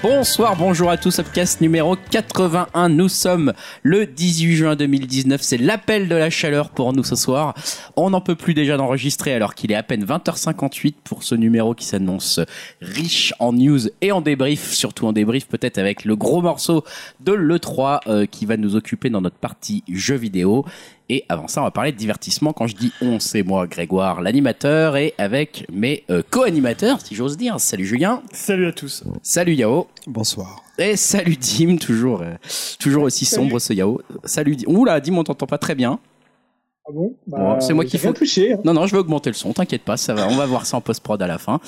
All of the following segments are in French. Bonsoir, bonjour à tous, Upcast numéro 81. Nous sommes le 18 juin 2019. C'est l'appel de la chaleur pour nous ce soir. On n'en peut plus déjà d'enregistrer alors qu'il est à peine 20h58 pour ce numéro qui s'annonce riche en news et en débrief, surtout en débrief peut-être avec le gros morceau de l'E3 euh, qui va nous occuper dans notre partie jeux vidéo. Et avant ça, on va parler de divertissement. Quand je dis on, c'est moi, Grégoire, l'animateur, et avec mes euh, co-animateurs, si j'ose dire. Salut Julien. Salut à tous. Salut Yao. Bonsoir. Et Eh, salut Dim, toujours, euh, toujours aussi sombre ce Yao. Salut Dim. Oula, Dim, on t'entend pas très bien. Ah bon Bon, c'est moi qui j'ai rien fais. touché. hein. Non, non, je vais augmenter le son, t'inquiète pas, ça va. On va voir ça en post-prod à la fin.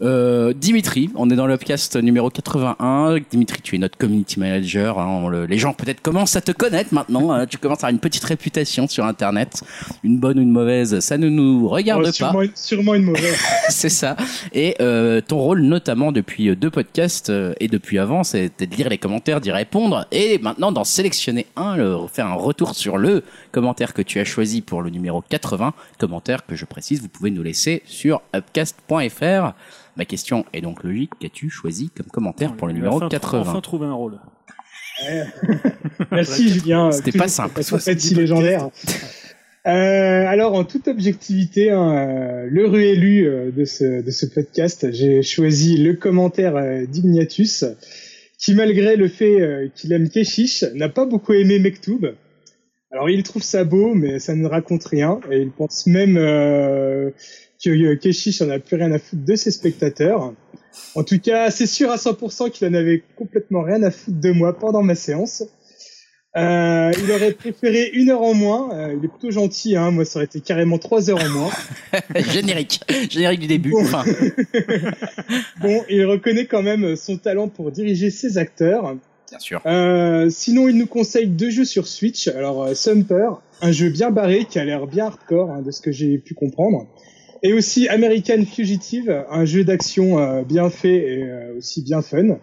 Euh, Dimitri, on est dans le podcast numéro 81. Dimitri, tu es notre community manager. hein, on le- les gens peut-être commencent à te connaître maintenant. hein, tu commences à avoir une petite réputation sur Internet. Une bonne ou une mauvaise, ça ne nous regarde Oh, pas. sûrement, sûrement une mauvaise. C'est ça. Et euh, ton rôle, notamment depuis euh, deux podcasts euh, et depuis avant, c'était de lire les commentaires, d'y répondre et maintenant d'en sélectionner un, le- faire un retour sur le commentaire que tu as choisi pour le numéro 80. Commentaire que je précise, vous pouvez nous laisser sur upcast.fr. Ma question est donc logique. Qu'as-tu choisi comme commentaire pour le Il a numéro enfin- 80 Enfin trouvé un rôle. Merci Julien. C'était Toujours pas simple. cette facette si légendaire. Euh, alors, en toute objectivité, hein, euh, le ruélu euh, de ce, de ce podcast, j'ai choisi le commentaire euh, d'Ignatus, qui malgré le fait euh, qu'il aime Keshish, n'a pas beaucoup aimé Mektoub. Alors, il trouve ça beau, mais ça ne raconte rien, et il pense même euh, que euh, Keshish en a plus rien à foutre de ses spectateurs. En tout cas, c'est sûr à 100% qu'il en avait complètement rien à foutre de moi pendant ma séance. Euh, il aurait préféré une heure en moins. Euh, il est plutôt gentil, hein. Moi, ça aurait été carrément trois heures en moins. Générique. Générique du début. Bon. Enfin, Bon, il reconnaît quand même euh, son talent pour diriger ses acteurs. bien sûr. Euh, sinon, il nous conseille deux jeux sur Switch. Alors, euh, Sumper, un jeu bien barré qui a l'air bien hardcore, hein, de ce que j'ai pu comprendre. Et aussi American Fugitive, un jeu d'action euh, bien fait et euh, aussi bien fun.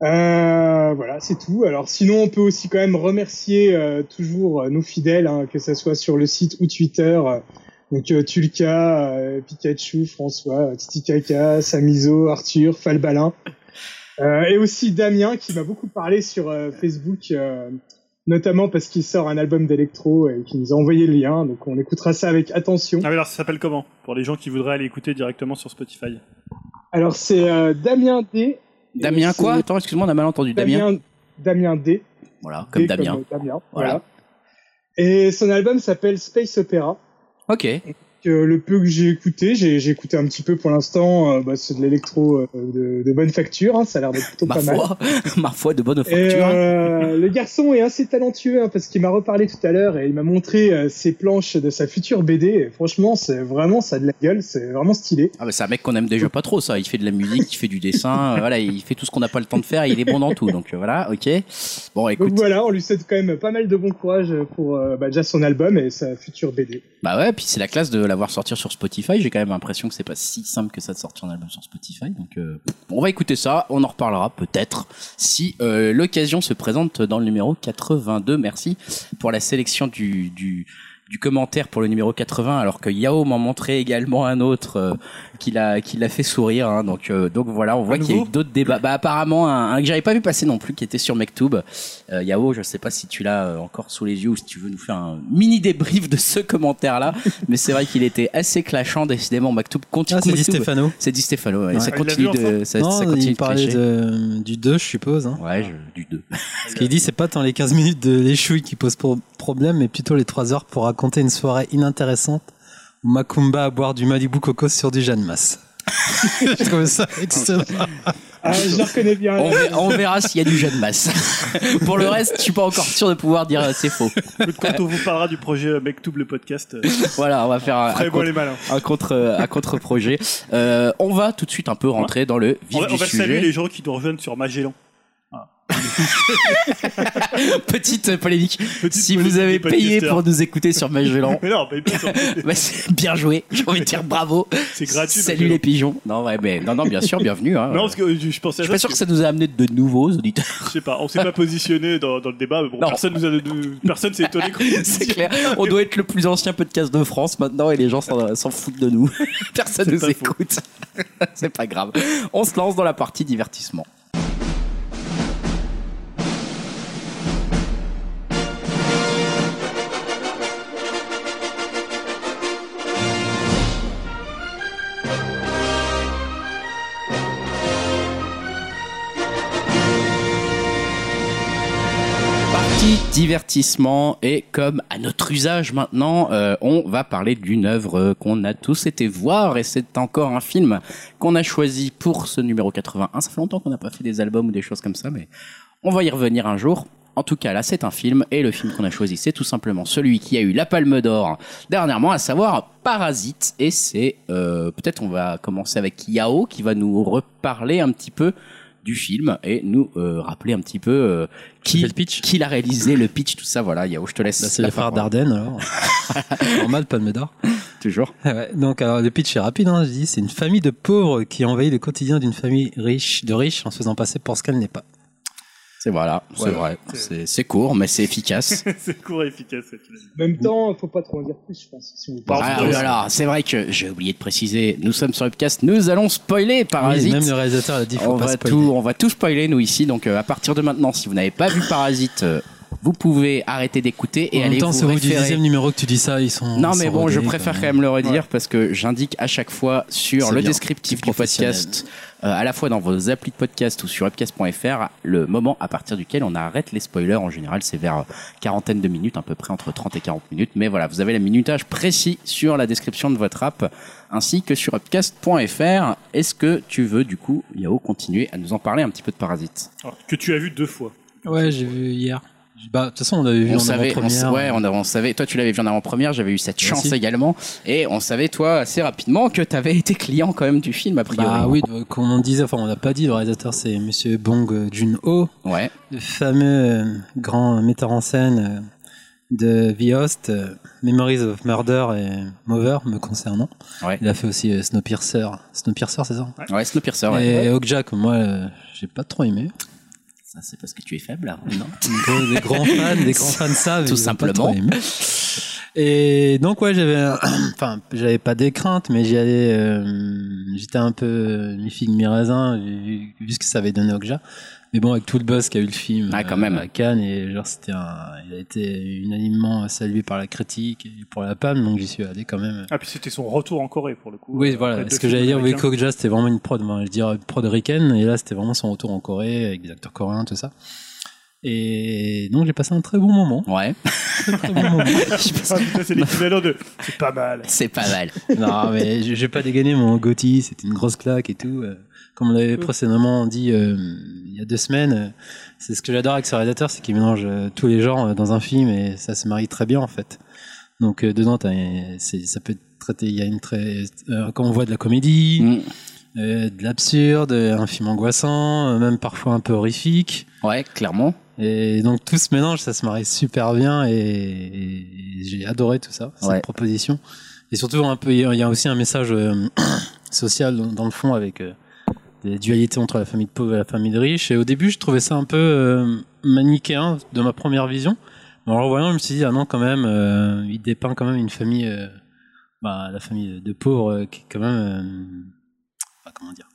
Euh, voilà, c'est tout. Alors, sinon, on peut aussi quand même remercier euh, toujours euh, nos fidèles, hein, que ce soit sur le site ou Twitter. euh, donc euh, Tulka, euh, Pikachu, François, euh, Titi Kaka, Samizo, Arthur, Falbalin. Euh, et aussi Damien qui m'a beaucoup parlé sur euh, Facebook, euh, notamment parce qu'il sort un album d'électro et qui nous a envoyé le lien. Donc on écoutera ça avec attention. Ah, mais alors ça s'appelle comment Pour les gens qui voudraient aller écouter directement sur Spotify. Alors c'est euh, Damien D. Damien, quoi c'est- Attends, excuse-moi, on a mal entendu. Damien. Damien D. Voilà, comme D Damien. Comme euh, Damien. Voilà. Voilà. Et son album s'appelle Space Opera. Ok. que le peu que j'ai écouté, j'ai j'ai écouté un petit peu pour l'instant, euh, bah, c'est de l'électro euh, de, de bonne facture, hein, ça a l'air d'être plutôt Ma pas mal. foi, ma foi de bonne hein. Et fortune. euh, le garçon est assez talentueux hein, parce qu'il m'a reparlé tout à l'heure et il m'a montré euh, ses planches de sa future BD. Et franchement, c'est vraiment ça a de la gueule, c'est vraiment stylé. Ah bah c'est un mec qu'on aime déjà pas trop ça. Il fait de la musique, il fait du dessin, euh, voilà, il fait tout ce qu'on n'a pas le temps de faire et il est bon dans tout. Donc euh, voilà, ok. Bon Donc écoute, voilà, on lui souhaite quand même pas mal de bon courage pour euh, bah, déjà son album et sa future BD. bah ouais, puis c'est la classe de l'avoir sortir sur Spotify. J'ai quand même l'impression que c'est pas si simple que ça de sortir un album sur Spotify. Donc euh, on va écouter ça, on en reparlera peut-être si euh, l'occasion se présente dans le numéro 82. Merci pour la sélection du, du, du commentaire pour le numéro 80, alors que Yao m'en montrait également un autre euh, qui l'a qui l'a fait sourire. hein. donc, euh, donc voilà, on voit qu'il y a eu nouveau d'autres débats. Bah, apparemment, un, un que j'avais pas vu passer non plus, qui était sur Mektoub. Euh, Yao, je sais pas si tu l'as euh, encore sous les yeux ou si tu veux nous faire un mini débrief de ce commentaire-là, mais c'est vrai qu'il était assez clashant, décidément. Mektoub continue. Ah, c'est Di Mektoub- Stefano. c'est Di Stefano, ouais, Ouais. ça Ah, il l'a vu continue de, ça, non, ça continue il de parlait clasher. de- euh, du 2, je suppose. Hein. Ouais, je- du 2. Parce qu'il dit c'est pas tant les 15 minutes de l'échouille qui posent pour problème, mais plutôt les 3 heures pour raconter une soirée inintéressante où Macumba à boire du Malibu Coco sur du Jeanne Masse. je trouve ça excellent. Bah, Ah, je le reconnais bien. On, ver- on verra s'il y a du jeu de masse. Pour le reste, je suis pas encore sûr de pouvoir dire euh, c'est faux. Quand on vous parlera du projet euh, Mektoub le podcast, euh, Voilà, on va faire un, un très bon contre, les malins. un contre un contre-projet. Euh, on va tout de suite un peu rentrer dans le vif On va, du on va saluer sujet. les gens qui nous rejoignent sur Magellan. Petite euh, polémique. Petite Si politique vous avez des payé podcasteurs. pour nous écouter sur Magellan, Mais non, on paye pas sur- bah, c'est bien joué. J'ai envie de dire bravo. c'est gratuit. Salut les Magellan. pigeons. Non, ouais, mais, non, non, bien sûr, bienvenue. hein. Non, parce que euh, je je pensais je à suis pas sûr ça. que parce ça nous a amené de nouveaux auditeurs. que, Je sais pas, on s'est pas positionné dans, dans le débat, mais bon, Non. personne nous a de- personne s'est étonné qu'on nous C'est dise- clair. On doit être le plus ancien podcast de France maintenant et les gens s'en s'en foutent de nous. Personne C'est nous pas faux. écoute. C'est pas grave. On se lance dans la partie divertissement. divertissement et comme à notre usage maintenant, euh, on va parler d'une œuvre euh, qu'on a tous été voir et c'est encore un film qu'on a choisi pour ce numéro 81. Ça fait longtemps qu'on n'a pas fait des albums ou des choses comme ça, mais on va y revenir un jour. En tout cas, là, c'est un film et le film qu'on a choisi, c'est tout simplement celui qui a eu la Palme d'Or dernièrement, à savoir Parasite. Et c'est euh, peut-être on va commencer avec Yao qui va nous reparler un petit peu du film et nous euh, rappeler un petit peu euh, qui Qui le pitch qui l'a réalisé, le pitch, tout ça. Voilà, Yao, je te laisse. Bah, C'est la les frères parole. d'Ardenne, alors. Normal, Palme d'Or. Toujours. Ah ouais, donc alors, le pitch est rapide, hein, je dis, c'est une famille de pauvres qui envahit le quotidien d'une famille riche, de riches en se faisant passer pour ce qu'elle n'est pas. C'est voilà, c'est Ouais. vrai. C'est- C'est c'est court, mais c'est efficace. c'est court et efficace. cette En même temps, faut pas trop en dire plus, je pense. Si vous Bah, parlez. Ah, oh c'est vrai. là là, c'est vrai que j'ai oublié de préciser, nous sommes sur Upcast, nous allons spoiler Parasite. même le réalisateur a dit, faut Ah, on pas va spoiler. tout, on va tout spoiler nous ici. Donc euh, à partir de maintenant, si vous n'avez pas vu Parasite, euh, vous pouvez arrêter d'écouter et en aller même temps, c'est vous au bout du référer. dixième numéro que tu dis ça, ils sont. Non ils mais sont bon, je rodés, préfère quoi. quand même le redire parce que j'indique à chaque fois sur C'est le bien. descriptif C'est du podcast, euh, à la fois dans vos applis de podcast ou sur upcast.fr, le moment à partir duquel on arrête les spoilers. En général, c'est vers euh, quarantaine de minutes, à peu près entre 30 et 40 minutes. Mais voilà, vous avez le minutage précis sur la description de votre app ainsi que sur upcast.fr. Est-ce que tu veux du coup, Yao, continuer à nous en parler un petit peu de Parasite Alors, que tu as vu deux fois. Ouais, j'ai vu hier. Bah, de toute façon, on l'avait vu on en savait, on, s- avant-première. ouais, on, a- on savait. Toi, tu l'avais vu en avant-première. J'avais eu cette chance Merci. également, et on savait toi assez rapidement que t'avais été client quand même du film a priori. Bah oui, donc, comme on disait, enfin, on l'a pas dit, le réalisateur, c'est Monsieur Bong euh, Joon-ho, Ouais. le fameux euh, grand metteur en scène euh, de The Host, euh, Memories of Murder et Mover, me concernant. Ouais. Il a fait aussi euh, Snowpiercer. Snowpiercer, c'est ça Ouais, Snowpiercer. Ouais. Et Okja, que moi, euh, j'ai pas trop aimé. Ça, c'est parce que tu es faible, là. Non. des grands fans, des grands fans savent. Tout ils ont simplement. pas trop aimé. Et donc ouais, j'avais, un- enfin, j'avais pas des craintes, mais j'y allais, euh, j'étais un peu euh, mi figue mi raisin vu, vu ce que ça avait donné Okja. Mais bon, avec tout le buzz qu'a eu le film euh, Ah, quand même. à Cannes et genre c'était, un- il a été unanimement salué par la critique et pour la palme, donc j'y suis allé quand même. Ah, puis c'était son retour en Corée pour le coup. Oui, Euh, après voilà. deux Ce que j'allais films dire avec américains. Okja, c'était vraiment une prod, ben, je dirais une prod ricaine, et là, c'était vraiment son retour en Corée, avec des acteurs coréens, tout ça. Et donc, j'ai passé un très bon moment. Ouais. Très, très bon moment. Ah, putain, c'est l'équivalent de. C'est pas mal. C'est pas mal. non, mais j'ai j'ai pas dégainé mon Gotti, c'était une grosse claque et tout. euh, Comme on l'avait précédemment dit euh, il y a deux semaines, euh, c'est ce que j'adore avec ce réalisateur, c'est qu'il mélange euh, tous les genres euh, dans un film et ça se marie très bien en fait. Donc euh, dedans, t'as- c'est- ça peut être traité, il y a une très, euh, quand on voit de la comédie, Mm. euh, de l'absurde, euh, un film angoissant, euh, même parfois un peu horrifique. Ouais, clairement. Et donc tout ce mélange, ça se marie super bien et, et j'ai adoré tout ça, cette Ouais. proposition. Et surtout, un peu, il y a- il y a aussi un message euh, social dans, dans le fond avec euh, des dualités entre la famille de pauvres et la famille de riches. Et au début, je trouvais ça un peu euh, manichéen de ma première vision. Mais en le revoyant, je me suis dit, ah non, quand même, euh, il dépeint quand même une famille, euh, bah, la famille de pauvres euh, qui est quand même, euh, bah, comment dire,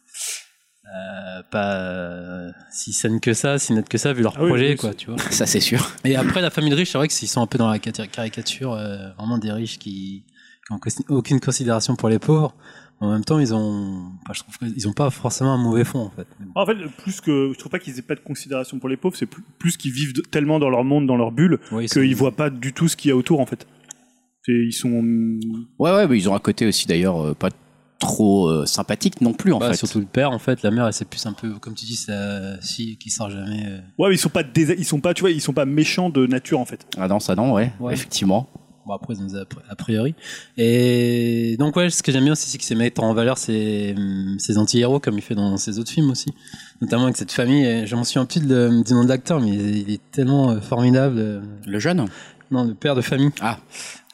euh, pas euh, si saine que ça, si nette que ça, vu leur Ah oui, projet, oui, quoi, c'est- tu vois. Ça, c'est sûr. Et après, la famille de riches, c'est vrai que s'ils sont un peu dans la cati- caricature, euh, vraiment des riches qui n'ont aucune considération pour les pauvres. En même temps, ils ont, enfin, je trouve qu'ils ont pas forcément un mauvais fond, en fait. En fait, plus que. Je trouve pas qu'ils aient pas de considération pour les pauvres, c'est plus, plus qu'ils vivent de- tellement dans leur monde, dans leur bulle, Oui, ils sont- qu'ils voient pas du tout ce qu'il y a autour en fait. C'est- Ils sont. Ouais, ouais, mais ils ont un côté aussi d'ailleurs euh, pas trop euh, sympathique non plus en Bah, fait. surtout le père, en fait, la mère, elle c'est plus un peu, comme tu dis, c'est la fille qui sort jamais. euh, Ouais, mais ils sont pas désa- ils sont pas, tu vois, ils sont pas méchants de nature en fait. Ah non, ça non, ouais. Ouais. Effectivement. Bon, après, ils nous a a priori. Et donc, ouais, ce que j'aime bien aussi, c'est que c'est mettre en valeur ses, hum, ses anti-héros, comme il fait dans ses autres films aussi. Notamment avec cette famille. Et Je m'en souviens plus de- mm, du nom de l'acteur, mais il est tellement euh, formidable. euh, Le jeune. Non, le père de famille. Ah.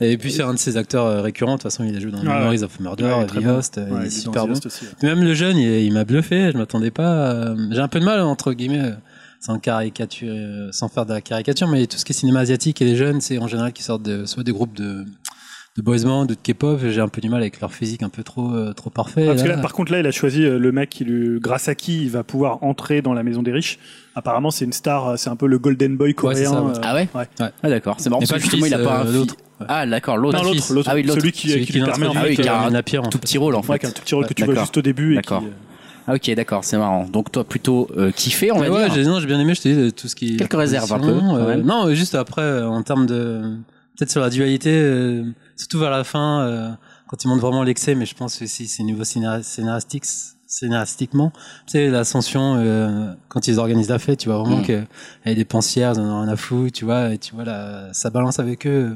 Et puis, c'est un de ses acteurs euh, récurrents. De toute façon, il a joué dans Ah Ouais, Memories of Murder, Ouais, The très bon. Host. euh, il Ouais, est dans super The bon. Host aussi, ouais. Puis Même le jeune, il, il m'a bluffé. Je m'attendais pas. euh, J'ai un peu de mal entre guillemets, euh, sans caricature, euh, sans faire de la caricature, mais tout ce qui est cinéma asiatique et les jeunes, c'est en général qui sortent de, soit des groupes de de boys band, de K-pop. J'ai un peu du mal avec leur physique un peu trop euh, trop parfait. Ah, parce que là. là, par contre, là, il a choisi euh, le mec qui, lui, grâce à qui il va pouvoir entrer dans la maison des riches. Apparemment, c'est une star, euh, c'est un peu le Golden Boy c'est coréen. ça, ouais. euh, Ah ouais. Ouais. Ah d'accord. C'est marrant Et parce pas que le justement fils, il a pas euh, un l'autre. fi- Ah d'accord, l'autre. Non, l'autre, Ah oui, l'autre. celui qui, Celui qui lui permet l'introduit, Ah oui, en fait, qui a euh, un- un, un, un, Tout petit rôle en fait. ouais, qui a un tout petit rôle que tu vois D'accord. juste au début et qui, D'accord. euh, Ah, ok, d'accord, c'est marrant. Donc toi plutôt euh, kiffé, on va Mais ouais, dire. j'ai- non, j'ai bien aimé, je te dis, euh, tout ce qui. Quelques la réserves, un position, peu, quand euh, même. non, euh, juste après, euh, en termes de. Peut-être sur la dualité, euh, surtout vers la fin, euh, quand ils montrent vraiment l'excès, mais je pense aussi c'est niveau scénar- scénaristique, scénaristiquement. Tu sais, l'ascension, euh, quand ils organisent la fête, tu vois vraiment Mm. que qu'elle est dépensière, ils en ont rien à foutre, tu vois, et tu vois, la, ça balance avec eux.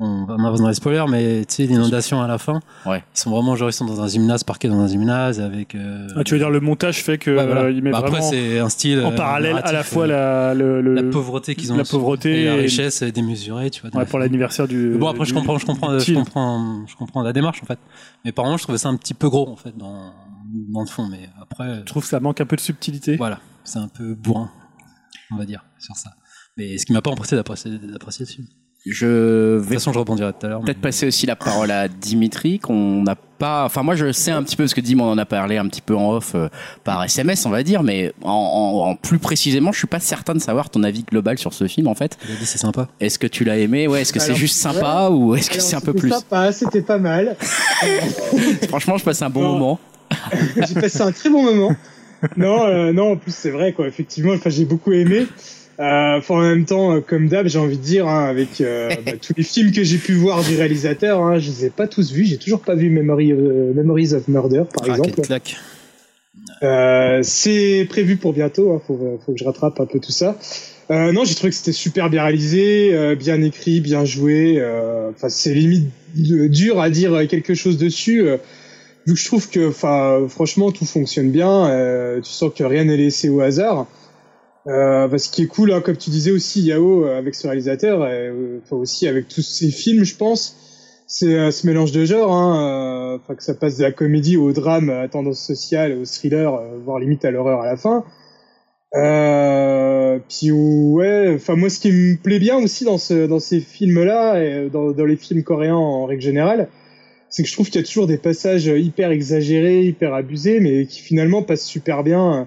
On, on avance dans les spoilers, mais tu sais, l'inondation à la fin, Ouais. ils sont vraiment genre, ils sont dans un gymnase, parqués dans un gymnase, avec. euh, Ah, tu veux dire le montage fait que Ouais, voilà. euh, il met Bah après, vraiment c'est un style. en euh, parallèle à la narratif, fois euh, la, le- le- la pauvreté qu'ils ont la pauvreté et la et- richesse euh, démesurée, tu vois. de ouais, la pour famille. l'anniversaire du. Mais Bon après je du- comprends, je comprends, du euh, je Till. comprends, je comprends la démarche en fait. Mais par moment je trouvais ça un petit peu gros en fait dans, dans le fond. Mais après euh, Je trouve que ça manque un peu de subtilité. voilà, c'est un peu bourrin, on va dire sur ça. Mais ce qui m'a pas empêché d'apprécier d'apprécier le film. De Je vais toute façon je rebondirai tout à l'heure. mais- peut-être passer aussi la parole à Dimitri qu'on n'a pas enfin moi je sais un petit peu parce que Dim on en a parlé un petit peu en off euh, par SMS on va dire mais en, en- en plus précisément je suis pas certain de savoir ton avis global sur ce film en fait Il a dit c'est sympa. est-ce que tu l'as aimé ouais est-ce que c'est Alors, juste sympa ou est-ce que Alors, c'est un peu c'était plus sympa, c'était pas mal. franchement je passe un bon Non. moment j'ai passé un très bon moment. Non, euh, non, en plus c'est vrai quoi. Effectivement, enfin j'ai beaucoup aimé. Euh, enfin, en même temps, euh, comme d'hab, j'ai envie de dire hein, avec euh, bah, tous les films que j'ai pu voir du réalisateur, hein, je les ai pas tous vus. J'ai toujours pas vu Memory, euh, Memories of Murder par Ah, exemple. quelle claque. Euh, c'est prévu pour bientôt. hein, faut, faut que je rattrape un peu tout ça. Euh, non, j'ai trouvé que c'était super bien réalisé, euh, bien écrit, bien joué. euh, Enfin, c'est limite de- dur à dire euh, quelque chose dessus. euh, vu que je trouve que, enfin, franchement, tout fonctionne bien. euh, tu sens que rien n'est laissé au hasard. Euh, bah, ce qui est cool, hein, comme tu disais aussi, Yao, euh, avec ce réalisateur, euh, enfin aussi avec tous ses films, je pense, c'est euh, ce mélange de genres, hein, euh, enfin, que ça passe de la comédie au drame, à tendance sociale, au thriller, euh, voire limite à l'horreur à la fin. Euh, puis ouais, enfin moi ce qui me plaît bien aussi dans ce dans ces films-là et euh, dans, dans les films coréens en règle générale, c'est que je trouve qu'il y a toujours des passages hyper exagérés, hyper abusés, mais qui finalement passent super bien. Ah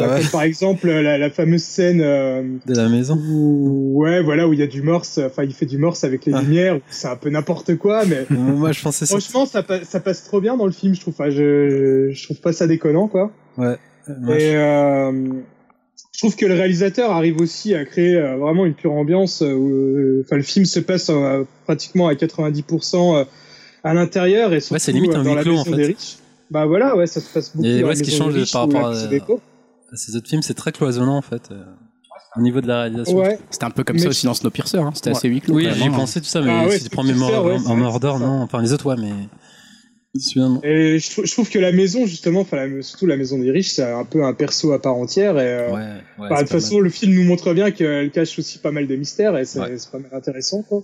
Euh, ouais. Comme par exemple la, la fameuse scène euh, De la maison. où ouais voilà où il y a du morse, enfin il fait du morse avec les Ah. lumières, où c'est un peu n'importe quoi, mais Euh, Moi je pensais ça. Franchement, ça, pa- ça passe trop bien dans le film, je trouve. Enfin, je, je trouve pas ça déconnant, quoi. Ouais. Ouais, Et euh, je trouve que le réalisateur arrive aussi à créer euh, vraiment une pure ambiance. euh, où, enfin, le film se passe euh, pratiquement à 90% euh, à l'intérieur et surtout Ouais, c'est limite un euh, dans huis la clos, maison en fait. des riches. Bah voilà, ouais, ça se passe beaucoup. Et dans ouais, la ce qui maison change des de- riches par ou la rapport à- Pixe Déco. Ces autres films c'est très cloisonnant en fait. euh, Au niveau de la réalisation. Ouais. c'était un peu comme Mais ça je- aussi dans Snowpiercer hein. c'était Ouais. assez huis clos Oui, quand même, j'y hein. pensais tout ça, mais Ah ouais, si tu c'est prends mes morts Pixar, ouais, c'est en vrai, order, c'est ça. non, enfin les autres, ouais, mais. Celui-là, non. Et je, trou- je trouve que la maison, justement, enfin, la- surtout la maison des riches, c'est un peu un perso à part entière. Et, euh, Ouais, ouais. Bah, de c'est toute pas façon, le film nous montre bien qu'elle cache aussi pas mal de mystères et c'est Ouais. c'est pas mal intéressant. Quoi.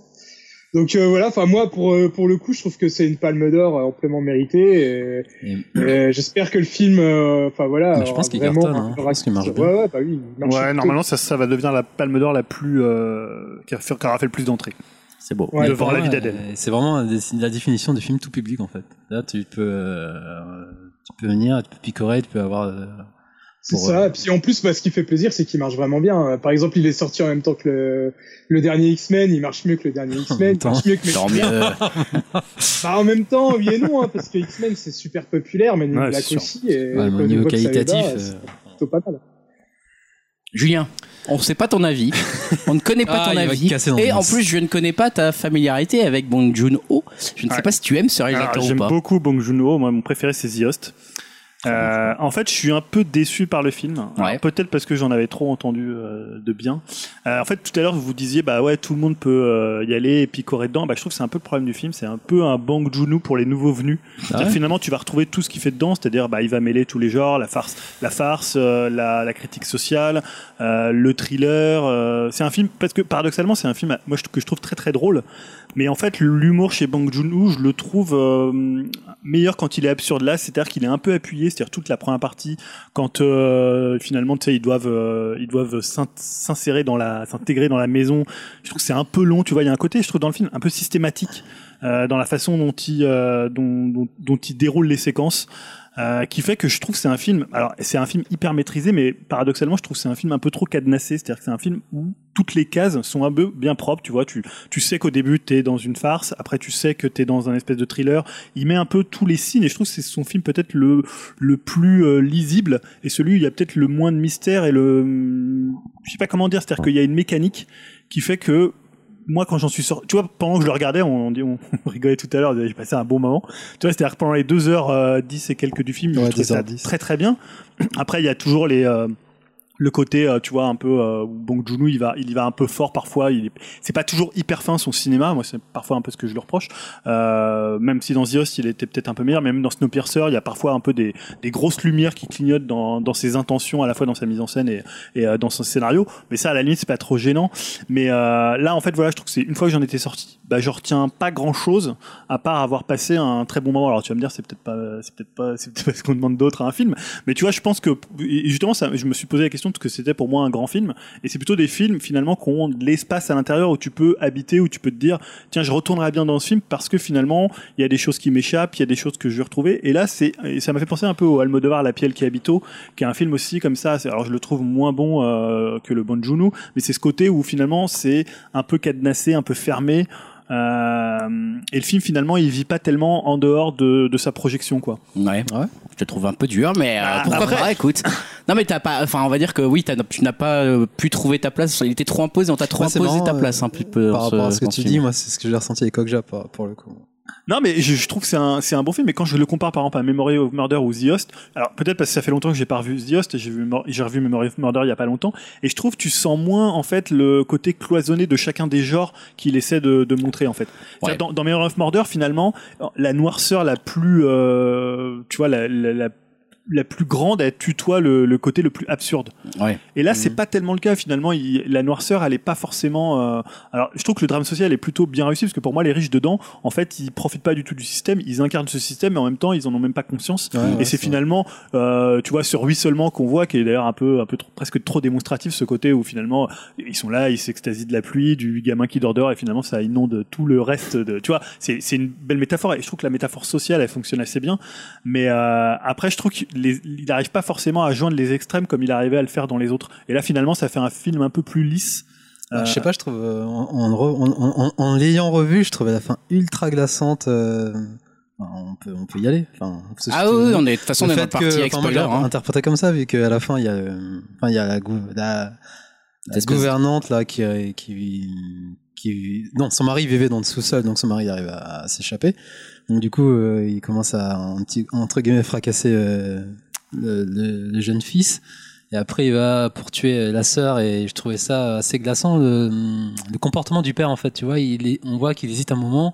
Donc euh, voilà, enfin moi pour euh, pour le coup, je trouve que c'est une palme d'or euh, amplement méritée. mal. Et- Et, et j'espère que le film, euh, enfin voilà, Mais je pense aura qu'il vraiment cartonne, hein. un- Je pense qu'il marche bien. Ouais, ouais, bah oui, il marche Ouais, plutôt. normalement, ça, ça va devenir la palme d'or la plus. euh, qui a fait- qui aura fait le plus d'entrées. c'est beau Ouais. devant pour la vie moi, d'Adèle. euh, C'est vraiment la dé- la définition du film tout public, en fait. Là, tu peux, euh, tu peux venir, tu peux picorer, tu peux avoir. euh, C'est pour, ça. euh, Et Puis en plus, bah, ce qui fait plaisir, c'est qu'il marche vraiment bien. Par exemple, il est sorti en même temps que le, le dernier X-Men. Il marche mieux que le dernier X-Men. même Il marche mieux que. Tant mieux. Bah, en même temps, oui et non, hein, parce que X-Men c'est super populaire, mais Ouais, la c'est sûr. aussi. Et ouais, quand au on niveau voit que ça les bat, qualitatif. c'est euh, plutôt pas mal. Julien, on ne sait pas ton avis, on ne connaît pas Ah, ton il va avis, casser l'ambiance. et en plus je ne connais pas ta familiarité avec Bong Joon-ho. Je ne sais Ouais. pas si tu aimes ce Alors, réalisateur ou J'aime pas. beaucoup Bong Joon-ho. Moi, mon préféré, c'est The Host. Euh, en fait, je suis un peu déçu par le film. Alors, Ouais. Peut-être parce que j'en avais trop entendu euh, de bien. Euh, en fait, tout à l'heure, vous vous disiez, bah ouais, tout le monde peut euh, y aller et picorer dedans. Bah, je trouve que c'est un peu le problème du film. C'est un peu un Bang Joon-ho pour les nouveaux venus. C'est-à-dire, ouais Finalement, tu vas retrouver tout ce qu'il fait dedans. C'est-à-dire, bah, il va mêler tous les genres, la farce, la farce, euh, la, la critique sociale, euh, le thriller. euh, c'est un film parce que paradoxalement, c'est un film à- moi je- que je trouve très très drôle. Mais en fait, l'humour chez Bang Joon-ho, je le trouve euh, meilleur quand il est absurde là, c'est-à-dire qu'il est un peu appuyé, c'est-à-dire toute la première partie, quand euh, finalement, tu sais, ils doivent, euh, ils doivent s'in- s'insérer dans la, s'intégrer dans la maison. Je trouve que c'est un peu long, tu vois, il y a un côté, je trouve dans le film un peu systématique euh, dans la façon dont il, euh, dont, dont, dont il déroule les séquences. euh, qui fait que je trouve que c'est un film. Alors c'est un film hyper maîtrisé, mais paradoxalement je trouve que c'est un film un peu trop cadenassé. C'est-à-dire que c'est un film où toutes les cases sont un peu bien propres. Tu vois, tu tu sais qu'au début t'es dans une farce, après tu sais que t'es dans un espèce de thriller. Il met un peu tous les signes et je trouve que c'est son film peut-être le le plus euh, lisible et celui où il y a peut-être le moins de mystère et le je sais pas comment dire. C'est-à-dire qu'il y a une mécanique qui fait que moi quand j'en suis sorti tu vois pendant que je le regardais on, on, dit- on rigolait tout à l'heure j'ai passé un bon moment tu vois c'est à dire que pendant les 2h10 et quelques du film Ouais, je trouvais ça 2h10. très très bien après il y a toujours les euh, le côté euh, tu vois un peu euh, où Bong Joon-ho il va il y va un peu fort parfois il est- c'est pas toujours hyper fin son cinéma moi c'est parfois un peu ce que je lui reproche Euh, même si dans The Host il était peut-être un peu meilleur mais même dans Snowpiercer il y a parfois un peu des, des grosses lumières qui clignotent dans, dans ses intentions à la fois dans sa mise en scène et, et euh, dans son scénario mais ça à la limite c'est pas trop gênant mais euh, là, en fait, voilà, je trouve que c'est une fois que j'en étais sorti, bah, je retiens pas grand chose à part avoir passé un très bon moment. Alors, tu vas me dire, c'est peut-être pas, c'est peut-être pas, c'est peut-être pas ce qu'on demande d'autre à un film. Mais tu vois, je pense que, et justement, ça, je me suis posé la question parce que c'était pour moi un grand film. Et c'est plutôt des films, finalement, qui ont de l'espace à l'intérieur où tu peux habiter, où tu peux te dire, tiens, je retournerai bien dans ce film parce que finalement, il y a des choses qui m'échappent, il y a des choses que je vais retrouver. Et là, c'est, et ça m'a fait penser un peu au Almodovar, La Pielle qui habite qui est un film aussi comme ça. C'est- Alors je le trouve moins bon euh, que le Bon Juno, mais c'est ce côté où finalement c'est un peu cadenassé, un peu fermé. Euh, et le film finalement il vit pas tellement en dehors de, de sa projection quoi. Ouais. Ouais. Je te trouve un peu dur, mais euh, Ah, pourquoi après. pas Écoute, non mais t'as pas, enfin on va dire que oui, t'as- tu n'as pas euh, pu trouver ta place. Il était trop imposé, on t'a trop Ouais, c'est imposé marrant, ta euh, place un petit peu. Par dans rapport à ce que dans tu film. dis, moi, c'est ce que j'ai ressenti avec Okja pour, pour le coup. Non mais je, je trouve que c'est un, c'est un bon film, mais quand je le compare par exemple à Memory of Murder ou The Host, alors peut-être parce que ça fait longtemps que j'ai pas revu The Host, j'ai vu Mor- j'ai revu Memory of Murder il y a pas longtemps, et je trouve que tu sens moins en fait le côté cloisonné de chacun des genres qu'il essaie de, de montrer en fait. C'est-à-dire, Dans, dans Memory of Murder finalement, la noirceur la plus, euh, tu vois, la, la, la- la plus grande, elle tutoie le, le côté le plus absurde. Ouais. Et là, c'est pas tellement le cas finalement. Il- la noirceur, elle est pas forcément. euh, Alors, je trouve que le drame social est plutôt bien réussi parce que pour moi, les riches dedans, en fait, ils profitent pas du tout du système. Ils incarnent ce système, mais en même temps, ils en ont même pas conscience. Ouais, et ouais, c'est ça. finalement, euh, tu vois, sur lui seulement qu'on voit, qui est d'ailleurs un peu, un peu trop- presque trop démonstratif, ce côté où finalement ils sont là, ils s'extasient de la pluie, du gamin qui dort dehors, et finalement ça inonde tout le reste. De, tu vois, c'est c'est une belle métaphore, et je trouve que la métaphore sociale, elle fonctionne assez bien. Mais euh, après, je trouve qu'il n'arrive pas forcément à joindre les extrêmes comme il arrivait à le faire dans les autres. Et là, finalement, ça fait un film un peu plus lisse. Ah, Euh, je sais pas, je trouve, euh, en, en re- en- en- en- en l'ayant revu, je trouvais la fin ultra glaçante. euh, enfin, on, peut, on peut y aller. Enfin, parce que Ah je- oui, oui, on est de toute façon on le est dans fait le parti que- avec enfin, moi, spoiler. j'ai hein. interprété comme ça, vu qu'à la fin, il y a, euh, enfin, il y a la, gou- la- la espèce de- gouvernante là, qui, euh, qui, qui- Non, son mari vivait dans le sous-sol, donc son mari arrive à, à s'échapper. Donc, du coup, euh, il commence à, un petit- entre guillemets, fracasser euh, le, le- le jeune fils. Et après, il va pour tuer euh, la sœur, et je trouvais ça assez glaçant, le, le comportement du père, en fait. Tu vois, il est- on voit qu'il hésite un moment,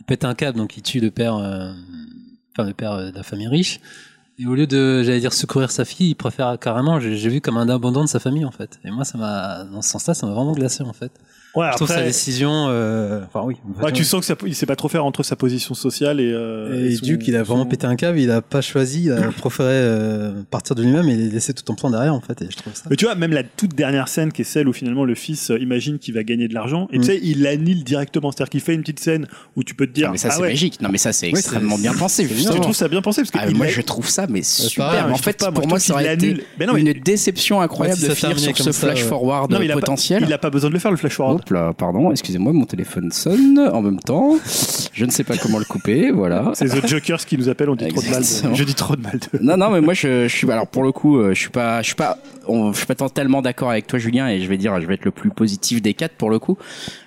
il pète un câble, donc il tue le père, euh, enfin, le père euh, de la famille riche. Et au lieu de, j'allais dire, secourir sa fille, il préfère carrément, j'ai j'ai vu comme un abandon de sa famille, en fait. Et moi, ça m'a, dans ce sens-là, ça m'a vraiment glacé, en fait. Ouais, je trouve sa après, décision, euh, enfin oui. en fait, ouais, tu sens que ça, il sait pas trop faire entre sa position sociale et. euh, Et son- Duke, il a vraiment son- pété un câble, il a pas choisi, il a préféré euh, partir de lui-même et laisser tout en plan derrière, en fait. Et je trouve ça. Mais tu vois, même la toute dernière scène qui est celle où finalement le fils euh, imagine qu'il va gagner de l'argent et Mm. tu sais, il l'annule directement. C'est-à-dire qu'il fait une petite scène où tu peux te dire. Non, mais ça ah c'est ouais, magique. Non mais ça c'est Oui, extrêmement c'est- bien pensé. c'est Justement. Tu trouves ça bien pensé parce que Ah, il moi a- je trouve ça mais super. pareil, mais en je fait trouve pas, moi, pour je moi trouve ça qu'il aurait été l'annule. Mais non, une il- déception incroyable Ouais, si de ça finir terminait sur ce comme ça, flash ouais. forward non, mais il a pas- potentiel. il a pas besoin de le faire le flash forward. Hop là, pardon, excusez-moi, mon téléphone sonne en même temps. Je ne sais pas comment le couper, voilà. C'est The Jokers qui nous appelle, on dit trop de mal. Exactement. de- Je dis trop de mal. de- Non, non, mais moi je, je suis. Alors pour le coup, euh, je suis pas, je suis pas, on- je suis pas tant- tellement d'accord avec toi, Julien, et je vais dire, je vais être le plus positif des quatre pour le coup.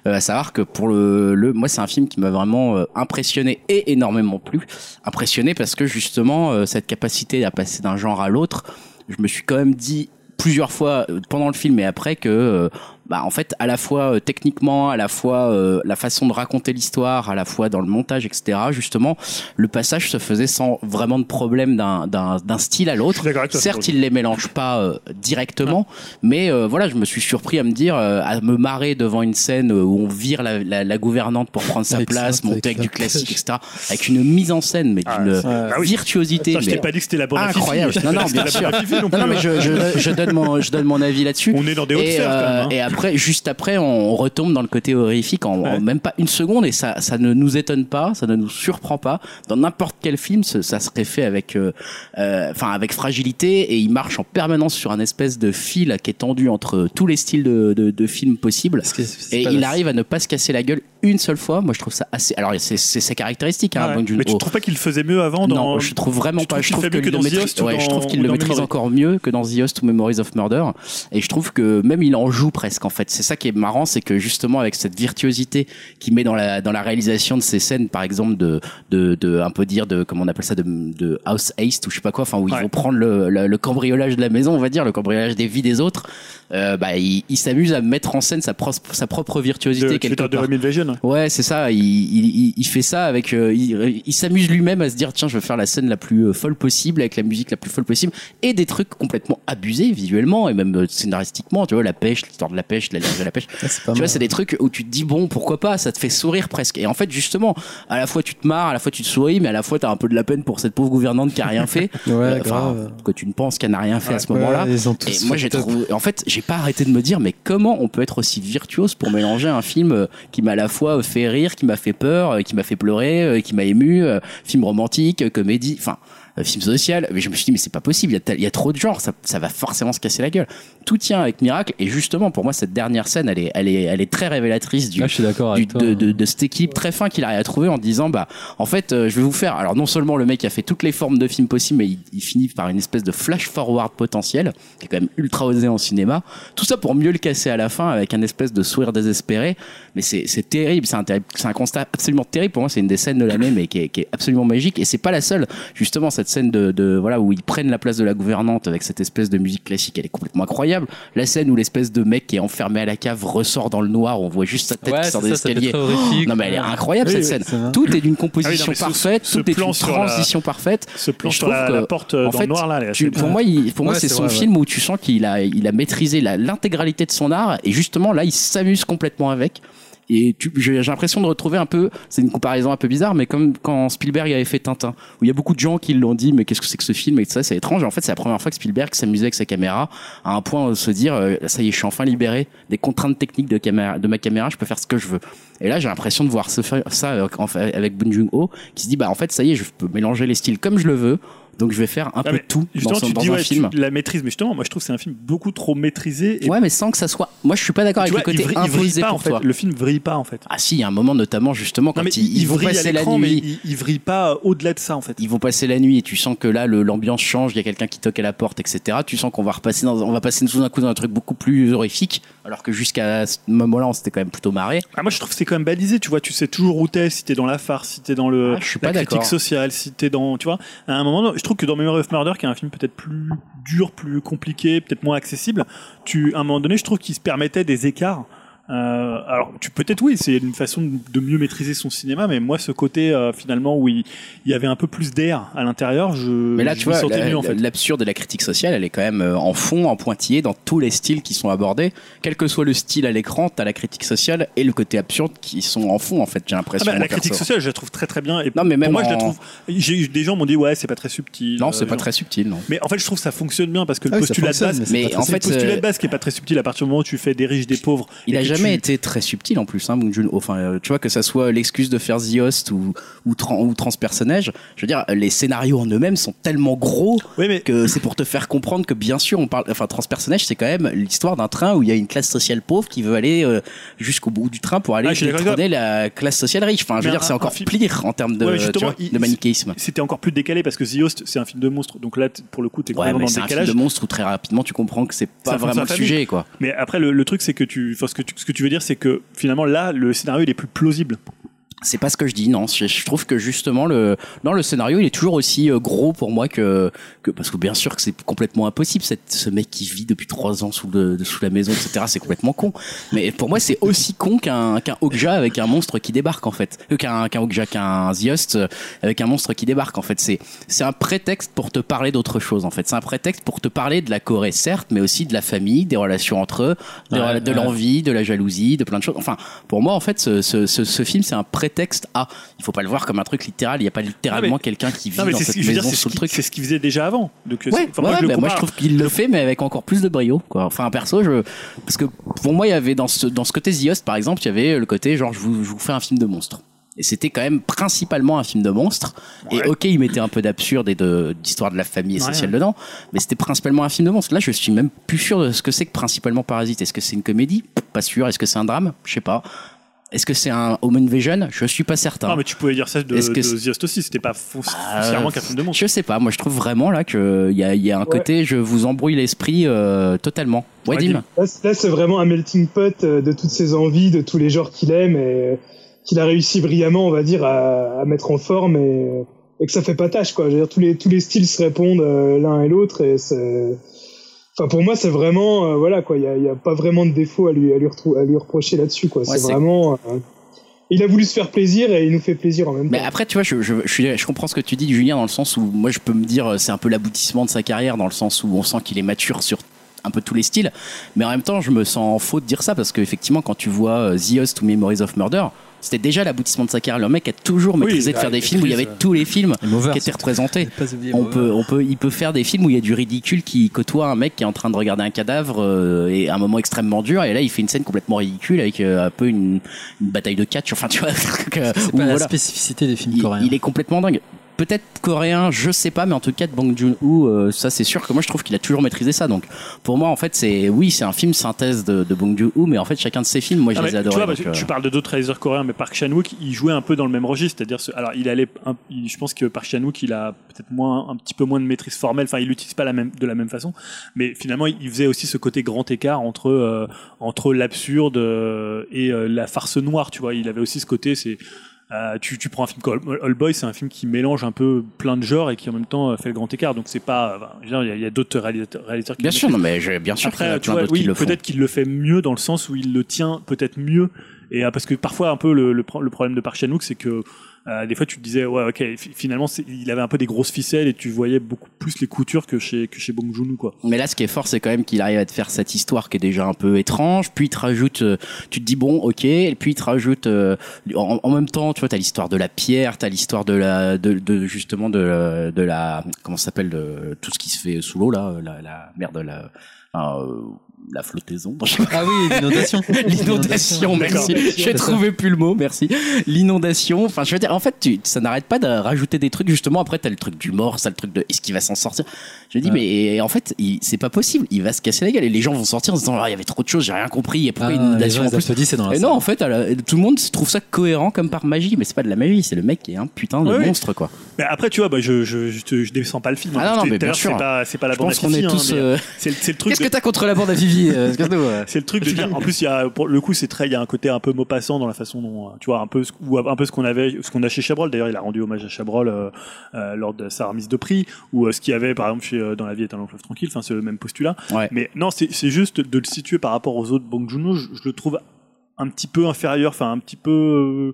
Euh, à savoir que pour le, le moi c'est un film qui m'a vraiment euh, impressionné et énormément plu. Impressionné parce que justement euh, cette capacité à passer d'un genre à l'autre, je me suis quand même dit plusieurs fois euh, pendant le film et après que euh, bah en fait à la fois euh, techniquement à la fois euh, la façon de raconter l'histoire à la fois dans le montage etc justement le passage se faisait sans vraiment de problème d'un d'un d'un style à l'autre Je suis d'accord avec toi, certes Sandro. il les mélange pas euh, directement mais euh, voilà je me suis surpris à me dire euh, à me marrer devant une scène euh, où on vire la, la, la gouvernante pour prendre sa Avec ça, place monter avec avec du la classique pêche. etc avec une mise en scène mais Ah, d'une c'est- bah oui. virtuosité Putain, je t'ai mais pas dit que c'était la bonne à Fifi. incroyable Je t'ai non pas non dit que bien c'était sûr la bonne à Fifi non non, non, mais plus, hein. je, je, je donne mon je donne mon avis là-dessus On est dans des hautes et, sphères quand euh, même. hein. et après, juste après, on retombe dans le côté horrifique en, en Ouais. même pas une seconde et ça, ça ne nous étonne pas, ça ne nous surprend pas. Dans n'importe quel film, ce- ça serait fait avec, euh, euh, enfin, avec fragilité et il marche en permanence sur un espèce de fil qui est tendu entre tous les styles de, de, de films possibles. Parce que c'est Et pas il la- arrive à ne pas se casser la gueule une seule fois. Moi, je trouve ça assez. Alors, c'est c'est sa caractéristique, hein, Ouais. Bong Joon-ho. Mais tu trouves pas qu'il le faisait mieux avant dans... Non, je trouve vraiment tu pas. trouves Je qu'il trouve fait que, mieux que le dans The maîtrise- Host ou ouais, je dans- trouve qu'il ou le dans maîtrise Memory encore mieux que dans The Host ou Memories of Murder. Et je trouve que même il en joue presque en fait. C'est ça qui est marrant, c'est que justement avec cette virtuosité qu'il met dans la dans la réalisation de ces scènes, par exemple de de, de un peu dire de comment on appelle ça de, de house haste ou je sais pas quoi, enfin où ils Ouais. vont prendre le, le, le cambriolage de la maison, on va dire le cambriolage des vies des autres. Euh, bah, il, il s'amuse à mettre en scène sa, pros- sa propre virtuosité de, tu veux quelque dire de part. Remy Vision Ouais, c'est ça. Il, il, il- il fait ça avec. euh, il il s'amuse lui-même à se dire tiens, je vais faire la scène la plus euh, folle possible avec la musique la plus folle possible et des trucs complètement abusés visuellement et même euh, scénaristiquement. Tu vois la pêche, l'histoire de la pêche, la de la pêche. Ah, c'est pas Tu vois, mal. c'est des trucs où tu te dis bon, pourquoi pas Ça te fait sourire presque. Et en fait, justement, à la fois tu te marres, à la fois tu te souris, mais à la fois t'as un peu de la peine pour cette pauvre gouvernante qui a rien fait. Ouais, Euh, Enfin, grave. que tu ne penses qu'elle n'a rien fait à ce Ouais, moment-là. ils ont Et tous moi fait j'ai top. trouvé, en fait, j'ai pas arrêté de me dire, mais comment on peut être aussi virtuose pour mélanger un film euh, qui m'a à la fois fait rire, qui m'a fait peur, euh, qui m'a fait pleurer, euh, qui m'a ému, euh, film romantique, euh, comédie, enfin euh, film social. Mais je me suis dit, mais c'est pas possible, il y a tel- il y, a trop de genres, ça, ça va forcément se casser la gueule. Tout tient avec miracle. Et justement, pour moi, cette dernière scène, elle est, elle est, elle est très révélatrice du, Ah, je suis d'accord du- avec toi. de, de, de cet équilibre très fin qu'il arrive à trouver en disant bah en fait euh, je vais vous faire alors non seulement le mec a fait toutes les formes de films possibles mais il, il finit par une espèce de flash forward potentiel qui est quand même ultra osé en cinéma tout ça pour mieux le casser à la fin avec un espèce de sourire désespéré mais c'est c'est terrible c'est un terrible- c'est un constat absolument terrible pour moi c'est une des scènes de l'année mais qui est, qui est absolument magique et c'est pas la seule justement cette scène de, de voilà où ils prennent la place de la gouvernante avec cette espèce de musique classique elle est complètement incroyable la scène où l'espèce de mec qui est enfermé à la cave ressort dans le noir on voit juste sa tête Ouais, qui sort c'est des ça, ça peut escaliers être horrifique. Ah non mais elle est incroyable Oui, cette oui, scène. c'est vrai. Tout est d'une composition Ah oui, non, mais ce- parfaite, ce tout est plan une sur la- transition parfaite. ce plan Et je sur la, trouve que, la porte euh, en dans fait, le noir là elle est Tu- assez- pour moi, il- pour moi Ouais, c'est c'est son vrai, ouais. film où tu sens qu'il a, il a maîtrisé la- l'intégralité de son art et justement là, il s'amuse complètement avec. Et tu- j'ai j'ai l'impression de retrouver un peu, c'est une comparaison un peu bizarre, mais comme quand Spielberg avait fait Tintin, où il y a beaucoup de gens qui l'ont dit, mais qu'est-ce que c'est que ce film et tout ça, c'est étrange. Et en fait, c'est la première fois que Spielberg s'amusait avec sa caméra à un point de se dire, euh, ça y est, je suis enfin libéré des contraintes techniques de, caméra, de ma caméra, je peux faire ce que je veux. Et là, j'ai l'impression de voir ce, faire- ça euh, en fait, avec Bong Joon-ho, qui se dit, bah en fait, ça y est, je peux mélanger les styles comme je le veux, donc je vais faire un Ah, peu mais de tout dans, Justement, son- tu dans dis un ouais, film. tu la maîtrise, mais justement, moi je trouve que c'est un film beaucoup trop maîtrisé. et- Ouais, mais sans que ça soit. Moi, je suis pas d'accord avec tu vois, le côté il vrille- il vrille imposé pas, pour en fait. toi. Le film vrille pas en fait. Ah si, il y a un moment notamment justement quand Non mais ils, il, ils il vont vrille à passer la l'écran, mais nuit. il, il vrille pas euh, au-delà de ça en fait. Ils vont passer la nuit et tu sens que là le- l'ambiance change, il y a quelqu'un qui toque à la porte, etc. Tu sens qu'on va repasser, dans, on va passer sous un coup dans un truc beaucoup plus horrifique, alors que jusqu'à ce moment-là on s'était quand même plutôt marré. Ah, moi je trouve que c'est quand même balisé, tu vois, tu sais toujours où t'es, si t'es dans la farce, si t'es dans le Ah, je suis la pas critique d'accord. sociale, si t'es dans, tu vois, à un moment, je trouve que dans Memory of Murder, qui est un film peut-être plus dur, plus compliqué, peut-être moins accessible, tu, à un moment donné, je trouve qu'il se permettait des écarts. Euh, alors, tu peut-être oui, c'est une façon de- de mieux maîtriser son cinéma, mais moi, ce côté euh, finalement où il, il y avait un peu plus d'air à l'intérieur, je, Mais là je tu m'y vois, sentais la- mieux en fait. l'absurde de la critique sociale, elle est quand même euh, en fond, en pointillé dans tous les styles qui sont abordés, quel que soit le style à l'écran, t'as la critique sociale et le côté absurde qui sont en fond en fait. J'ai Ah l'impression. bah, la moi, critique perso. sociale, je la trouve très très bien. Et Non, mais même pour moi, je la en- trouve. J'ai eu des gens m'ont dit ouais, c'est pas très subtil. Non, euh, c'est pas genre. très subtil. Non. Mais en fait, je trouve que ça fonctionne bien parce que Ah le oui, ça postulat de fonctionne, base, mais c'est Mais pas en c'est fait, le postulat euh, de base qui est pas très subtil à partir du moment où tu fais des riches, des pauvres. Il et a que jamais tu- été très subtil en plus, hein, Bong Joon-ho. Enfin, euh, tu vois que ça soit l'excuse de faire The Host ou ou, tran- ou transpersonnage, je veux dire, les scénarios en eux-mêmes sont tellement gros Oui, mais que c'est pour te faire comprendre que bien sûr, on parle. Enfin, transpersonnage, c'est quand même l'histoire d'un train où il y a une classe sociale pauvre qui veut aller euh, jusqu'au bout du train pour aller Ah, je suis d'accord avec détrôner la classe sociale riche. Enfin, je veux Mais dire, un- c'est un encore film- pire en termes de, Ouais, mais tu justement, vois, il- de manichéisme. c'était encore plus décalé parce que The Host, c'est un film de monstre. Donc là, t- pour le coup, t'es Ouais, complètement mais dans c'est le un film décalage. de monstre où très rapidement tu comprends que c'est pas Ça fonctionne vraiment le en famille. sujet, quoi. Mais après, le, le truc, c'est que tu, enfin, ce que tu, ce que tu veux dire, c'est que finalement, là, le scénario, il est plus plausible. C'est pas ce que je dis, non. Je, je trouve que justement le non le scénario il est toujours aussi euh, gros pour moi que que parce que bien sûr que c'est complètement impossible. Cette, ce mec qui vit depuis trois ans sous le sous la maison etc. C'est complètement con. Mais pour moi c'est aussi con qu'un qu'un Okja avec un monstre qui débarque en fait. Euh, Qu'un qu'un Okja qu'un The Host, euh, avec un monstre qui débarque en fait. C'est c'est un prétexte pour te parler d'autre chose en fait. C'est un prétexte pour te parler de la Corée certes, mais aussi de la famille, des relations entre eux, de, Ouais, de ouais. l'envie, de la jalousie, de plein de choses. Enfin pour moi en fait ce ce ce, ce film c'est un prétexte prétexte à. Il faut pas le voir comme un truc littéral. Il n'y a pas littéralement Non, mais- quelqu'un qui vit Non, mais dans c'est ce cette que je veux dire, maison c'est ce sous le qui- truc. c'est ce qu'il faisait déjà avant. Donc, euh, Ouais, c'est- enfin, ouais, moi, je le bah moi, je compare. trouve qu'il le fait, mais avec encore plus de brio. Quoi. Enfin, perso, je... parce que pour moi, il y avait dans ce, dans ce côté The Host, par exemple, il y avait le côté genre, je vous, je vous fais un film de monstre. Et c'était quand même principalement un film de monstre. Et ok, il mettait un peu d'absurde et de- d'histoire de la famille essentielle dedans, mais c'était principalement un film de monstre. Là, je suis même plus sûr de ce que c'est que principalement Parasite. Est-ce que c'est une comédie Pas sûr. Est-ce que c'est un drame Je sais pas. Est-ce que c'est un Home Invasion Je suis pas certain. Non, mais tu pouvais dire ça de, Est-ce que de c'est- The Host aussi, c'était pas fou- Ah, foncièrement qu'un film de monstre. Je sais pas, moi je trouve vraiment là qu'il y a, il y a un côté, je vous embrouille l'esprit euh, totalement. Wadim Là, c- là, c'est vraiment un melting pot euh, de toutes ses envies, de tous les genres qu'il aime et euh, qu'il a réussi brillamment, on va dire, à, à mettre en forme et, euh, et que ça fait pas tâche, quoi. Je veux dire, tous les, tous les styles se répondent euh, l'un et l'autre et c'est. Enfin, pour moi, c'est vraiment, euh, voilà, quoi. Il y a, il y a pas vraiment de défaut à lui, à lui, retrou- à lui reprocher là-dessus, quoi. c'est c'est- vraiment. euh, il a voulu se faire plaisir et il nous fait plaisir en même Mais temps. après, tu vois, je, je, je, suis- je comprends ce que tu dis, Julien, dans le sens où moi je peux me dire euh, c'est un peu l'aboutissement de sa carrière, dans le sens où on sent qu'il est mature sur un peu tous les styles, mais en même temps, je me sens en faux de dire ça parce qu'effectivement, quand tu vois euh, The Host ou Memories of Murder, c'était déjà l'aboutissement de sa carrière. Le mec a toujours maîtrisé de ah, il faire a- des il films où il y avait maîtrise, tous les films Et Mover, qui étaient surtout. représentés. Ne pas oublier On Mover. peut, on peut, il peut faire des films où il y a du ridicule qui côtoie un mec qui est en train de regarder un cadavre euh, et un moment extrêmement dur et là il fait une scène complètement ridicule avec euh, un peu une, une bataille de catch. Enfin tu vois, que- C'est où, pas la voilà. spécificité des films il, coréens. il est complètement dingue. Peut-être coréen, je sais pas, mais en tout cas de Bang Joon-ho, euh, ça c'est sûr que moi je trouve qu'il a toujours maîtrisé ça. Donc pour moi en fait c'est oui c'est un film synthèse de, de Bang Joon-ho, mais en fait chacun de ses films, moi je Ah, mais les euh. tu adore. vois, parce que tu parles de d'autres réalisateurs coréens, mais Park Chan-wook, il jouait un peu dans le même registre. C'est-à-dire, ce- alors, il allait, un- il- je pense que Park Chan-wook, il a peut-être moins, un petit peu moins de maîtrise formelle. Enfin, il l'utilise pas la même, de la même façon. Mais finalement, il faisait aussi ce côté grand écart entre, euh, entre l'absurde euh, et euh, la farce noire. Tu vois, il avait aussi ce côté, c'est, euh, tu, tu prends un film comme All- All Boy, c'est un film qui mélange un peu plein de genres et qui en même temps euh, fait le grand écart. Donc c'est pas, euh, enfin, je veux dire, il y a- il y a, d'autres réalisateurs, réalisateurs qui Bien le sûr, non mais je- bien sûr qu'il y en a après, tu plein vois, d'autres oui, qui le font. peut-être qu'il le fait mieux dans le sens où il le tient peut-être mieux. Et euh, parce que parfois, un peu le, le, pro- le problème de Park Chan-wook, c'est que euh, des fois, tu te disais, ouais, ok, fi- finalement, c'est- il avait un peu des grosses ficelles et tu voyais beaucoup plus les coutures que chez que chez Bong Joon-ho, quoi. Mais là, ce qui est fort, c'est quand même qu'il arrive à te faire cette histoire qui est déjà un peu étrange. Puis il te rajoute, euh, tu te dis bon, ok. Et puis il te rajoute, euh, en, en même temps, tu vois, t'as l'histoire de la pierre, t'as l'histoire de la, de, de- justement de, la- de la, comment ça s'appelle, de- tout ce qui se fait sous l'eau là, euh, la, la merde, la, enfin, euh, la flottaison. je sais pas. Ah oui, l'inondation. L'inondation, merci. D'accord. J'ai C'est ça. trouvé plus le mot, merci. L'inondation. Enfin, je veux dire, en fait, tu, ça n'arrête pas de rajouter des trucs. Justement, après, t'as le truc du mort, ça, le truc de est-ce qu'il va s'en sortir. Je dis, Ouais. mais et en fait, il- c'est pas possible. Il va se casser la gueule. Et les gens vont sortir en se disant, ah, il y avait trop de choses, j'ai rien compris. Et pourquoi une Ah, les gens, inondation en ils plus applaudissent, c'est dans la Et salle. non, en fait, à la- tout le monde trouve ça cohérent comme par magie. Mais c'est pas de la magie, c'est le mec qui est un putain de Ouais, oui. monstre, quoi. Mais après, tu vois, bah, je, je, je, te- je descends pas le film. hein. Ah non, Je non, mais te- tout à bien l'heure, sûr. C'est pas, c'est pas la Je pense qu'on est à tous. Fifi, hein, mais euh, c'est le- c'est le truc Qu'est-ce de que t'as contre la bande à Vivi euh, excuse-nous, euh. C'est le truc de dire. En plus, il y a, pour le coup, c'est très, il y a un côté un peu mot passant dans la façon dont, euh, tu vois, un peu, ce- ou un peu ce qu'on avait, ce qu'on a chez Chabrol. D'ailleurs, il a rendu hommage à Chabrol euh, euh, lors de sa remise de prix, ou euh, ce qu'il y avait, par exemple, chez euh, Dans la vie est un long fleuve tranquille. Enfin, c'est le même postulat. Ouais. Mais non, c'est c'est juste de le situer par rapport aux autres Bong Joon-ho. Je, je le trouve un petit peu inférieur, enfin un petit peu.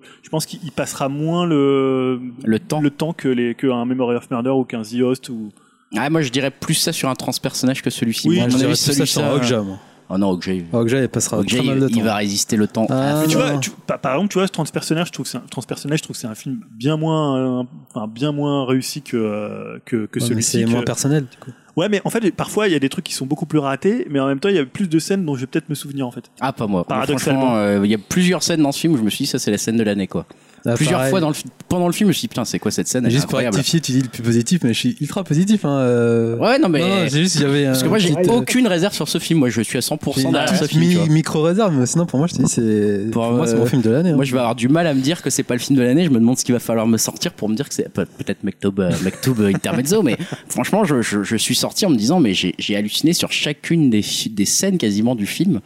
euh, je pense qu'il il passera moins le Le temps. le temps que les que un Memory of Murder ou qu'un The Host ou. Ah, moi, je dirais plus ça sur un transpersonnage que celui-ci. Oui, Moi, à Moi, je mon dirais avis, tout ça sur celui-là- Okja, moi. Oh non, Okja, Okja, il passera Ok, très mal de il, temps. il va résister le temps. Ah, à Mais tu non. vois, tu- par, par exemple, tu vois, ce transpersonnage, je trouve que c'est un, transpersonnage, je trouve que c'est un film bien moins, euh, enfin, bien moins réussi que euh, que, que Ouais, mais celui-ci. C'est que- euh, moins personnel, du coup. Ouais, mais en fait, parfois il y a des trucs qui sont beaucoup plus ratés, mais en même temps, il y a plus de scènes dont je vais peut-être me souvenir en fait. Ah, pas moi. Paradoxalement. Franchement, euh, il y a plusieurs scènes dans ce film où je me suis dit, ça c'est la scène de l'année quoi. Ah, plusieurs pareil. fois dans le, fi- pendant le film, je me suis dit, putain, c'est quoi cette scène Mais Elle est Juste pour incroyable. rectifier, tu dis le plus positif, mais je suis ultra positif. Hein. euh. Ouais, non, mais. Non, non, c'est juste, il y avait. parce un que moi j'ai petit, euh, aucune réserve sur ce film. Moi je suis à j'ai 100% une derrière ce petite film. tu vois. mi- micro-réserve, mais sinon, pour moi, je te dis, c'est. Pour, Pour moi, c'est euh, mon film de l'année. hein. Moi je vais avoir du mal à me dire que c'est pas le film de l'année. Je me demande ce qu'il va falloir me sortir pour me dire que c'est peut- peut-être Mektoub, euh, Mektoub euh, Intermezzo. mais franchement, je, je- je suis sorti en me disant, mais j'ai j'ai halluciné sur chacune des, fi- des scènes quasiment du film.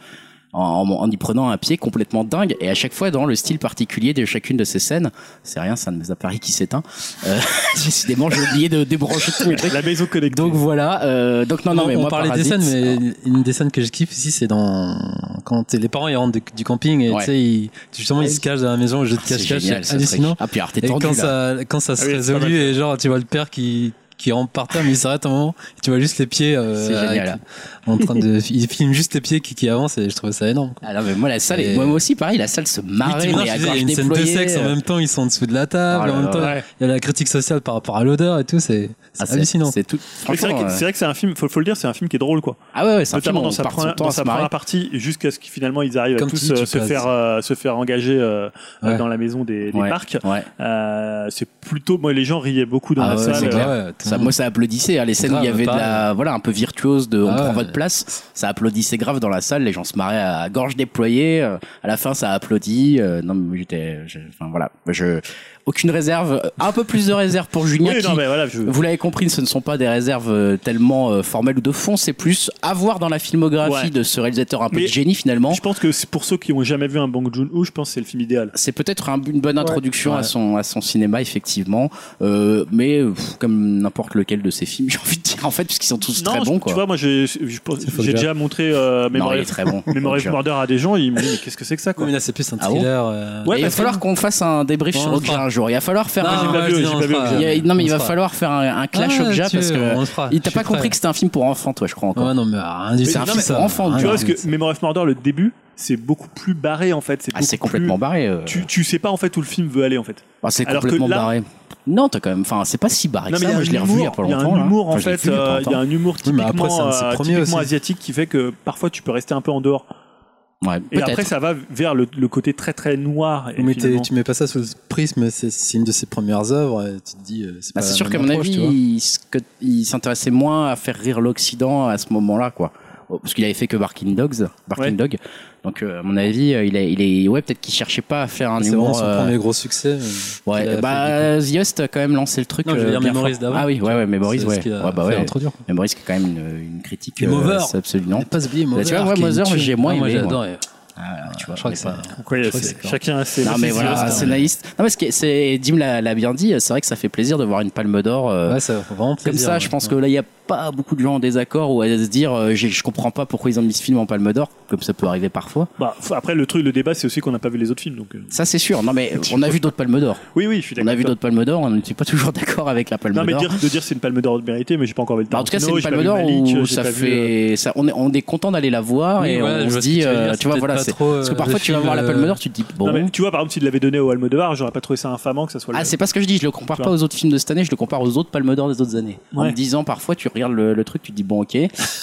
En, en- en y prenant un pied complètement dingue et à chaque fois dans le style particulier de chacune de ces scènes c'est rien c'est un de mes appareils qui s'éteint euh, décidément j'ai oublié de débrancher tous mes trucs La maison connectée. donc voilà euh, donc non non mais on moi parlait des Parasite, scènes, mais une des scènes que je kiffe aussi, c'est dans quand les parents ils rentrent du, du camping et Ouais. tu sais, ils- justement ils se cachent dans la maison, le jeu de ah, c'est cache-cache, génial, c'est ça, ce truc. hallucinant. ah puis alors t'es Et tendu quand là. ça, quand ça Ah se oui, c'est pas résolue, et genre tu vois le père qui, qui rentre par terre, mais il s'arrête un moment. Et tu vois juste les pieds. euh, C'est génial. avec- en train de, il filme juste les pieds qui, qui avancent et je trouvais ça énorme. quoi. Ah non, mais moi, la salle, est- Et- moi moi aussi, pareil, la salle se marrait, Effectivement, mais à je disais, il gorge y a une scène de déployée. euh. sexe en même temps, ils sont en dessous de la table, Oh là en même là. temps, il y a la critique sociale par rapport à l'odeur et tout, c'est c'est Ah, c'est- hallucinant. C'est tout. Mais C'est vrai, franchement, que- euh, c'est vrai que c'est un film, faut, faut le dire, c'est un film qui est drôle quoi. Ah ouais, ouais, c'est un film, Notamment dans on sa, part son première, temps dans à sa se marrer. première partie jusqu'à ce qu'ils finalement ils arrivent Comme à tous tu dis, euh, tu se, passes. faire, euh, se faire engager euh, euh, Ouais. dans la maison des, des Ouais. parcs. Ouais. Euh, c'est plutôt, moi les gens riaient beaucoup dans Ah la ouais, salle. c'est euh, clair. tout le Ça, monde- moi, ça applaudissait. hein, Les scènes où il y Grave, avait de la, pareil. voilà, un peu virtuose de on Ah prend ouais. votre place, ça applaudissait grave dans la salle. Les gens se marraient à gorge déployée. euh, À la fin, ça applaudit. euh, Non, mais j'étais. je- Enfin, voilà. Je, aucune réserve. euh, Un peu plus de réserve pour Julien. Oui, qui, non, mais voilà, je- Vous l'avez compris, ce ne sont pas des réserves euh, tellement euh, formelles ou de fond. C'est plus à voir dans la filmographie Ouais. de ce réalisateur un peu Mais- de génie finalement. Je pense que c'est pour ceux qui ont jamais vu un Bang Joon-ho, je pense que c'est le film idéal. c'est peut-être un- une bonne introduction Ouais. à son à son cinéma effectivement euh, mais euh, pff, comme n'importe lequel de ses films j'ai envie de dire en fait puisqu'ils sont tous très je- bons quoi tu vois, moi j'ai je pense- C'est faux j'ai déjà. déjà montré euh, non Memory il est très bon euh, Memory of Roger. Murder à des gens, ils me disent mais qu'est-ce que c'est que ça Oui, quoi mais là, c'est plus un Ah bon thriller. Et euh, il va parce que- falloir qu'on fasse un débrief Bon, sur on le Ogre fera. un jour il va falloir faire Non, un... pas ouais, vu, je j'ai dis, on pas le vu, fera. il y a- non mais il On va le fera. falloir faire un, un clash Ah, Ogre tu- parce que on le fera. il t'a Je pas suis compris prêt. que c'était un film pour enfants toi je crois encore Ouais, non, mais rien du Mais tout, c'est un film ça. pour enfants, Rien Tu vois, parce du que Memory of Murder, le début, c'est beaucoup plus barré en fait. C'est ah c'est beaucoup complètement barré euh. plus- Tu, tu sais pas en fait où le film veut aller en fait. Ah, c'est Alors que complètement là- barré non t'as quand même enfin c'est pas si barré que il ça y a moi je l'ai un revu il y a humour- pas il y a longtemps un là. humour en Enfin, je l'ai fait, vu il y a pas euh, il y a longtemps. un humour Oui, mais après, typiquement, c'est un de ses euh, premiers typiquement aussi. asiatique qui fait que parfois tu peux rester un peu en dehors. ouais Et après peut-être ça va vers le, le côté très très noir. Et Mais t'es- finalement- tu mets pas ça sous le prisme, c'est c'est une de ses premières œuvres, et tu te dis, euh, c'est Bah, pas c'est la sûr même qu'à mon approche, avis, tu vois. il s- que- il s'intéressait moins à faire rire l'Occident à ce moment-là, quoi. Oh, Parce qu'il avait fait que Barking Dogs, Barking Ouais. Dog. Donc, euh, à mon avis, euh, il est, il est, ouais, peut-être qu'il cherchait pas à faire un C'est vraiment humour. son euh, premier gros succès. ouais, bah, The Host a quand même lancé le truc. Non, je veux euh, dire bien Memories fort. d'avant. Ah oui, ouais, ouais, Memories, ouais. Ouais, bah ouais. introduire. Memories qui est quand même une, une critique. euh, Game Over. c'est absolument. Pas oublier vois, Mother. ouais, qui est Mother, une tuerie. j'ai moins Ah, moi, aimé, j'adore. Ah, tu vois, Je crois on que est c'est pas- Ouais, Je crois c'est- que c'est- chacun a ses. Non, mais ses voilà, histoires. c'est naïf. Ah, Non, parce que c'est, Dim l'a l'a bien dit, c'est vrai que ça fait plaisir de voir une palme d'or. euh, Ouais, ça fait vraiment Comme plaisir, ça, ouais. je pense que là, il n'y a pas beaucoup de gens en désaccord ou à se dire euh, j'ai- je comprends pas pourquoi ils ont mis ce film en palme d'or, comme ça peut arriver parfois. Bah, f- après le truc, le débat, c'est aussi qu'on n'a pas vu les autres films. Donc euh, Ça, c'est sûr. Non, mais on a vu d'autres palmes d'or. oui, oui, je suis On d'accord. a vu d'autres palmes d'or, on n'était pas toujours d'accord avec la palme Non, mais d'or. dire, de dire c'est une palme d'or méritée, mais j'ai pas encore vu euh, le Bah, temps. en tout cas, c'est une palme d'or où ça fait. ça- on, est, on est content d'aller la voir Oui, et ouais, je on vois se ce dit, que tu veux euh, dire, tu c'est vois, peut-être voilà. pas c'est- trop, Parce que euh, parfois, le tu vas voir film, la palme euh, d'or, tu te dis Non, bon. mais tu vois, par exemple, s'il l'avait donné au Almodovar, j'aurais pas trouvé ça infamant que ça soit Ah, le- c'est pas ce que je dis, je le compare Tu pas aux autres films de cette année, je le compare aux autres Palme d'Or des autres années. En Ouais. me disant, parfois, tu regardes le, le truc, tu te dis, bon, ok,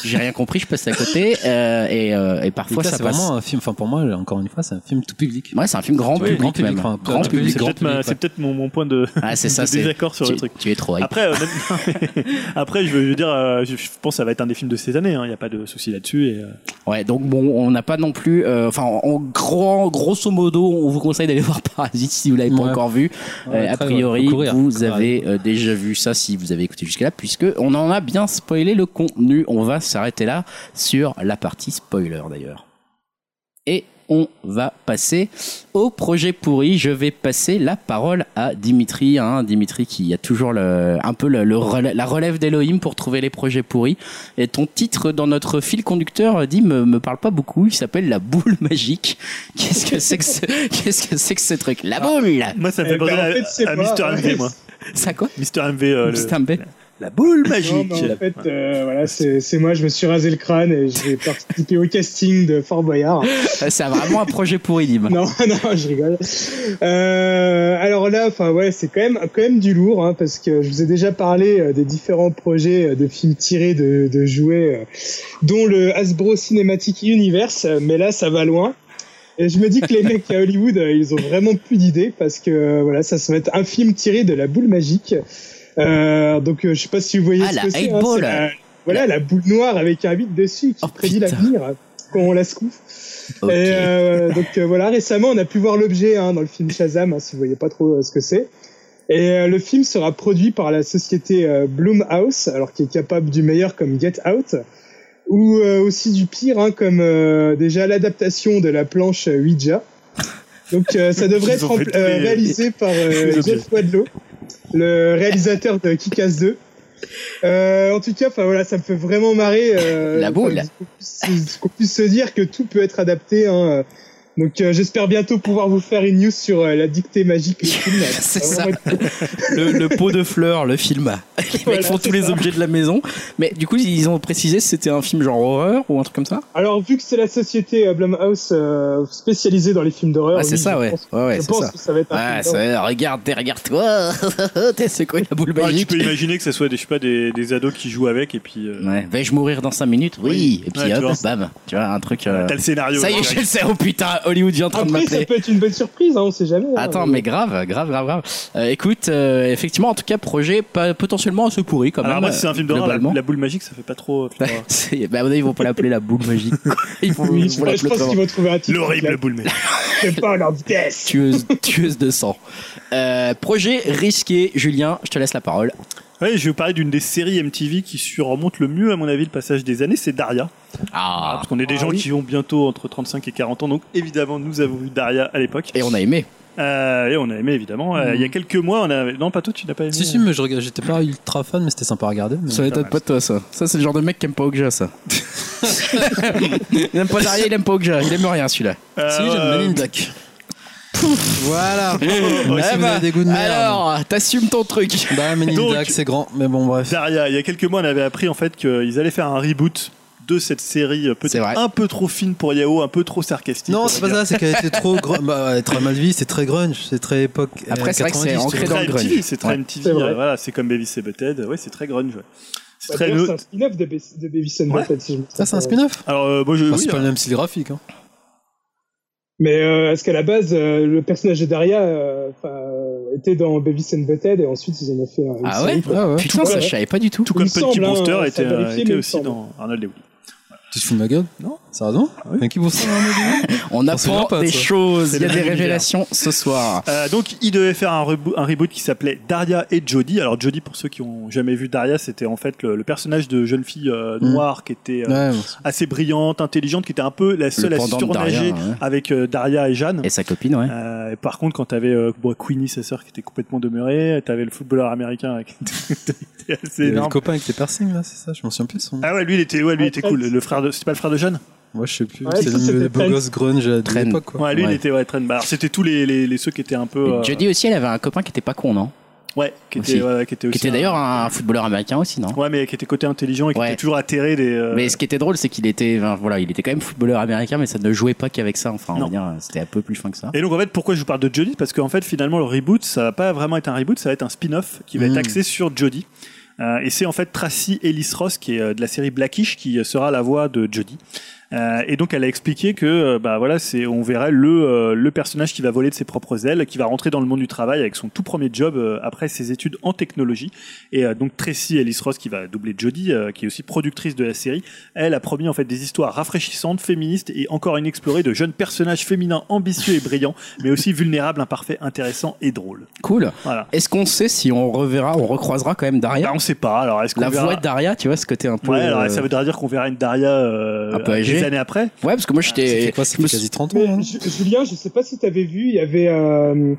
j'ai rien compris, je passe à côté, euh, et, euh, et Et parfois, là, ça c'est passe. vraiment un film, enfin pour moi, encore une fois, c'est un film tout public. Ouais, c'est un film grand Oui, public, grand public, même. enfin, grand grand public, C'est grand peut-être ma- public. c'est peut-être mon, mon point de, ouais. Ah, c'est ça, de c'est. désaccord sur Tu, le truc. tu es trop hype. Après, euh, même- après, je veux, je veux dire, euh, je, je pense que ça va être un des films de ces années. Il n'y a pas de souci là-dessus. Et, euh, Ouais, donc bon, on n'a pas non plus. euh, Enfin, en- en grand, grosso modo, on vous conseille d'aller voir Parasite si vous l'avez pas Ouais. encore vu. Ouais, Euh, a après, priori, ouais, faut courir, vous faut courir. avez euh, déjà vu ça si vous avez écouté jusqu'à là, puisque on en a bien spoilé le contenu. On va s'arrêter là sur la partie spoiler d'ailleurs. Et on va passer au projet pourri. Je vais passer la parole à Dimitri, hein, Dimitri qui a toujours le, un peu le, le relè- la relève d'Elohim pour trouver les projets pourris. Et ton titre dans notre fil conducteur, euh, Dim, me, me parle pas beaucoup. Il s'appelle la boule magique. Qu'est-ce que c'est que ce, qu'est-ce que c'est que ce truc La Ah. boule. moi, ça me Eh fait ben, penser en fait, c'est à, à pas- Mister MV, moi. Ça quoi Mister MV, euh, le- Stampe. la boule Non, magique. mais en fait, euh, voilà, c'est c'est moi, je me suis rasé le crâne et j'ai participé au casting de Fort Boyard. Euh, C'est vraiment un projet pourri, Dim. Non, non, je rigole. Euh, alors là, enfin ouais, c'est quand même quand même du lourd, hein, parce que je vous ai déjà parlé euh, des différents projets euh, de films tirés de, de jouets, euh, dont le Hasbro Cinematic Universe, euh, mais là, ça va loin. Et je me dis que les mecs à Hollywood, euh, ils ont vraiment plus d'idées, parce que euh, voilà, ça ça va être un film tiré de la boule magique. Euh, donc euh, je sais pas si vous voyez Ah, ce la que c'est. eight hein, ball. c'est la- voilà, la boule noire avec un 8 dessus qui Oh, prédit putain. l'avenir euh, quand on la secoue. Ok. Et euh, donc euh, voilà, récemment, on a pu voir l'objet hein, dans le film Shazam, hein, si vous voyez pas trop euh, ce que c'est. Et euh, le film sera produit par la société euh, Blumhouse, alors qui est capable du meilleur comme Get Out, ou euh, aussi du pire, hein, comme euh, déjà l'adaptation de la planche euh, Ouija. Donc euh, ça devrait Ils être ont fait rempl- euh, très- réalisé par euh, Ils ont Jeff Wadlow, le réalisateur de Kick-Ass 2. Euh, en tout cas, enfin voilà, ça me fait vraiment marrer. euh, La boule. qu'on puisse- Qu'on puisse se dire que tout peut être adapté. Hein, Donc euh, j'espère bientôt pouvoir vous faire une news sur euh, la dictée magique. du film. C'est va ça. vraiment être- Le, le pot de fleurs, le film. Les Voilà, mecs font c'est tous les ça. objets de la maison. Mais du coup, ils ont précisé si c'était un film genre horreur ou un truc comme ça Alors vu que c'est la société euh, Blumhouse euh, spécialisée dans les films d'horreur, Ah, c'est oui, ça, je ouais. pense, Ouais, ouais, je c'est pense ça. que ça va être un Ouais, film ça, d'horreur. va, regarde, t'es- regarde-toi. T'es secoué la boule Ah, tu magique. peux imaginer que ça soit des, je sais pas, des, des ados qui jouent avec et puis euh, Ouais. Vais-je mourir dans 5 minutes Oui. Oui. Et puis Ouais, tu hop, vois. bam. Tu vois, un truc. euh, t'as le scénario. Ça y est, direct. je le sais. Oh putain, Hollywood vient en train de Après ça m'appeler. peut être une bonne surprise, hein, on sait jamais. hein. Attends, mais grave, grave, grave, grave. Euh, écoute, euh, effectivement, en tout cas, projet pas, potentiellement se pourri quand Alors même. moi, si c'est un film d'horreur, la, globalement. la boule magique, ça fait pas trop. putain. C'est- bah, à mon avis, ils vont pas l'appeler la boule magique. Ils vont, Oui, ils je vont pense- je l'appeler pense autrement. qu'ils vont trouver un titre. L'horrible boule magique. The Power of Death. tueuse, tueuse de sang. Euh, projet risqué, Julien, je te laisse la parole. Ouais, je vais vous parler d'une des séries MTV qui surmonte le mieux, à mon avis, le passage des années, c'est Daria. Ah. Parce qu'on est des Ah gens oui. qui ont bientôt entre 35 et 40 ans, donc évidemment, nous avons vu Daria à l'époque. Et on a aimé. Euh, et on a aimé, évidemment. Euh, Mm. il y a quelques mois, on a... Non, pas toi, tu n'as pas aimé. Si, si, mais je regarde- j'étais pas ultra fan, mais c'était sympa à regarder. mais- Ça m'étonne mal, pas de toi, ça. Ça, c'est le genre de mec qui aime pas Okja, ça. il aime pas Daria, il aime pas Okja. Il aime rien, celui-là. Euh, Si, j'aime ouais. Men in Black. Voilà. Ouais, si Eh vous bah, avez des goûts de merde. Alors, t'assumes ton truc. Bah, Men in Donc- Black, c'est grand, mais bon, bref. Daria, il y a quelques mois, on avait appris en fait qu'ils allaient faire un reboot de cette série euh, C'est peut-être vrai. un peu trop fine pour Yao, un peu trop sarcastique. on Non, va c'est pas dire. ça, c'est qu'elle était trop grunge. Bah, être mal vie, c'est très grunge, c'est très époque. euh, Après, c'est vrai que c'est 90, ancré tu vois. dans le Très grunge. MTV, c'est très Ouais. MTV, C'est vrai. euh, voilà, c'est comme Baby Butthead, ouais, c'est très grunge. ouais. C'est Bah, très d'ailleurs, no- C'est un spin-off de, Ba- de Baby Sun Ouais. Butthead, si je me Ça, c'est un trompe pas. spin-off Alors, euh, moi, je. Bah, oui, C'est pas le même style graphique. Hein. Mais euh, est-ce qu'à la base, euh, le personnage de Daria euh, enfin, euh, était dans Baby Sun Butthead et ensuite ils en ont fait euh, une Ah série, ouais quoi. Ah ouais. Putain, ça, je savais pas du tout. Tout Il comme me Punky semble, hein, Brewster ça était, a vérifié, était mais il me aussi semble. dans Arnold et Woody. Tu te fous de ma gueule Non. Sérieusement oui. Mais qui vous ressemble à un mec On On se verra apprend pas, des ça. choses. C'est Il y a le des même révélations ce soir. Euh, donc, il devait faire un, rebo- un reboot qui s'appelait Daria et Jodie. Alors, Jodie, pour ceux qui ont jamais vu Daria, c'était en fait le, le personnage de jeune fille euh, Mm. noire qui était euh, Ouais, bon. assez brillante, intelligente, qui était un peu la seule à se pendant de Daria, tournager ouais. avec euh, Daria et Jeanne. Et sa copine, ouais. Euh, et par contre, quand t'avais euh, bon, Queenie, sa sœur, qui était complètement demeurée, t'avais le footballeur américain qui était assez Il y avait le énorme. copain avec les piercings là, c'est ça Je m'en souviens plus de son nom. Ah ouais, lui, il était, ouais, lui, il était cool. Le frère de, c'était pas le frère de Jeanne Moi, je sais plus. Ouais, c'est ça, le c'était beau Trent. gosse grunge euh, de Trent. l'époque, quoi. Ouais, lui, Ouais. il était, ouais, train. Bah, alors, c'était tous les, les, les ceux qui étaient un peu. euh, Et Jodie aussi, elle avait un copain qui était pas con, non Ouais, qui Aussi. était, ouais, qui était Qui aussi. était un- d'ailleurs un footballeur américain aussi, non Ouais, mais qui était côté intelligent et qui Ouais. était toujours atterré des. euh, Mais ce qui était drôle, c'est qu'il était, enfin, voilà, il était quand même footballeur américain, mais ça ne jouait pas qu'avec ça. Enfin, on va Non. dire, c'était un peu plus fin que ça. Et donc en fait pourquoi je vous parle de Jodie parce qu'en fait finalement le reboot ça va pas vraiment être un reboot ça va être un spin-off qui va Mm. être axé sur Jodie Euh, et c'est en fait Tracy Ellis Ross qui est euh, de la série Blackish qui sera la voix de Jodie Euh, et donc elle a expliqué que euh, bah voilà c'est on verrait le euh, le personnage qui va voler de ses propres ailes qui va rentrer dans le monde du travail avec son tout premier job euh, après ses études en technologie et euh, donc Tracy Ellis Ross qui va doubler Jodie euh, qui est aussi productrice de la série elle a promis en fait des histoires rafraîchissantes, féministes et encore inexplorées de jeunes personnages féminins ambitieux et brillants, mais aussi vulnérables, imparfaits, intéressants et drôles. Cool. Voilà. Est-ce qu'on sait si on reverra, on recroisera quand même Daria Bah, on sait pas. Alors est-ce qu'on La verra... voix de Daria, tu vois, ce côté un peu. Ouais, alors, ça euh, voudra dire qu'on verra une Daria euh, Un peu âgée. des années après. ouais, parce que moi Ça fait j'étais. quoi je Ça me fait suis- quasi 30 ans. hein. Mais, euh, Ju- Julien, je sais pas si t'avais vu, il y avait euh,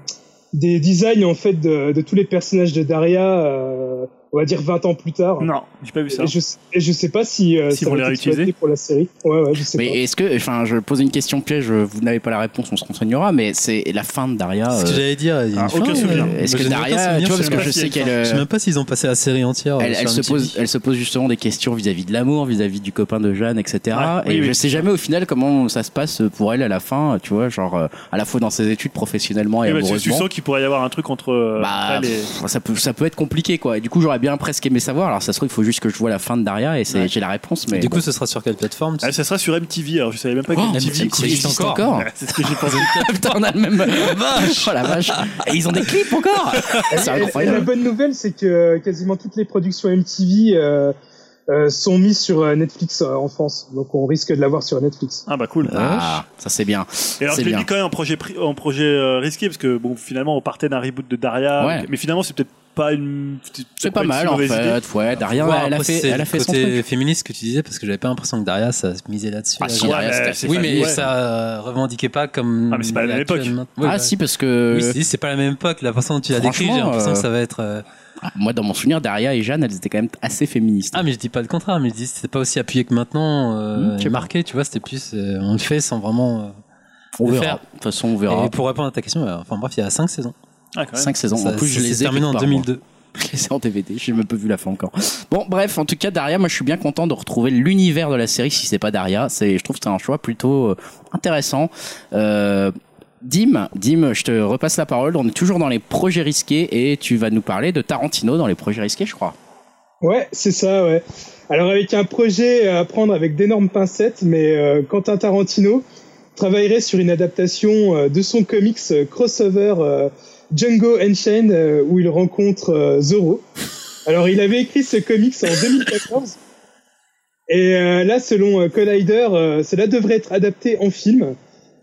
des designs en fait de, de tous les personnages de Daria, euh, on va dire 20 ans plus tard. Non, j'ai pas vu ça. Et je, sais- et je sais pas si, euh, Si ça vous va les être exploité réutilisez pour la série. Ouais, ouais, je sais pas. Mais est-ce que, enfin, je pose une question piège, vous n'avez pas la réponse, on se renseignera, mais c'est la fin de Daria. C'est ce que euh, j'allais dire. il y a Ah, une fin, aucun ouais. souvenir. Moi, Est-ce que j'ai même pas Daria, souvenir, tu vois, parce je sais que même je pas sais si qu'elle. elle- euh, pas- Je sais même pas s'ils ont passé la série entière. Elle, sur elle se MTV. pose, elle se pose justement des questions vis-à-vis de l'amour, vis-à-vis du copain de Jeanne, etc. Ouais, et oui, je oui. sais jamais au final comment ça se passe pour elle à la fin, tu vois, genre euh, à la fois dans ses études professionnellement et Oui, parce que Eh ben, tu amoureusement. sens qu'il pourrait y avoir un truc entre. euh, Bah, elle et- pff, ça peut, ça peut être compliqué quoi. Et du coup, j'aurais bien presque aimé savoir. Alors, ça se trouve, il faut juste que je vois la fin de Daria et c'est- Ouais. j'ai la réponse. Mais Du coup, bon. ce sera sur quelle plateforme Ah, ça sera sur MTV. Alors je savais même pas Oh, que MTV, MTV ça existe encore. Ouais, C'est ce que j'ai pensé. putain, on a le même. oh la vache. Et ils ont des clips encore. c'est Et- et la incroyable. bonne nouvelle, c'est que euh, quasiment toutes les productions MTV euh, euh, sont mises sur euh, Netflix euh, en France. Donc on risque de l'avoir sur Netflix. Ah bah cool. Ah, ça c'est bien. Et alors, C'est je l'ai bien. mis quand même en projet, pri- en projet euh, risqué, parce que bon, finalement, on partait d'un reboot de Daria, Ouais. mais finalement, c'est peut-être pas une. C'est pas mal en fait. Ouais, Daria, Ouais, elle a après, fait, c'est elle a le fait son côté truc. féministe que tu disais parce que j'avais pas l'impression que Daria ça se misait là-dessus. Ah, là, si, genre. Daria, c'était mais assez c'est oui, pas- mais ouais. ça euh, revendiquait pas comme. Ah, mais c'est pas la même époque. actuellement. Ah Oui, bah, si, parce que. Oui, c'est- c'est pas la même époque. La façon dont tu l'as décrit, j'ai Franchement, l'impression que euh, ça va être. euh, Moi, dans mon souvenir, Daria et Jeanne, elles étaient quand même assez féministes. Ah, mais je dis pas le contraire, mais je dis que c'était pas aussi appuyé que maintenant. Hmm, je Euh, sais pas. marqué, tu vois, c'était plus. euh, on le fait sans vraiment. euh, On de verra. faire. De toute façon, on verra. Et pour répondre à ta question, euh, enfin bref, il y a 5 saisons. Ah, quand même. 5 saisons. Ça- en plus, je ça les s'est ai terminé vues en par 2002. Je les ai en DVD, j'ai même pas vu la fin encore. Bon, bref, en tout cas, Daria, moi je suis bien content de retrouver l'univers de la série si c'est pas Daria. C'est, je trouve que c'est un choix plutôt euh, intéressant. Euh, Dim, Dim, je te repasse la parole. On est toujours dans les projets risqués et tu vas nous parler de Tarantino dans les projets risqués, je crois. Ouais, c'est ça, ouais. Alors avec un projet à prendre avec d'énormes pincettes, mais euh, Quentin Tarantino travaillerait sur une adaptation euh, de son comics euh, crossover euh, Django Unchained euh, où il rencontre euh, Zorro. Alors il avait écrit ce comics en 2014 et euh, là selon euh, Collider, euh, cela devrait être adapté en film.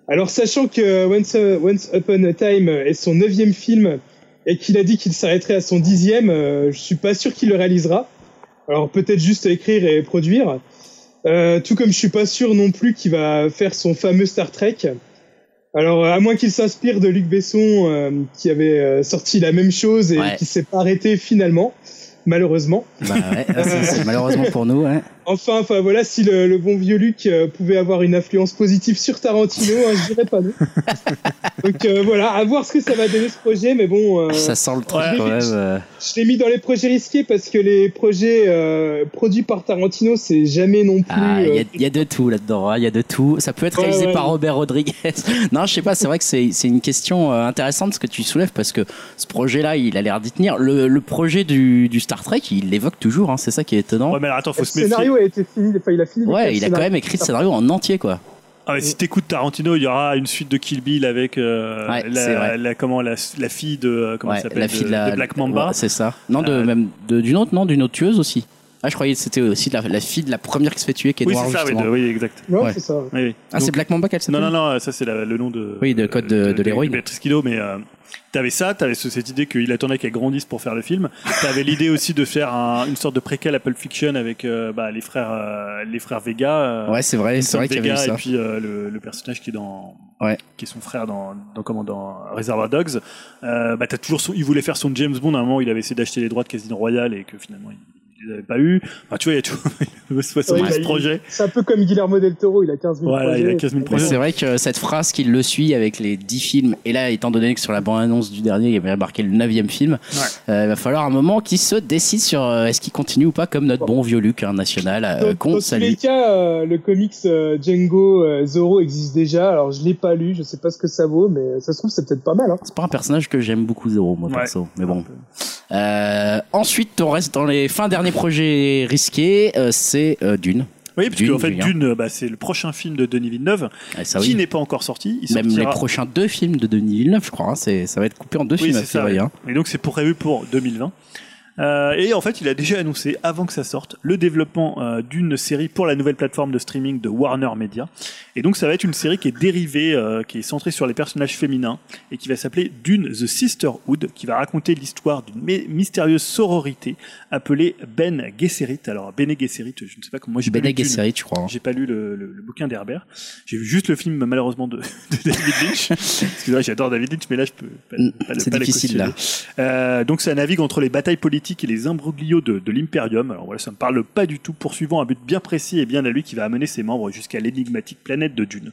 Alors sachant que euh, Once, Once Upon a Time est son neuvième film et qu'il a dit qu'il s'arrêterait à son dixième, euh, je suis pas sûr qu'il le réalisera. Alors peut-être juste écrire et produire. Euh, tout comme je suis pas sûr non plus qu'il va faire son fameux Star Trek. Alors à moins qu'il s'inspire de Luc Besson euh, qui avait euh, sorti la même chose et Ouais. qui s'est pas arrêté finalement, malheureusement. Bah ouais, c'est- c'est malheureusement pour nous. hein. Enfin, enfin voilà, si le, le bon vieux Luc euh, pouvait avoir une influence positive sur Tarantino, hein, je dirais pas non. Donc euh, voilà, à voir ce que ça va donner ce projet, mais bon. euh, Ça sent le truc Ouais. quand même. euh. je l'ai mis dans les projets risqués parce que les projets euh, produits par Tarantino, c'est jamais non plus. Ah, il y a- euh, il y, a de tout là-dedans, hein, il y a de tout. Ça peut être Ouais, réalisé ouais. par Robert Rodriguez. non, je sais pas, c'est vrai que c'est c'est une question euh, intéressante ce que tu soulèves parce que ce projet-là, il a l'air d'y tenir. Le, le projet du, du Star Trek, il l'évoque toujours, hein, c'est ça qui est étonnant. Ouais, mais alors, attends, faut le se méfier. scénario a été fini, enfin, il a fini. Ouais, d'écrire il le a quand scénario. même écrit le scénario en entier, quoi. Ah, mais si t'écoutes Tarantino, il y aura une suite de Kill Bill avec euh, Ouais, c'est la, vrai. la- comment, la, la fille de, euh, comment Ouais, elle s'appelle, de, de Black Mamba. ouais, c'est ça. Non, de, Euh, même de- d'une autre, non, d'une autre tueuse aussi. Ah, je croyais que c'était aussi la, la fille de la première qui se fait tuer, qui est oui, noire, c'est ça, oui, justement. de- oui, exact. Non, Ouais. c'est ça. ouais. Oui, oui. Ah, c'est Donc, Black Mamba qu'elle s'appelle non, non, non, ça c'est la- le nom de. Oui, de code de- de l'héroïne. Béatrice Kiddo, mais euh, t'avais ça, t'avais ce- cette idée qu'il attendait qu'elle grandisse pour faire le film. T'avais l'idée aussi de faire un- une sorte de préquel à Pulp Fiction avec euh, bah, les frères, euh, les frères Vega. euh, Ouais, c'est vrai, c'est Tom vrai qu'il y avait eu Vega ça. et puis euh, le, le personnage qui est dans Ouais. qui est son frère dans dans comment dans Reservoir Dogs euh, bah t'as toujours son- il voulait faire son James Bond à un moment où il avait essayé d'acheter les droits de Casino Royale et que finalement il, il les avait pas eu enfin tu vois il y a tout il y a 70 Ouais, il a eu- projets C'est un peu comme Guillermo del Toro, il a 15 000 Voilà, il a projets. 15 000 Mais Ouais. Bah, c'est vrai que cette phrase qui le suit avec les 10 films, et là, étant donné que sur la bande-annonce du dernier, il y avait marqué le 9 film, euh, il va falloir un moment qu'il se décide sur euh, est-ce qu'il continue ou pas, comme notre bon vieux Luc hein, national, euh, Dans, qu'on dans tous les salue. cas, euh, le comics euh, Django euh, Zorro existe déjà. Alors je l'ai pas lu, je sais pas ce que ça vaut, mais ça se trouve c'est peut-être pas mal. Hein. C'est pas un personnage que j'aime beaucoup, Zoro, moi, Ouais. perso. Mais bon. Euh, ensuite, on reste dans les fins derniers projets risqués, euh, c'est euh, Dune. oui parce Dune, qu'en fait Julien. Dune bah, c'est le prochain film de Denis Villeneuve Ah, ça, qui oui. n'est pas encore sorti il Même les sortira- prochains deux films de Denis Villeneuve, je crois. hein, c'est- ça va être coupé en deux films, à c'est ça, février. ouais. hein. Et donc c'est pour prévu pour 2020. Euh, et en fait, il a déjà annoncé, avant que ça sorte, le développement euh, d'une série pour la nouvelle plateforme de streaming de Warner Media. Et donc ça va être une série qui est dérivée, euh, qui est centrée sur les personnages féminins, et qui va s'appeler Dune The Sisterhood, qui va raconter l'histoire d'une mé- mystérieuse sororité appelée Ben Gesserit. Alors Ben Gesserit, je ne sais pas comment moi j'ai pas Bene lu Dune. Gesserit, je crois. hein. J'ai pas lu le, le- le bouquin d'Herbert. J'ai vu juste le film, malheureusement, de, de David Lynch. Excusez-moi, j'adore David Lynch, mais là, je peux pas, pas le- Mm, C'est pas le difficile, là. cautionner. Euh, donc, ça navigue entre les batailles politiques et les imbroglios de, de l'Imperium. Alors, voilà, ça me parle pas du tout, poursuivant un but bien précis et bien à lui qui va amener ses membres jusqu'à l'énigmatique planète de Dune.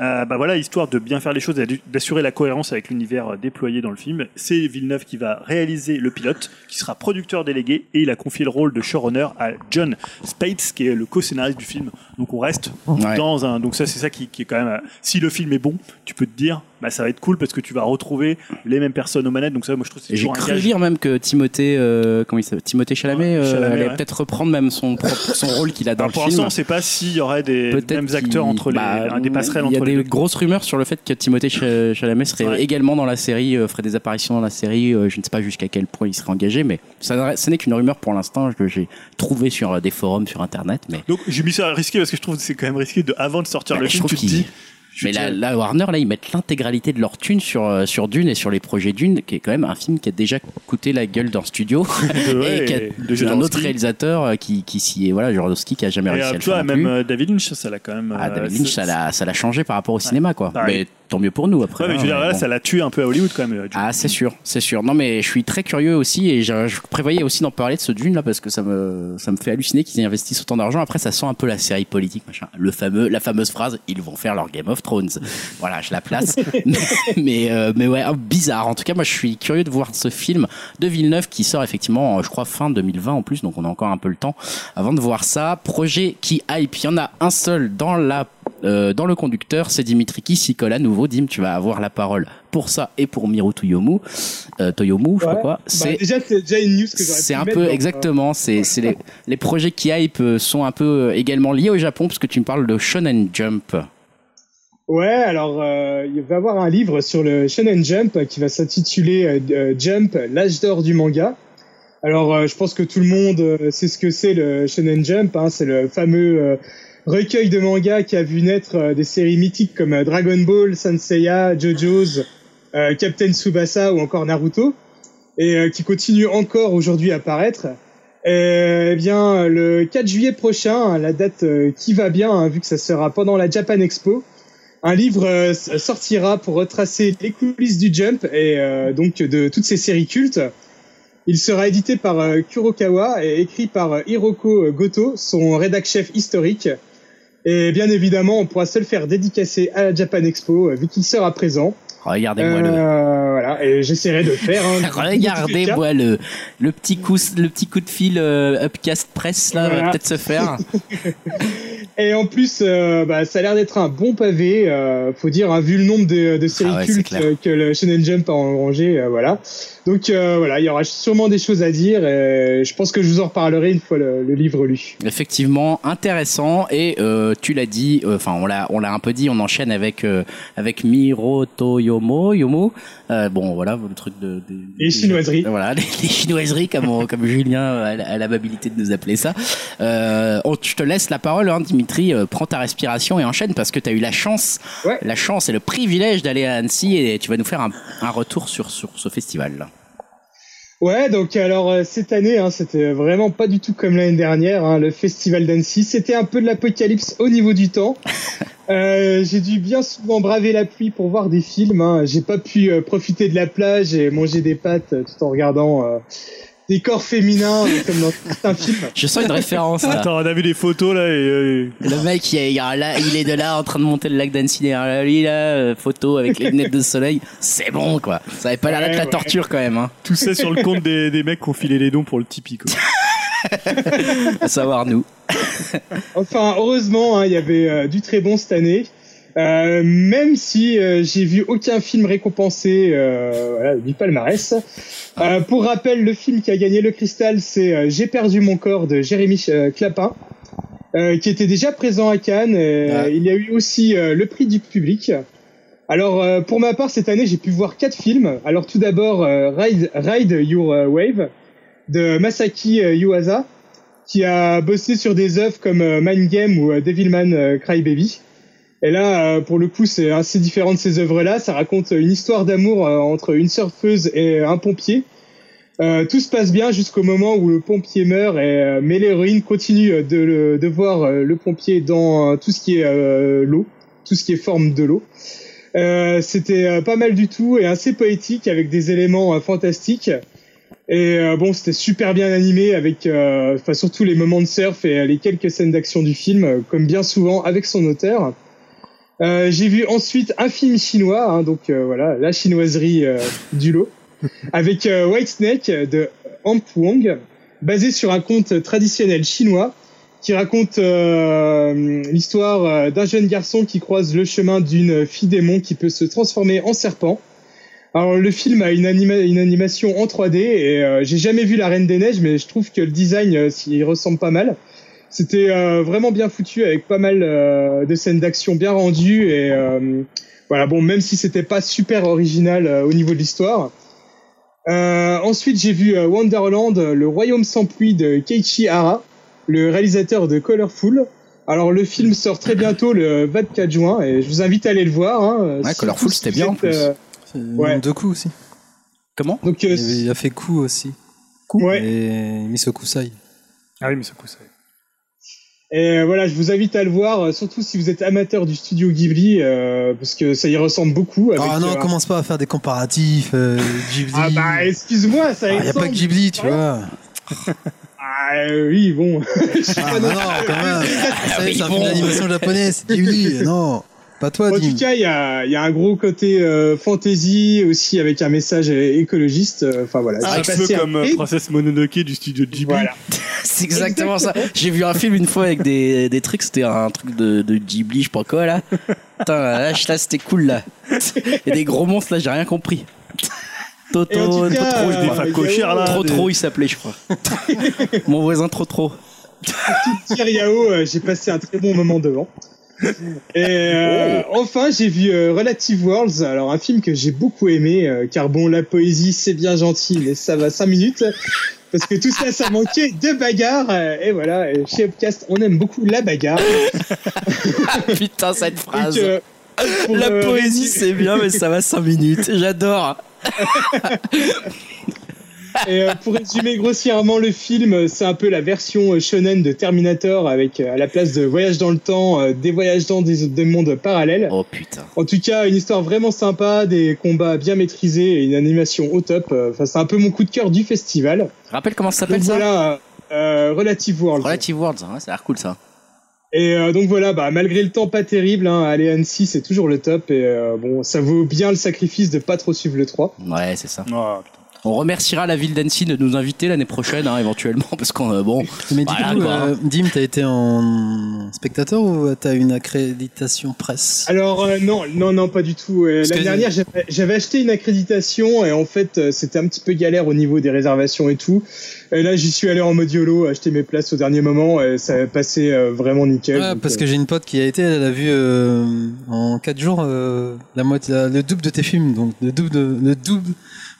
Euh, bah voilà, histoire de bien faire les choses et d'assurer la cohérence avec l'univers euh, déployé dans le film, c'est Villeneuve qui va réaliser le pilote, qui sera producteur délégué, et il a confié le rôle de showrunner à John Spates, qui est le co-scénariste du film. Donc on reste Ouais. dans un. Donc ça, c'est ça qui, qui est quand même. euh, si le film est bon, tu peux te dire, bah ça va être cool parce que tu vas retrouver les mêmes personnes aux manettes. Donc ça, moi je trouve que c'est Et J'ai toujours un cru gage. lire même que Timothée, euh, comment il s'appelle, Timothée Chalamet, euh, Chalamet, allait ouais. peut-être reprendre même son propre- son rôle qu'il a dans Alors, le pour film. l'instant, on ne sait pas s'il y aurait des Peut-être mêmes acteurs qu'il- entre les, bah, un des passerelles il y a entre les des deux. grosses rumeurs sur le fait que Timothée Ch- Chalamet serait Ouais. également dans la série, euh, ferait des apparitions dans la série. euh, je ne sais pas jusqu'à quel point il serait engagé, mais ça, n'a- ce n'est qu'une rumeur pour l'instant que j'ai trouvée sur euh, des forums sur internet. Mais, Donc j'ai mis ça à risqué parce que je trouve que c'est quand même risqué de avant de sortir Bah, le je film, trouve tu te qu'il- dis. je mais te- là, là, Warner, là, ils mettent l'intégralité de leur thune sur, euh, sur Dune et sur les projets Dune, qui est quand même un film qui a déjà coûté la gueule d'un studio de, ouais, et qui a- de d'un Jodorowsky. autre réalisateur euh, qui, qui s'y est, voilà, Jodorowsky qui a jamais Et, réussi à euh, le tu faire vois, non plus. même euh, David Lynch, ça l'a quand même. Ah, euh, David Lynch, ça- ça l'a, ça l'a changé par rapport au cinéma, quoi. Pareil. Mais Tant mieux pour nous après. Ouais, mais je veux hein, dire, mais voilà, bon. ça l'a tué un peu à Hollywood quand même. euh, Ah, c'est sûr, c'est sûr. Non, mais je suis très curieux aussi et je, je prévoyais aussi d'en parler de ce Dune là parce que ça me, ça me fait halluciner qu'ils investissent autant d'argent. Après, ça sent un peu la série politique, machin. Le fameux, la fameuse phrase, ils vont faire leur Game of Thrones. Voilà, je la place. mais, mais, euh, mais ouais, bizarre. En tout cas, moi, je suis curieux de voir ce film de Villeneuve qui sort effectivement, euh, je crois, fin 2020 en plus, donc on a encore un peu le temps avant de voir ça. Projet qui hype, il y en a un seul dans la euh, dans le conducteur, c'est Dimitri qui s'y colle à nouveau. Dim, tu vas avoir la parole pour ça et pour Miru Toyomu. Euh, Toyomu, je sais pas Ouais. quoi. Bah, C'est déjà, c'est déjà une news que j'aurais c'est pu un mettre peu dans- euh, exactement. C'est c'est les, les projets qui hype euh, sont un peu euh, également liés au Japon puisque tu me parles de Shonen Jump. Ouais, alors euh, il va y avoir un livre sur le Shonen Jump euh, qui va s'intituler euh, euh, Jump, l'âge d'or du manga. Alors euh, je pense que tout le monde euh, sait ce que c'est le Shonen Jump, hein, c'est le fameux euh, recueil de mangas qui a vu naître euh, des séries mythiques comme euh, Dragon Ball, Sanseiya, JoJo's, euh, Captain Tsubasa ou encore Naruto, et euh, qui continue encore aujourd'hui à paraître. Eh bien, le 4 juillet prochain, hein, la date euh, qui va bien, hein, vu que ça sera pendant la Japan Expo, un livre euh, s- sortira pour retracer les coulisses du jump et euh, donc de toutes ces séries cultes. Il sera édité par euh, Kurokawa et écrit par euh, Hiroko Goto, son rédac-chef historique. Et bien évidemment, on pourra se le faire dédicacer à la Japan Expo, euh, vu qu'il sera présent. Regardez-moi le. Euh, voilà, et j'essaierai de le faire. hein. Regardez-moi le, le, petit coup, le petit coup de fil euh, Upcast Press là, va Voilà. peut-être se faire. Et en plus, euh, bah, ça a l'air d'être un bon pavé. Euh, faut dire, hein, vu le nombre de, de séries Ah ouais, c'est cultes clair. euh, que le Shonen Jump a engrangé, euh, voilà. Donc euh, voilà, il y aura sûrement des choses à dire. Et je pense que je vous en reparlerai une fois le, le livre lu. Effectivement, intéressant et euh, tu l'as dit, euh, enfin on l'a on l'a un peu dit, on enchaîne avec euh, avec Miro Toyomo, Yomo. Euh, bon voilà le truc de, de- Les chinoiseries. Voilà les, les chinoiseries comme on- comme Julien euh, a la- a l'amabilité de nous appeler ça. Euh, on- je te laisse la parole, hein, Dimitri. euh, prends ta respiration et enchaîne parce que tu as eu la chance, Ouais. la chance et le privilège d'aller à Annecy et tu vas nous faire un, un retour sur sur ce festival. Ouais, donc alors euh, cette année, hein, c'était vraiment pas du tout comme l'année dernière. hein, le festival d'Annecy, c'était un peu de l'apocalypse au niveau du temps. Euh, j'ai dû bien souvent braver la pluie pour voir des films. hein. J'ai pas pu euh, profiter de la plage et manger des pâtes euh, tout en regardant euh, des corps féminins euh, comme dans certains films. Je sens une référence. là. Attends, on a vu des photos là et. euh, Le mec, il est, il est là, il est de là en train de monter le lac d'Annecy derrière lui, là, euh, photo avec les lunettes de soleil. C'est bon, quoi. Ça avait pas l'air d'être Ouais, la ouais. torture quand même. Hein. tout ça sur le compte des, des mecs qui ont filé les dons pour le Tipeee. Quoi. À savoir nous. Enfin, heureusement, hein, il y avait euh, du très bon cette année. Euh, même si euh, j'ai vu aucun film récompensé euh, voilà, du palmarès. Euh, pour rappel, le film qui a gagné le cristal, c'est euh, J'ai perdu mon corps de Jérémy euh, Clapin, euh, qui était déjà présent à Cannes. et, euh, Il y a eu aussi euh, le prix du public. Alors, euh, pour ma part, cette année, j'ai pu voir quatre films. Alors, tout d'abord, euh, Ride, Ride Your euh, Wave de Masaki euh, Yuasa qui a bossé sur des œuvres comme euh, Mind Game ou euh, Devilman euh, Crybaby. Et là, euh, pour le coup, c'est assez différent de ces œuvres-là. Ça raconte euh, une histoire d'amour euh, entre une surfeuse et un pompier. Euh, tout se passe bien jusqu'au moment où le pompier meurt, et, euh, mais l'héroïne continue euh, de, le- de voir euh, le pompier dans euh, tout ce qui est euh, l'eau, tout ce qui est forme de l'eau. Euh, C'était euh, pas mal du tout et assez poétique avec des éléments euh, fantastiques. Et euh, bon, c'était super bien animé avec euh, enfin, surtout les moments de surf et euh, les quelques scènes d'action du film, euh, comme bien souvent avec son auteur. Euh, J'ai vu ensuite un film chinois, hein, donc euh, voilà, la chinoiserie euh, du lot, avec euh, White Snake de Amp Wong, basé sur un conte traditionnel chinois qui raconte euh, l'histoire euh, d'un jeune garçon qui croise le chemin d'une fille démon qui peut se transformer en serpent. Alors le film a une, anima- une animation en 3D et euh, j'ai jamais vu La Reine des Neiges mais je trouve que le design euh, s'y ressemble pas mal. C'était euh, vraiment bien foutu avec pas mal euh, de scènes d'action bien rendues et euh, voilà bon même si c'était pas super original euh, au niveau de l'histoire. Euh, ensuite j'ai vu euh, Wonderland, euh, le royaume sans pluie de Keiichi Hara, le réalisateur de Colorful. Alors le film sort très bientôt le 24 juin et je vous invite à aller le voir. Hein, Ouais, Surtout Colorful, si c'était vous bien, en êtes, plus. Ouais. Deux coups aussi. Comment donc euh, Il, avait- il a fait coup aussi. Ouais. Et Miso Kusai. Ah oui, mais ça pousse. Et euh, voilà, je vous invite à le voir, euh, surtout si vous êtes amateur du studio Ghibli, euh, parce que ça y ressemble beaucoup. Avec, Ah non, euh, commence pas à faire des comparatifs. euh, Ghibli. Ah bah excuse-moi, ça Ah, y a ressemble. pas que Ghibli, tu vois. Ah euh, oui, bon. Je suis Ah pas bah non- non, quand même. C'est un bon. film d'animation japonaise, Ghibli. Non, pas toi, En tout Dim. cas, il y a, il y a un gros côté euh, fantasy aussi avec un message euh, écologiste. euh, Enfin voilà, Un j'ai peu passé un- comme euh, et- Princesse Mononoke du studio Ghibli. Voilà. C'est exactement ça. J'ai vu un film une fois avec des, des trucs, c'était un truc de, de Ghibli, je sais pas quoi là. Putain, la vache, là c'était cool là. Il y a des gros monstres là, j'ai rien compris. Et Oh, en Toto, tout cas, euh, Totoro, je des crois. femmes cochères, là. Trop des- trop, il s'appelait, je crois. Mon voisin trop trop. Pierre Yao, euh, j'ai passé un très bon moment devant. Et euh, Oh. enfin, j'ai vu euh, Relative Worlds, alors un film que j'ai beaucoup aimé, euh, car bon, la poésie, c'est bien gentil, mais ça va 5 minutes, parce que tout ça, ça manquait de bagarre, euh, et voilà, et chez Upcast, on aime beaucoup la bagarre. Putain, cette Donc, phrase. euh, pour, Ah, La euh, poésie, résumer- c'est bien, mais ça va 5 minutes. J'adore. Et euh, pour résumer grossièrement le film, euh, c'est un peu la version euh, shonen de Terminator avec euh, à la place de voyage dans le temps, euh, des voyages dans des, des mondes parallèles. Oh putain. En tout cas, une histoire vraiment sympa, des combats bien maîtrisés et une animation au top. Euh, Enfin, c'est un peu mon coup de cœur du festival. Rappelle comment ça Donc s'appelle ça voilà, euh, euh, Relative World. Relative Worlds, hein, ça a l'air cool ça. Et euh, donc voilà, bah, malgré le temps pas terrible, hein, aller à Annecy, c'est toujours le top. Et euh, bon, ça vaut bien le sacrifice de pas trop suivre le 3. Ouais, c'est ça. Oh, putain. On remerciera la ville d'Annecy de nous inviter l'année prochaine, hein, éventuellement, parce qu'on. euh, bon. Mais du Voilà, coup, quoi. euh, Dim, t'as été en spectateur ou t'as une accréditation presse Alors euh, non, non, non, pas du tout. Euh, Parce L'année que- dernière, j'avais- j'avais acheté une accréditation et en fait, euh, c'était un petit peu galère au niveau des réservations et tout. Et là, j'y suis allé en mode YOLO, acheter mes places au dernier moment et ça a passé euh, vraiment nickel. Ouais, Donc, parce euh, que j'ai une pote qui a été, elle a vu euh, en 4 jours euh, la moitié, la- le double de tes films, donc le double, de- le double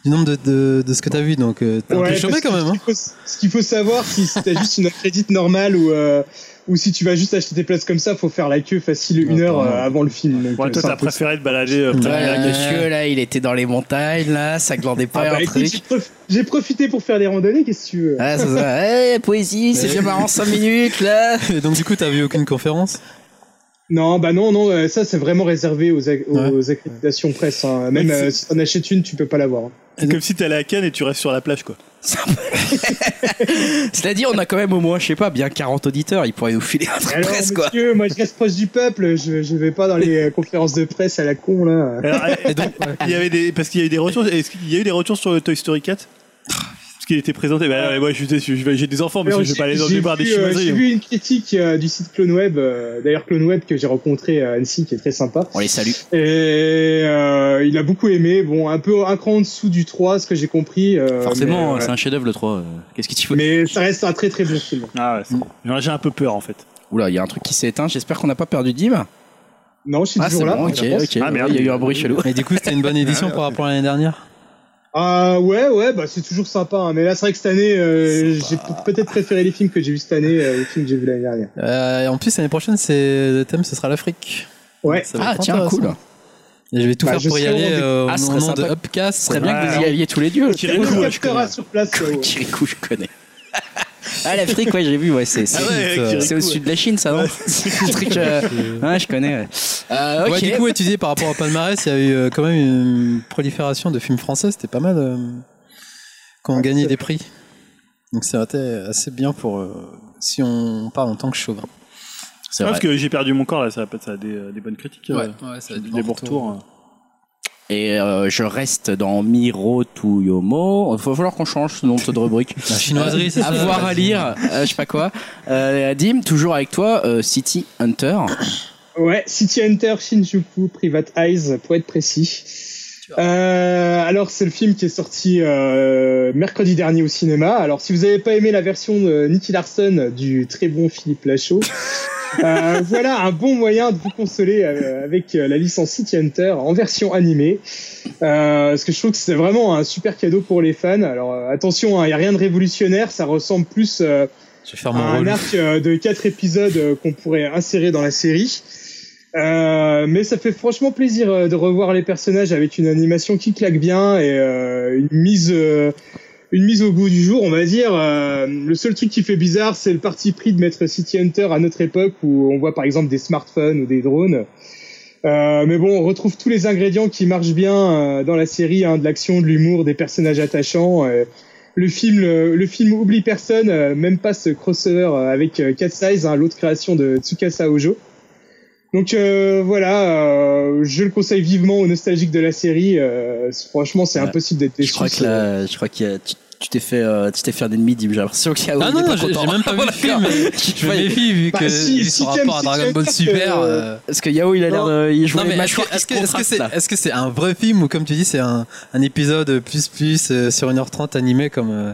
du nombre de, de, de ce que t'as vu, donc euh, t'es un peu Ouais, chômé parce quand que même. Hein. ce qu'il faut- Ce qu'il faut savoir, si si t'as juste une accrédite normale ou euh, ou si tu vas juste acheter tes places comme ça, faut faire la queue facile une Ouais, heure pas mal. euh, avant le film. Donc, Ouais, toi, euh, t'as c'est un peu- préféré te balader euh, près de la Ouais, gare. monsieur, là, il était dans les montagnes, là, ça glandait pas Ah bah, un écoute, truc. Ah. j'ai prof- J'ai profité pour faire des randonnées, qu'est-ce que tu veux Ouais, c'est ça. Ouais, poésie, c'est Mais- bien marrant 5 minutes, là. Et donc du coup, t'as vu aucune conférence Non, bah non, non, euh, ça c'est vraiment réservé aux, ac- aux accréditations presse. hein. Même Ouais, c'est- euh, si t'en achètes une, tu peux pas l'avoir. hein. C'est comme si t'allais à Cannes et tu restes sur la plage, quoi. Cela dit, on a quand même au moins, je sais pas, bien 40 auditeurs, ils pourraient nous filer un truc Alors, presque, quoi. monsieur, moi je reste proche du peuple, je, je vais pas dans les euh, conférences de presse à la con là. Alors, Et donc, ouais. il y avait des, parce qu'il y a eu des retours. Est-ce qu'il y a eu des retours sur le Toy Story 4 Parce qu'il était présenté. Bah, ouais, moi, je suis déçu. Je vais- J'ai des enfants, Oh, mais Alors, je vais pas aller j'ai- dans j'ai le bar des vu, euh, J'ai chinoiseries. vu une critique euh, du site CloneWeb, euh, d'ailleurs CloneWeb que j'ai rencontré à Annecy, qui est très sympa. On les salue. Et euh, il a beaucoup aimé, bon, un peu un cran en dessous du 3, ce que j'ai compris. euh, Forcément, mais, c'est euh, un chef-d'œuvre le 3. euh, Qu'est-ce que tu veux mais ça reste un très très bon film. Ah ouais, c'est bon. J'en- J'ai un peu peur, en fait. Oula, il y a un truc qui s'est éteint, j'espère qu'on n'a pas perdu Dim. Non, je suis Ah, c'est toujours là. bon, ok, je pense. ok. Ah, merde. Il y a eu un bruit chelou. Et du coup, c'était une bonne édition par rapport à l'année dernière. Ah ouais, ouais, bah c'est toujours sympa. hein. Mais là, c'est vrai que cette année, euh, j'ai peut- peut-être préféré les films que j'ai vus cette année euh, aux films que j'ai vus l'année dernière. Euh, et en plus, l'année prochaine, c'est le thème, ce sera l'Afrique. Ouais. Ça va Ah, être tiens, intéressant. cool. Et je vais tout Bah, je faire pour y serai au aller rendez-vous. euh, Ah, ce au serait nom de sympa. Upcast. Ce serait bien que Ouais. vous y alliez tous les deux. Kirikou, On se ouais, je captera connais. sur place. euh, ouais, ouais. Kirikou, je connais. Ah, l'Afrique, ouais, j'ai vu, ouais, c'est. c'est- Ah ouais, euh, avec C'est au Kirikou, sud de la Chine, ça, non C'est le truc. euh, Ouais, je connais. Ouais, Euh, ok. Ouais, du coup, ouais, tu disais par rapport au palmarès, il y a eu euh, quand même une prolifération de films français, c'était pas mal euh, quand on Ouais, gagnait c'est des prix. Donc ça était assez bien pour euh, si on parle en tant que chauvin. C'est Ouais, vrai. parce que j'ai perdu mon corps là, ça a, ça a des, euh, des bonnes critiques. euh, ça des bons retours. hein. Et euh, je reste dans Miro Tuyomo. Il va falloir qu'on change ce nom de cette rubrique. Euh, La chinoiserie, c'est ça. Avoir à lire, euh, je sais pas quoi. Euh, Dim, toujours avec toi, euh, City Hunter. Ouais, City Hunter, Shinjuku, Private Eyes, pour être précis. Euh, alors c'est le film qui est sorti euh, mercredi dernier au cinéma. Alors si vous avez pas aimé la version de Nicky Larson du très bon Philippe Lachaud, euh, voilà un bon moyen de vous consoler euh, avec euh, la licence City Hunter en version animée. Euh, parce que je trouve que c'est vraiment un super cadeau pour les fans. Alors euh, attention, il y a rien de révolutionnaire, ça ressemble plus euh, Je vais faire mon un rôle. arc euh, de quatre épisodes euh, qu'on pourrait insérer dans la série. Euh, mais ça fait franchement plaisir euh, de revoir les personnages avec une animation qui claque bien et euh, une mise euh, une mise au goût du jour, on va dire. Euh, le seul truc qui fait bizarre, c'est le parti pris de mettre City Hunter à notre époque où on voit par exemple des smartphones ou des drones. Euh, mais bon, on retrouve tous les ingrédients qui marchent bien euh, dans la série, hein, de l'action, de l'humour, des personnages attachants. euh. le film, le, le film oublie personne, euh, même pas ce crossover euh, avec euh, Cat Size, hein, l'autre création de Tsukasa Ojo. Donc euh, voilà, euh, je le conseille vivement aux nostalgiques de la série. euh, franchement, c'est Ouais. impossible d'être Je déçu. crois que là, je crois qu'il y a- tu tu t'es fait, euh, tu t'es fait un ennemi, Dim. J'ai l'impression qu'il y a. Ah il non, est non, pas j'ai content. j'ai même pas vu le film. Je me croyais- méfie vu Bah, que si, vu si, son t'aimes, rapport à si Dragon t'aimes, Ball t'aimes, Super. euh, euh, Parce que Yao, il a l'air de. Il joue Non, les mais est-ce mâchoires que- est-ce que qui se est-ce que contractent, c'est là. est-ce que c'est un vrai film ou comme tu dis c'est un, un épisode plus plus euh, sur 1h30 animé comme euh,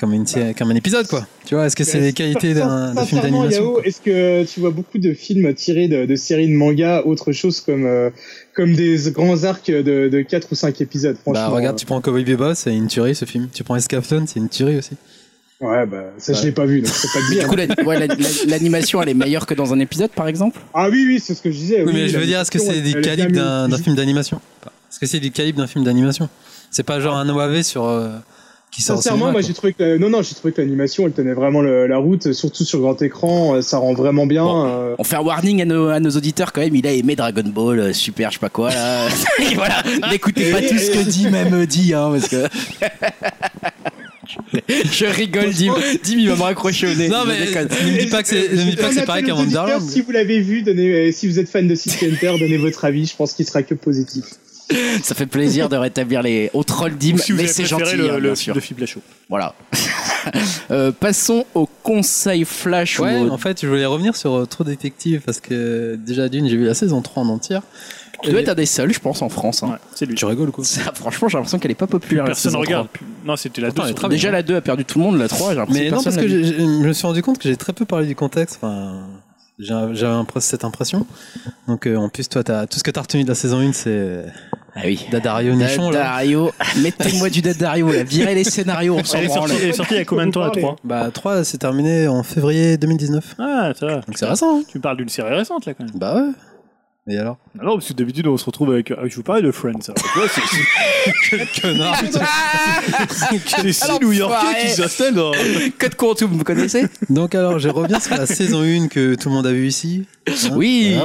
comme une sé- comme un épisode quoi tu vois est-ce que c'est les qualités d'un d'un film Bah, Sincèrement, d'animation Yao, euh, est-ce que tu vois beaucoup de films tirés de, de séries de mangas, autre chose comme, euh, comme des grands arcs de, de 4 ou 5 épisodes, franchement bah regarde tu prends Cowboy Bebop c'est une tuerie ce film tu prends Escaflowne c'est une tuerie aussi Ouais, bah, ça, je l'ai pas vu, donc je peux pas te Du dire. coup, la- ouais, la- la- l'animation, elle est meilleure que dans un épisode, par exemple Ah oui, oui, c'est ce que je disais. oui, mais je la veux dire est-ce que c'est question, du elle est bien calibre mieux. d'un d'un film d'animation est-ce que c'est du calibre d'un film d'animation c'est pas genre un OAV sur euh, qui sort au Sincèrement, cinéma, moi quoi. j'ai trouvé que la- non non j'ai trouvé que l'animation elle tenait vraiment le- la route, surtout sur grand écran, euh, ça rend vraiment bien. Bon. euh, On fait un warning à nos, à nos auditeurs quand même. Il a aimé Dragon Ball, euh, super, je sais pas quoi, là. Et voilà, n'écoutez pas tout ce que dit, même euh, dit, hein, parce que. Je rigole, Dim. Dim, il va me raccrocher au nez. non je mais déconne. ne me dis pas que c'est ne me dis pas que c'est Un pareil appel qu'un aux auditeurs, Wonderland Si vous l'avez vu, donnez, euh, si vous êtes fan de City Hunter, donnez votre avis. Je pense qu'il sera que positif. Ça fait plaisir de rétablir les. On troll Dim, Ou si vous mais avez c'est préféré gentil, le, hein, le bien film sûr. de Fibla Show. Voilà. Euh, passons au conseil flash. Ouais, ou au- en fait, je voulais revenir sur euh, True Detective parce que euh, déjà d'une, j'ai vu la saison 3 en entière. Tu dois être un des seuls, je pense, en France. hein. Ouais, c'est lui. Tu rigoles quoi Ça, franchement, j'ai l'impression qu'elle est pas populaire. la Personne saison ne regarde. Non, c'était la Pourtant, 2. elle est très surtout. bien. Déjà la 2 a perdu tout le monde, la 3 j'ai l'impression Mais que non, personne parce l'a que vu. j'ai- j'ai- je me suis rendu compte que j'ai très peu parlé du contexte. Enfin, j'ai- j'avais un peu cette impression. Donc euh, en plus, toi, t'as- tout ce que t'as retenu de la saison 1, c'est euh, Ah oui. Dadario Nichon là. Dario, mettez-moi du Dadario là, virez les scénarios, on s'en Elle est branle. sortie- elle est sortie il y a combien de temps la 3 Bah 3, c'est terminé en février 2019. Ah, ça va. Donc c'est récent. hein. Tu me parles d'une série récente là quand même. Bah ouais. Et alors Ah Non, parce que d'habitude on se retrouve avec. ah, Je vous parlais de Friends. alors. Tu vois, c'est- c'est- Connard. Ah, C'est six New Yorkais qui s'installent dans. Code Quantum, vous connaissez Donc alors, je reviens sur la saison 1 que tout le monde a vu ici. Hein, voilà. Oui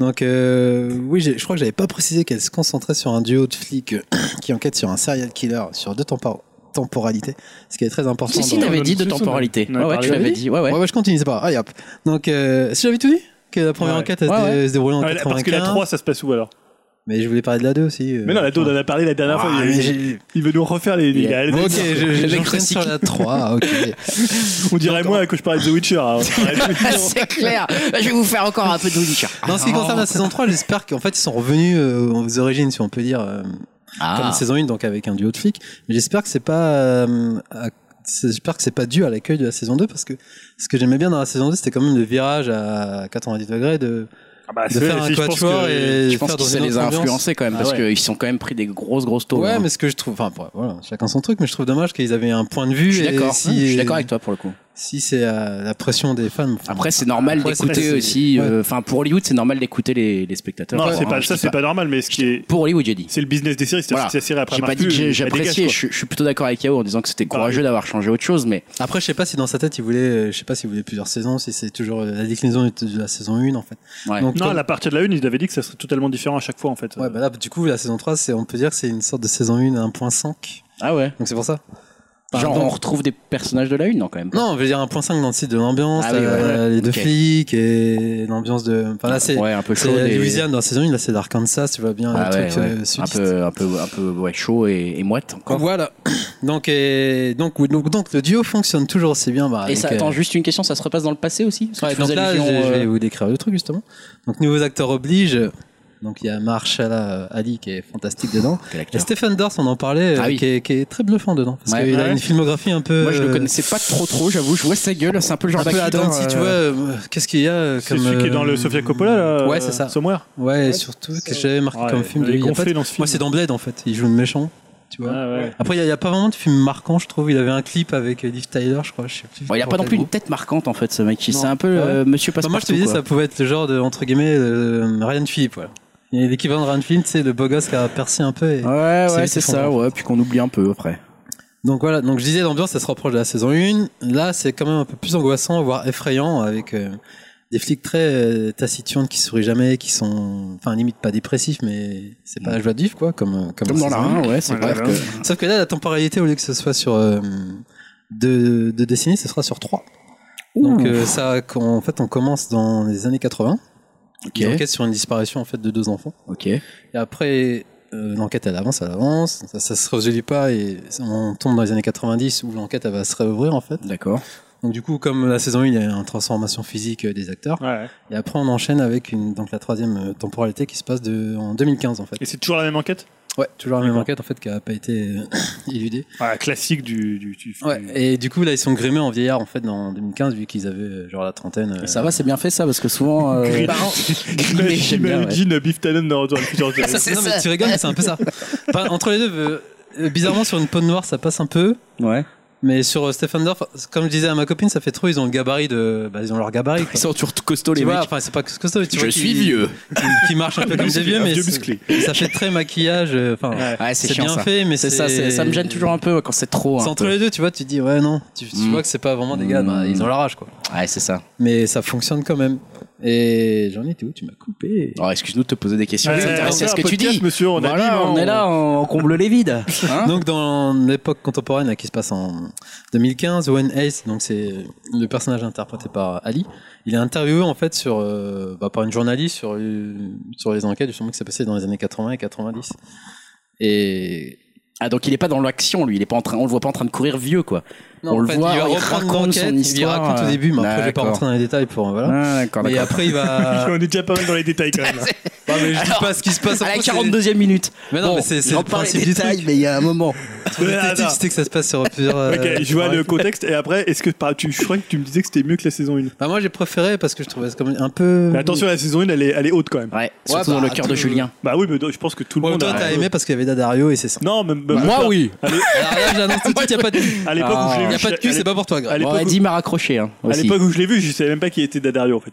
Donc euh, oui, j'ai- je crois que j'avais pas précisé qu'elle se concentrait sur un duo de flics euh, qui enquête sur un serial killer sur deux tempor- temporalités, ce qui est très important. Si, si, dans- t'avais dit de On en a temporalité. Ouais, parlé, ouais, tu on l'avais dit, ouais, ouais. Ouais, ouais, je continue, c'est pas. grave. Allez hop. Donc euh, si j'avais tout dit que la première Ouais. enquête elle Ouais, se dé- ouais. se déroulait en Ah, la- Parce que la 95. 3 ça se passe où alors Mais je voulais parler de la 2 aussi. euh, Mais non, la 2 on enfin. en a parlé la dernière Ah, fois. mais Il, j'ai- il veut nous refaire les. les- Yeah. les- Bon, ok, je- je- Les j'enchaîne classiques. sur la 3, ok. On dirait moi quand je parlais de The Witcher. hein. C'est clair, je vais vous faire encore un peu de Witcher. Dans ce qui concerne la saison 3, j'espère qu'en fait ils sont revenus euh, aux origines, si on peut dire, euh, comme Ah. saison 1 donc avec un duo de flics mais j'espère que c'est pas euh, à- c'est- j'espère que c'est pas dû à l'accueil de la saison 2 parce que ce que j'aimais bien dans la saison 2 c'était quand même le virage à 90 degrés de, Ah bah, de c'est- faire un c'est- je pense quatuor que- et Je pense faire que dans ça une les autre a ambiance. influencés quand même, Ah parce ouais. qu'ils sont quand même pris des grosses, grosses taux. hein. ouais mais ce que je trouve enfin voilà chacun son truc mais je trouve dommage qu'ils avaient un point de vue Je suis et d'accord, si, hein, je suis d'accord avec toi pour le coup. si c'est euh, la pression des fans enfin, Après, c'est normal après, d'écouter c'est- aussi. ouais. euh, Enfin, pour Hollywood, c'est normal d'écouter les, les spectateurs. Non, Enfin, c'est hein, pas je ça, dis c'est pas normal, mais ce qui est. Pour Hollywood, j'ai dit. C'est le business des séries, c'est-à-dire Voilà. que si la série après J'ai pas marche dit que plus, j'ai- elle j'appréciais, dégage, quoi. je, je suis plutôt d'accord avec Yao en disant que c'était courageux d'avoir changé autre chose, mais Après, je sais pas si dans sa tête il voulait, euh, je sais pas s'il voulait plusieurs saisons, si c'est toujours euh, la déclinaison de la saison 1 en fait. Ouais. Donc, Non, comme- à la partie de la une, ils avaient dit que ça serait totalement différent à chaque fois en fait. ouais, bah là, du coup, la saison 3, c'est, on peut dire que c'est une sorte de saison 1 à 1.5. ah ouais. Donc c'est pour ça. Genre, Pardon. on retrouve des personnages de la une, non, quand même. Non, on veut dire 1.5 dans le site de l'ambiance, Ah oui, ouais, euh, les deux ok. flics et l'ambiance de. Enfin là, c'est. ouais, un peu C'est chaud. la et- Louisiane dans la saison 1, là c'est l'Arkansas, tu vois bien Ah le ouais, truc ouais. euh, un sudiste. peu, un peu, un peu ouais, chaud et, et moite encore. Voilà. Donc, et, donc, oui, donc, donc le duo fonctionne toujours aussi bien. Bah, Et avec, ça, euh, attends, juste une question, ça se repasse dans le passé aussi Parce que Ouais, tu faisais donc là, je, allusion, je euh, vais vous décrire le truc justement. Donc nouveaux acteurs obligent. Donc il y a Marshala Ali qui est fantastique dedans. quel Et acteur Stephen Dorff, on en parlait, Ah euh, oui. qui, est, qui est très bluffant dedans. Parce Ouais, qu'il a ouais. une filmographie un peu. Moi, je le euh, connaissais pas trop, trop, j'avoue. Je vois sa gueule, c'est un peu le genre Un peu d'acteur. Atlantis, tu euh, vois. euh, Qu'est-ce qu'il y a euh, C'est comme, celui qui est dans euh, le Sofia Coppola là Ouais, euh, c'est ça. Somewhere Ouais, Ouais, et surtout, c'est qu'est-ce que ça. j'avais marqué Ouais, comme film il de est lui. Il y a pas gonflé de- dans ce film. Moi, c'est dans Blade en fait. Il joue le méchant, tu vois. Ah, ouais. Après, il n'y a, pas vraiment de film marquant, je trouve. Il avait un clip avec euh, Liv Tyler, je crois. Je sais plus. Bon, il a pour pas non quel plus une groupe. tête marquante en fait, ce mec. Non. C'est un peu euh, Monsieur Enfin, Bah, moi, je Passepartout. te disais, quoi. ça pouvait être le genre de, entre guillemets, euh, Ryan Philippe, voilà. Il y a l'équivalent de Ryan Philippe, c'est le beau gosse qui a percé un peu. et- Ouais, C'est- ouais, c'est c'est son ça, ouais, puis qu'on oublie un peu après. Donc voilà, donc je disais l'ambiance, ça se rapproche de la saison 1. Là, c'est quand même un peu plus angoissant, voire effrayant, avec euh, des flics très euh, taciturnes qui sourient jamais, qui sont, enfin limite pas dépressifs, mais c'est pas la joie de vivre quoi, comme euh, comme, Mm. Comme dans la saison 1, ouais, c'est Voilà, clair voilà. que- un. Sauf que là, la temporalité, au lieu que ce soit sur euh, deux, deux décennies, ce sera sur trois. Donc euh, ça, qu'on- en fait, on commence dans les années 80. Ok, Ils enquêtent sur une disparition en fait de deux enfants. ok. Et après, euh, l'enquête elle avance, elle avance, ça, ça se résolue pas et on tombe dans les années 90 où l'enquête elle va se réouvrir en fait. D'accord. Donc du coup, comme la saison 1, il y a une transformation physique euh, des acteurs. Ouais. Et après, on enchaîne avec une, donc la troisième euh, temporalité qui se passe de, en 2015 en fait. Et c'est toujours la même enquête Ouais, toujours la même enquête en fait qui a pas été euh, éludée. Ouais, Ah, Classique du. du, du- Ouais, du- et du coup là ils sont grémés en vieillard en fait dans 2015 vu qu'ils avaient euh, genre la trentaine. euh, Ça va, c'est bien fait ça, parce que souvent. euh, Gris. par an- J'imagine- Grimé, j'aime bien, ouais. J'imagine Biff Tannen dans Retour à le futur. Ça, c'est- non, mais tu rigoles, mais c'est un peu ça. Enfin, entre les deux, euh, euh, bizarrement sur une peau noire ça passe un peu, Ouais. mais sur euh, Stephen Dorff, comme je disais à ma copine, ça fait trop. Ils ont le gabarit de, bah, ils ont leur gabarit. quoi. Ils sont toujours costauds, tu les vois, mecs. enfin c'est pas que ce que ça. mais Tu vois, qui- vieux. Qui, qui marche un peu comme des vieux, mais c'est- ça fait très maquillage. euh, Enfin, Ouais, c'est c'est chiant bien ça. fait, mais C'est ça, c'est- ça me gêne toujours un peu ouais, quand c'est trop. C'est un entre peu. les deux, tu vois, tu te dis ouais non, tu, tu Mm. vois que c'est pas vraiment des gars, Mm. bah, ils ont leur âge quoi. Ouais, c'est ça. Mais ça fonctionne quand même. Et j'en étais où Tu m'as coupé. Alors, excuse-nous de te poser des questions. Ouais, c'est on intéressé à fait ce Ah, un que tu podcast, dis. Monsieur, on a voilà, dit, on hein, est là, on, on comble les vides. Hein Donc dans l'époque contemporaine là, qui se passe en 2015, Owen Hayes, donc c'est le personnage interprété par Ali, il est interviewé en fait sur euh, bah, par une journaliste sur euh, sur les enquêtes justement qui s'est passé dans les années 80 et 90. Et Ah, donc il est pas dans l'action, lui. Il est pas en train, on le voit pas en train de courir vieux, quoi. On en le fait, voit, il, va il reprendre raconte l'enquête, son histoire, Il raconte euh, au début, mais après je vais pas d'accord. rentrer dans les détails pour voilà. Ah, d'accord, Mais d'accord. après il va. On est déjà pas mal dans les détails quand même. Bah, mais je dis Alors, pas ce qui se passe. en À la plus, c'est- 42e minute. Mais non, Bon, mais c'est c'est j'en le parle les principe du détails, truc. mais il y a un moment. Le détective, Attends. c'était que ça se passe sur plusieurs. euh, Ok, je vois plusieurs le contexte. Et après, est-ce que par- tu, je crois que tu me disais que c'était mieux que la saison 1 Bah moi j'ai préféré parce que je trouvais ça comme un peu. Mais attention, la saison 1, elle est, elle est haute quand même. Ouais, surtout bah, dans le cœur de tout- Julien. Bah oui, mais je pense que tout le Ouais, monde. toi a- t'as aimé parce qu'il y avait Dadario et c'est ça. Non, même. même pas. Moi, oui. Alors là j'annonce tout de suite, y a pas de cul. À l'époque où je l'ai Ah. Y vu. a pas de cul, à c'est pas pour toi, à Greg. Bon, l'époque où- Eddie m'a raccroché. Hein, À aussi. l'époque où je l'ai vu, je savais même pas qui était Dadario en fait.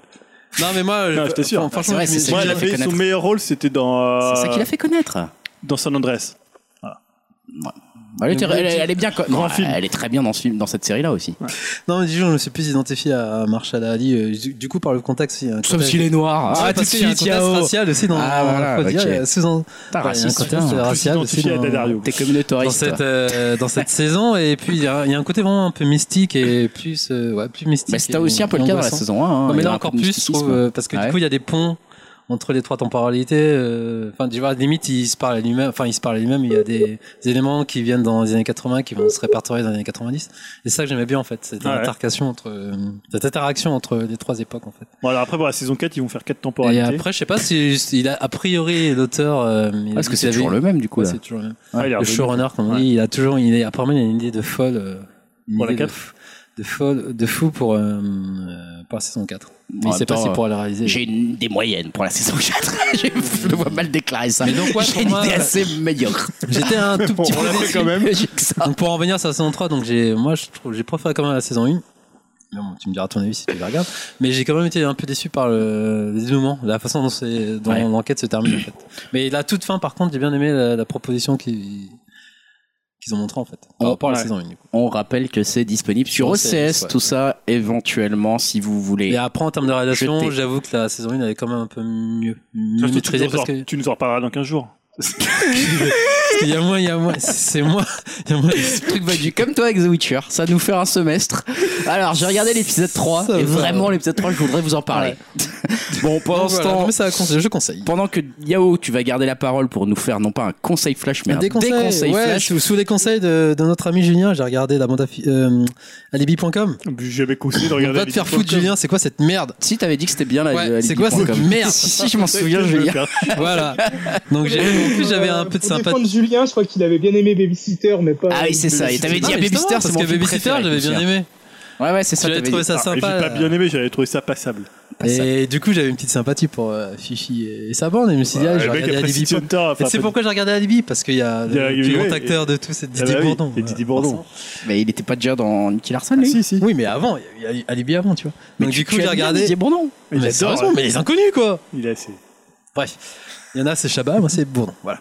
Non mais moi, Non, je- j'étais sûr. enfin, Ah, c'est franchement, vrai, je c'est me- ça Moi, qui elle l'a fait avait son connaître. meilleur rôle, c'était dans. euh, C'est ça qui l'a fait connaître. Dans San Andreas. Elle, était- elle- elle est bien. co- Grand non, film. Elle est très bien dans, ce film, dans cette série-là aussi. non mais du coup, je me suis plus identifié à Marshall Ali. euh, du- Du coup, par le contexte, il y a un contexte- est noir. Ouais, Ah, tout de parce qu'il y a un suite, contexte yao. racial aussi dans Ah, voilà, faut dire, ok. il y a sous- T'as Ah, Ouais, il y a un raciste. contexte putain. racial aussi identifié à dans- Dadario. T'es dans communautariste. cette euh, dans cette saison et puis il y, a il y a un côté vraiment un peu mystique et plus euh, ouais plus mystique. Mais c'était et aussi un peu le cas dans la angoissant. saison 1. hein. Non, mais Il y a là un encore peu de plus, je trouve, mysticisme. euh, parce que Ouais. du coup, il y a des ponts entre les trois temporalités. euh, Enfin, tu vois, limite, il se parle à lui-même. Enfin, il se parle à lui-même. Il y a des, des éléments qui viennent dans les années 80, qui vont se répertorier dans les années 90. Et c'est ça que j'aimais bien, en fait, cette Ouais. intercation entre euh, cette interaction entre les trois époques, en fait. Bon, alors après, pour la saison 4, ils vont faire 4 Et temporalités. après, je sais pas si il a a priori l'auteur. euh, il a Ah, Parce que dit c'est qu'il toujours avait- le même, du coup. Ouais, là. c'est toujours le même. Ah, il est Le revenu. showrunner, comme on Ouais. dit, il a toujours, il est, apparemment, il a une idée de folle. euh, une Pour la idée de, quatre f- de folle, de fou pour, euh, euh, pour la saison 4. Mais En il même sait pas temps, s'il euh, pourra la réaliser. J'ai une- des moyennes pour la saison 4. je le vois mal déclarer ça. Mais donc, ouais, J'ai pour une moi, idée assez meilleure. J'étais un tout petit On peu l'a fait déçu. quand même. J'ai que ça. Donc pour en revenir sur la saison 3, donc j'ai, moi je trouve, j'ai préféré quand même la saison 1. Mais bon, tu me diras ton avis si tu la regardes. Mais j'ai quand même été un peu déçu par le, le dénouement, la façon dont, c'est, dont Ouais. l'enquête se termine en fait. Mais la toute fin, par contre, j'ai bien aimé la, la proposition qui, qu'ils ont montrée en fait. Par Oh, rapport à ouais. la saison 1. du coup. On rappelle que c'est disponible sur Sur OCS, OCS, ouais. tout ça, éventuellement, si vous Et voulez. après, en termes de réalisation, Jeté. j'avoue que la saison 1 elle est quand même un peu mieux, mieux Surtout, tu, maîtrisée nous en- parce que. tu nous en reparleras dans 15 jours. parce qu'il y a moins, il y a moins, c'est moi, il y a moins. Le truc va du comme toi avec The Witcher, ça nous fait un semestre. Alors, j'ai regardé l'épisode 3, Ça et va. vraiment, l'épisode 3, je voudrais vous en parler. bon, pendant Donc ce voilà, temps, mais ça, conseille- je conseille. pendant que Yao, tu vas garder la parole pour nous faire non pas un conseil flash, mais un des conseils, déconseil ouais, flash. sous, sous les conseils de, de notre ami Julien, j'ai regardé la bande à fi- euh, alibi.com. J'avais conseillé de On regarder. va te faire foutre, Julien, c'est quoi cette merde Si t'avais dit que c'était bien la Ouais, la c'est quoi cette Libye.com. merde Si, si, je m'en souviens, je vais dire. Voilà. Donc j'ai, en plus, j'avais un Euh, peu de pour sympathie. défendre Julien, je crois qu'il avait bien aimé Babysitter, mais pas. Ah oui, c'est ça, et t'avais dit Non, à mais justement, Babysitter, c'est parce mon que film Babysitter, préféré, j'avais je me bien aimé. souviens. Ouais, ouais, c'est ça, J'avais t'avais trouvé dit. ça Ah, J'ai sympa. euh. pas bien aimé, j'avais trouvé ça passable. Et du coup, j'avais une petite sympathie pour euh, Fifi et sa bande. Et je me suis dit, ah, je Le vais mec regarder après Alibi. City Hunter, enfin, Et c'est pourquoi j'ai regardé Alibi parce qu'il y a Il y a- le plus oui, grand oui, acteur de tous, c'est Ah bah Didier oui, Bourdon. c'est Didier euh, Bourdon. forcément. Mais il était pas déjà dans Nicky Larson, Ah, lui Si, si. Oui, mais avant, il y a eu Alibi avant, tu vois. Mais Donc tu- du coup, tu j'ai aimes bien regardé. Didier Bourdon. Il Mais adore, sérieusement, ouais. mais les inconnus, quoi. Il est assez. Bref, il y en a, c'est Chabat, moi c'est Bourdon. Voilà.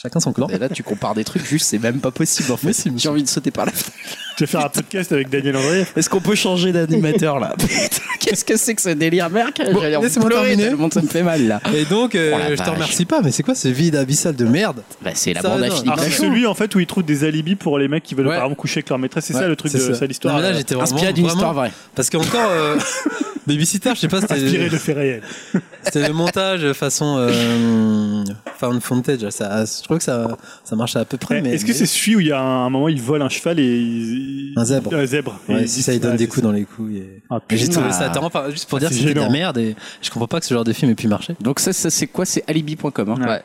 Chacun son clan. Et là, tu compares des trucs, juste, c'est même pas possible en fait. Mais si, mais J'ai envie de sauter par la fenêtre. Tu vas faire un podcast avec Daniel André Est-ce qu'on peut changer d'animateur là Putain, Qu'est-ce que c'est que ce délire, merde Bon, J'allais en laissez-moi pleurer, terminer. tellement ça me fait mal là. Et donc, euh, Oh la je te vache. remercie pas, mais c'est quoi ce vide abyssal de merde Bah, c'est la Ça, bande à non. Philippe Ah, c'est Lachaud. celui en fait où il trouve des alibis pour les mecs qui veulent Ouais. apparemment coucher avec leur maîtresse. C'est ça Ouais, le truc de c'est ça l'histoire. Non, mais là, euh, j'étais vraiment, Inspiré d'une vraiment- histoire vraie. Parce qu'encore, euh, Babysitter, je sais pas, Inspiré c'était de faits réels. c'était le montage façon euh, found footage. Ça, je trouve que ça, ça marche à peu près. mais Est-ce que c'est celui où il y a un, un moment il vole un cheval et il- Un zèbre. Un zèbre. Et Ouais, il si dit- ça, il donne Ah, des c'est coups dans les couilles. et- ça. Ah, Mais J'ai putain. trouvé ça attends, enfin, juste pour Ah, dire c'est que c'était de la gênant. merde et je comprends pas que ce genre de film ait pu marcher. Donc, ça, ça, c'est quoi C'est alibi.com. hein. Ouais.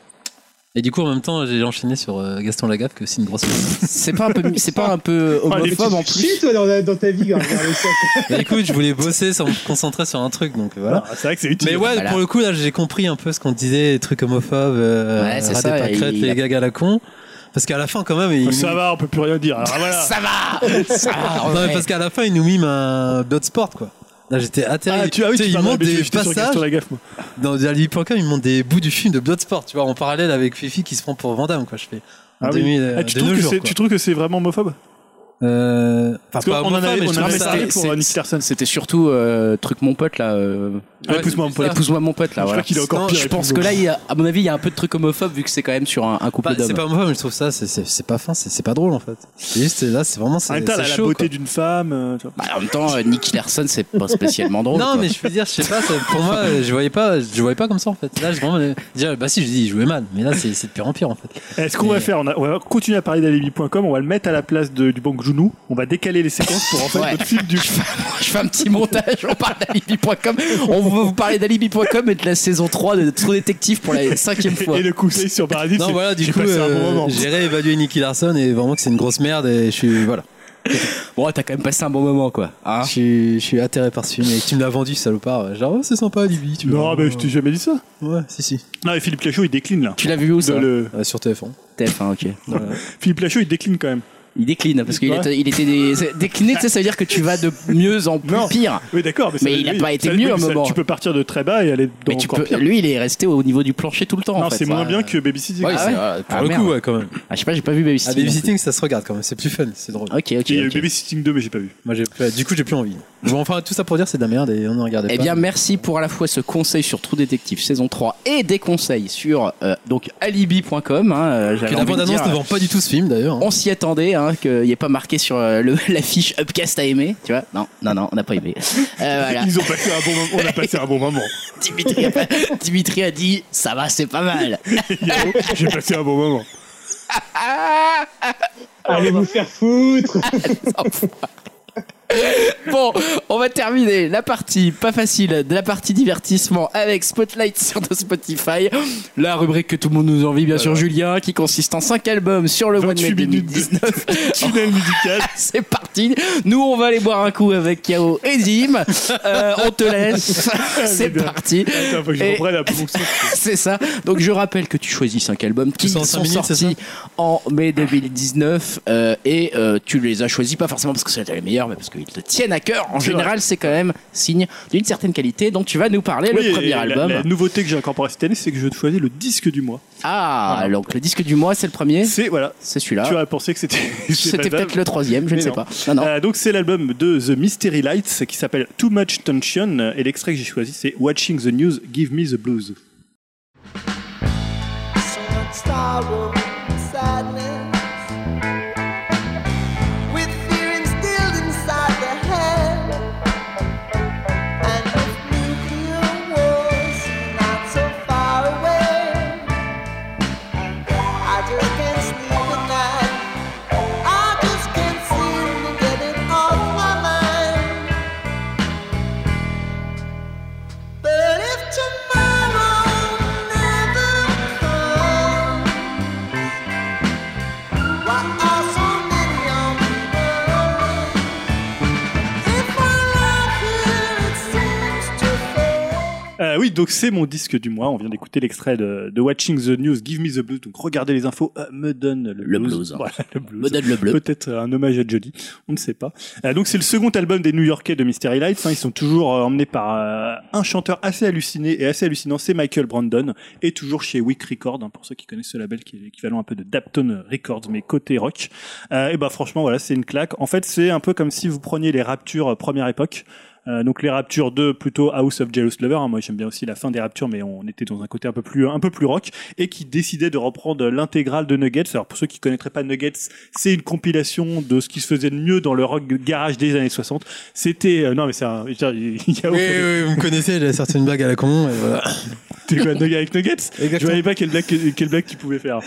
Et du coup, en même temps, j'ai enchaîné sur euh, Gaston Lagaffe, que c'est une grosse. merde. C'est pas un peu, c'est pas un peu Ah, les homophobe en Tu plus chies, euh, toi, dans, la- dans ta vie, quand même, regarde ça. Mais Bah, écoute, je voulais bosser sans me concentrer sur un truc, donc euh, voilà. Ah, C'est vrai que c'est utile. Mais ouais, Voilà. pour le coup, là, j'ai compris un peu ce qu'on disait, les trucs homophobes, euh, Ouais, c'est ras ça, des pâquerettes, il- les gags à la con. Parce qu'à la fin, quand même, il. Oh, Ça va, on peut plus rien dire. Alors, voilà. Ça va Ça va Non, mais ouais. parce qu'à la fin, il nous mime un Bloodsport, quoi. Là, j'étais atterré. Ah, tu as oui, sais, tu il parles de montre la bêtise, des j'étais sur Gaston passages euh, Lagaffe, moi. dans Ali.com, il montre des bouts du film de Bloodsport, tu vois, en parallèle avec Fifi qui se prend pour Vandame, quoi. Je fais. Ah en oui. 2000, euh, Ah, tu, de trouves nos que jours, c'est- quoi. tu trouves que c'est vraiment homophobe Euh, Parce pas qu'on en homophobe, avait mais on je en trouve avait ça- parlé c'est- pour Nick Larson. C'était surtout euh, truc mon pote là. euh, Ouais, Épouse-moi mon c'est ça. pote. Épouse-moi mon pote Je là. crois Voilà. qu'il est encore Non, pire. Je pense que là, il y a- à mon avis, il y a un peu de truc homophobe vu que c'est quand même sur un, un couple Bah, c'est d'hommes. pas moi, mais je trouve ça, c'est- c'est c'est pas fin, c'est c'est pas drôle en fait. C'est juste, là, c'est vraiment. En c'est même temps, elle c'est a la chaud, beauté quoi. d'une femme. euh, tu vois. Bah, en même temps, euh, Nicky Larson, c'est pas spécialement drôle. Non, quoi. mais je veux dire, je sais pas, ça- pour moi, euh, je voyais pas, je voyais pas comme ça en fait. Là, je vraiment. euh, Déjà, bah si, je dis, il jouait mal, mais là, c'est c'est de pire en pire en fait. Eh, Ce qu'on va Mais- faire, on, a- on va continuer à parler d'alibi.com, on va le mettre à la place de- du Banque Jounou, on va décaler les séquences pour en faire Ouais. notre film du. Je fais, je fais un petit montage, on parle d'alibi.com. On va vous parler d'alibi.com et de la saison 3 de Trou Détective pour la cinquième fois. Et le conseil sur Paradis, Non, c'est- voilà, du j'ai coup, passé un bon euh, moment. j'ai réévalué Nicky Larson et vraiment que c'est une grosse merde et je suis, voilà, Bon, t'as quand même passé un bon moment, quoi. Ah. Hein je suis, je suis atterré par ce film et tu me l'as vendu, salopard. Genre, oh, c'est sympa, Libye, tu Non, vois. mais je t'ai jamais dit ça. Ouais, si, si, Non, et Philippe Lachaud, il décline là. tu l'as vu où De ça le- Euh, sur TF1. TF1, ok. Voilà. Philippe Lachaud, il décline quand même. Il décline parce qu'il Ouais. était, il était des- c'est- décliné, tu sais, ça veut dire que tu vas de mieux en plus Non. pire. Oui, d'accord, mais, Mais ça- il a oui, pas été ça- mieux, oui, un ça- moment. Tu peux partir de très bas et aller dans mais tu encore peux, pire. lui, il est resté au niveau du plancher tout le temps. en Non, fait. c'est moins Ouais. bien que Babysitting. Ouais, Ah, c'est- ouais. ah, Pour le merde. coup, ouais, quand même. Ah, je sais pas, j'ai pas vu Ah, Babysitting. Babysitting, ça se regarde quand même, c'est plus fun, c'est drôle. Ok, ok. Il y a eu ok. Babysitting 2, mais j'ai pas vu. Moi, j'ai, euh, du coup, j'ai plus envie. Bon, enfin, tout ça pour dire, c'est de la merde et on ne regardait Eh pas. bien, merci pour à la fois ce conseil sur Trou Détective saison 3 et des conseils sur euh, donc alibi.com. Hein, euh, j'avais Que la envie de bande-annonce dire, ne vend pas du tout ce film, d'ailleurs. On s'y attendait, hein, qu'il n'y ait pas marqué sur euh, le- l'affiche Upcast a aimé, tu vois. Non, non, non, on n'a pas aimé. Euh, voilà. Ils ont passé un bon moment. On a passé un bon moment. Dimitri a, Dimitri a dit ça va, c'est pas mal. J'ai passé un bon moment. Ah, Ah, Allez bah. vous faire foutre. Bon, on va terminer la partie pas facile de la partie divertissement avec Spotlight sur de Spotify. La rubrique que tout le monde nous envie, bien sûr, Julien, qui consiste en 5 albums sur le mois de mai 28 minutes de- 2019. Tunnel musical. C'est parti. Nous, on va aller boire un coup avec Kao et Dim. Euh, on te laisse. C'est bien. parti. Attends, faut que je Et- reprenne la production. C'est ça. Donc je rappelle que tu choisis cinq albums qui sont sont en cinq minutes, c'est sortis en mai 2019 euh, et euh, tu les as choisis pas forcément parce que c'était les meilleurs, mais parce qu'ils te tiennent à cœur. En C'est général, c'est quand même signe d'une certaine qualité. Donc tu vas nous parler Oui, le et premier la- album. La nouveauté que j'ai incorporée cette année, c'est que je choisis le disque du mois. Ah, Voilà. donc le disque du mois, c'est le premier. C'est voilà. C'est Tu celui-là. aurais pensé que c'était. c'était pas Ah. C'était ça. peut-être le troisième, je ne Mais sais non. pas. Non, non. Euh, donc c'est l'album de The Mystery Lights qui s'appelle Too Much Tension et l'extrait que j'ai choisi c'est Watching the News Give Me the Blues. So much sorrow, sadness, with fear instilled inside their head, and with nuclear wars not so far away. I just can't sleep at night. I just can't seem to get it off my mind. But if tomorrow never comes, Euh, Oui, donc c'est mon disque du mois. On vient d'écouter l'extrait de, de Watching the News, Give Me the Blues. Donc regardez les infos, euh, me donne le, Le blues. hein. Voilà, le blues. Me donne le bleu. Peut-être un hommage à Jody, on ne sait pas. Euh, donc c'est le second album des New Yorkais de Mystery Lights. hein. Ils sont toujours euh, emmenés par euh, un chanteur assez halluciné et assez hallucinant, c'est Michael Brandon, et toujours chez Wick Records, hein, pour ceux qui connaissent ce label qui est l'équivalent un peu de Daptone Records, mais côté rock. Euh, et ben franchement, voilà, c'est une claque. En fait, c'est un peu comme si vous preniez les Raptures euh, première époque. Euh, donc les Raptures 2 plutôt House of Jealous Lover hein. moi j'aime bien aussi la fin des Raptures mais on était dans un côté un peu plus un peu plus rock et qui décidait de reprendre l'intégrale de Nuggets alors pour ceux qui connaîtraient pas Nuggets c'est une compilation de ce qui se faisait de mieux dans le rock garage des années 60 c'était euh, non mais c'est un il y a Ah, Oui, oui, vous me connaissez, j'ai sorti une blague à la con. Et voilà. T'es quoi, Nuggets avec Nuggets je Exactement. voyais pas quelle blague, quelle blague tu pouvais faire.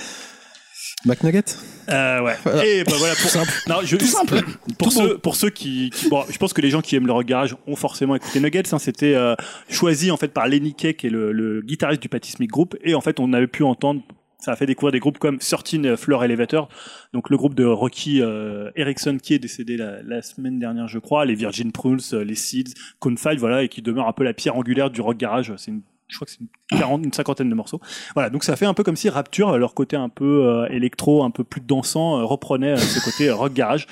McNugget Euh, ouais. Voilà. Et ben voilà pour non, je, tout simple. Pour Tout ceux pour ceux qui, qui- bon, je pense que les gens qui aiment le rock garage ont forcément écouté Nuggets. hein. C'était euh, choisi en fait par Lenny Kay qui est le, le guitariste du Patti Smith Group et en fait on avait pu entendre ça a fait découvrir des groupes comme 13 Floor Elevator, donc le groupe de Rocky euh, Erickson qui est décédé la, la semaine dernière, je crois, les Virgin Prunes, euh, les Seeds, Cone Five, voilà, et qui demeure un peu la pierre angulaire du rock garage. C'est une, je crois que c'est une, 40, une cinquantaine de morceaux. Voilà, donc ça fait un peu comme si Rapture, leur côté un peu euh, électro, un peu plus dansant, euh, reprenait euh, ce côté euh, rock garage.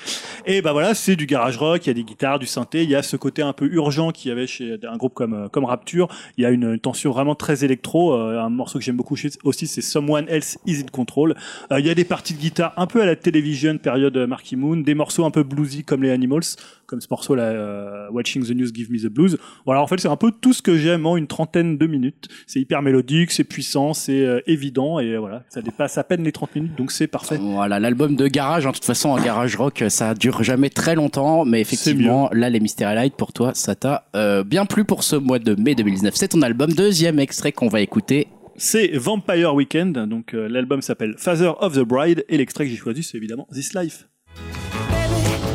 Et bah voilà, c'est du garage rock, il y a des guitares, du synthé, il y a ce côté un peu urgent qu'il y avait chez un groupe comme, euh, comme Rapture. Il y a une tension vraiment très électro. euh, un morceau que j'aime beaucoup chez- aussi, c'est Someone Else Is In Control. Euh, il y a des parties de guitare un peu à la télévision, période euh, Marky Moon, des morceaux un peu bluesy comme les Animals, comme ce morceau là, euh, Watching the News Give Me the Blues. Voilà, en fait, c'est un peu tout ce que j'aime en une trentaine de minutes. C'est hyper mélodique, c'est puissant, c'est euh, évident, et euh, voilà, ça dépasse à peine les 30 minutes, donc c'est parfait. Voilà, l'album de garage, en toute façon, en garage rock, ça dure jamais très longtemps, mais effectivement, là, les Mystery Light, pour toi, ça t'a euh, bien plu pour ce mois de mai 2019. C'est ton album, deuxième extrait qu'on va écouter. C'est Vampire Weekend, donc euh, l'album s'appelle Father of the Bride, et l'extrait que j'ai choisi, c'est évidemment This Life.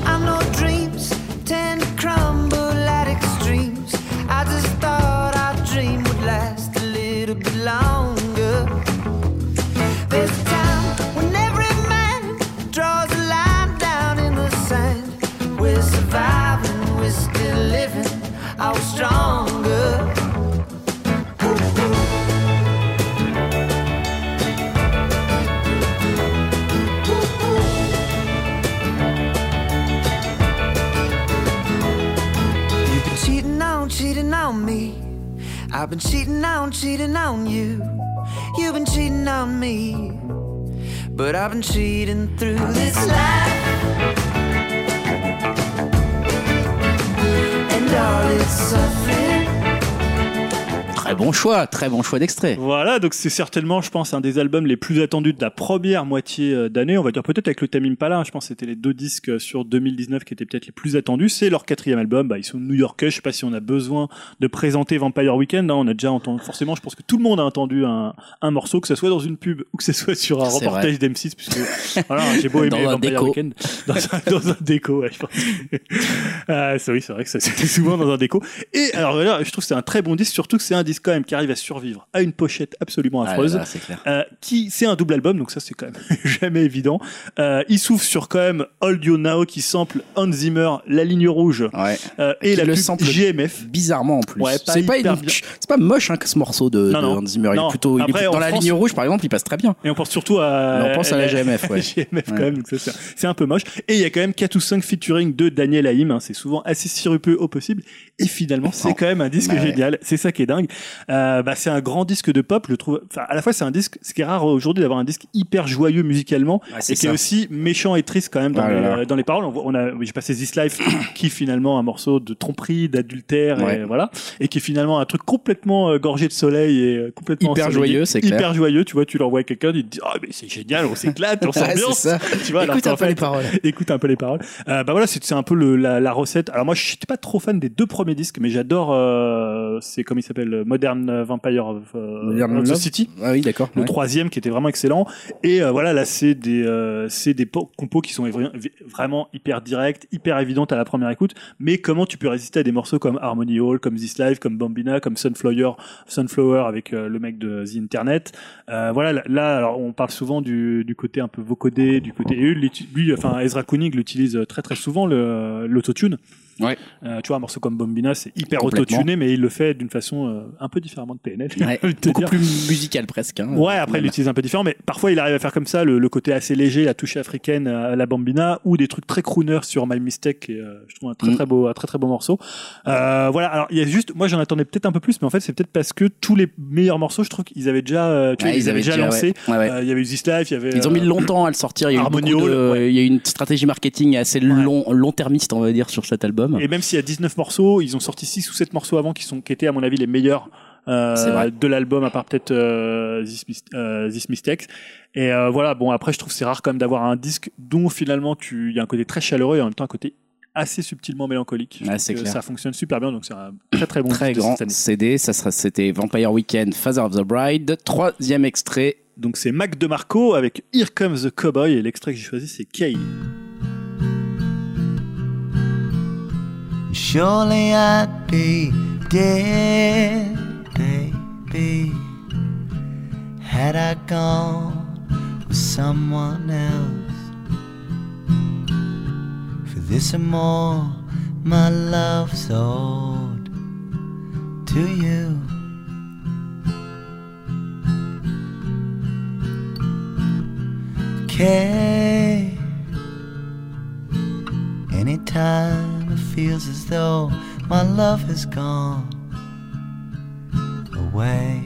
I know dreams tend to crumble at extremes. I just thought our dream would last a little bit longer. This time, when every man draws a line down in the sand, we're surviving, we're still living, our stronger. You've been cheating on, cheating on me. I've been cheating on, cheating on you. You've been cheating on me. But I've been cheating through this life. And all its suffering. Très bon choix, très bon choix d'extrait. Voilà, donc c'est certainement, je pense, un des albums les plus attendus de la première moitié euh, d'année. On va dire peut-être avec le Tamim Pala, hein, je pense que c'était les deux disques euh, sur 2019 qui étaient peut-être les plus attendus. C'est leur quatrième album, bah, ils sont new-yorkais, je sais pas si on a besoin de présenter Vampire Weekend. hein. On a déjà entendu, forcément, je pense que tout le monde a entendu un, un morceau, que ce soit dans une pub ou que ce soit sur un C'est reportage d'M6, puisque voilà, j'ai beau aimer Dans un Vampire déco. Weekend, dans un, dans un déco, ouais, je pense. Ah, c'est- oui, c'est vrai que ça, c'était souvent dans un déco. Et alors là, je trouve que c'est un très bon disque, surtout que c'est un disque quand même qui arrive à survivre à une pochette absolument affreuse. Ah là là, c'est clair. Euh, qui c'est un double album, donc ça c'est quand même jamais évident. Euh, il s'ouvre sur quand même Hold You Now qui sample Hans Zimmer, La Ligne Rouge Ouais. euh, et Qui la le pub sample GMF. Bizarrement en plus. Ouais, pas c'est pas, hyper une- bien. c'est pas moche hein, que ce morceau de, Non, de non. Hans Zimmer. Il Non. est plutôt, il est Après, plutôt- en dans la France- ligne rouge par exemple, il passe très bien. Et on pense surtout à. Mais on pense à la GMF, ouais. GMF quand Ouais. même, donc ça, c'est- c'est un peu moche. Et il y a quand même 4 ou 5 featuring de Daniel Haïm, hein, c'est souvent assez sirupeux au possible. Et finalement, c'est Non. quand même un disque Bah ouais. génial, c'est ça qui est dingue. Euh, bah, c'est un grand disque de pop, je trouve. Enfin, à la fois, c'est un disque, ce qui est rare aujourd'hui d'avoir un disque hyper joyeux musicalement, Ouais, c'est et qui est ça. aussi méchant et triste quand même dans, Ah là les, là. euh, dans les paroles. On voit- On a, j'ai passé This Life, qui est finalement un morceau de tromperie, d'adultère, et Ouais. voilà, et qui est finalement un truc complètement euh, gorgé de soleil et euh, complètement Hyper ensoleillé. joyeux, c'est hyper clair. joyeux. Tu vois, tu l'envoies à quelqu'un, il te dit ah mais c'est génial, on s'éclate, on Ouais, c'est s'ambiance. ça. tu vois, alors Écoute qu'en un peu fait, les paroles. écoute un peu les paroles. Euh, bah voilà, c'est c'est un peu le- la, la recette. Alors moi, je n'étais pas trop fan des deux premiers disques, mais j'adore. euh, c'est comme il s'appelle euh, Modern Vampire of, euh, Modern of the Love. City. Ah oui, d'accord. Le ouais. troisième qui était vraiment excellent. Et euh, voilà, là, c'est des, euh, c'est des po- compos qui sont vra- vraiment hyper directs, hyper évidentes à la première écoute. Mais comment tu peux résister à des morceaux comme Harmony Hall, comme This Life, comme Bambina, comme Sunflower, Sunflower avec euh, le mec de The Internet. Euh, voilà, là- là, alors, on parle souvent du, du côté un peu vocodé, du côté. Et eux, l'uti- lui, enfin, Ezra Koenig l'utilise très très souvent, le- l'autotune. Ouais. Euh, tu vois, un morceau comme Bombina, c'est hyper Complètement. autotuné, mais il le fait d'une façon euh, un peu différemment de PNL. j'ai Ouais, envie de te beaucoup dire. plus musical presque. hein. Ouais, après il l'utilise un peu différent, mais parfois il arrive à faire comme ça le, le côté assez léger, la touche africaine à la bambina, ou des trucs très crooner sur My Mistake. et, euh, je trouve un très Mm. très beau, un très très beau morceau. Euh, voilà. Alors il y a juste, moi j'en attendais peut-être un peu plus, mais en fait c'est peut-être parce que tous les meilleurs morceaux, je trouve qu'ils avaient déjà, euh, tu Ouais, vois, ils, avaient déjà lancé. Euh, ouais. Ouais, Il ouais. y avait eu This Life, il y avait. Ils ont euh, mis longtemps à le sortir. Il y a eu, beaucoup Harmony Hall, de- ouais. il y a eu une stratégie marketing assez long, long-termiste, on va dire, sur cet album. Et même s'il y a 19 morceaux, ils ont sorti 6 ou 7 morceaux avant qui sont qui étaient à mon avis les meilleurs euh, C'est vrai. de l'album à part peut-être euh, This, Mis- euh, This Mistakes. Et euh, voilà, bon après je trouve que c'est rare quand même d'avoir un disque dont finalement tu il y a un côté très chaleureux et en même temps un côté assez subtilement mélancolique. Je Ouais, trouve c'est que clair. Ça fonctionne super bien donc c'est un très très bon Très disque de grand cette année. CD. Ça sera, c'était Vampire Weekend, Father of the Bride. Troisième extrait. Donc c'est Mac DeMarco avec Here Comes the Cowboy et l'extrait que j'ai choisi c'est Kay. Surely I'd be dead, baby, had I gone with someone else. For this and more, my love's owed to you. Kay. Anytime it feels as though my love has gone away.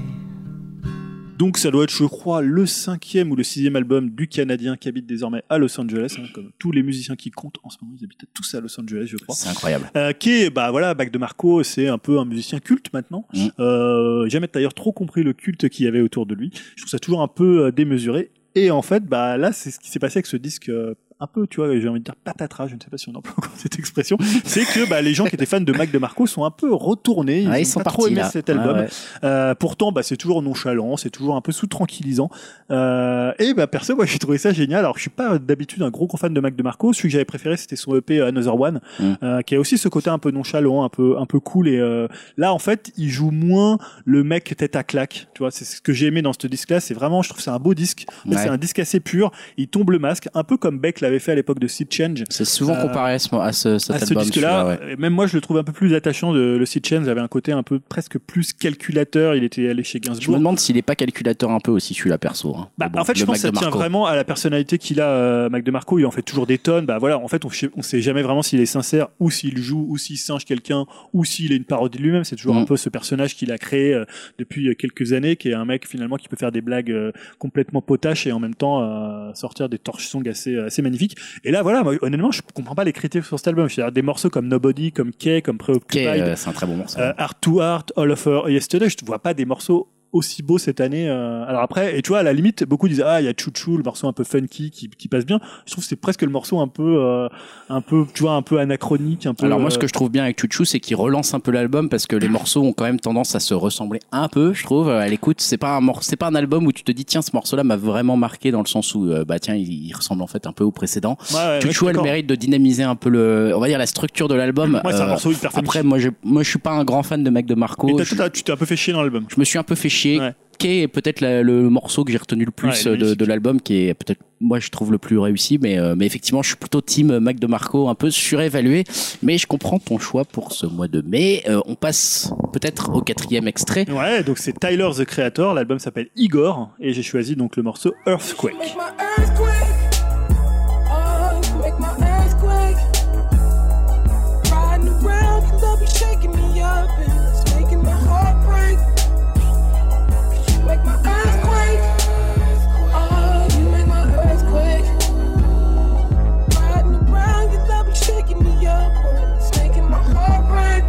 Donc ça doit être, je crois, le cinquième ou le sixième album du Canadien qui habite désormais à Los Angeles. hein, comme tous les musiciens qui comptent en ce moment, ils habitent tous à Los Angeles, je crois. C'est incroyable. Euh, qui est, bah voilà, Bac de Marco, c'est un peu un musicien culte maintenant. Mm. Euh, jamais d'ailleurs trop compris le culte qu'il y avait autour de lui. Je trouve ça toujours un peu euh, démesuré. Et en fait, bah là, c'est ce qui s'est passé avec ce disque. euh, un peu, tu vois, j'ai envie de dire patatras, je ne sais pas si on emploie encore cette expression, c'est que bah, les gens qui étaient fans de Mac de Marco sont un peu retournés, ils, Ouais, ont ils sont pas partis trop aimé là. cet album. Ouais, ouais. Euh, pourtant, bah, c'est toujours nonchalant, c'est toujours un peu sous tranquillisant. Euh, et bah, perso, moi, j'ai trouvé ça génial. Alors, je suis pas d'habitude un gros grand fan de Mac DeMarco. Celui que j'avais préféré, c'était son EP euh, Another One, Mm. euh, qui a aussi ce côté un peu nonchalant, un peu un peu cool. Et euh, là, en fait, il joue moins le mec tête à claque. Tu vois, c'est ce que j'ai aimé dans ce disque-là. C'est vraiment, je trouve, que c'est un beau disque. En fait, Ouais. C'est un disque assez pur. Il tombe le masque, un peu comme Beck l'avait fait à l'époque de Seed Change C'est souvent Euh, comparé à, ce, à ce, cet à ce album. disque-là. celui-là, ouais. euh, Même moi, je le trouve un peu plus attachant. De, le Seed Change avait un côté un peu presque plus calculateur. Il était allé chez Je me Gainsbourg. demande s'il est pas calculateur un peu aussi celui-là perso. hein. Bah, Mais bon, en fait, je le Mac pense que ça de tient Marco. vraiment à la personnalité qu'il a, euh, Mac DeMarco. Il en fait toujours des tonnes. Bah voilà, en fait, on, sait- on sait jamais vraiment s'il est sincère ou s'il joue ou s'il singe quelqu'un ou s'il est une parodie de lui-même. C'est toujours Mm. un peu ce personnage qu'il a créé euh, depuis euh, quelques années, qui est un mec finalement qui peut faire des blagues euh, complètement potaches et en même temps euh, sortir des torches songs assez, euh, assez magnifiques. Et là, voilà, moi, honnêtement, je comprends pas les critiques sur cet album. C'est-à-dire des morceaux comme Nobody, comme Kay, comme Ok, Preoccupied, euh, c'est un très bon morceau. euh, Art to Art, All of Her Yesterday, je ne vois pas des morceaux aussi beaux cette année. euh, alors après, et tu vois, à la limite, beaucoup disent ah il y a Chou Chou, le morceau un peu funky qui, qui passe bien. Je trouve que c'est presque le morceau un peu, euh, un peu, tu vois, un peu anachronique, un peu. Alors moi, ce euh, que je trouve bien avec Chouchou, c'est qu'il relance un peu l'album parce que les morceaux ont quand même tendance à se ressembler un peu, je trouve. Euh, À l'écoute, c'est pas un mor- c'est pas un album où tu te dis tiens, ce morceau-là m'a vraiment marqué dans le sens où euh, bah tiens, il, il ressemble en fait un peu au précédent. ouais, ouais, ouais, je suis Chouchou a le d'accord. mérite de dynamiser un peu le, on va dire la structure de l'album. Ouais, c'est un Euh, morceau hyper funky. après, moi, je, moi, je suis pas un grand fan de Mac de Mais Marco. t'as- Je, t'as- tu t'es un peu fait chier dans l'album. je me suis un peu fait chier. Ouais. Kay est peut-être la- le morceau que j'ai retenu le Ouais, plus il euh, est de, magnifique. de l'album, qui est peut-être, moi, je trouve le plus réussi. Mais, euh, mais effectivement, je suis plutôt team Mac de Marco, un peu surévalué. Mais je comprends ton choix pour ce mois de mai. Euh, on passe peut-être au quatrième extrait. Ouais, donc c'est Tyler the Creator. L'album s'appelle Igor et j'ai choisi donc le morceau Earthquake. Make my earthquake. Oh, make my earthquake. Riding around, you love you shaking me up and it's making my heart break. Cause you make my earthquake. Oh, you make my earthquake. Riding around, you love you shaking me up and it's making my heart break.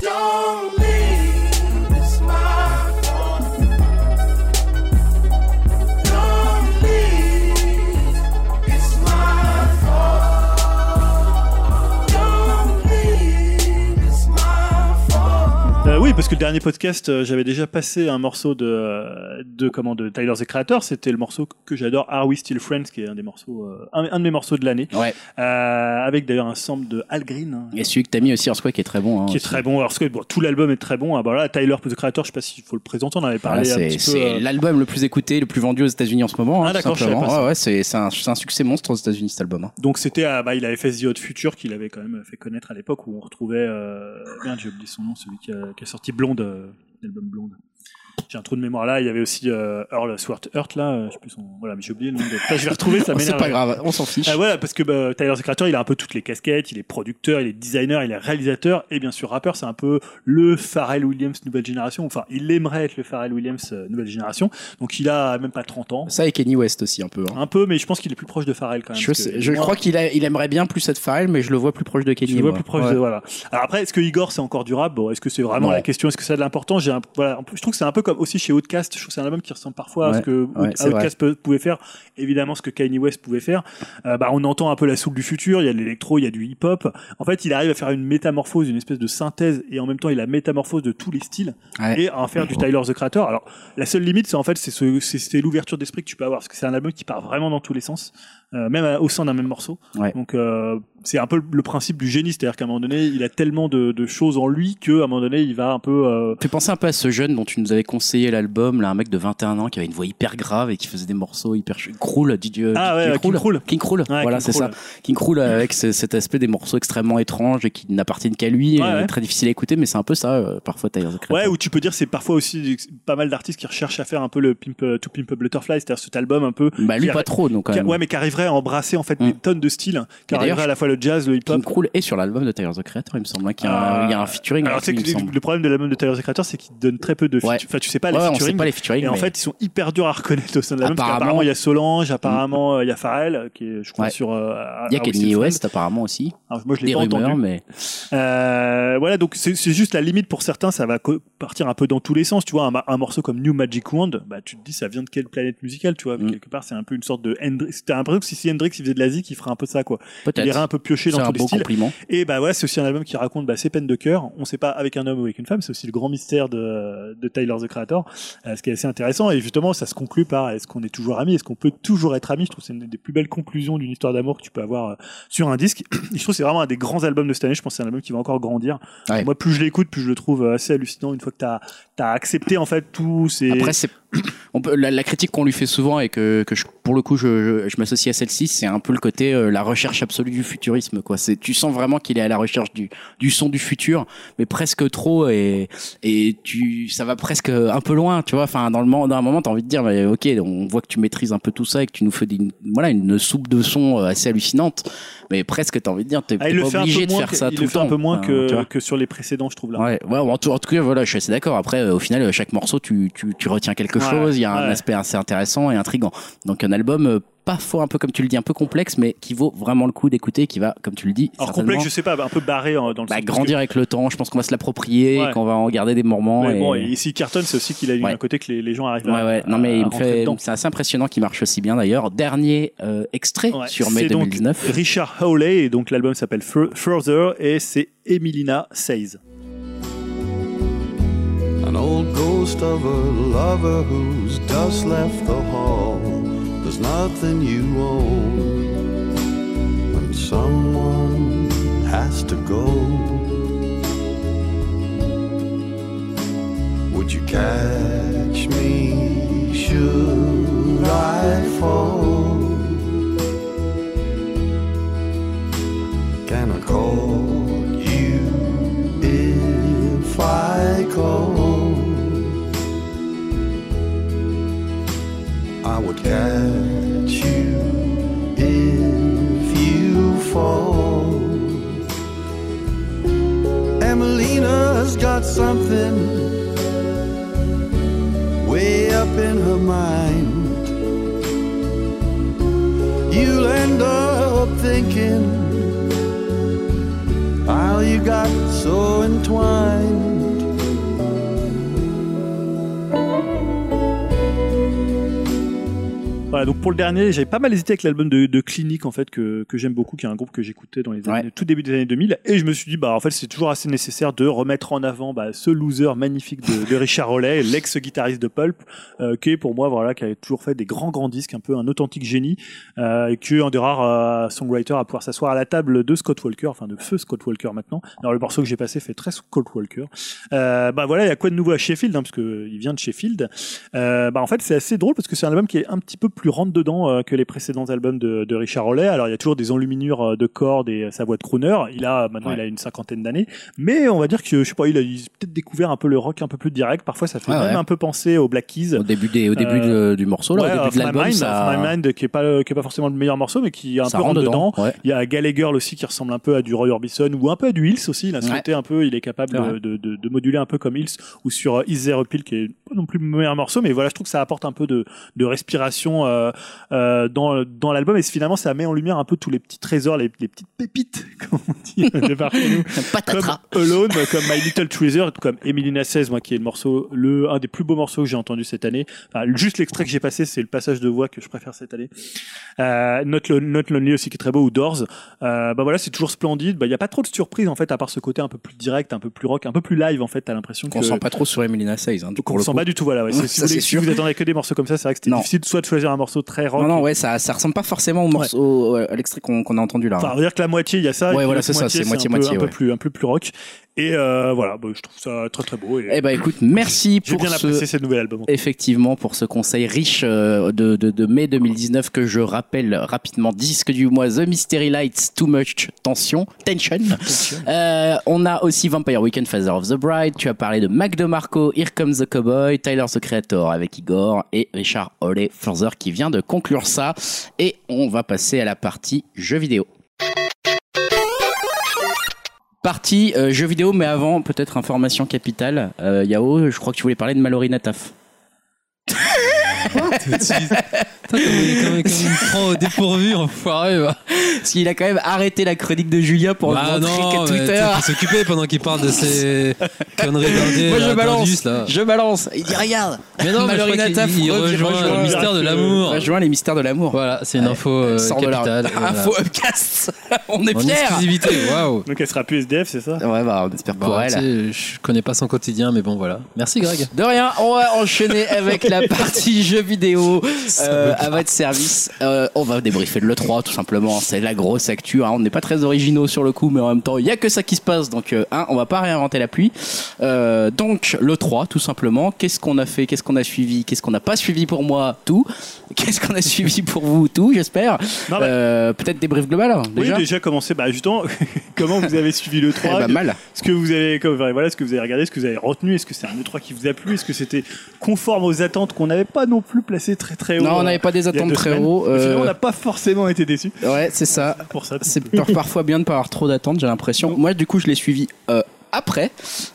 Don't leave this my phone. Don't leave. Euh, parce que le dernier podcast, euh, j'avais déjà passé un morceau de, euh, de, comment, de Tyler the Creator. C'était le morceau que j'adore, Are We Still Friends, qui est un des morceaux, euh, un, un de mes morceaux de l'année. Ouais. Euh, avec d'ailleurs un sample de Al Green. hein, Il y a celui que t'as mis aussi en squat qui est très bon. hein, qui est aussi. très bon. Alors, parce que, bon, tout l'album est très bon. Ah, bah là, Tyler the Creator, je sais pas s'il faut le présenter, on en avait Voilà, parlé un Ah, c'est petit peu. c'est euh, l'album le plus écouté, le plus vendu aux États-Unis en ce moment. hein, Ah, tout d'accord, je savais simplement. pas ça. Ouais, ouais, c'est c'est un, c'est un succès monstre aux États-Unis cet album. hein. Donc c'était, à- bah, il avait fait The Odd Future qu'il avait quand même fait connaître à l'époque où on retrouvait, euh, merde j'ai oublié son nom, celui qui a, qui a sorti Blonde, euh, l'album Blonde. J'ai un trou de mémoire là, il y avait aussi euh, Earl Swart Hurt là, euh, je sais plus son, voilà mais j'ai oublié le nom. De... Putain, je vais retrouver ça. Oh, c'est m'énerve. pas grave, on s'en fiche. Ah, voilà parce que bah, Tyler the Creator il a un peu toutes les casquettes, il est producteur, il est designer, il est réalisateur et bien sûr rappeur, c'est un peu le Pharrell Williams nouvelle génération. Enfin il aimerait être le Pharrell Williams euh, nouvelle génération, donc il a même pas 30 ans. Ça et Kenny West aussi un peu. hein. Un peu, mais je pense qu'il est plus proche de Pharrell quand même. Je, parce sais- que- je Moi, crois qu'il a- il aimerait bien plus cette Pharrell, mais je le vois plus proche de Kenny. Tu le vois moi. plus proche Ouais. de voilà. Alors après, est-ce que Igor c'est encore durable Bon, est-ce que c'est vraiment Non. la question Est-ce que ça a de l'importance J'ai un- voilà, en plus, je trouve que c'est un peu comme aussi chez Outkast. Je trouve que c'est un album qui ressemble parfois à Ouais, ce que ouais, Out- c'est vrai. Outkast peut- pouvait faire. Évidemment, ce que Kanye West pouvait faire. Euh, bah, on entend un peu la soul du futur. Il y a de l'électro, il y a du hip-hop. En fait, il arrive à faire une métamorphose, une espèce de synthèse, et en même temps, il a métamorphose de tous les styles Ouais. et à en faire du Tyler the Creator. Alors, la seule limite, c'est en fait, c'est ce- c'est c'est l'ouverture d'esprit que tu peux avoir, parce que c'est un album qui part vraiment dans tous les sens, euh, même à- au sein d'un même morceau. Ouais. Donc, euh, c'est un peu le- le principe du génie, c'est-à-dire qu'à un moment donné, il a tellement de, de choses en lui que, à un moment donné, il va un peu. euh, Fait penser un peu à ce jeune dont tu nous avais conseillé l'album, là, un mec de 21 ans qui avait une voix hyper grave et qui faisait des morceaux hyper ch- Krul, Didier. Ah ouais, King Krul. King Krul. Ouais, voilà, King c'est ça. Krul. King Krul avec ce- cet aspect des morceaux extrêmement étranges et qui n'appartiennent qu'à lui, et Ouais, ouais. très difficile à écouter, mais c'est un peu ça, euh, parfois, Tyler the Creator. Ouais, ou tu peux dire, c'est parfois aussi du- pas mal d'artistes qui recherchent à faire un peu le pimp, euh, to pimp a butterfly, c'est-à-dire cet album un peu. Bah, lui, qui pas arri- trop, donc quand qui- même. ouais, mais qui arriverait à embrasser en fait Mm. des tonnes de styles, hein, qui Et d'ailleurs, arriverait à la fois le jazz, le hip-hop. King Krul est sur l'album de Tyler the Creator, il me semble. hein, qu'il y a un- Euh, il y a un featuring. Alors, avec tu sais lui, que il me semble. le problème de l'album de Tyler the Creator, c'est qu'il donne très peu de. featu- Ouais. Enfin, tu sais pas les Ouais, on sait featuring. pas les featuring. Et en mais- fait, ils sont hyper durs à reconnaître au sein de l'album. parce Apparemment- Mm. qu'apparemment, il y a Solange, apparemment, euh, il y a Pharrell, euh, qui est, je crois, Ouais. sur. euh, il y a Are We Still Kenny Friends. West, apparemment aussi. Alors, moi, je l'ai Des pas rumeurs, entendu. mais. Euh, voilà, donc c'est c'est juste la limite pour certains, ça va co- partir un peu dans tous les sens. Tu vois, un, ma- un morceau comme New Magic Wand, bah, tu te dis, ça vient de quelle planète musicale, tu vois Mm. Quelque part, c'est un peu une sorte de Hendrix. T'as l'impression que si c'est Hendrix, il faisait de l'Asie, qu'il ferait un peu ça, quoi. Il irait Peut-être. un peu piocher C'est dans un tous les beau styles. compliment. Et bah ouais, c'est aussi un album qui raconte bah, ses peines de cœur. On sait pas avec un homme ou avec une femme, c'est aussi le grand mystère de, de Tyler the Creator, euh, ce qui est assez intéressant. Et justement, ça se conclut par est-ce qu'on est toujours amis, est-ce qu'on peut toujours être amis. Je trouve que c'est une des plus belles conclusions d'une histoire d'amour que tu peux avoir euh, sur un disque. Et je trouve que c'est vraiment un des grands albums de cette année. Je pense que c'est un album qui va encore grandir. Ouais. Moi, plus je l'écoute, plus je le trouve euh, assez hallucinant. Une fois que t'as as accepté en fait tous ces Après, c'est on peut, la, la critique qu'on lui fait souvent et que, que je, pour le coup je, je, je m'associe à celle-ci, c'est un peu le côté euh, la recherche absolue du futurisme. Quoi. C'est, tu sens vraiment qu'il est à la recherche du, du son du futur, mais presque trop et, et tu, ça va presque un peu loin. Tu vois, enfin, dans, le, moment- dans un moment, t'as envie de dire mais, ok, on voit que tu maîtrises un peu tout ça et que tu nous fais des- une, voilà, une soupe de son euh, assez hallucinante, mais presque t'as envie de dire t'es, Ah, t'es il le pas fait un obligé peu de moins faire que- ça il tout le le fait temps. un peu moins Enfin, tu vois. que, que sur les précédents, je trouve là. Ouais, ouais, en tout, en tout cas, voilà, je suis assez d'accord. Après, euh, au final, euh, chaque morceau, tu, tu, tu retiens quelque Ouais, chose. Il y a un ouais. aspect assez intéressant et intrigant. Donc, un album euh, parfois un peu, comme tu le dis, un peu complexe, mais qui vaut vraiment le coup d'écouter, qui va, comme tu le dis, Alors certainement, complexe, je sais pas, bah, un peu barré euh, dans le bah, sens- parce que- grandir avec le temps. Je pense qu'on va se l'approprier, Ouais. qu'on va en garder des moments. Mais et- bon, et si Carton, c'est aussi qu'il a eu Ouais. un côté que les, les gens arrivent Ouais, à. ouais. Non, mais à il me rentrer fait, dedans. c'est assez impressionnant qu'il marche aussi bien d'ailleurs. Dernier euh, extrait Ouais. sur mai C'est donc 2019. Richard Hawley, et donc l'album s'appelle Fur- Further, et c'est Emilina Says. An old ghost of a lover whose dust left the hall. There's nothing you own when someone has to go. Would you catch me? Should I fall? Can I call you if I call? I would catch you if you fall. Emelina's got something way up in her mind. You'll end up thinking. How you got so entwined? Voilà, donc pour le dernier, j'avais pas mal hésité avec l'album de, de Clinique en fait que, que j'aime beaucoup, qui est un groupe que j'écoutais dans les années, Ouais. tout début des années 2000, et je me suis dit bah en fait c'est toujours assez nécessaire de remettre en avant bah, ce loser magnifique de, de Richard Rollet, l'ex guitariste de Pulp, euh, qui est pour moi voilà qui a toujours fait des grands grands disques, un peu un authentique génie, euh, et qui est un des rares euh, songwriters à pouvoir s'asseoir à la table de Scott Walker, enfin de feu Scott Walker maintenant. Alors le morceau que j'ai passé fait très Scott Walker. Euh, bah voilà, il y a quoi de nouveau à Sheffield, hein, parce que il vient de Sheffield. Euh, bah en fait, c'est assez drôle parce que c'est un album qui est un petit peu plus rentre dedans euh, que les précédents albums de, de Richard Rollet. Alors il y a toujours des enluminures euh, de cordes et euh, sa voix de crooner. Il a maintenant Ouais. il a une cinquantaine d'années, mais on va dire que je sais pas, il a, il a peut-être découvert un peu le rock un peu plus direct. Parfois, ça fait Ouais, même ouais. un peu penser aux Black Keys. Au début, des, au début Euh, de- du morceau, là, Ouais, au début Off de l'album, My Mind, Off My ça, Mind, qui est pas euh, qui est pas forcément le meilleur morceau, mais qui est un ça peu rentre rentre dedans. dedans. Ouais. Il y a Gallagher aussi qui ressemble un peu à du Roy Orbison ou un peu à du Hills aussi. Il a ce Ouais. côté un peu, il est capable C'est vrai. de, de- de- de moduler un peu comme Hills ou sur euh, Is There a Pill qui est pas non plus le meilleur morceau, mais voilà, je trouve que ça apporte un peu de, de respiration euh, euh, dans, dans l'album et finalement ça met en lumière un peu tous les petits trésors, les, les petites pépites, comme on dit de par chez nous comme Patatras. Alone, moi, comme My Little Treasure, comme Emily Nasses, moi qui est le morceau, le un des plus beaux morceaux que j'ai entendu cette année. Enfin, juste l'extrait que j'ai passé, c'est le passage de voix que je préfère cette année. Euh, Not, Lon- Not Lonely aussi qui est très beau ou Doors. Euh, bah voilà, c'est toujours splendide. Bah il y a pas trop de surprises en fait, à part ce côté un peu plus direct, un peu plus rock, un peu plus live en fait. T'as l'impression que Qu'on sent pas trop sur Emilina 16. Hein, du- qu'on pour le sent coup. pas du tout. Voilà, ouais. Ouais, C'est- si, ça, vous, c'est si sûr. vous attendez que des morceaux comme ça, c'est vrai que c'était Non. difficile soit de choisir un morceau très rock. Non, non, ouais, ça, ça ressemble pas forcément au morceau, euh, à l'extrait qu'on qu'on a entendu là. Enfin, on va dire que la moitié, il y a ça. Ouais, et puis voilà, l'autre c'est ça, c'est un peu- moitié-moitié, Un peu ouais. plus, un peu plus rock. Et euh, voilà, bah, je trouve ça très très beau. Et... Eh ben, écoute, merci J'ai pour bien ce, apprécié ce nouvel album. effectivement pour ce conseil riche euh, de, de, de mai 2019 que je rappelle rapidement disque du mois The Mystery Lights Too Much Tension Tension Euh, on a aussi Vampire Weekend Father of the Bride tu as parlé de Mac DeMarco Here Comes the Cowboy Tyler the Creator avec Igor et Richard Oley Further qui vient de conclure ça et on va passer à la partie jeux vidéo Partie euh, jeux vidéo, mais avant, peut-être information capitale. Euh, Yao, je crois que tu voulais parler de Mallory Nataf. Tout de suite. Putain, comme il comme- comme il me prend au dépourvu, enfoiré. Bah. Parce qu'il a quand même arrêté la chronique de Julia pour Bah le non, montrer mais que Twitter. t'as- faut s'occuper pendant qu'il parle de ces conneries d'indé. Moi je là, balance, d'Indus, là. je balance. Il dit regarde, Mais non, mais je crois Mallory qu'il- Nataf il revi- rejoint rejoint- le mystère de l'amour. rejoins les mystères de l'amour. Voilà, c'est une Ouais, info euh, Sors de la capitale. voilà. info upcast. On est En fiers. exclusivité, waouh. Donc elle sera plus SDF, c'est ça Ouais bah on espère Bah, pour tu elle. sais, je connais pas son quotidien, mais bon, voilà. Merci, Greg. De rien, on va enchaîner avec la partie jeux vidéo Ça euh, me à votre service. Euh, on va débriefer de l'E3 tout simplement, c'est la grosse actu. hein. On n'est pas très originaux sur le coup, mais en même temps, il y a que ça qui se passe, donc euh, hein, on va pas réinventer la pluie. Euh, donc l'E3 tout simplement, qu'est-ce qu'on a fait, qu'est-ce qu'on a suivi, qu'est-ce qu'on n'a pas suivi pour moi, tout. Qu'est-ce qu'on a suivi pour vous, tout, j'espère. Non, bah, Euh, Peut-être débrief global, hein, déjà Oui, déjà commencé. Bah justement, comment vous avez suivi le 3 Eh bah, mal. Ce que vous avez, comme- enfin, voilà, ce que vous avez regardé, ce que vous avez retenu, est-ce que c'est un E3 qui vous a plu, est-ce que c'était conforme aux attentes qu'on n'avait pas non plus placées très très haut. euh, Non, on n'avait pas des il y a attentes deux très semaines. haut. Et finalement, on euh, n'a pas forcément été déçus ouais, c'est ça. pour ça. C'est par- parfois bien de ne pas avoir trop d'attentes, j'ai l'impression. Moi, du coup, je l'ai suivi euh, après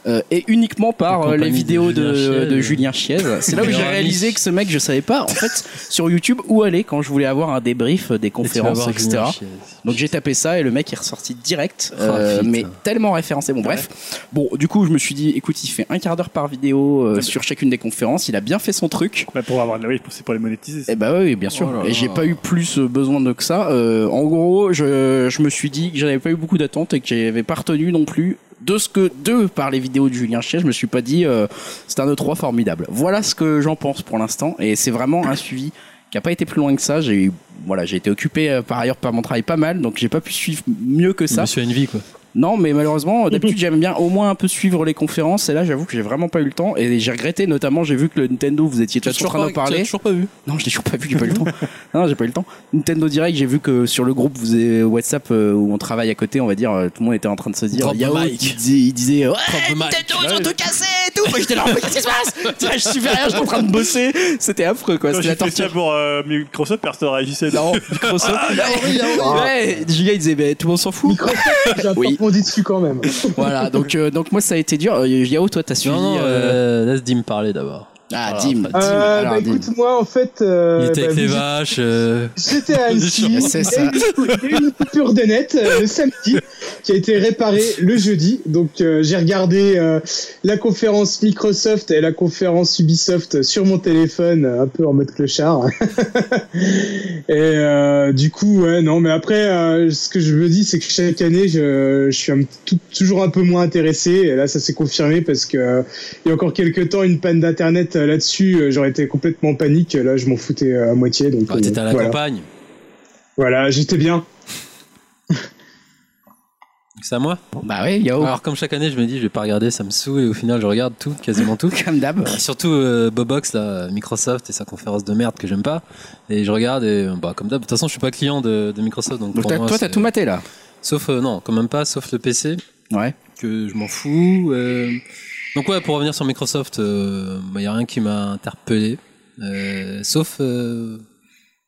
euh, et uniquement En par euh, compagnie les de vidéos de, Julien Chiez. euh, de Julien Chiez. C'est là où j'ai Meilleur ami. réalisé que ce mec, je savais pas en fait sur YouTube où aller quand je voulais avoir un débrief euh, des conférences, Et tu vas etc. voir Julien Donc j'ai tapé ça et le mec est ressorti direct, Ah, euh, vite. mais tellement référencé. Bon bref, bon du coup je me suis dit, écoute, il fait un quart d'heure par vidéo euh, sur chacune des conférences, il a bien fait son truc. Bah, pour avoir de la oui, pour- c'est pour les monétiser. ça. Eh bah oui, bien sûr. Oh là et là. j'ai pas eu plus euh, besoin de que ça. Euh, en gros, je, je me suis dit que j'avais pas eu beaucoup d'attentes et que j'avais pas retenu non plus de ce que deux par les vidéos de Julien Chier, je me suis pas dit euh, c'est un E3 formidable. Voilà ce que j'en pense pour l'instant et c'est vraiment un suivi qui a pas été plus loin que ça. J'ai eu- voilà, j'ai été occupé euh, par ailleurs par mon travail pas mal, donc j'ai pas pu suivre mieux que Chiez. ça. Monsieur Envy, quoi. Non, mais malheureusement, d'habitude j'aime bien au moins un peu suivre les conférences et là j'avoue que j'ai vraiment pas eu le temps et j'ai regretté notamment, j'ai vu que le Nintendo, vous étiez déjà en train d'en parler. toujours pas vu. Non, je l'ai toujours pas vu, j'ai pas eu le temps. Non, j'ai pas eu le temps. Nintendo Direct, j'ai vu que sur le groupe vous avez WhatsApp euh, où on travaille à côté, on va dire, euh, tout le monde était en train de se dire, Drop the Yao, il mic. disait, il disait ouais, Drop the mic. Nintendo, ils ont tout cassé et tout. Moi, j'étais là, mais qu'est-ce qui se passe Tu vois, je suis rien, j'étais en train de bosser. C'était affreux, quoi. Quand C'était la j'ai fait ça torture. pour euh, Microsoft, personne ne réagissait. Non, Microsoft. Ah, ouais, Giga, il disait, bah, tout le monde s'en fout. J'ai un Oui. rebondi dessus quand même. voilà, donc, euh, donc moi, ça a été dur. Euh, Yao, toi, t'as suivi. Non, non, euh, euh, laisse Dim parler d'abord. Ah, Dim. Dim. Euh, Alors, bah, Dim. écoute, moi, en fait, euh, Il était bah, avec les vous- vaches. euh, j'étais à Annecy. Sur- C'est Il y a ça. eu une cou- il y a eu une coupure de net euh, le samedi qui a été réparée le jeudi. Donc euh, j'ai regardé euh, la conférence Microsoft et la conférence Ubisoft sur mon téléphone, euh, un peu en mode clochard. et euh, du coup, ouais, non, mais après, euh, ce que je me dis, c'est que chaque année, je, je suis un petit- tout- toujours un peu moins intéressé. Et là, ça s'est confirmé parce que euh, il y a encore quelques temps, une panne d'internet euh, là-dessus, euh, j'aurais été complètement en panique. Là, je m'en foutais euh, à moitié. Donc, bah, euh, T'étais à la voilà. campagne. Voilà, j'étais bien. C'est à moi. Bah oui, yo. Alors comme chaque année, je me dis, je vais pas regarder, ça me saoule, et au final, je regarde tout, quasiment tout. Comme d'hab. Et Surtout euh, Bobox, là, Microsoft et sa conférence de merde que j'aime pas. Et je regarde, et euh, bah, comme d'hab, de toute façon, je suis pas client de, de Microsoft. Donc, Donc, pour t'as- moi, toi, t'as c'est- tout maté là. Sauf, euh, non, quand même pas, sauf le PC, Ouais. que je m'en fous. euh. Donc, ouais, pour revenir sur Microsoft, il y a rien qui m'a interpellé. euh, sauf euh,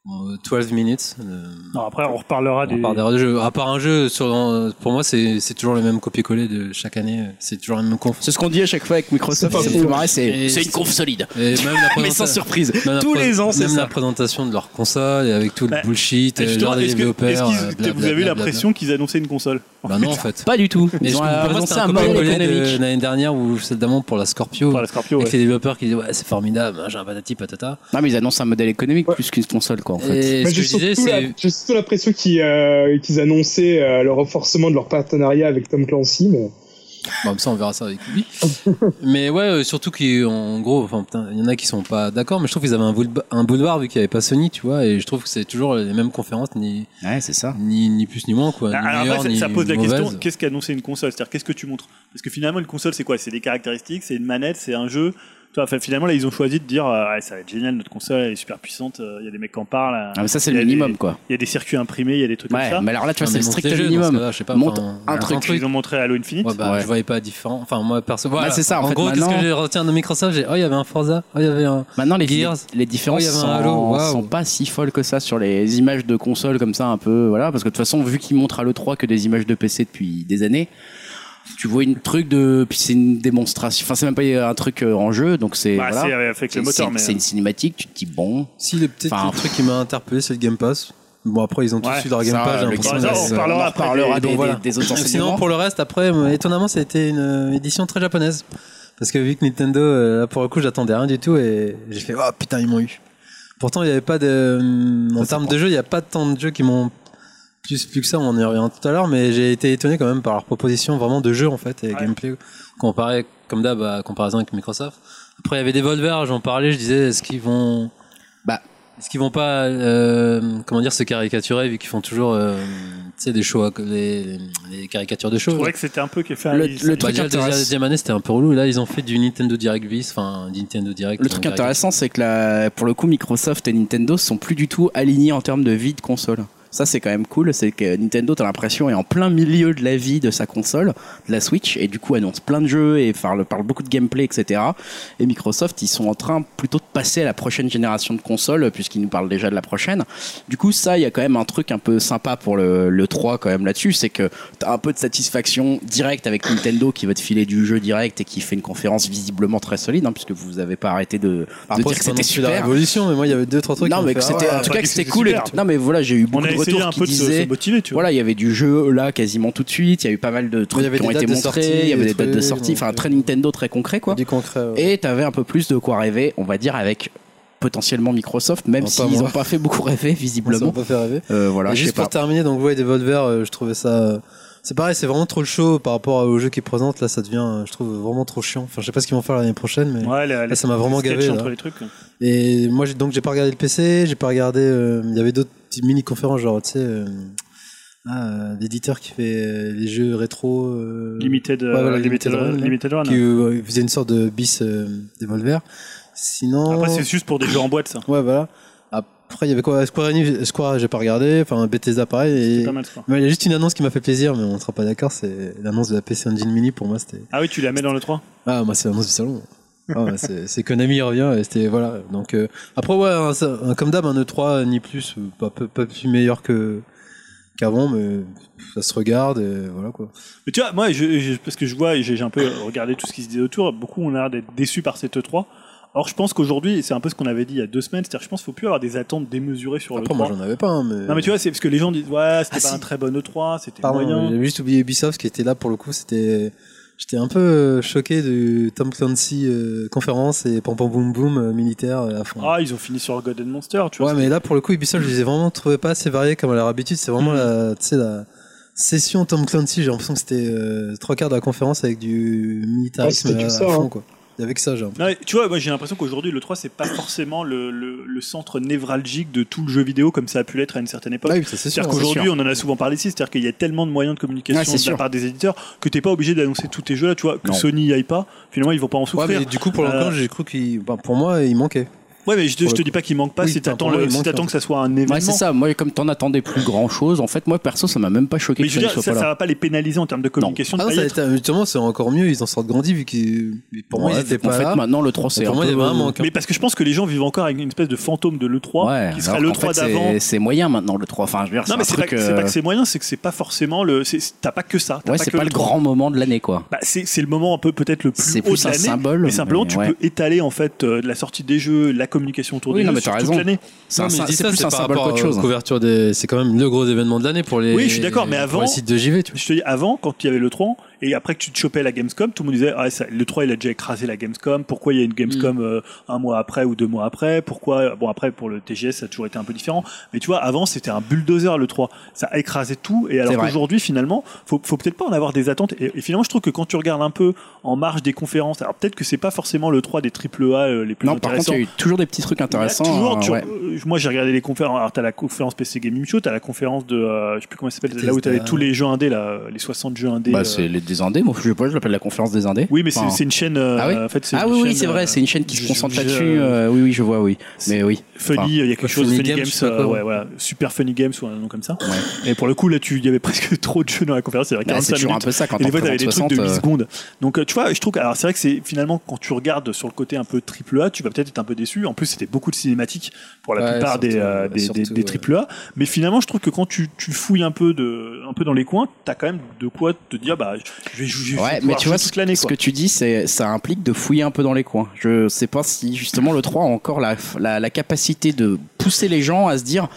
bon, 12 minutes. euh, Non, après, on reparlera à des. part, des jeux, à part un jeu, sur, euh, pour moi, c'est c'est toujours le même copier-coller de chaque année. euh, C'est toujours le même conf. C'est ce qu'on dit à chaque fois avec Microsoft. C'est ça pas me fait faux. marrer, C'est Et c'est une c'est- conf solide. Et même la Mais sans présenta- surprise. même la Tous pré- les ans, c'est Même la ça. présentation de leur console et avec tout le Bah, bullshit, Et euh, justement, genre des est-ce que- développeurs. est-ce qu'ils- euh, blablabla, vous avez eu blablabla. l'impression qu'ils annonçaient une console Bah non, en fait. Pas du tout. Mais Ils je- ont pour moi, annoncé c'était un un modèle copier-coller de économique. l'année dernière ou celle d'avant pour la Scorpio. Enfin, la Scorpio, ouais. Avec les développeurs qui disaient ouais, c'est formidable, machin, patati patata. Non, mais ils annoncent un modèle économique Ouais. plus qu'une console, quoi, en fait. Et Moi, ce que J'ai je disais, surtout la- c'est. j'ai surtout l'impression qu'ils euh, qu'ils annonçaient euh, le renforcement de leur partenariat avec Tom Clancy. Mais... Bon, ça, on verra ça avec lui. mais ouais, euh, surtout qu'en gros, enfin, putain, il y en a qui sont pas d'accord, mais je trouve qu'ils avaient un, boule- un boulevard vu qu'il n'y avait pas Sony, tu vois, et je trouve que c'est toujours les mêmes conférences, ni, Ouais, c'est ça. ni, ni plus ni moins, quoi. Euh, Ah, Ni Alors meilleures, après, ça, ni ça pose la question mauvaises. qu'est-ce qu'annoncer une console C'est-à-dire, qu'est-ce que tu montres Parce que finalement, une console, c'est quoi C'est des caractéristiques, c'est une manette, c'est un jeu. Tu vois, enfin, finalement, là, ils ont choisi de dire euh, Ouais, ça va être génial, notre console, elle est super puissante, euh, il y a des mecs qui en parlent, euh, Ah, mais ça, c'est Il y le a minimum, des- quoi. il y a des circuits imprimés, il y a des trucs Ouais, comme ça. mais alors là, tu vois, c'est Non, Ah, mais le montre strict les jeux, dans ce minimum. cas-là, je sais pas, Monte enfin, un un truc. truc. Ils ont montré Halo Infinite. Ouais, bah, Ouais. Je voyais pas différent. Enfin, moi, perso. Voilà. c'est ça, en En, fait, gros, qu'est-ce maintenant- que je retiens de Microsoft J'ai, oh, il y avait un Forza. Oh, il y avait un. Maintenant, les, Gears. les- les différences Oh, il y avait un sont, Halo, waouh. sont pas si folles que ça sur les images de consoles comme ça, un peu. Voilà, parce que de toute façon, vu qu'ils montrent Halo 3 que des images de PC depuis des années, tu vois une truc de. Puis c'est une démonstration. Enfin, c'est même pas un truc euh, en jeu, donc c'est. Bah, voilà. C'est avec le C'est- moteur, c'est- mais. euh, hein. C'est une cinématique, tu te dis bon. Si, le peut-être Enfin, le truc qui m'a interpellé, c'est le Game Pass. Bon, après, ils ont tous Ouais, eu leur Game ça, Pass. j'ai le l'impression, Game ça, mais on Pass, c'est- parlera on en après reparlera des- des, donc, voilà. des- des autres Sinon, enseignements. pour le reste, après, euh, étonnamment, ça a été une euh, édition très japonaise. Parce que vu que Nintendo, euh, là, pour le coup, j'attendais rien du tout et j'ai fait, oh putain, ils m'ont eu. Pourtant, il n'y avait pas de. euh, En termes de jeux, il n'y a pas tant de jeux qui m'ont. Plus, plus que ça, on y revient tout à l'heure, mais j'ai été étonné quand même par leur proposition vraiment de jeu en fait et gameplay comparé, comme d'hab, à comparaison avec Microsoft. Après, il y avait des Devolver, j'en parlais, je disais, est-ce qu'ils vont. Bah. Est-ce qu'ils vont pas, euh, comment dire, se caricaturer vu qu'ils font toujours, euh, tu sais, des shows, à- les, les caricatures de Je shows. trouvais que c'était un peu qui fait Le- le Bah, truc déjà, déjà, la intéressant- deuxième année, c'était un peu relou. Là, ils ont fait du Nintendo Direct bis, enfin, du Nintendo Direct. Le en truc caricature. intéressant, c'est que la, pour le coup, Microsoft et Nintendo sont plus du tout alignés en termes de vie de console. Ça, c'est quand même cool. C'est que Nintendo, t'as l'impression, est en plein milieu de la vie de sa console, de la Switch, et du coup annonce plein de jeux et parle, parle beaucoup de gameplay, etc. Et Microsoft, ils sont en train plutôt de passer à la prochaine génération de consoles, puisqu'ils nous parlent déjà de la prochaine. Du coup, ça, il y a quand même un truc un peu sympa pour le, le 3 quand même là-dessus, c'est que t'as un peu de satisfaction directe avec Nintendo qui va te filer du jeu direct et qui fait une conférence visiblement très solide, hein, puisque vous avez pas arrêté de, de Après, dire que c'est pas c'était non plus la super. révolution, mais moi, il y avait deux, trois trucs. Non, qui m'ont mais que fait, c'était, ah, en tout ouais, cas, que que c'était c'était cool. et super. tout. Non, mais voilà, j'ai eu On beaucoup de a essayé retours un qui peu de se- se disaient. motiver, tu vois. Voilà, il y avait du jeu euh, là quasiment tout de suite, il y a eu pas mal de trucs avait qui ont des été dates de montrés, sortie, il y avait des des dates de trucs, sortie, donc, enfin euh, très Nintendo, très concret quoi. du concret. ouais. Et t'avais un peu plus de quoi rêver, on va dire, avec potentiellement Microsoft, même Non, pas s'ils moi. n'ont pas fait beaucoup rêver Moi, ça m'a visiblement. pas fait rêver. Euh, voilà, Et je sais juste pas. pour terminer, donc, ouais, Devolver, euh, je trouvais ça. euh, C'est pareil, c'est vraiment trop le show par rapport au jeu qu'ils présentent. Là, ça devient, euh, je trouve, vraiment trop chiant. Enfin, je sais pas ce qu'ils vont faire l'année prochaine, mais. Ouais, la- la- Là, ça m'a vraiment le sketch gavé, entre là. Euh, les trucs. Et moi, j'ai- donc, j'ai pas regardé le PC, j'ai pas regardé. euh, Il y avait d'autres petites mini-conférences, genre, tu sais, euh, ah, euh, l'éditeur qui fait euh, les jeux rétro. euh, Limited, euh, ouais, voilà, limited, Limited Run, là. limited Run. hein. Qui euh, faisait une sorte de bis euh, Devolver. Sinon. Après, c'est juste pour des jeux en boîte, ça. Ouais, voilà. Après, il y avait quoi Square Enix, Square, j'ai pas regardé. Enfin, Bethesda, pareil. C'est Et... pas mal, ça. Ouais, il y a juste une annonce qui m'a fait plaisir, mais on sera pas d'accord. C'est l'annonce de la PC Engine Mini. Pour moi, c'était. Ah oui, tu la mets dans le 3 Ah, moi, c'est l'annonce du salon. Ah, ouais, c'est c'est Konami il revient. Et c'était voilà. Donc euh, après, ouais, un- ça- un- comme d'hab, un E3 ni plus, euh, pas, pas, pas plus meilleur que qu'avant, mais ça se regarde. Et voilà quoi. Mais tu vois, moi, je, je- parce que je vois, j'ai j'ai un peu regardé tout ce qui se dit autour, beaucoup on a l'air d'être déçus par cette E3. Or, je pense qu'aujourd'hui, et c'est un peu ce qu'on avait dit il y a deux semaines, c'est-à-dire, je pense qu'il faut plus avoir des attentes démesurées sur Après, le moi, 3. j'en avais pas, hein, mais. E Non, mais tu vois, c'est parce que les gens disent, ouais, c'était Ah, pas si. un très bon E3, c'était Pardon, moyen. j'avais juste oublié Ubisoft qui était là pour le coup. C'était, j'étais un peu euh, choqué du Tom Clancy euh, conférence et pam pam boum boum euh, militaire à la fin. Ah, ils ont fini sur God and Monster, tu vois. ouais, mais là pour le coup Ubisoft, je les ai vraiment trouvés pas assez variés comme à leur habitude. C'est vraiment Mhm. la, tu sais la session Tom Clancy. J'ai l'impression que c'était euh, trois quarts de la conférence avec du militarisme Ouais, c'était du à sort, fond hein. quoi. Il y avait que ça, j'ai l'impression. Non, mais tu vois, moi j'ai l'impression qu'aujourd'hui le 3 c'est pas forcément le, le- le centre névralgique de tout le jeu vidéo comme ça a pu l'être à une certaine époque. Ah oui, ça c'est sûr. C'est-à-dire c'est qu'aujourd'hui, sûr. on en a souvent parlé ici, c'est-à-dire qu'il y a tellement de moyens de communication Ouais, c'est de sûr. la part des éditeurs que t'es pas obligé d'annoncer tous tes jeux là, tu vois, que Non. Sony y aille pas, finalement ils vont pas en Ouais, souffrir. mais du coup pour Euh, l'instant, j'ai cru qu'il, bah, pour moi, il manquait. Ouais, mais je te, Pour je le te dis pas qu'il manque pas Oui, si putain, t'attends pour moi, le- il si manque, t'attends hein. que ça soit un événement. Ouais, c'est ça. Moi, comme t'en attendais plus grand chose, en fait, moi, perso, ça m'a même pas choqué Mais que je veux Sony dire, soit ça, pas ça là. va pas les pénaliser en termes de communication. Ah non, de ça a paillettes. été, justement, c'est encore mieux. Ils en sortent grandis vu qu'ils, pour moi, Ouais, ils étaient En pas fait, là. maintenant, le 3, c'est pour un moi, il y peu- avait un manque. hein. mais parce que je pense que les gens vivent encore avec une espèce de fantôme de l'E3 Ouais, qui sera alors qu'en fait, l'E3 c'est- d'avant. C'est moyen maintenant, le 3. Enfin, je veux dire, c'est Non, un mais c'est pas, truc. c'est pas euh, que c'est moyen, c'est que c'est pas forcément le. c'est- T'as pas que ça. t'as Ouais, pas c'est que pas le E3. grand moment de l'année, quoi. Bah, c'est c'est le moment un peu peut-être le plus C'est haut plus de un l'année, symbole, Mais simplement, mais tu ouais. peux étaler en fait euh, la sortie des jeux, la communication autour Oui, des non, jeux mais sur t'as toute raison. l'année. C'est Non, un- mais je dis c'est ça, plus c'est un par symbole rapport qu'autre aux chose. couvertures des- c'est quand même le gros événement de l'année pour les. Oui, je suis d'accord, mais pour avant- les sites de JV, tu vois. Je te dis, avant, quand il y avait le 3, et après que tu te chopais la Gamescom, tout le monde disait ah, ça, le 3 il a déjà écrasé la Gamescom, pourquoi il y a une Gamescom Mm. euh, un mois après ou deux mois après Pourquoi Bon, après pour le TGS ça a toujours été un peu différent, mais tu vois, avant c'était un bulldozer le 3, ça a écrasé tout, et C'est alors vrai. qu'aujourd'hui finalement, faut, faut peut-être pas en avoir des attentes, et, et finalement je trouve que quand tu regardes un peu en marge des conférences, alors peut-être que c'est pas forcément le 3 des AAA euh, les plus Non, par contre, intéressants. il y a eu toujours des petits trucs intéressants. Il y a toujours, hein, tu- ouais. euh, Moi, j'ai regardé les conférences. Alors, t'as la conférence PC Gaming Show, t'as la conférence de, euh, je sais plus comment ça s'appelle, là où t'avais Bethesda. tous les jeux indés, là, euh, les 60 jeux indés. Bah, euh. c'est les des Indés. Moi, je sais pas, je l'appelle la conférence des Indés. Oui, mais c'est Enfin, c'est une chaîne. euh, Ah oui en fait, c'est Ah une oui, oui, chaîne, c'est vrai, euh, c'est une chaîne qui je- se concentre je- là-dessus. euh, oui, oui, je vois, oui. Mais oui. Funny, Enfin, il y a quelque chose, Funny Funny Games, Games, je sais pas euh, quoi. ouais, voilà, Super Funny Games ou un nom comme ça. Et pour le coup, là, tu- il y avait presque trop de jeux dans la conférence, c'est-à-dire bah, 45 c'est toujours un minutes. peu ça quand Et on des fois, t'avais présente des trucs 60. de 8 euh, secondes. Donc, euh, tu vois, je trouve que, alors, c'est vrai que c'est finalement, quand tu regardes sur le côté un peu triple A, tu vas peut-être être un peu déçu. En plus, c'était beaucoup de cinématiques pour la Ouais, plupart des, surtout, euh, des, surtout, des, triple A. Mais finalement, je trouve que quand tu, tu fouilles un peu de, un peu dans les coins, t'as quand même de quoi te dire, bah, je vais jouer, je vais Ouais, mais pouvoir tu vois, jouer ce toute l'année, ce quoi. que tu dis, c'est ça implique de fouiller un peu dans les coins. Je sais pas si justement le 3 a encore la, la, la capacité de pousser les gens à se dire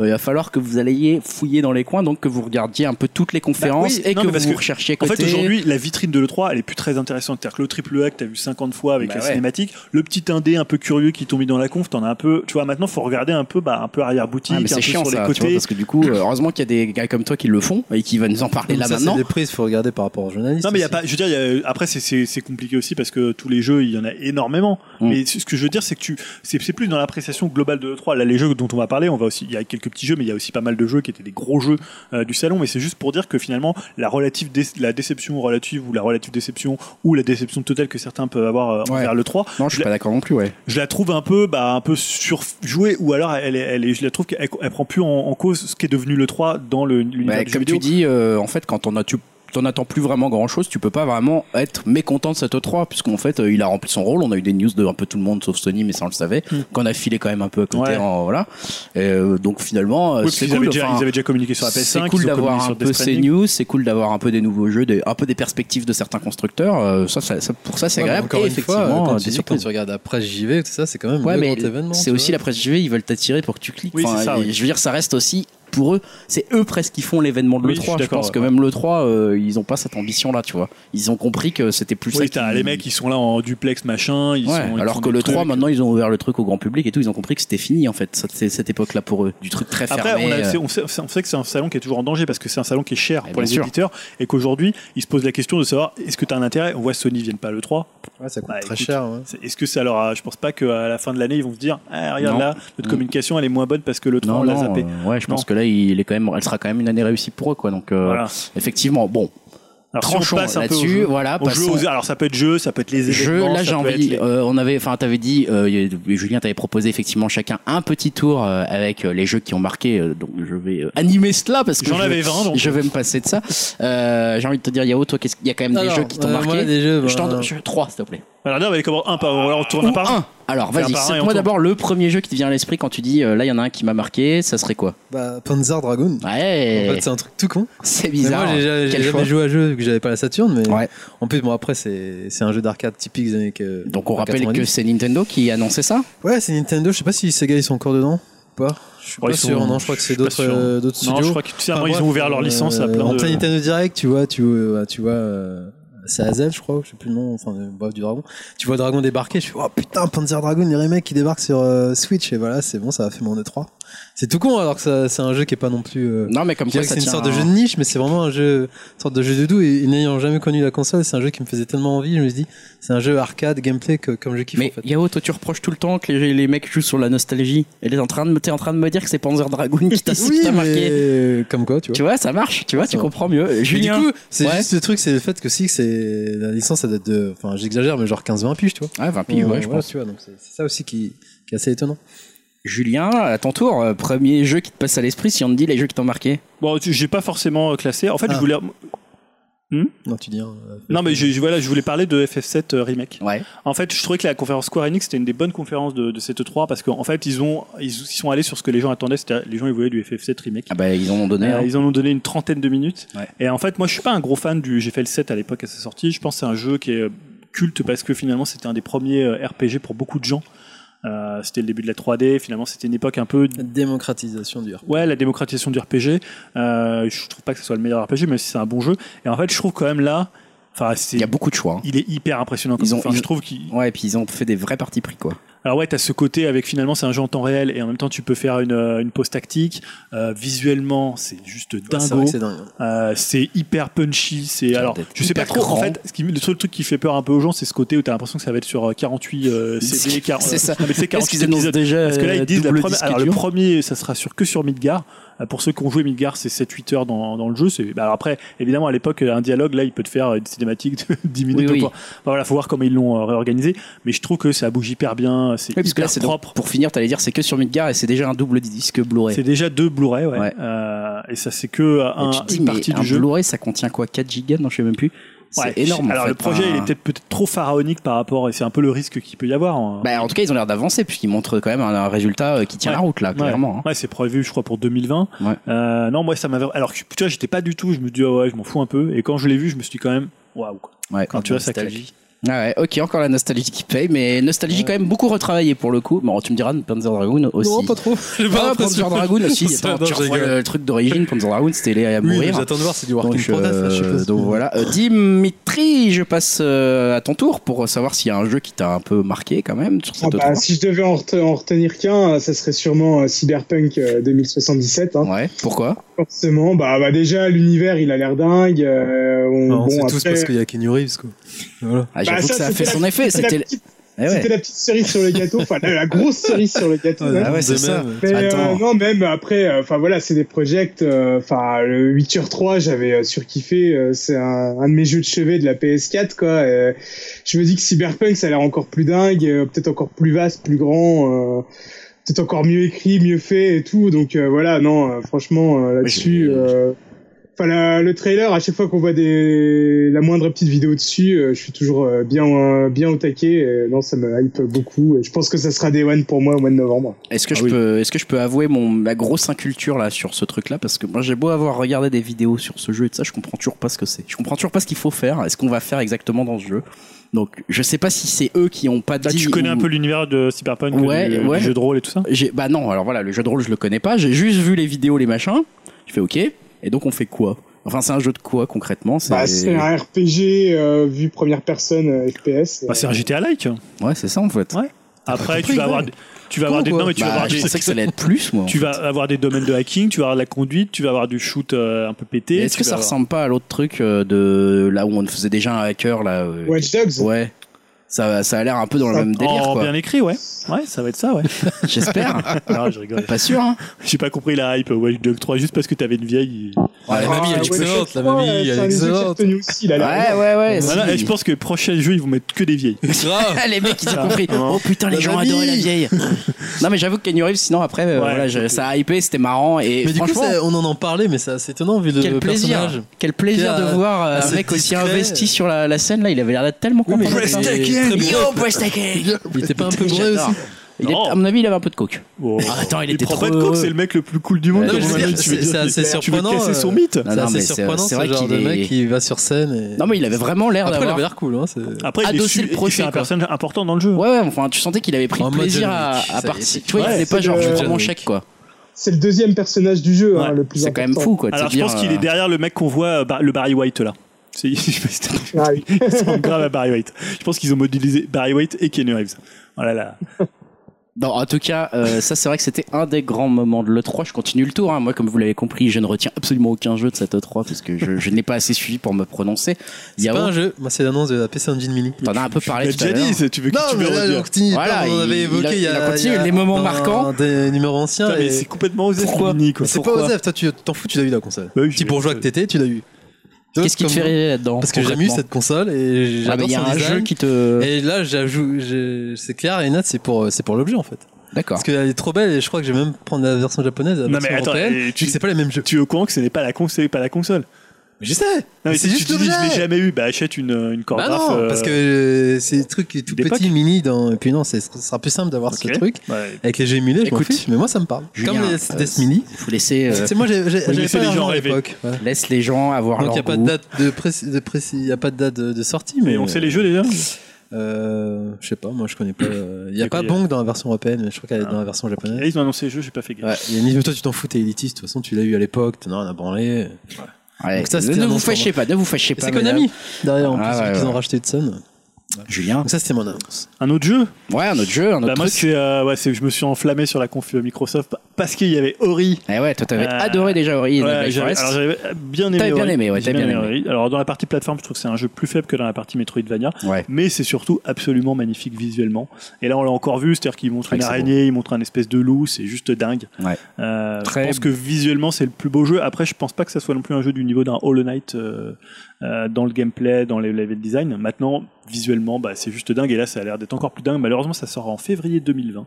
euh, il va falloir que vous alliez fouiller dans les coins, donc que vous regardiez un peu toutes les conférences Bah oui, et non, que mais parce vous que, recherchiez à En côté. fait, aujourd'hui, la vitrine de l'E3, elle est plus très intéressante. C'est-à-dire que le triple A que t'as vu 50 fois avec Bah la ouais. cinématique, le petit indé un peu curieux qui tombe dans la conf, t'en as un peu, tu vois, maintenant, faut regarder un peu, bah, un peu arrière-boutique, Ah, un mais peu c'est chiant sur les ça, tu vois, côtés. parce que du coup, euh, heureusement qu'il y a des gars comme toi qui le font et qui va nous en parler là ça, maintenant. c'est des prises, faut regarder par rapport aux journalistes. Non, mais il y a aussi. pas. Je veux dire, il y a- après c'est- c'est c'est compliqué aussi parce que tous les jeux, il y en a énormément. Mm. Mais ce que je veux dire, c'est que tu, c'est c'est plus dans l'appréciation globale de l'E3. Là, les jeux dont on va parler, on va aussi. Il y a quelques petits jeux, mais il y a aussi pas mal de jeux qui étaient des gros jeux euh, du salon. Mais c'est juste pour dire que finalement, la relative, dé- la déception relative ou la relative déception ou la déception totale que certains peuvent avoir euh, Ouais. envers l'E3, Non, je suis pas d'accord non plus, ouais. je la trouve un peu, bah, un peu surjouée ou alors elle, est- elle est- je la trouve qu'elle elle prend plus en, en cause ce qui est devenu l'E3 dans le- l'univers Ouais, du jeu Bah, comme vidéo. tu dis, euh, en fait, quand on a tu t'en attends plus vraiment grand chose, tu peux pas vraiment être mécontent de cette E3, puisqu'en fait, euh, il a rempli son rôle. On a eu des news de un peu tout le monde, sauf Sony, mais ça on le savait, qu'on a filé quand même un peu à côté. Hmm. Ouais. en- voilà. Et, euh, donc finalement, euh, Oui, parce c'est qu'ils avaient cool. déjà- enfin, ils avaient déjà communiqué sur la PS5. c'est cool ils ont communiqué d'avoir un sur peu Death ces Stranding. news, c'est cool d'avoir un peu des nouveaux jeux, des- un peu des perspectives de certains constructeurs. euh, ça, ça- ça- pour ça, c'est Ouais, bah, mais agréable. Encore Et une fois, effectivement, quand euh, tu des dis- quand surprises. tu regardes après JV, tout ça, c'est quand même Ouais, le mais gros événement. c'est tu aussi la vois. presse JV, ils veulent t'attirer pour que tu cliques. Oui, c'est ça, et oui. Je veux dire, ça reste aussi pour eux, c'est eux presque qui font l'événement de Oui, je suis l'E3. Je, d'accord, pense que ouais. même l'E3, euh, ils ont pas cette ambition-là, tu vois. Ils ont compris que c'était plus ça Oui, t'as qui- les mecs, ils sont là en duplex, machin. Ils Ouais, sont, ils font alors que des le trucs. 3, maintenant, ils ont ouvert le truc au grand public et tout. Ils ont compris que c'était fini, en fait, cette, c'est- cette époque-là pour eux. Du truc très fermé. Après, on, a- euh, c'est- on sait, on sait que c'est un salon qui est toujours en danger parce que c'est un salon qui est cher Eh pour bien les sûr. éditeurs et qu'aujourd'hui, ils se posent la question de savoir est-ce que t'as un intérêt On voit Sony viennent pas à l'E3. Ouais, ça coûte Bah, très écoute, cher. ouais. C'est- Est-ce que ça leur a- Je pense pas qu'à la fin de l'année, ils vont se dire ah, regarde Non. là, notre Mm. communication elle est moins bonne parce que l'E3 on Non, l'a non, zappé. euh, ouais, je pense Non. que là, il est quand même, elle sera quand même une année réussie pour eux, quoi. Donc, euh, Voilà. effectivement, bon, Alors, si on tranchons passe un peu au là-dessus, jeu- voilà, au jeu, passons- aux- alors ça peut être jeu, ça peut être les Je, événements. là, ça j'ai peut envie. être les- euh, on avait, enfin, t'avais dit, euh, y a- Julien, t'avais proposé effectivement chacun un petit tour euh, avec euh, les jeux qui ont marqué. euh, donc, je vais euh, animer cela parce que J'en je- avais 20, donc. Je vais me passer de ça. Euh, j'ai envie de te dire, Yao, toi, qu'est-ce qu'il y a quand même des Alors, jeux qui t'ont euh, marqué moi, des jeux, Je t'en bah, donne je- trois, s'il te plaît. Alors là, on va aller commencer un par. Alors, on tourne un Ou par. un. Alors, Faire vas-y, par un et c'est on moi tourne. d'abord le premier jeu qui te vient à l'esprit quand tu dis euh, là, il y en a un qui m'a marqué, ça serait quoi Bah, Panzer Dragoon. En Ouais, fait, c'est un truc tout con. c'est Mais bizarre. hein. moi, j'ai ja- j'ai Quel jamais choix. joué à un jeu vu que j'avais pas la Saturne, mais Ouais. en plus, bon, après, c'est c'est un jeu d'arcade typique des années que- Donc, on rappelle 90. que c'est Nintendo qui annonçait ça Ouais, c'est Nintendo. Je sais pas si Sega ils sont encore dedans ou pas. Je suis Oh, pas ils sont- sûr. Non, je crois que c'est suis pas d'autres sûr. euh, d'autres studios. Non, je crois que clairement, Enfin, Ah ils bref, ont ouvert leur euh, licence à plein En plein de. Nintendo Direct, tu vois, tu, vois- tu vois, euh, c'est Azel, je crois, je sais plus le nom, enfin, euh, bref, du dragon. Tu vois Dragon débarquer, je fais, oh putain, Panzer Dragon, les remakes qui débarquent sur euh, Switch, et voilà, c'est bon, ça a fait mon E3. C'est tout con, hein, alors que ça- c'est un jeu qui est pas non plus. euh, Non, mais comme je dirais quoi, ça que c'est une tient sorte de à- jeu de niche, mais c'est vraiment un jeu, une sorte de jeu de doux. Et, et n'ayant jamais connu la console, c'est un jeu qui me faisait tellement envie. Je me suis dit, c'est un jeu arcade, gameplay que, comme je kiffe. Mais en fait. Yao, toi tu reproches tout le temps que les, les mecs jouent sur la nostalgie. Elle est en train de, me- t'es en train de me dire que c'est Panzer Dragoon qui t'a qui oui, t'a marqué. mais comme quoi, tu vois. Tu vois, ça marche. Tu vois, tu Ça comprends mieux. Euh, Mais Julien. du coup, c'est Ouais. juste le truc, c'est le fait que si c'est la licence, ça date de, enfin, j'exagère, mais genre 15-20 piges, tu vois. Ouais, 20 piges, ouais, je Voilà, pense. Tu vois, donc c'est c'est ça aussi qui, qui est assez étonnant. Julien, à ton tour, euh, premier jeu qui te passe à l'esprit si on te dit les jeux qui t'ont marqué. Bon, tu- j'ai pas forcément euh, classé. En fait, Ah. je voulais. Non, tu dis. hein, euh, Non, mais je, je- voilà, je voulais parler de FF7 euh, Remake. Ouais. En fait, je trouvais que la conférence Square Enix c'était une des bonnes conférences de, de cette E3 parce qu'en fait, ils, ont, ils, ils sont allés sur ce que les gens attendaient, c'est-à-dire les gens ils voulaient du FF7 Remake. Ah bah ils en ont donné. Euh, hein. ils en ont donné une trentaine de minutes. Ouais. Et en fait, moi, je suis pas un gros fan du. J'ai fait le 7 à l'époque à sa sortie. Je pense que c'est un jeu qui est euh, culte parce que finalement, c'était un des premiers euh, RPG pour beaucoup de gens. Euh, c'était le début de la 3D. Finalement, c'était une époque un peu la Démocratisation du RPG. Ouais, la démocratisation du RPG. Euh, je trouve pas que ce soit le meilleur RPG, même si c'est un bon jeu. Et en fait, je trouve quand même là, enfin, c'est, Il y a beaucoup de choix. hein. il est hyper impressionnant. Comme Ils ont- enfin, ils- je trouve qu'il. Ouais, et puis ils ont fait des vrais partis pris quoi. Alors ouais, t'as ce côté avec finalement, c'est un jeu en temps réel et en même temps, tu peux faire une, euh, une pause tactique. Euh, visuellement, c'est juste Ouais, c'est dingo. vrai que c'est dingue. hein. Euh, c'est hyper punchy. C'est alors, d'être je sais pas hyper trop. En grand. fait, ce qui, le, truc, le truc qui fait peur un peu aux gens, c'est ce côté où t'as l'impression que ça va être sur euh, 48 euh, CD, car- C'est ça. non, mais c'est Qu'est-ce 48 qu'ils annoncent épisodes. déjà Parce que là, euh, ils disent la double première- disque alors, le dur premier, ça sera sur que sur Midgar. Euh, Pour ceux qui ont joué Midgar, c'est 7-8 heures dans, dans le jeu. C'est, bah, alors après, évidemment, à l'époque, un dialogue, là, il peut te faire une cinématique de 10 Oui, minutes. ou oui. quoi. Enfin, voilà, faut voir comment ils l'ont euh, réorganisé. Mais je trouve que ça bouge hyper bien. C'est Ouais, parce que là, hyper c'est donc- propre. Pour finir, t'allais dire c'est que sur Midgar et c'est déjà un double disque Blu-ray. C'est déjà deux Blu-ray, ouais. Ouais. Euh, et ça, c'est que euh, Et un, tu te dis, une mais partie un du jeu. Blu-ray, ça contient quoi 4 gigas Non, je sais même plus. C'est Ouais. énorme. en Alors fait. le projet, Enfin, il est peut-être peut-être trop pharaonique par rapport, et c'est un peu le risque qu'il peut y avoir. hein. Bah, en tout cas, ils ont l'air d'avancer puisqu'ils montrent quand même un, un résultat euh, qui tient Ouais. la route là, clairement. hein. Ouais, c'est prévu, je crois, pour 2020. Ouais. Euh, non, moi, ça m'avait. Alors, que, tu vois, j'étais pas du tout. Je me dis, ah ouais, je m'en fous un peu. Et quand je l'ai vu, je me suis dit quand même, waouh. quoi. Ouais. Quand tu vois, ça claque. Nostalgie. Ah ouais, ok, encore la nostalgie qui paye, mais nostalgie quand même beaucoup retravaillée pour le coup. Bon, tu me diras, Panzer Dragoon aussi. Non, pas trop. J'ai pas Ah, l'impression. Panzer Dragoon aussi. Attends, Non, tu je revois rigole. le truc d'origine, Panzer Dragoon, c'était les à Oui, mais mourir. J'attends de voir, c'est du work in donc, progress, là, je euh, suppose. donc voilà. Euh, Dimitri, je passe euh, à ton tour pour savoir s'il y a un jeu qui t'a un peu marqué quand même sur Ah cette bah, autre si je devais en, rete- en retenir qu'un, euh, ça serait sûrement euh, Cyberpunk euh, 2077. Hein. Ouais, pourquoi Forcément, bah, bah déjà l'univers il a l'air dingue. euh, on, Non, bon, c'est tous après- parce qu'il y a Kenny Reeves, quoi. Voilà. ah, J'avoue Bah, que ça a fait c'était son la- effet. c'était la C'était. petite- Eh ouais. c'était la petite cerise sur le gâteau, enfin la, la grosse cerise sur le Ah, gâteau. hein. ouais, c'est de ça. même. Mais, Attends. euh, non, même après, euh, enfin voilà, c'est des projects. euh, Enfin, le 8h3, j'avais euh, surkiffé. euh, c'est un, un de mes jeux de chevet de la PS4, quoi. et je me dis que Cyberpunk, ça a l'air encore plus dingue, euh, peut-être encore plus vaste, plus grand, euh, peut-être encore mieux écrit, mieux fait et tout. Donc euh, voilà, non, euh, franchement, euh, là-dessus. Oui, j'ai- euh, Enfin, la- le trailer, à chaque fois qu'on voit des, la moindre petite vidéo dessus, euh, je suis toujours euh, bien, euh, bien au taquet. et non, ça me hype beaucoup. Et je pense que ça sera Day One pour moi au mois de novembre. Est-ce que, Ah je oui. peux, est-ce que je peux avouer mon, ma grosse inculture là sur ce truc là Parce que moi j'ai beau avoir regardé des vidéos sur ce jeu et tout ça, je comprends toujours pas ce que c'est. Je comprends toujours pas ce qu'il faut faire et ce qu'on va faire exactement dans ce jeu. Donc je sais pas si c'est eux qui ont pas Là, dit. Bah, tu connais Bah, ou- un peu l'univers de Cyberpunk, Ouais, du, du ouais. jeu de rôle et tout ça. J'ai- Bah non, alors voilà, le jeu de rôle je le connais pas, j'ai juste vu les vidéos, les machins. Je fais ok, et donc on fait quoi Enfin c'est un jeu de quoi concrètement c'est... Bah, c'est un RPG euh, vu première personne euh, FPS. Bah, c'est un GTA like. Ouais, c'est ça en fait. Ouais. Après, compris, tu vas ouais. avoir, des- tu vas avoir des, Con, quoi. non, mais tu vas Bah, avoir je des- pensais que ça allait être plus moi. en tu fait. vas avoir des domaines de hacking, tu vas avoir de la conduite, tu vas avoir du shoot euh, un peu pété. Et Est-ce tu que vas ça avoir- ressemble pas à l'autre truc euh, de là où on faisait déjà un hacker là euh, Watch Dogs. Ouais. Ça, ça a l'air un peu dans le Ça- même délire, en quoi. Oh, bien écrit, ouais. Ouais, ça va être ça, ouais. J'espère. non, je rigole. Pas sûr, hein. J'ai pas compris la hype Watch Dogs 3 juste parce que t'avais une vieille. la mamie, elle est Ah, Watch excellente, Dogs la 3, mamie, euh, elle c'est un des jeux est que j'ai excellente. retenu aussi, il a l'air Ouais, ouais, ouais. Voilà, si. et je pense que prochain jeu, ils vont mettre que des vieilles. Grave. Ah, les mecs, ils ont compris. Oh putain, les La gens mamie. adoraient la vieille. non, mais j'avoue que Keanu Reeves, sinon après, euh, Ouais, voilà, je- écoutez. ça a hypé, c'était marrant. Et Mais du coup, franchement, ça- on en en parlait, mais c'est assez étonnant vu le quel plaisir. personnage. Quel plaisir Quel, de euh, voir euh, un assez mec aussi discret. investi sur la, la scène là. Il avait l'air d'être tellement Oui, content. mais d'être il là. était très bourré. Yo, Prestaken Il était pas un peu bourré J'adore. aussi Il est- Non. À mon avis, il avait un peu de coke. Wow. Ah, attends, il il était prend trop pas de coke, heureux. c'est le mec le plus cool du monde. Non, comme mais on je veux a dire, dit, tu veux c'est- c'est dire, assez Tu veux surprenant, casser son euh, mythe Non, C'est non, mais assez c'est- surprenant c'est ce vrai genre qu'il de est- mec qui va sur scène. Et... Non, mais il avait vraiment l'air Après, il d'avoir. Ah, avait l'air cool. Hein, c'est- Après, il est Adosser su- le procès, c'est un quoi. personnage important dans le jeu. Ouais, ouais, enfin, tu sentais qu'il avait pris En mode plaisir John à, Wick, à ça y est, participer. c'est- Tu vois, il Ouais, faisait c'est pas genre, le- je prends mon Ouais. chèque, quoi. C'est le deuxième personnage du jeu, hein, Ouais, le plus C'est quand même important. fou, quoi. de Alors, se je dire, pense qu'il est euh, derrière le mec qu'on voit, euh, Bar- le Barry White là. C'est- je sais pas si t'as- Ah oui. Il ressemble grave à Barry White. Je pense qu'ils ont modélisé Barry White et Keanu Reeves. Voilà là. Non, en tout cas, euh, ça c'est vrai que c'était un des grands moments de l'E3. Je continue le tour. hein. Moi, comme vous l'avez compris, je ne retiens absolument aucun jeu de cette E3 parce que je, je n'ai pas assez suivi pour me prononcer. C'est pas Yao, un jeu. Moi, c'est l'annonce de la PC Engine Mini. t'en as un peu Il parlé a Ah, tout à déjà l'heure. dit, c'est- tu veux que Non, tu mais veux là, redire. on continue. Voilà, Pardon, on il- avait évoqué il a- il y a, il a continué il y a- les moments dans marquants. Des numéros anciens. Putain, mais et- c'est complètement osé Pourquoi ce mini, quoi. Mais c'est pas Pourquoi Osef, toi, tu t'en fous, tu l'as eu la console. Bah oui, je Petit l'ai- bourgeois que t'étais, tu l'as eu. Qu'est-ce qui te fait rêver là-dedans Ah, Parce que j'aime eu cette console et Il j'adore y son a un design. jeu qui te. Et là, j'ajoute, j'ai- c'est clair, et Nat, c'est pour, c'est pour l'objet en fait. D'accord. Parce qu'elle est trop belle et je crois que j'ai même prendre la version japonaise. La Non, version mais attends, européenne, et tu- vu que c'est pas les mêmes jeux. Tu es au courant que ce n'est pas la console, pas la console. Mais je sais. Non, mais mais c'est si juste tu te dis, je l'ai l'objet. jamais eu, bah achète une, une Bah chorégraphe. non, euh, parce que euh, c'est des trucs qui est tout d'époque. petit, mini, dans... et puis non, c'est- ce sera plus simple d'avoir Ok. ce truc ouais. avec les jeux émulés. E, je m'en Écoute, fiche, mais moi ça me parle. Julien, Comme les euh, SNES Mini. Faut laisser. euh, C'est moi, j'ai- j'ai- j'avais laissez pas les gens l'argent à rêver. l'époque. ouais. laisse les gens avoir Donc leur il n'y a pas de goût. date de pré- de pré- y a pas de date de, de sortie, mais Mais on sait les jeux déjà Euh, je sais pas, moi je connais pas. euh, Il y a Du coup, pas il y a- Bong dans la version européenne, mais je crois qu'elle est dans la version japonaise. Ils ont annoncé les jeux, j'ai pas fait gaffe. Ouais, il y a une mais toi tu t'en fous, t'es élitiste, de toute façon tu l'as eu à l'époque, t'en as rien à branler. Ouais. Donc ça, c'était ne un vous autre fâchez pas, ne vous fâchez Et pas. c'est Konami derrière en Ah, plus, ouais, vu qu'ils ouais. ont racheté Hudson. madame. Julien. Donc ça c'était mon annonce. Un autre jeu Ouais, un autre jeu, un autre Bah moi, truc. c'est, euh, ouais, c'est, je me suis enflammé sur la conf Microsoft parce qu'il y avait Ori. Eh ouais, toi t'avais Euh, adoré déjà Ori et Ouais, Black j'avais- Forest. alors j'avais bien aimé. T'avais bien Ori. aimé, ouais, J'ai t'avais bien Ori. Alors dans la partie plateforme, je trouve que c'est un jeu plus faible que dans la partie Metroidvania, Ouais. mais c'est surtout absolument magnifique visuellement. Et là, on l'a encore vu, c'est-à-dire qu'ils montrent Ouais, une c'est beau. araignée, ils montrent un espèce de loup, c'est juste dingue. Ouais. Euh, Très je pense que visuellement, c'est le plus beau jeu. Après, je pense pas que ça soit non plus un jeu du niveau d'un Hollow Knight euh, euh, dans le gameplay, dans les level design. Maintenant, visuellement, bah, c'est juste dingue. Et là, ça a l'air d'être encore plus dingue. Malheureusement, ça sort en février 2020. Donc,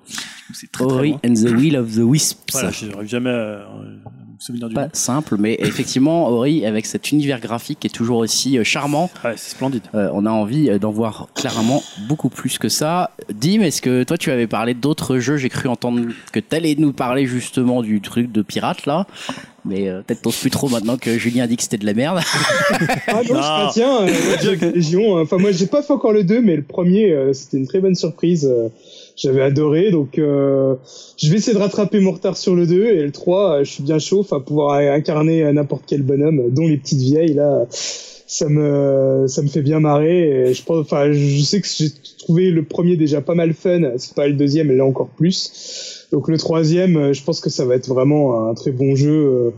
C'est très, très Ori loin. and the Will of the Wisps. Voilà, j'arrive jamais à me souvenir du Bah. pas nom. simple, mais effectivement, Ori, avec cet univers graphique qui est toujours aussi euh, charmant, Ouais, Ah, c'est splendide. euh, on a envie euh, d'en voir clairement beaucoup plus que ça. Dim, est-ce que toi tu avais parlé d'autres jeux J'ai cru entendre que t'allais nous parler justement du truc de pirate là. Mais euh, peut-être t'oses plus trop maintenant que Julien a dit que c'était de la merde. Ah non, je Non. maintiens. euh, ouais, j'ai fait Légion. Enfin, moi, j'ai pas fait encore le 2, mais le premier, euh, c'était une très bonne surprise. euh, J'avais adoré, donc euh, je vais essayer de rattraper mon retard sur le 2 et le 3, euh, je suis bien chaud, enfin pouvoir euh, incarner euh, n'importe quel bonhomme, euh, dont les petites vieilles là, euh, ça me ça me fait bien marrer. et je pense, enfin je sais que j'ai trouvé le premier déjà pas mal fun, c'est pas le deuxième, là encore plus. Donc le troisième, euh, je pense que ça va être vraiment un très bon jeu. euh,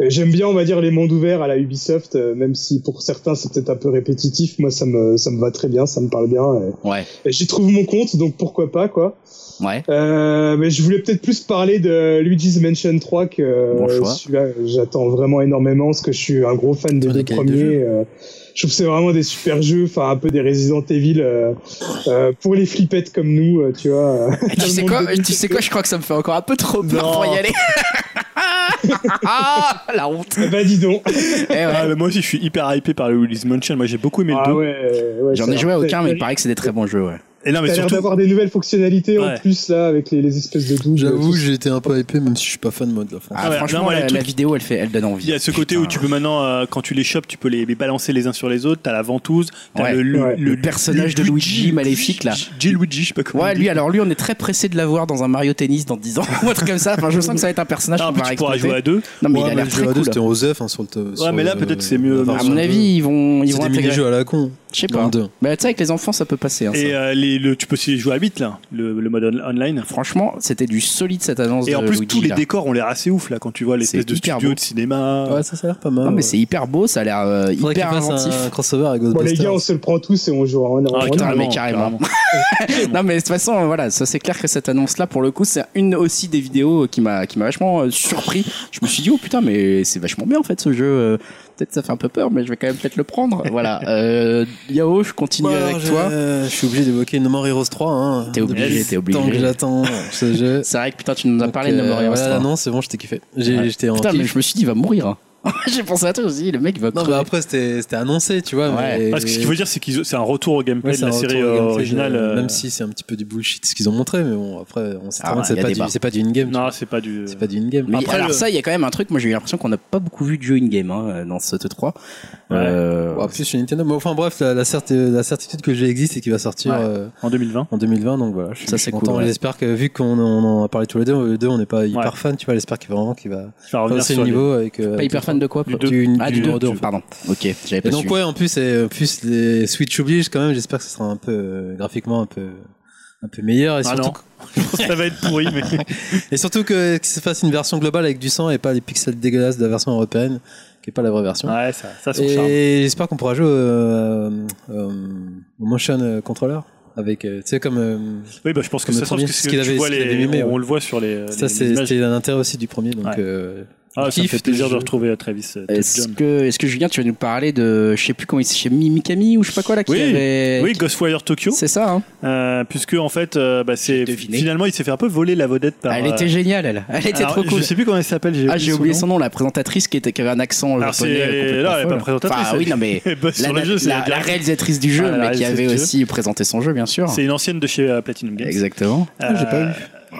euh, J'aime bien, on va dire, les mondes ouverts à la Ubisoft, euh, même si pour certains c'est peut-être un peu répétitif. Moi, ça me, ça me va très bien, ça me parle bien. euh, Ouais, et J'y trouve mon compte, donc pourquoi pas, quoi. ouais. Euh, mais je voulais peut-être plus parler de Luigi's Mansion 3 que euh, Bon choix. celui-là. J'attends vraiment énormément, parce que je suis un gros fan des Toi, deux lesquels des premiers. euh, je trouve que c'est vraiment des super jeux, enfin un peu des Resident Evil euh, euh, pour les flippettes comme nous, euh, tu vois. euh, tu sais le monde quoi de Tu sais quoi Je crois que ça me fait encore un peu trop peur Non. pour y aller. ah, la honte. Bah dis donc. Eh ouais. Ah, mais moi aussi, je suis hyper hypé par le Willy's Mansion. Moi, j'ai beaucoup aimé le Ah 2. ouais, euh, ouais, J'en ça ai a joué à l'air aucun, mais il très- paraît que c'est des très bons jeux. Ouais. Et non, mais T'as l'air surtout, d'avoir des nouvelles fonctionnalités Ouais. en plus là avec les, les espèces de doubles. J'avoue, Tout ça. j'étais un peu hypé, même si je suis pas fan moi de la France. Ah, Ah ouais, franchement, non, moi, les la, trucs- la vidéo, elle fait, elle donne envie. hein. il y a ce côté où Putain. tu peux maintenant, euh, quand tu les chopes, tu peux les, les balancer les uns sur les autres. T'as la ventouse, t'as Ouais. le, le, Ouais. le personnage de Luigi maléfique, là. G Luigi, je sais pas comment. Ouais, on dit. lui, alors lui, on est très pressé de l'avoir dans un Mario Tennis dans 10 ans ou un truc comme ça. Enfin, je sens que ça va être un personnage Ah, en qu'on plus, va tu pourras exploiter. jouer à deux. Non, mais Ouais, il a l'air le très jeu à deux, cool. C'était en OZEF hein, sur le. Ouais, mais là, peut-être, c'est mieux. À mon avis, ils vont, ils ils vont des intégrer. mini-jeux à la con. Je sais dans pas. le deux. Mais tu sais, avec les enfants, ça peut passer. hein, ça. Et euh, les, le, tu peux aussi jouer à 8, là, le, le mode on- online. Franchement, c'était du solide cette annonce Et de en plus, Luigi, tous les là. décors ont l'air assez ouf, là, quand tu vois l'espèce C'est de hyper studio beau. de cinéma. Ouais, ça, ça a l'air pas mal. Non, mais ouais. c'est hyper beau, ça a l'air euh, Faudrait qu'ils hyper fassent inventif. un crossover avec Bon les Ghostbusters. gars, on se le prend tous et on jouera. en- en- Ah, en- Putain, mais carrément. carrément, Non mais de toute façon voilà ça c'est clair que cette annonce là pour le coup c'est une aussi des vidéos qui m'a qui m'a vachement euh, surpris. Je me suis dit oh putain mais c'est vachement bien en fait ce jeu. euh, Peut-être ça fait un peu peur mais je vais quand même peut-être le prendre. Voilà euh, Yao je continue Bon, avec alors, je- toi. euh, Je suis obligé d'évoquer No More Heroes 3. Hein, T'es obligé, Depuis t'es le Tant que obligé. j'attends ce jeu. C'est vrai que putain tu nous en as parlé de Donc, euh, No More Heroes Voilà, 3. non, c'est bon, je t'ai kiffé. J'ai- Ouais. J'étais en Putain mais kiff. je me suis dit il va mourir. hein. J'ai pensé à toi je me suis dit le mec il va Non, crever. mais après, c'était c'était annoncé, tu vois. Ouais. mais- Parce que ce qu'il veut dire, c'est qu'ils- c'est un retour au gameplay de Ouais, c'est un la retour série au euh, gameplay, originale. euh, euh, Même si c'est un petit peu du bullshit ce qu'ils ont montré, mais bon, après, on sait Ah, très bien que ouais, y c'est a pas, débat. du- c'est pas du in-game. tu Non, vois. c'est pas du. C'est pas du in-game. Mais Après, alors le- ça, il y a quand même un truc, moi j'ai eu l'impression qu'on n'a pas beaucoup vu de jeu in-game hein, dans cette 3. Ouais. Euh, Bon, Bah, en plus, sur Nintendo. Mais enfin, bref, la, la certi- la certitude que j'ai existe, c'est qu'il va sortir. Ouais. euh, En 2020. en 2020 donc voilà je suis Ça, je suis c'est content cool, ouais. j'espère que vu qu'on en- on en a parlé tous les deux euh, les deux on n'est pas hyper Ouais. fan tu vois j'espère qu'il va vraiment qu'il va Je vais revenir passer le sur les- niveau avec euh, Pas hyper fan de quoi Du quoi deux. du, Ah, du du numéro 2 2, pardon. Ok, j'avais et pas donc suivi. ouais en plus et, en plus les Switch oblige quand même j'espère que ce sera un peu euh, graphiquement un peu un peu meilleur et Ah surtout non. Ça va être pourri, mais. Et surtout que que se fasse une version globale avec du sang et pas les pixels dégueulasses de la version européenne, qui est pas la vraie version. Ouais, ça, ça a son charme. et j'espère qu'on pourra jouer euh, euh, au motion euh, controller avec, euh, tu sais comme euh, Oui, bah, je pense que Comme le ça, sauf premier, que ce c'est- qu'il tu avait- vois ce qu'il les- avait mimé, on, ouais. on le voit sur les. ça les c'est- images. c'était l'intérêt aussi du premier donc. Ouais. euh, Ah, ça me kiff fait de plaisir de jeu. retrouver euh, Travis euh, Ted Est-ce John. que, est-ce que Julien, tu vas nous parler de, je sais plus comment il s'appelle, Mimikami ou je sais pas quoi là, qui Oui, avait... Oui, Ghostwire Tokyo, c'est ça. Hein. euh, puisque en fait, euh, bah, c'est J'ai deviné. finalement il s'est fait un peu voler la vedette par. Ah, elle euh, était géniale, elle. Elle était alors, trop cool. Je sais plus comment elle s'appelle. j'ai Ah, j'ai son oublié nom. son nom, la présentatrice qui, était, qui avait un accent Alors, japonais. euh, c'est- complètement là, elle est pas folle. présentatrice, Enfin, oui, elle- non, mais Elle bosse la, bah, sur le jeu, c'est la- la- la réalisatrice du jeu, Ah, la mais qui avait réalisatrice du jeu. aussi présenté son jeu, bien sûr. C'est une ancienne de chez euh, Platinum Games. Exactement. Euh,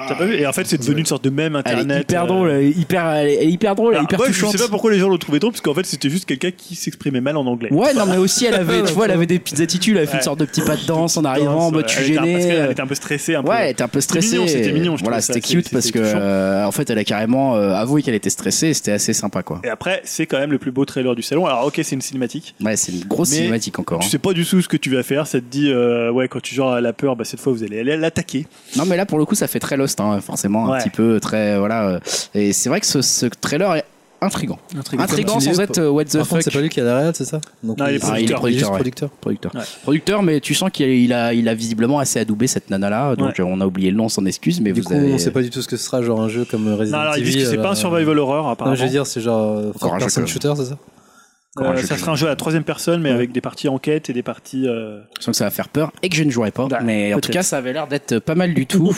T'as pas vu Et en fait, c'est devenu une sorte de même Ah, Elle internet. est hyper euh, drôle, elle est hyper, elle est hyper drôle, elle est Alors, hyper moi, je touchante. sais pas pourquoi les gens l'ont trouvé drôle, parce qu'en fait, c'était juste quelqu'un qui s'exprimait mal en anglais. Ouais, non, mais aussi, elle avait, tu vois, elle avait des petites attitudes, elle avait fait Ouais. une sorte de petit pas de danse en arrivant, en mode euh. je suis Elle était un- parce gêné. qu'elle était un peu stressée, un peu. Ouais, elle était un peu C'était stressée. mignon, c'était mignon, je Voilà, trouvais ça c'était assez- cute parce que, c'était touchant. euh, en fait, elle a carrément euh, avoué qu'elle était stressée et c'était assez sympa, quoi. Et après, c'est quand même le plus beau trailer du salon. Alors, ok, c'est une cinématique. Ouais, c'est une grosse Mais cinématique encore. Tu hein. sais pas du tout ce que tu vas faire. Ça te dit, euh, ouais, quand tu genre à la peur, bah, cette fois, vous allez aller l'attaquer. Non, mais là, pour le coup, ça fait très Lost, hein, forcément, un Ouais. petit peu, très, voilà. euh, Et c'est vrai que ce, ce trailer est intrigant. Intrigant sans être euh, what the Par fuck. contre, c'est pas lui qui a la réal, c'est ça Donc, euh, Non, il est Ah, il est producteur. il est juste producteur, ouais. producteur. producteur. Ouais. Producteur, mais tu sens qu'il a, il a, il a visiblement assez adoubé cette nana là, donc euh, Ouais. on a oublié le nom, s'en excuse, mais Du vous coup, avez on sait pas du tout ce que ce sera, genre un jeu comme Resident Non, alors, ils Evil. disent que c'est euh, pas un survival horror, Non, apparemment. je veux dire, c'est genre euh, Encore un jeu first-person que- shooter, c'est ça encore un Euh, jeu ça que sera un jeu à la troisième personne, mais avec des parties enquête et des parties. euh, Je sens que ça va faire peur et que je ne jouerai pas. Ouais, mais en Bah, peut-être. tout cas, ça avait l'air d'être pas mal du tout.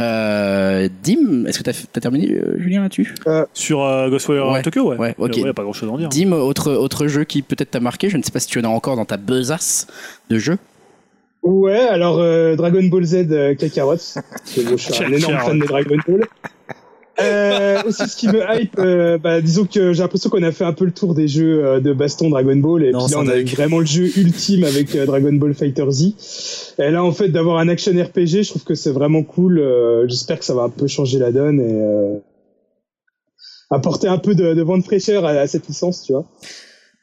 Euh, Dim, est-ce que t'as as terminé, euh, Julien, là-dessus Sur euh, Ghostwire Ouais. Tokyo, ouais. Ouais, ok. Euh, y a pas grand chose à en dire. Dim, autre, autre jeu qui peut-être t'a marqué, je ne sais pas si tu en as encore dans ta besace de jeu. Ouais, alors euh, Dragon Ball Z euh, Kakarot. parce que moi, je suis un Kakarot. énorme fan de Dragon Ball. Euh, aussi, ce qui me hype, euh, bah, disons que j'ai l'impression qu'on a fait un peu le tour des jeux euh, de baston Dragon Ball, et Non, puis là sans on a doute. vraiment le jeu ultime avec euh, Dragon Ball Fighter Z. Et là, en fait, d'avoir un action RPG, je trouve que c'est vraiment cool. euh, J'espère que ça va un peu changer la donne et euh, apporter un peu de, de vent de fraîcheur à- à cette licence, tu vois.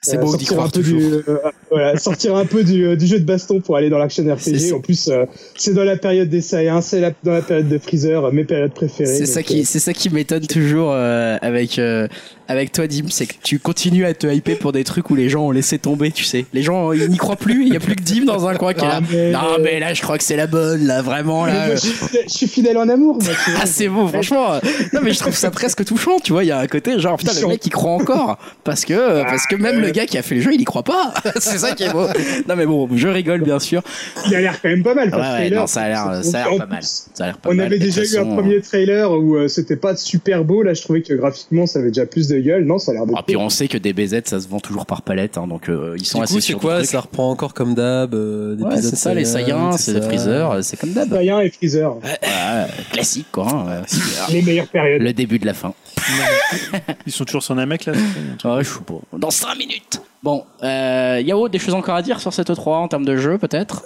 C'est Euh, beau d'y sortir un croire peu toujours. Du, euh, voilà, sortir un peu du, euh, du jeu de baston pour aller dans l'action C'est RPG. ça. En plus, euh, c'est dans la période des Saiyans, c'est la- dans la période de Freezer, euh, mes périodes préférées. C'est donc, ça euh, qui, c'est ça qui m'étonne toujours euh, avec euh, avec toi, Dim, c'est que tu continues à te hyper pour des trucs où les gens ont laissé tomber, tu sais. Les gens, ils n'y croient plus. Il y a plus que Dim dans un coin qui est là. Ah, mais- Non, mais là, je crois que c'est la bonne, là, vraiment mais là. moi, je, suis fidèle- je suis fidèle en amour. moi, tu vois. Ah c'est beau franchement non mais je trouve ça presque touchant tu vois il y a un côté genre putain le mec il croit encore parce que parce que Ah, même le gars qui a fait le jeu il y croit pas c'est ça qui est beau non mais bon je rigole bien sûr Il a l'air quand même pas mal. ouais comme ouais trailer. non ça a l'air ça a En l'air pas plus, mal ça a l'air pas On mal, avait et de déjà toute eu un façon, premier trailer où euh, c'était pas super beau. Là, je trouvais que graphiquement, ça avait déjà plus de gueule. Non, ça a l'air de. ah, puis on sait que des BZ ça se vend toujours par palette hein, donc euh, ils sont Du assez coup, c'est sûrs du quoi truc. Ça reprend encore comme d'hab euh, des Ouais, épisodes c'est ça les Saiyans c'est les ça. Freezer euh, c'est comme d'hab Saiyans et Freezer, Ouais, classique quoi hein, ouais. les meilleures périodes. le début de la fin Ils sont toujours sur un mec là. ouais je suis pas dans 5 minutes bon euh, Yao des choses encore à dire sur cette E3 en termes de jeu peut-être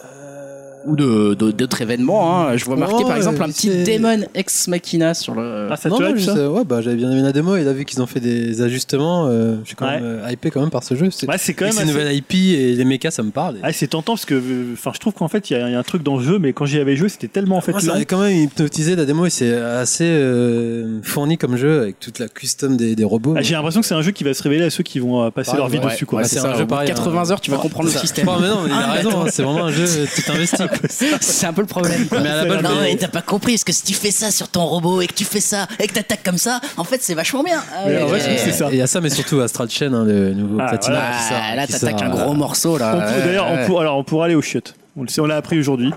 ou de de- d'autres événements. Hein. Je vois marquer Ouais, par exemple un petit c'est- Demon Ex Machina sur le. Ah, ça non, te non, hype, je ça sais, ouais, bah, j'avais bien aimé la démo et là, vu qu'ils ont fait des ajustements, euh, je suis quand Ouais. même euh, hypé quand même par ce jeu. C'est Ouais, c'est quand vu que même c'est une assez- nouvelle IP et les mechas, ça me parle. Et- Ah, c'est tentant parce que euh, enfin je trouve qu'en fait il y, a- il y a un truc dans le jeu mais quand j'y avais joué c'était tellement en fait Moi, ça lent. m'avait quand même hypnotisé la démo et c'est assez euh, fourni comme jeu avec toute la custom des, des robots. Ah, j'ai l'impression que c'est un jeu qui va se révéler à ceux qui vont euh, passer Pareil, leur vie ouais. dessus quoi. Ouais, Ah, c'est c'est ça, un au jeu bout de pareil, 80 hein. heures, tu vas comprendre le Ça- système. Ah, Ouais, mais non, mais il a raison, hein, c'est vraiment un jeu, tu t'investis. C'est un peu le problème. quoi. Mais à la base, Ah, Non, mais- mais t'as pas compris, parce que si tu fais ça sur ton robot et que tu fais ça et que t'attaques comme ça, en fait c'est vachement bien. Ah Mais ouais, en vrai, ouais. c'est ça. Et Il y a ça, mais surtout Astral Chain, hein, le nouveau Ah, Platinum. voilà. qui sort- Bah, Ah, là qui t'attaques sort, un gros euh, morceau là. On Ah, peut- Ouais, D'ailleurs, on ouais. pour- alors, on pourra aller aux chiottes. On le sait, on l'a appris aujourd'hui.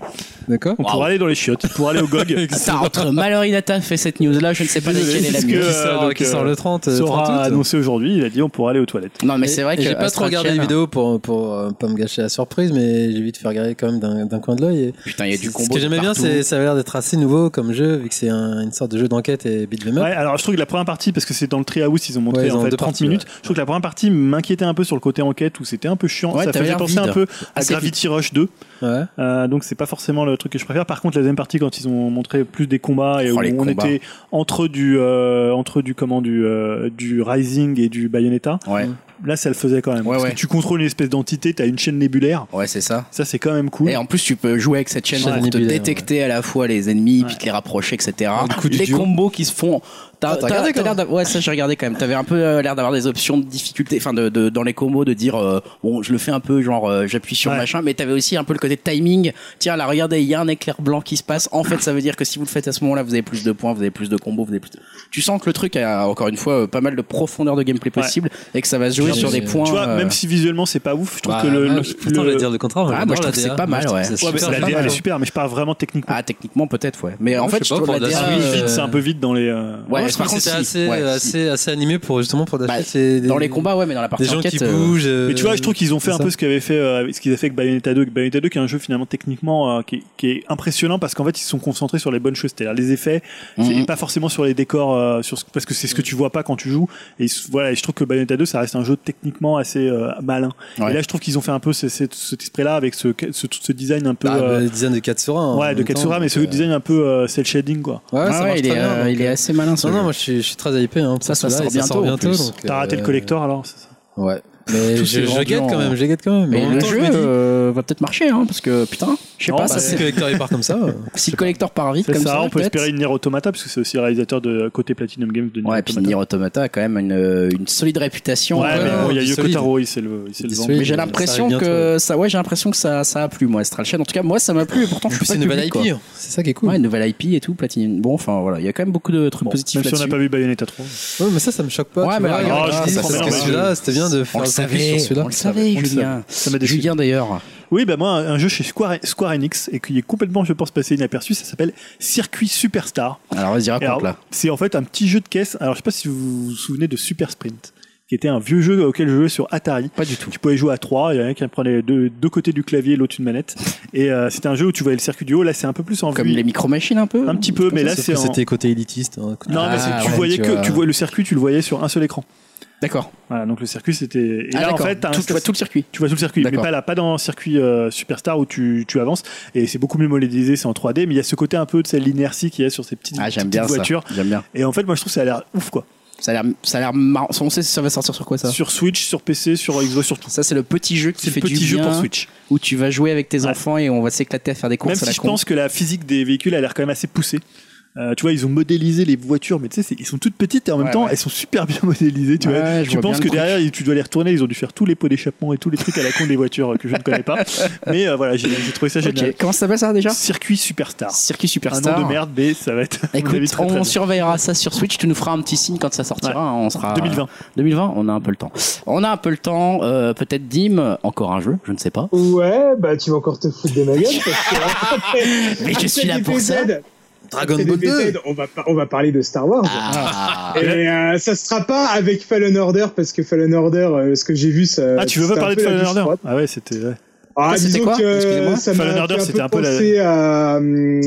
D'accord On pourra aller dans les chiottes, on pourra aller au GOG. Ah, Ça, entre Mallory Nathan fait cette news là, je ne sais pas Désolé, laquelle est la parce mieux. que- Qui sort, donc, qui euh, sort le 30, euh, 30 août. Sora a annoncé aujourd'hui, il a dit on pourra aller aux toilettes. Non, mais c'est vrai Et que. euh, J'ai pas trop Astral regardé les Chain, hein. vidéos pour, pour euh, pas me gâcher la surprise, mais j'ai vite fait regarder quand même d'un d'un coin de l'œil. et- Putain, il y a du combo. Ce que j'aimais bien, partout. c'est ça avait l'air d'être assez nouveau comme jeu, vu que c'est un- une sorte de jeu d'enquête et beat'em up. Ouais, alors je trouve que la première partie, parce que c'est dans le Treehouse, ils ont montré Ouais, ils en ont fait deux 30 parties, minutes. Je trouve que la première partie m'inquiétait un peu sur le côté enquête où c'était un peu chiant. Ouais, ça t'avais faisait l'air penser un vide. peu à Assez Gravity Rush 2. Ouais. Euh, donc c'est pas forcément le truc que je préfère. Par contre, la deuxième partie, quand ils ont montré plus des combats et Oh, où les on combats. était entre du euh, entre du comment du euh, du Rising et du Bayonetta, Ouais, là ça le faisait quand même. Ouais, Parce ouais. que tu contrôles une espèce d'entité, t'as une chaîne nébulaire. ouais, c'est ça. Ça c'est quand même cool. Et en plus, tu peux jouer avec cette chaîne Ouais, pour te nébulaire, détecter à la fois les ennemis, Ouais. puis te les rapprocher, etc. Ouais, le coup du les duo. combos qui se font. T'as Ah, t'as t'as- regardé t'as quand l'air d'avoir- Ouais, ça j'ai regardé quand même. T'avais un peu euh, l'air d'avoir des options de difficulté, enfin de, de- dans les combos de dire euh, bon, je le fais un peu genre euh, j'appuie sur Ouais. machin, mais t'avais aussi un peu le côté timing. Tiens, là regardez, il y a un éclair blanc qui se passe. En fait, ça veut dire que si vous le faites à ce moment-là, vous avez plus de points, vous avez plus de combos, vous avez plus. de- Tu sens que le truc a encore une fois euh, pas mal de profondeur de gameplay Ouais. possible et que ça va se jouer Puis, sur des euh, points. tu vois, euh, même si visuellement c'est pas ouf, je trouve Bah, que le, ouais, le- pourtant, le- j'allais dire le contraire. Ah, moi, je j'adore trouve la que c'est DA. pas Moi, mal, je trouve ouais. que c'est Ouais, mais super la sympa, DA elle est ouais. super, mais je parle vraiment techniquement. Ah, techniquement peut-être, ouais. Mais en Je fait, sais je pas, trouve pour la la DA, Switch, euh, Vite, c'est un peu vite dans les. euh, Ouais, Moi, je par trouve contre, que c'était si. assez, Ouais, euh, si. assez, assez animé pour justement pour Bah, d'acheter. c'est des- Dans les combats, ouais, mais dans la partie Des gens enquête. qui euh, bougent. euh, Mais tu vois, je trouve qu'ils ont fait c'est un ça. peu ce qu'ils avaient fait, euh, avec- ce qu'ils avaient fait avec Bayonetta 2. avec Bayonetta 2, qui est un jeu finalement techniquement euh, qui, est, qui est impressionnant parce qu'en fait, ils se sont concentrés sur les bonnes choses, c'est-à-dire les effets, Mhm. et pas forcément sur les décors, euh, sur ce- parce que c'est ce que tu vois pas quand tu joues. Et s- voilà, et je trouve que Bayonetta 2, ça reste un jeu techniquement assez euh, malin. Ouais. Et là, je trouve qu'ils ont fait un peu ce- ce- cet esprit-là avec ce, ce, tout ce design un peu. Ah, bah, euh, le design de Katsura. hein, en ouais, de même Katsura, temps, mais ce donc, euh, design un peu euh, cel shading, quoi. Ouais, ouais, Ah, ça ouais, marche il, est, très bien. euh, donc, il est euh, assez malin. ce Non, non, jeu. moi je suis, je suis très hypé. Hein, pour Ça, ça celui-là, sort et bientôt, en plus. donc, T'as raté euh, le collector alors c'est ça Ouais. Mais Tous je, ces je grands guette gens, quand même, ouais. je guette quand même. mais en le même temps, je jeu me dis- euh, va peut-être marcher, hein, parce que putain, je sais Non, pas, bah, ça si le c'est. collector il part comme ça. euh, Si le collector part vite C'est comme ça, ça, on peut peut-être. espérer une Nier Automata parce que c'est aussi le réalisateur de côté Platinum Games de Nier Ouais, puis Automata. Nier Automata a quand même une, euh, une solide réputation. Ouais, euh, mais bon, il y a Ouais, solide. Yokotaro, il s'est le, il s'est le Il est vent. solide. mais j'ai ça l'impression arrive que bientôt. ça, ouais, j'ai l'impression que ça, ça a plu, moi, Astral Chain. En tout cas, moi, ça m'a plu. Et pourtant, En je plus, suis pas c'est une nouvelle public, IP. quoi. hein. C'est ça qui est cool. Ouais, une nouvelle IP et tout, Platinum. Bon, enfin voilà, il y a quand même beaucoup de trucs Bon, positifs même si on n'a là-dessus. pas vu Bayonetta 3. Ouais, mais ça, ça me choque pas. Ouais, tu mais vois. regarde, Ah, ça, je ça pense fait que normal. celui-là, c'était bien de faire on le un focus savait, sur celui-là. on le savait, on le Julien. Ça m'a déçu. Julien d'ailleurs. Oui, ben moi, un jeu chez Square, Square Enix et qui est complètement, je pense, passé inaperçu, ça s'appelle Circuit Superstar. Alors vas-y Et alors, raconte là. C'est en fait un petit jeu de caisse. Alors, je sais pas si vous vous souvenez de Super Sprint, qui était un vieux jeu auquel je jouais sur Atari. Pas du tout. Tu pouvais jouer à trois, il y en a un qui prenait deux, deux côtés du clavier, l'autre une manette. Et euh, c'était un jeu où tu voyais le circuit du haut. Là, c'est un peu plus en Comme vue. les micro-machines un peu Un petit peu, mais là, Sauf c'est que en... C'était côté élitiste. hein, côté- Non, mais Ah, c'est- tu ouais, voyais tu que vois. tu vois le circuit, tu le voyais sur un seul écran. D'accord. Voilà, donc le circuit c'était. Et Ah, là en d'accord. fait, t'as un- Tout- tu vois tout le circuit. Tu vois tout le circuit, mais D'accord. pas là, pas dans le circuit euh, superstar où tu, tu avances. Et c'est beaucoup mieux modélisé, c'est en 3D, mais il y a ce côté un peu de l'inertie qu'il y a sur ces petites, Ah, j'aime petites bien ça. voitures. J'aime bien. Et en fait, moi je trouve que ça a l'air ouf quoi. Ça a l'air, ça a l'air marrant. On sait si ça va sortir sur quoi ça Sur Switch, sur PC, sur Xbox, sur tout. Ça, c'est le petit jeu qui C'est fait le du petit jeu bien, pour Switch. où tu vas jouer avec tes Ouais. enfants et on va s'éclater à faire des Même courses à si la je con. pense que la physique des véhicules a l'air quand même assez poussée. Euh, tu vois, ils ont modélisé les voitures, mais tu sais, c'est- ils sont toutes petites et en même Ouais, temps, ouais. elles sont super bien modélisées. Tu, Ouais, je vois. tu vois bien penses le que truc. derrière, tu dois les retourner. Ils ont dû faire tous les pots d'échappement et tous les trucs à la con des voitures euh, que je ne connais pas. Mais euh, voilà, j'ai j'ai trouvé ça Ok. génial. Comment ça s'appelle ça déjà Circuit Superstar. Circuit un Superstar. nom de merde, mais ça va être. à mon Écoute, avis, très, on très bien. surveillera ça sur Switch. Tu nous feras un petit signe quand ça sortira. Ouais. hein, On sera 2020. 2020. On a un peu le temps. On a un peu le temps. euh, peut-être Dim. Encore un jeu. Je ne sais pas. Ouais, bah tu vas encore te foutre de ma gueule parce que. Mais je suis là pour ça. Dragon Après Ball DBZ, 2. On va, par- on va parler de Star Wars. Ah. Et euh, ça sera pas avec Fallen Order parce que Fallen Order, euh, ce que j'ai vu, ça. Ah, tu veux pas c'était un parler de peu la Fallen douche Order froide. Ah ouais, c'était. ouais. Ah, c'était disons quoi que Excusez-moi. euh, ça m'a Fallen fait Order, un c'était peu un peu la- penser à euh,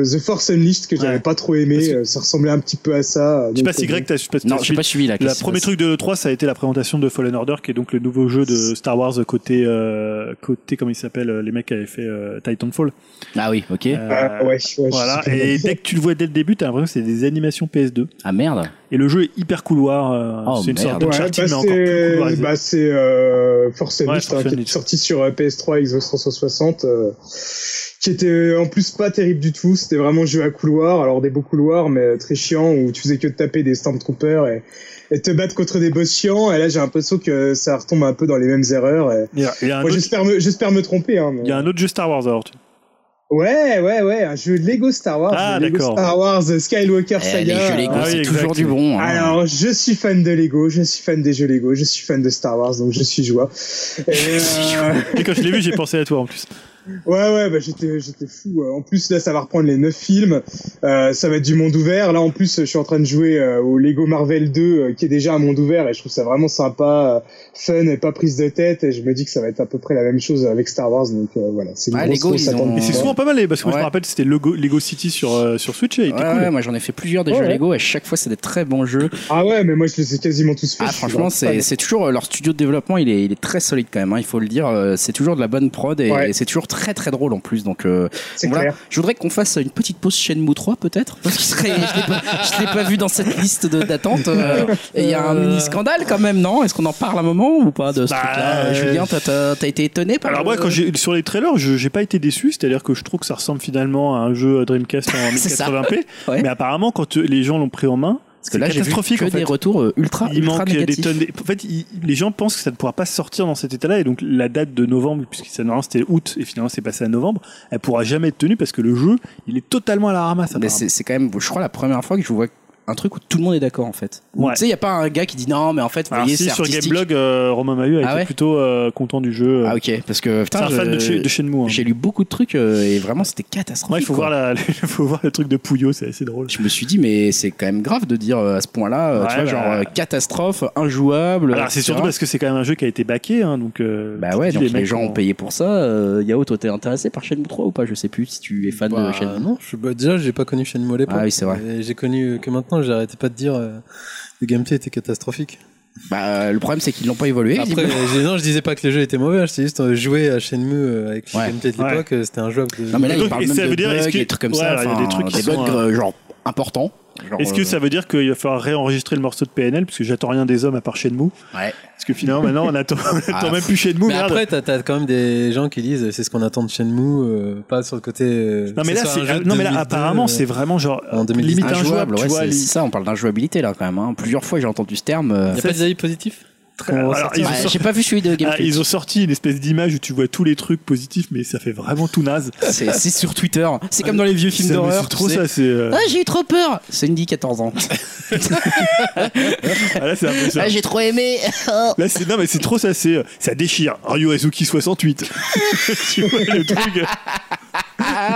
euh, The Force Unleashed que j'avais Ouais. pas trop aimé. Parce que- euh, Ça ressemblait un petit peu à ça. euh, Je sais pas si Greg, t'as. je sais pas si t'as Non, j'ai suivi. pas suivi là. Le qu'est-ce qui premier se passe truc de l'E3, ça a été la présentation de Fallen Order, qui est donc le nouveau jeu de Star Wars côté, euh, côté comment il s'appelle, euh, les mecs qui avaient fait euh, Titanfall. Ah oui. Ok. Euh, Ah, ouais, ouais, je Voilà, sais pas. et dès que tu le vois dès le début, t'as l'impression que c'est des animations PS2. Ah merde. Et le jeu est hyper couloir, euh, Oh, c'est une sorte merde. de Ouais, charting, bah, mais encore plus c'est couloirisé. bah, c'est, euh, Force Ouais, Unleashed Force hein, qui est Unleashed. sorti sur euh, PS3 Xbox 360 euh, qui était euh, en plus pas terrible du tout c'était vraiment jeu à couloir alors des beaux couloirs mais euh, très chiant où tu faisais que te taper des Stormtroopers et, et te battre contre des boss chiants et là j'ai l'impression que ça retombe un peu dans les mêmes erreurs et- Il y a- il y a un Moi, autre- j'espère me j'espère me tromper hein, mais- il y a un autre jeu Star Wars alors. tu- Ouais, ouais, ouais, un jeu Lego Star Wars, Ah, Lego d'accord. Star Wars Skywalker Eh, les Saga. euh, jeux Lego, Ah oui, c'est exact. toujours du bon. hein. Alors, je suis fan de Lego, je suis fan des jeux Lego, je suis fan de Star Wars, donc je suis joueur. Et, euh, Et quand je l'ai vu, j'ai pensé à toi en plus. ouais, ouais, bah, j'étais, j'étais fou. En plus, là, ça va reprendre les neuf films. Euh, ça va être du monde ouvert. Là, en plus, je suis en train de jouer euh, au Lego Marvel 2, euh, qui est déjà un monde ouvert, et je trouve ça vraiment sympa, euh, fun et pas prise de tête. Et je me dis que ça va être à peu près la même chose avec Star Wars, donc euh, voilà. C'est une Ah, grosse Lego, grosse ils attente. ont- pour Et c'est moi. souvent pas mal, parce que moi, je Ouais. me rappelle, c'était Lego, Lego City sur, euh, sur Switch et il était Ouais, cool. ouais, moi j'en ai fait plusieurs des Ouais, jeux ouais. Lego et à chaque fois c'est des très bons jeux. Ah ouais, mais moi, je les ai quasiment tous faits. Ah je suis franchement vraiment fan. c'est c'est toujours euh, leur studio de développement il est, il est très solide quand même hein, il faut le dire euh, c'est toujours de la bonne prod et, Ouais. et c'est toujours très très drôle en plus donc euh, C'est voilà. clair. je voudrais qu'on fasse une petite pause Shenmue 3 peut-être parce que je serais- je l'ai pas- je l'ai pas vu dans cette liste de- d'attente euh, et il y a un mini scandale quand même non est-ce qu'on en parle un moment ou pas de ce Bah, truc là euh, Julien t'as- t'as t'as été étonné par Alors moi, le- quand j'ai- sur les trailers, je j'ai pas été déçu, c'est-à-dire que je trouve que ça ressemble finalement à un jeu Dreamcast en C'est ça. 1080p, Ouais. mais apparemment quand euh, les gens l'ont pris en main, parce que c'est là j'ai vu catastrophique que en des fait. retours euh, ultra Il ultra manque des négatifs tonnes. de- En fait, il- les gens pensent que ça ne pourra pas sortir dans cet état-là, et donc la date de novembre, puisque ça normalement c'était août et finalement c'est passé à novembre, elle pourra jamais être tenue parce que le jeu, il est totalement à la ramasse. Mais apparemment. c'est, c'est quand même, je crois, la première fois que je vois un truc où tout le monde est d'accord en fait. Où, Ouais. Tu sais, il n'y a pas un gars qui dit non, mais en fait, vous Alors voyez, si c'est sur artistique. Gameblog, euh, Romain Mahu a Ah été ouais plutôt euh, content du jeu. Ah ok, parce que c'est putain, un fan je- de, chez, de Shenmue. hein. j'ai lu beaucoup de trucs euh, et vraiment c'était catastrophique. Ouais, il faut quoi. voir, la, il faut voir le truc de Pouillot, c'est assez drôle. Je me suis dit, mais c'est quand même grave de dire euh, à ce point-là, euh, tu Ouais, vois, genre bah. euh, catastrophe, injouable. Alors c'est etc. surtout parce que c'est quand même un jeu qui a été backé, hein, donc. euh, Bah ouais, tu donc dis, les, mecs gens ont payé pour ça. Euh, Yao, toi, t'es intéressé par Shenmue 3 ou pas Je sais plus si tu es fan de Bah, Shenmue. Non, je, bah, déjà, j'ai pas connu Shenmue à l'époque. Ah oui, c'est vrai. Et J'ai connu que maintenant, j'arrêtais pas de dire euh, le gameplay était catastrophique. Bah, le problème, c'est qu'ils l'ont pas évolué. Après, visiblement. euh, j'ai- non, je disais pas que les jeux étaient mauvais, je juste euh, jouer à Shenmue euh, avec Ouais. le gameplay de l'époque, euh, c'était un jeu. non, mais là, Et donc, ils parlent et ça même de veut dire, est-ce bugs, que- des trucs comme ouais, ça. alors, il y a des enfin, trucs qui des sont, bugs, euh, euh, genre, importants. Genre, Est-ce que euh, ça veut dire qu'il va falloir réenregistrer le morceau de PNL parce que j'attends rien des hommes à part Shenmue Ouais. Parce que finalement maintenant on attend, on attend Ah, même plus Shenmue. Mais merde. après, t'as as quand même des gens qui disent euh, c'est ce qu'on attend de Shenmue, euh, pas sur le côté. euh, non mais là que ce soit c'est un jeu de non mais là 2002, apparemment euh, c'est vraiment genre en 2019. limite injouable, injouable. ouais, tu vois, c'est les- c'est ça, on parle d'injouabilité là quand même. hein. Plusieurs fois j'ai entendu ce terme. euh. Y a pas des avis positifs Alors, ils, ont Ouais, sorti- j'ai pas vu celui de Game ah, ils ont sorti une espèce d'image où tu vois tous les trucs positifs mais ça fait vraiment tout naze. C'est c'est sur Twitter. C'est comme dans les vieux films Ça, mais d'horreur. C'est trop tu sais. ça c'est. euh, Ah, j'ai eu trop peur! C'est Cindy, 14 ans. ah, là c'est un peu ça. Ah, j'ai trop aimé. Là, c'est non mais c'est trop ça c'est euh, ça déchire. Ryu Azuki 68. tu vois le truc. Ah,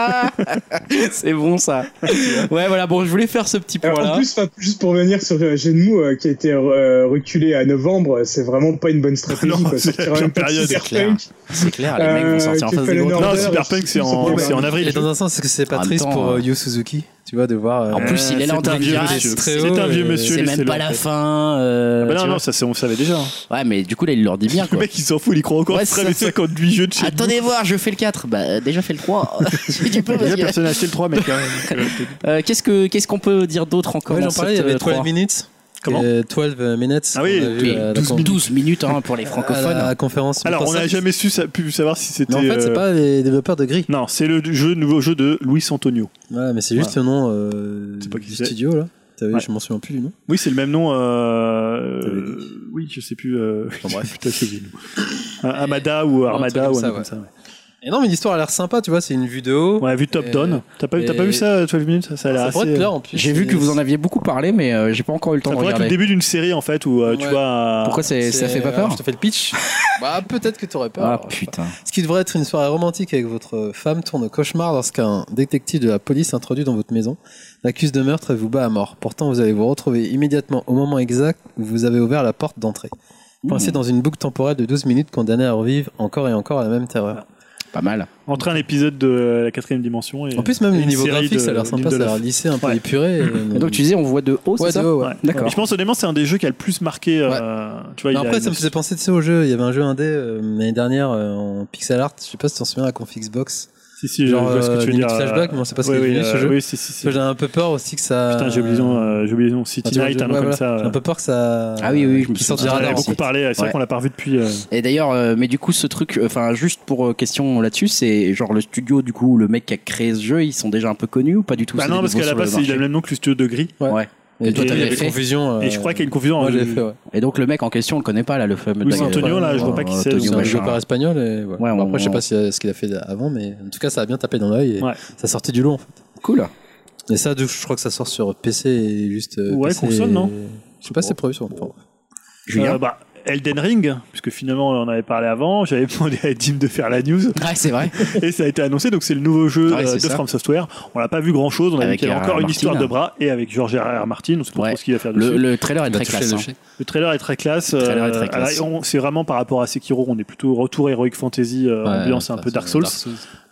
c'est bon ça. Ouais, voilà, bon, je voulais faire ce petit Euh, point Alors, En là. plus, enfin, juste pour revenir sur euh, Shenmue euh, qui a été euh, reculé à novembre, euh, c'est vraiment pas une bonne stratégie. Non, quoi. c'est Sortir la pire en même temps que période. Cyberpunk. C'est clair, Ah, les mecs vont Euh, sortir en tu face fais des le gros. Nord. Non, Order, Cyberpunk c'est en Cyberpunk. c'est en Et avril. dans un sens, c'est que c'est pas En même triste temps, pour euh, euh, Yu Suzuki, tu vois, de voir. euh, En plus, il est là en C'est un train de vieux dire, monsieur. ah, très C'est haut, un vieux et- monsieur. C'est même laissez-le pas en la paix. fin. euh, Ah bah tu non, vois. non, ça, c'est- on savait déjà. Ouais, mais du coup, là, il leur dit bien Le quoi. mec, il s'en fout, il croit encore Ouais, ouais, c'est ça. 58 jeux de chez Attendez voir, je fais le 4. Bah, euh, déjà fais le 3. tu peux, nous. parce Déjà, que- personne n'a acheté le 3, mec. hein. Donc, euh, Euh, Qu'est-ce que- qu'est-ce qu'on peut dire d'autre encore? Ouais, dans j'en parlais, il y cette, avait euh, 12 trois minutes. Comment Et 12 minutes. Ah oui, qu'on a vu, Et euh, à la 12 con- minutes, 12 minutes, hein, pour les À francophones. Ah, la conférence. Alors, on n'a Microsoft. jamais su, sa- pu savoir si c'était. Mais en fait, c'est euh, pas les développeurs de Gris. Non, c'est le jeu, nouveau jeu de Luis Antonio. Ouais, mais c'est juste le nom euh, C'est pas qui du c'est. studio là. T'as vu, Ouais. je m'en souviens plus du nom. Oui, c'est le même nom. euh, T'avais dit. euh, Oui, je sais plus. euh, bref. putain, j'ai oublié le nom. Un Amada ou Armada truc ou comme un ça, truc comme ça. Ouais, Et non, mais l'histoire a l'air sympa, tu vois, c'est une vue de haut. Ouais, vu Top Et- Down. T'as pas, t'as pas et- vu ça, 12 minutes Ça a l'air ça pourrait assez. euh, être là en plus. J'ai vu que vous en aviez beaucoup parlé, mais euh, j'ai pas encore eu le temps Ça de pourrait être le regarder. début d'une série, en fait, où euh, tu Ouais. vois. euh, Pourquoi c'est- ça fait pas Alors, peur Je te fais le pitch. bah, peut-être que t'aurais peur. Ah Alors, putain. Ce qui devrait être une soirée romantique avec votre femme tourne au cauchemar lorsqu'un détective de la police introduit dans votre maison l'accuse de meurtre et vous bat à mort. Pourtant, vous allez vous retrouver immédiatement au moment exact où vous avez ouvert la porte d'entrée. Coincé dans une boucle temporelle de 12 minutes condamné à revivre encore et encore la même terreur. Pas mal. Entre un épisode de euh, la quatrième dimension et. En plus, même une le niveau série graphique, de- ça a l'air sympa, de ça a la- l'air lissé, un peu Ouais. épuré. euh, Et donc tu disais on voit de haut, Ouais, c'est ça de haut, ouais. Ouais, D'accord. Et je pense honnêtement c'est un des jeux qui a le plus marqué. euh, tu vois, Mais il a après, ça une- me faisait penser tu sais, au jeu. Il y avait un jeu indé euh, l'année dernière euh, en pixel art. Je sais pas si tu t'en souviens, la Confixbox. Si, si, je vois ce que euh, tu veux limite dire. flashback, mais on sait pas ce oui, qu'il est oui, devenu, ce euh, jeu. Oui, si, si, si. Parce que J'avais un peu peur aussi que ça. Putain, j'ai oublié, son, euh, j'ai oublié son City Enfin, Ah, tu vois, Night, un ouais, nom comme voilà. ça. euh. J'ai un peu peur que ça. Ah oui, oui, je me Qu'il sorte souviens. On Ah, en avait Gérard d'accord, beaucoup c'est- parlé, c'est ouais. vrai qu'on l'a pas revu depuis. euh, Et d'ailleurs, euh, mais du coup, ce truc, enfin, juste pour euh, question là-dessus, c'est genre le studio, du coup, le mec qui a créé ce jeu, ils sont déjà un peu connus ou pas du tout Bah c'est non, des parce nouveaux qu'à la sur le base, il a marché le même nom que le studio de Gris. Ouais. Et toi, Et- t'avais et- fait confusion. euh, Et je crois qu'il y a une confusion. Moi, hein, j'ai je- fait, ouais. Et donc le mec en question, on le connaît pas là, le fameux. Ah, Oui, c'est Antonio, là, je vois pas qui c'est, Euh, C'est Antonio un machin. développeur espagnol. Et ouais. Ouais, Bon, on- après, je sais pas si, euh, ce qu'il a fait avant, mais en tout cas, ça a bien tapé dans l'œil et Ouais. ça sortait du lot. en fait. Cool. Et ça, de- je crois que ça sort sur PC et juste. euh, Ouais, PC console, et- non Je sais pas si c'est prévu sur. enfin, Julien. Euh, bah, Elden Ring, puisque finalement on en avait parlé avant, j'avais demandé à Jim de faire la news Ouais, c'est vrai. et ça a été annoncé. Donc c'est le nouveau jeu Ouais, euh, c'est de ça. From Software. On n'a pas vu grand chose. On a vu Avec qu'il y avait R.R. encore une Martin. histoire de bras et avec George R.R. Martin. On sait pas Ouais. trop ce qu'il va faire dessus. Le, Le, le trailer est il va très toucher classe. le hein. chèque. trailer est très classe. Le trailer est très euh, classe. alors, on- c'est vraiment par rapport à Sekiro, on est plutôt retour Heroic Fantasy, euh, Ouais, ambiance un ça, peu ça, Dark Souls,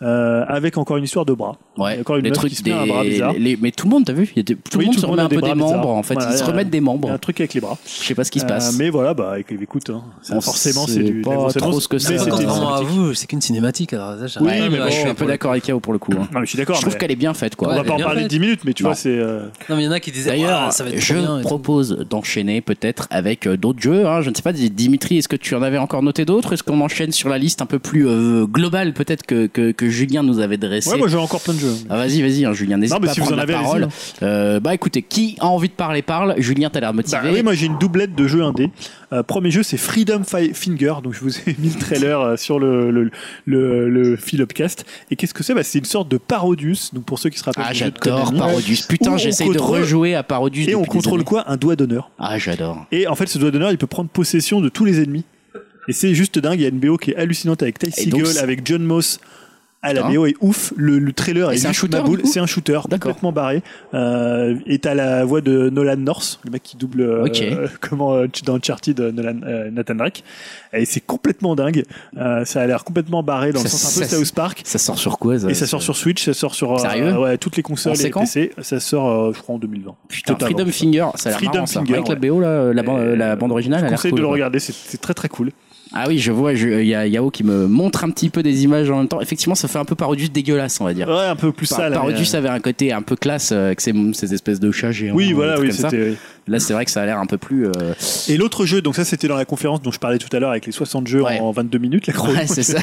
euh, avec encore une histoire de bras. Il y a hein. Ouais. encore une les meuf trucs qui se des. met un bras bizarre. les- mais tout le monde, t'as vu Il y a des- Tout Oui, le monde tout se le monde remet a un des peu bras des membres. bizarres. En fait, Ouais, ils se euh, remettent des Il y a membres. un truc avec les bras. Je sais pas ce qui se Euh, passe. mais voilà, bah éc- écoute, hein, c'est On forcément sait c'est du pas la grosse trop annonce, ce que c'est. mais Ouais, c'était contrairement cinématique. vous, c'est qu'une cinématique. Alors, ça, Ouais, mais mais bon, je suis un après- peu d'accord avec Kao pour le coup. hein. Non, mais je suis Je d'accord. trouve mais qu'elle est bien faite, On quoi. va Ouais, pas en bien parler faite. 10 minutes, mais tu Non. vois, c'est. euh, Non, mais il y en a qui disaient D'ailleurs, Ouah, ça va être je trop bien et tout. propose d'enchaîner peut-être avec euh, d'autres jeux. hein. Je ne sais pas, Dimitri, est-ce que tu en avais encore noté d'autres Est-ce qu'on enchaîne sur la liste un peu plus euh, globale peut-être que, que, que Julien nous avait dressée Ouais, moi j'ai encore plein de jeux. Ah, vas-y, vas-y, hein, Julien, n'hésite Non, mais pas si à vous prendre en avez, la allez-y, parole. hein. Euh, bah écoutez, qui a envie de parler parle. Julien, t'as l'air motivé. Bah oui, moi j'ai une doublette de jeux indés. Euh, premier jeu, c'est Freedom Fi- Finger. Donc je vous ai mis le trailer euh, sur le, le, le, le fil Upcast. Et qu'est-ce que c'est bah, C'est une sorte de Parodius. Donc pour ceux qui se rappellent ah, du jeu de j'adore Konami. Parodius. Où Putain, on j'essaye de contrôle- rejouer à Parodius. Et on depuis des contrôle années. quoi Un doigt d'honneur. Ah, j'adore. Et en fait, ce doigt d'honneur, il peut prendre possession de tous les ennemis. Et c'est juste dingue. Il y a une BO qui est hallucinante avec Ty Et donc, Seagull, c'est- avec John Moss. Ah, la Putain. BO est ouf. Le, le trailer Et est, c'est un juste shooter, ma boule. du coup C'est un shooter D'accord. complètement barré. Euh, et t'as la voix de Nolan North, le mec qui double euh, Ok. euh, comment euh, dans Uncharted euh, Nolan, euh, Nathan Drake. Et c'est complètement dingue. Euh, ça a l'air complètement barré dans le Ça- sens un peu ça- South Park. Ça sort sur quoi Et ça sort sur Switch, ça sort sur euh, Sérieux ouais, toutes les consoles On sait et quand PC. Ça sort, euh, je crois, en 2020. Putain, Totalement. Freedom Finger, ça a l'air Freedom marrant, ça. Finger, Avec la ouais. BO, là, euh, la, ban- Et, euh, la bande originale, Je elle a l'air conseille cool, de le quoi. regarder, c'est- c'est très très cool. Ah oui, je vois, je- il y a Yao qui me montre un petit peu des images en même temps. Effectivement, ça fait un peu Parodius dégueulasse, on va dire. Ouais, un peu plus Par- sale. Parodius mais, avait un côté un peu classe euh, avec ces, ces espèces de chats géants. euh, Oui, euh, voilà, des oui, trucs comme ça. c'était. Là, c'est vrai que ça a l'air un peu plus. euh, Et l'autre jeu, donc ça c'était dans la conférence dont je parlais tout à l'heure avec les 60 jeux Ouais. en 22 minutes, la chrono. Ouais, c'est ça.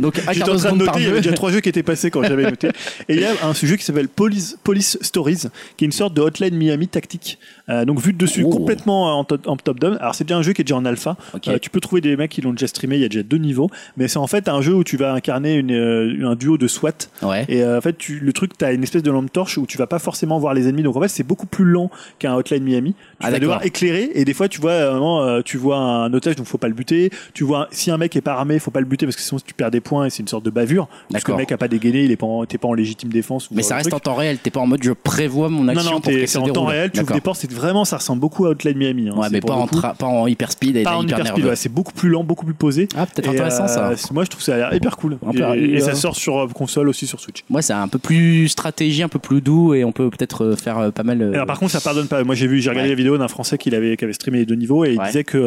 Donc, à J'étais 14 en train Ah, de secondes par noter, il y avait jeu. déjà trois jeux qui étaient passés quand j'avais noté. Et il y a un sujet qui s'appelle Police, Police Stories, qui est une sorte de Hotline Miami tactique. Euh, donc vu de dessus, Oh. complètement en, top- en top-down. Alors c'est déjà un jeu qui est déjà en alpha. Ok. Euh, tu peux trouver des mecs qui l'ont déjà streamé, il y a déjà deux niveaux. Mais c'est en fait un jeu où tu vas incarner une, euh, un duo de SWAT. Ouais. Et euh, en fait, tu, le truc, t'as une espèce de lampe torche où tu vas pas forcément voir les ennemis. Donc en fait, c'est beaucoup plus lent qu'un Hotline Miami. Tu Ah, vas d'accord. devoir éclairer. Et des fois, tu vois, euh, vraiment, euh, tu vois un otage, donc faut pas le buter. Tu vois, si un mec est pas armé, faut pas le buter parce que sinon tu perds des points et c'est une sorte de bavure. Parce que D'accord. le mec a pas dégainé, il est pas, en- t'es pas en légitime défense. ou Mais genre ça de reste truc. en temps réel. T'es pas en mode je prévois mon Non, action. non, pour t'es- qu'elle se c'est en temps déroule. réel. Tu ouvres D'accord. des portes. C'est vraiment, ça ressemble beaucoup à Hotline Miami. hein. Ouais, C'est mais pour pas le en, coup. tra- pas en hyper speed et Pas en hyper hyper speed, nerveux. ouais, c'est beaucoup plus lent, beaucoup plus posé. Ah, peut-être Et, intéressant ça. euh, moi je trouve ça a l'air hyper cool. Un peu Et- rapide, et ça hein. sort sur euh, console aussi sur Switch. Moi, c'est un peu plus stratégie, un peu plus doux et on peut peut-être euh, faire euh, pas mal. euh, Alors par contre, ça pardonne pas. Moi, j'ai vu, j'ai regardé Ouais. la vidéo d'un Français qui avait, qui avait streamé les deux niveaux et il Ouais. disait que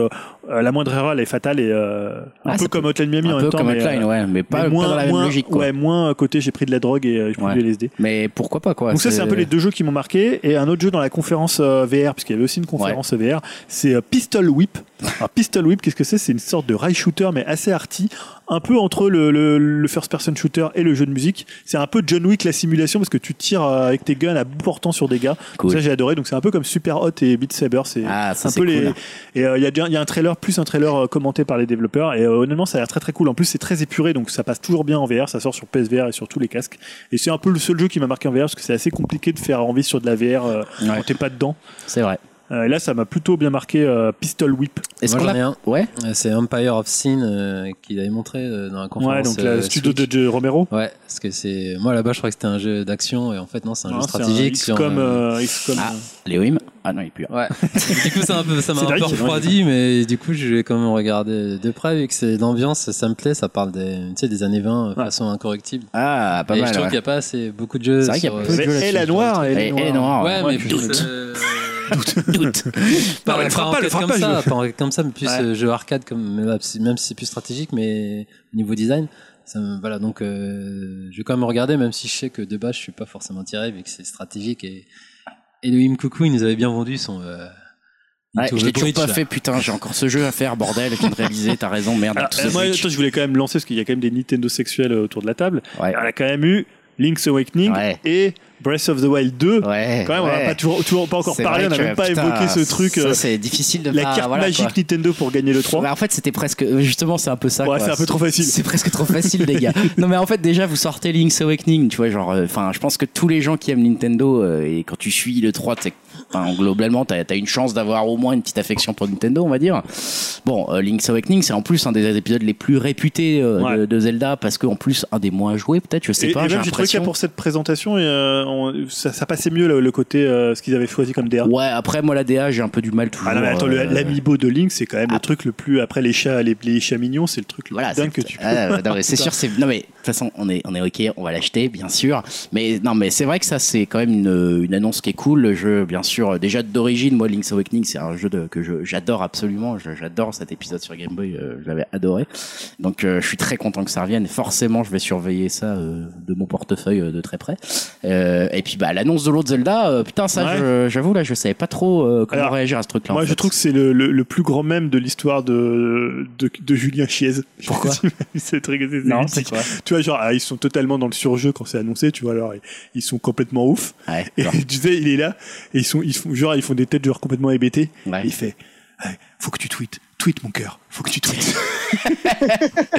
euh, la moindre erreur elle est fatale et euh, un Ah, peu ça comme Hotline Miami en un même peu temps, comme mais, Hotline, euh, ouais, mais pas, mais pas dans la même moins, logique. Quoi. ouais, moins euh, côté j'ai pris de la drogue et euh, j'ai pris Ouais. du LSD. Mais pourquoi pas quoi Donc ça c'est un peu les deux jeux qui m'ont marqué et un autre jeu dans la conférence euh, VR puisqu'il y avait aussi une conférence VR, c'est euh, Pistol Whip. Alors Pistol Whip, qu'est-ce que c'est C'est une sorte de rail shooter mais assez arty, un peu entre le, le- le first person shooter et le jeu de musique. C'est un peu John Wick la simulation parce que tu tires euh, avec tes guns à bout portant sur des gars. Cool. Ça j'ai adoré. Donc c'est un peu comme Super Hot et Beat Saber, c'est Ah, ça un c'est peu cool. les et euh, il y a déjà- il y a un trailer plus un trailer euh, commenté par les développeurs et euh, honnêtement ça a l'air très très cool. En plus c'est très épuré donc ça passe toujours bien en VR, ça sort sur PSVR et sur tous les casques. Et c'est un peu le seul jeu qui m'a marqué en VR parce que c'est assez compliqué de faire envie sur de la VR euh, Ouais. quand t'es pas dedans. C'est vrai. Euh, et là ça m'a plutôt bien marqué euh, Pistol Whip. Est-ce Moi, qu'on j'en a ai un. Ouais. Euh, C'est Empire of Sin euh, qu'il avait montré euh, dans la conférence. Ouais donc euh, le studio Switch. de, de Romero. Ouais, parce que c'est. Moi là-bas, je crois que c'était un jeu d'action et en fait, non, c'est un Hein, jeu c'est stratégique. un sur, XCOM, euh, euh, XCOM, Ah, euh, Léoïm Ah non, il pue. Ouais. du coup, ça m'a un peu, ça m'a C'est un dingue, peu c'est dingue. refroidi, mais du coup, je vais quand même regarder de près, vu que c'est l'ambiance, ça me plaît, ça parle des, tu sais, des années 20, euh, Ouais. façon incorrectible. Ah, pas et mal. je trouve ouais. qu'il n'y a pas assez, beaucoup de jeux. C'est vrai qu'il y a sur, peu euh, de mais jeu elle est noire, Elle elle est elle est noire. noire. Ouais, mais plus. Ah, doute. euh, Doute. Pas, Non, elle pas fera en pas, elle quête fera comme pas, ça, je- pas en quête comme ça, mais plus Ouais. euh, jeu arcade, comme, même si même si c'est plus stratégique, mais au niveau design, ça me- voilà, donc euh, je vais quand même regarder, même si je sais que de base, je suis pas forcément tiré, vu que c'est stratégique. Et Elohim Coucou, il nous avait bien vendu son. Euh, Ouais, Into je l'ai the toujours Breach, pas là. fait, putain, j'ai encore ce jeu à faire, bordel, je viens de réaliser, t'as raison, merde. Alors, tout euh, ce moi, Switch. attends, je voulais quand même lancer parce qu'il y a quand même des Nintendo sexuels euh, autour de la table. Ouais. On a quand même eu Link's Awakening Ouais. et Breath of the Wild Ouais. 2. Ah, Quand même, on n'a ouais. pas, toujours, toujours pas encore C'est parlé, on vrai n'a que, même pas putain, évoqué ce ça, truc, euh, C'est difficile de la pas- carte voilà, magique quoi. Bah, Nintendo pour gagner le 3. Ouais, en fait, c'était presque. euh, Justement, c'est un peu ça. Ouais, quoi. c'est un peu trop facile. C'est presque trop facile, les gars. Non, mais en fait, déjà, vous sortez Link's Awakening, tu vois. Genre, euh, enfin, je pense que tous les gens qui aiment Nintendo, euh, et quand tu suis le 3, tu sais, 'fin, globalement, t'as as une chance d'avoir au moins une petite affection pour Nintendo, on va dire. Bon, euh, Link's Awakening, c'est en plus un des épisodes les plus réputés euh, Ouais. de, de Zelda, parce qu'en plus, un des moins joués, peut-être, je sais Et, pas. et j'ai même j'ai trouvé qu'il y l'impression. a pour cette présentation, et, euh, on- ça, ça passait mieux le, le côté euh, ce qu'ils avaient choisi comme DA. Ouais, après, moi, la DA, j'ai un peu du mal toujours. Ah non, mais attends, le- euh, l'amiibo de Link, c'est quand même ah. le truc le plus. Après les chats, les, les chats mignons, c'est le truc le Voilà, plus dingue c'est- que tu peux. Ah, ouais, non, mais c'est sûr, c'est non mais de toute façon on est on est ok, on va l'acheter bien sûr. Mais non mais c'est vrai que ça c'est quand même une, une annonce qui est cool. Le jeu bien sûr déjà d'origine moi Link's Awakening c'est un jeu de, que je- j'adore absolument. Je- J'adore cet épisode sur Game Boy, euh, je l'avais adoré. Donc euh, je suis très content que ça revienne. Forcément je vais surveiller ça euh, de mon portefeuille euh, de très près. Euh, et puis bah l'annonce de l'autre Zelda, euh, putain ça Ouais. je- j'avoue là je savais pas trop euh, comment Alors, réagir à ce truc là. Moi, je trouve que c'est le, le, le plus grand mème de l'histoire de, de, de Julien Chiez. Pourquoi C'est très non c'est quoi Tu vois, genre, ah, ils sont totalement dans le surjeu quand c'est annoncé, tu vois, alors ils, ils sont complètement ouf. ouais, Et genre, tu sais, il est là, et ils sont, ils font, genre, ils font des têtes, genre, complètement hébétées. ouais. Et il fait, Ah, faut que tu tweets, tweet mon cœur, faut que tu tweets.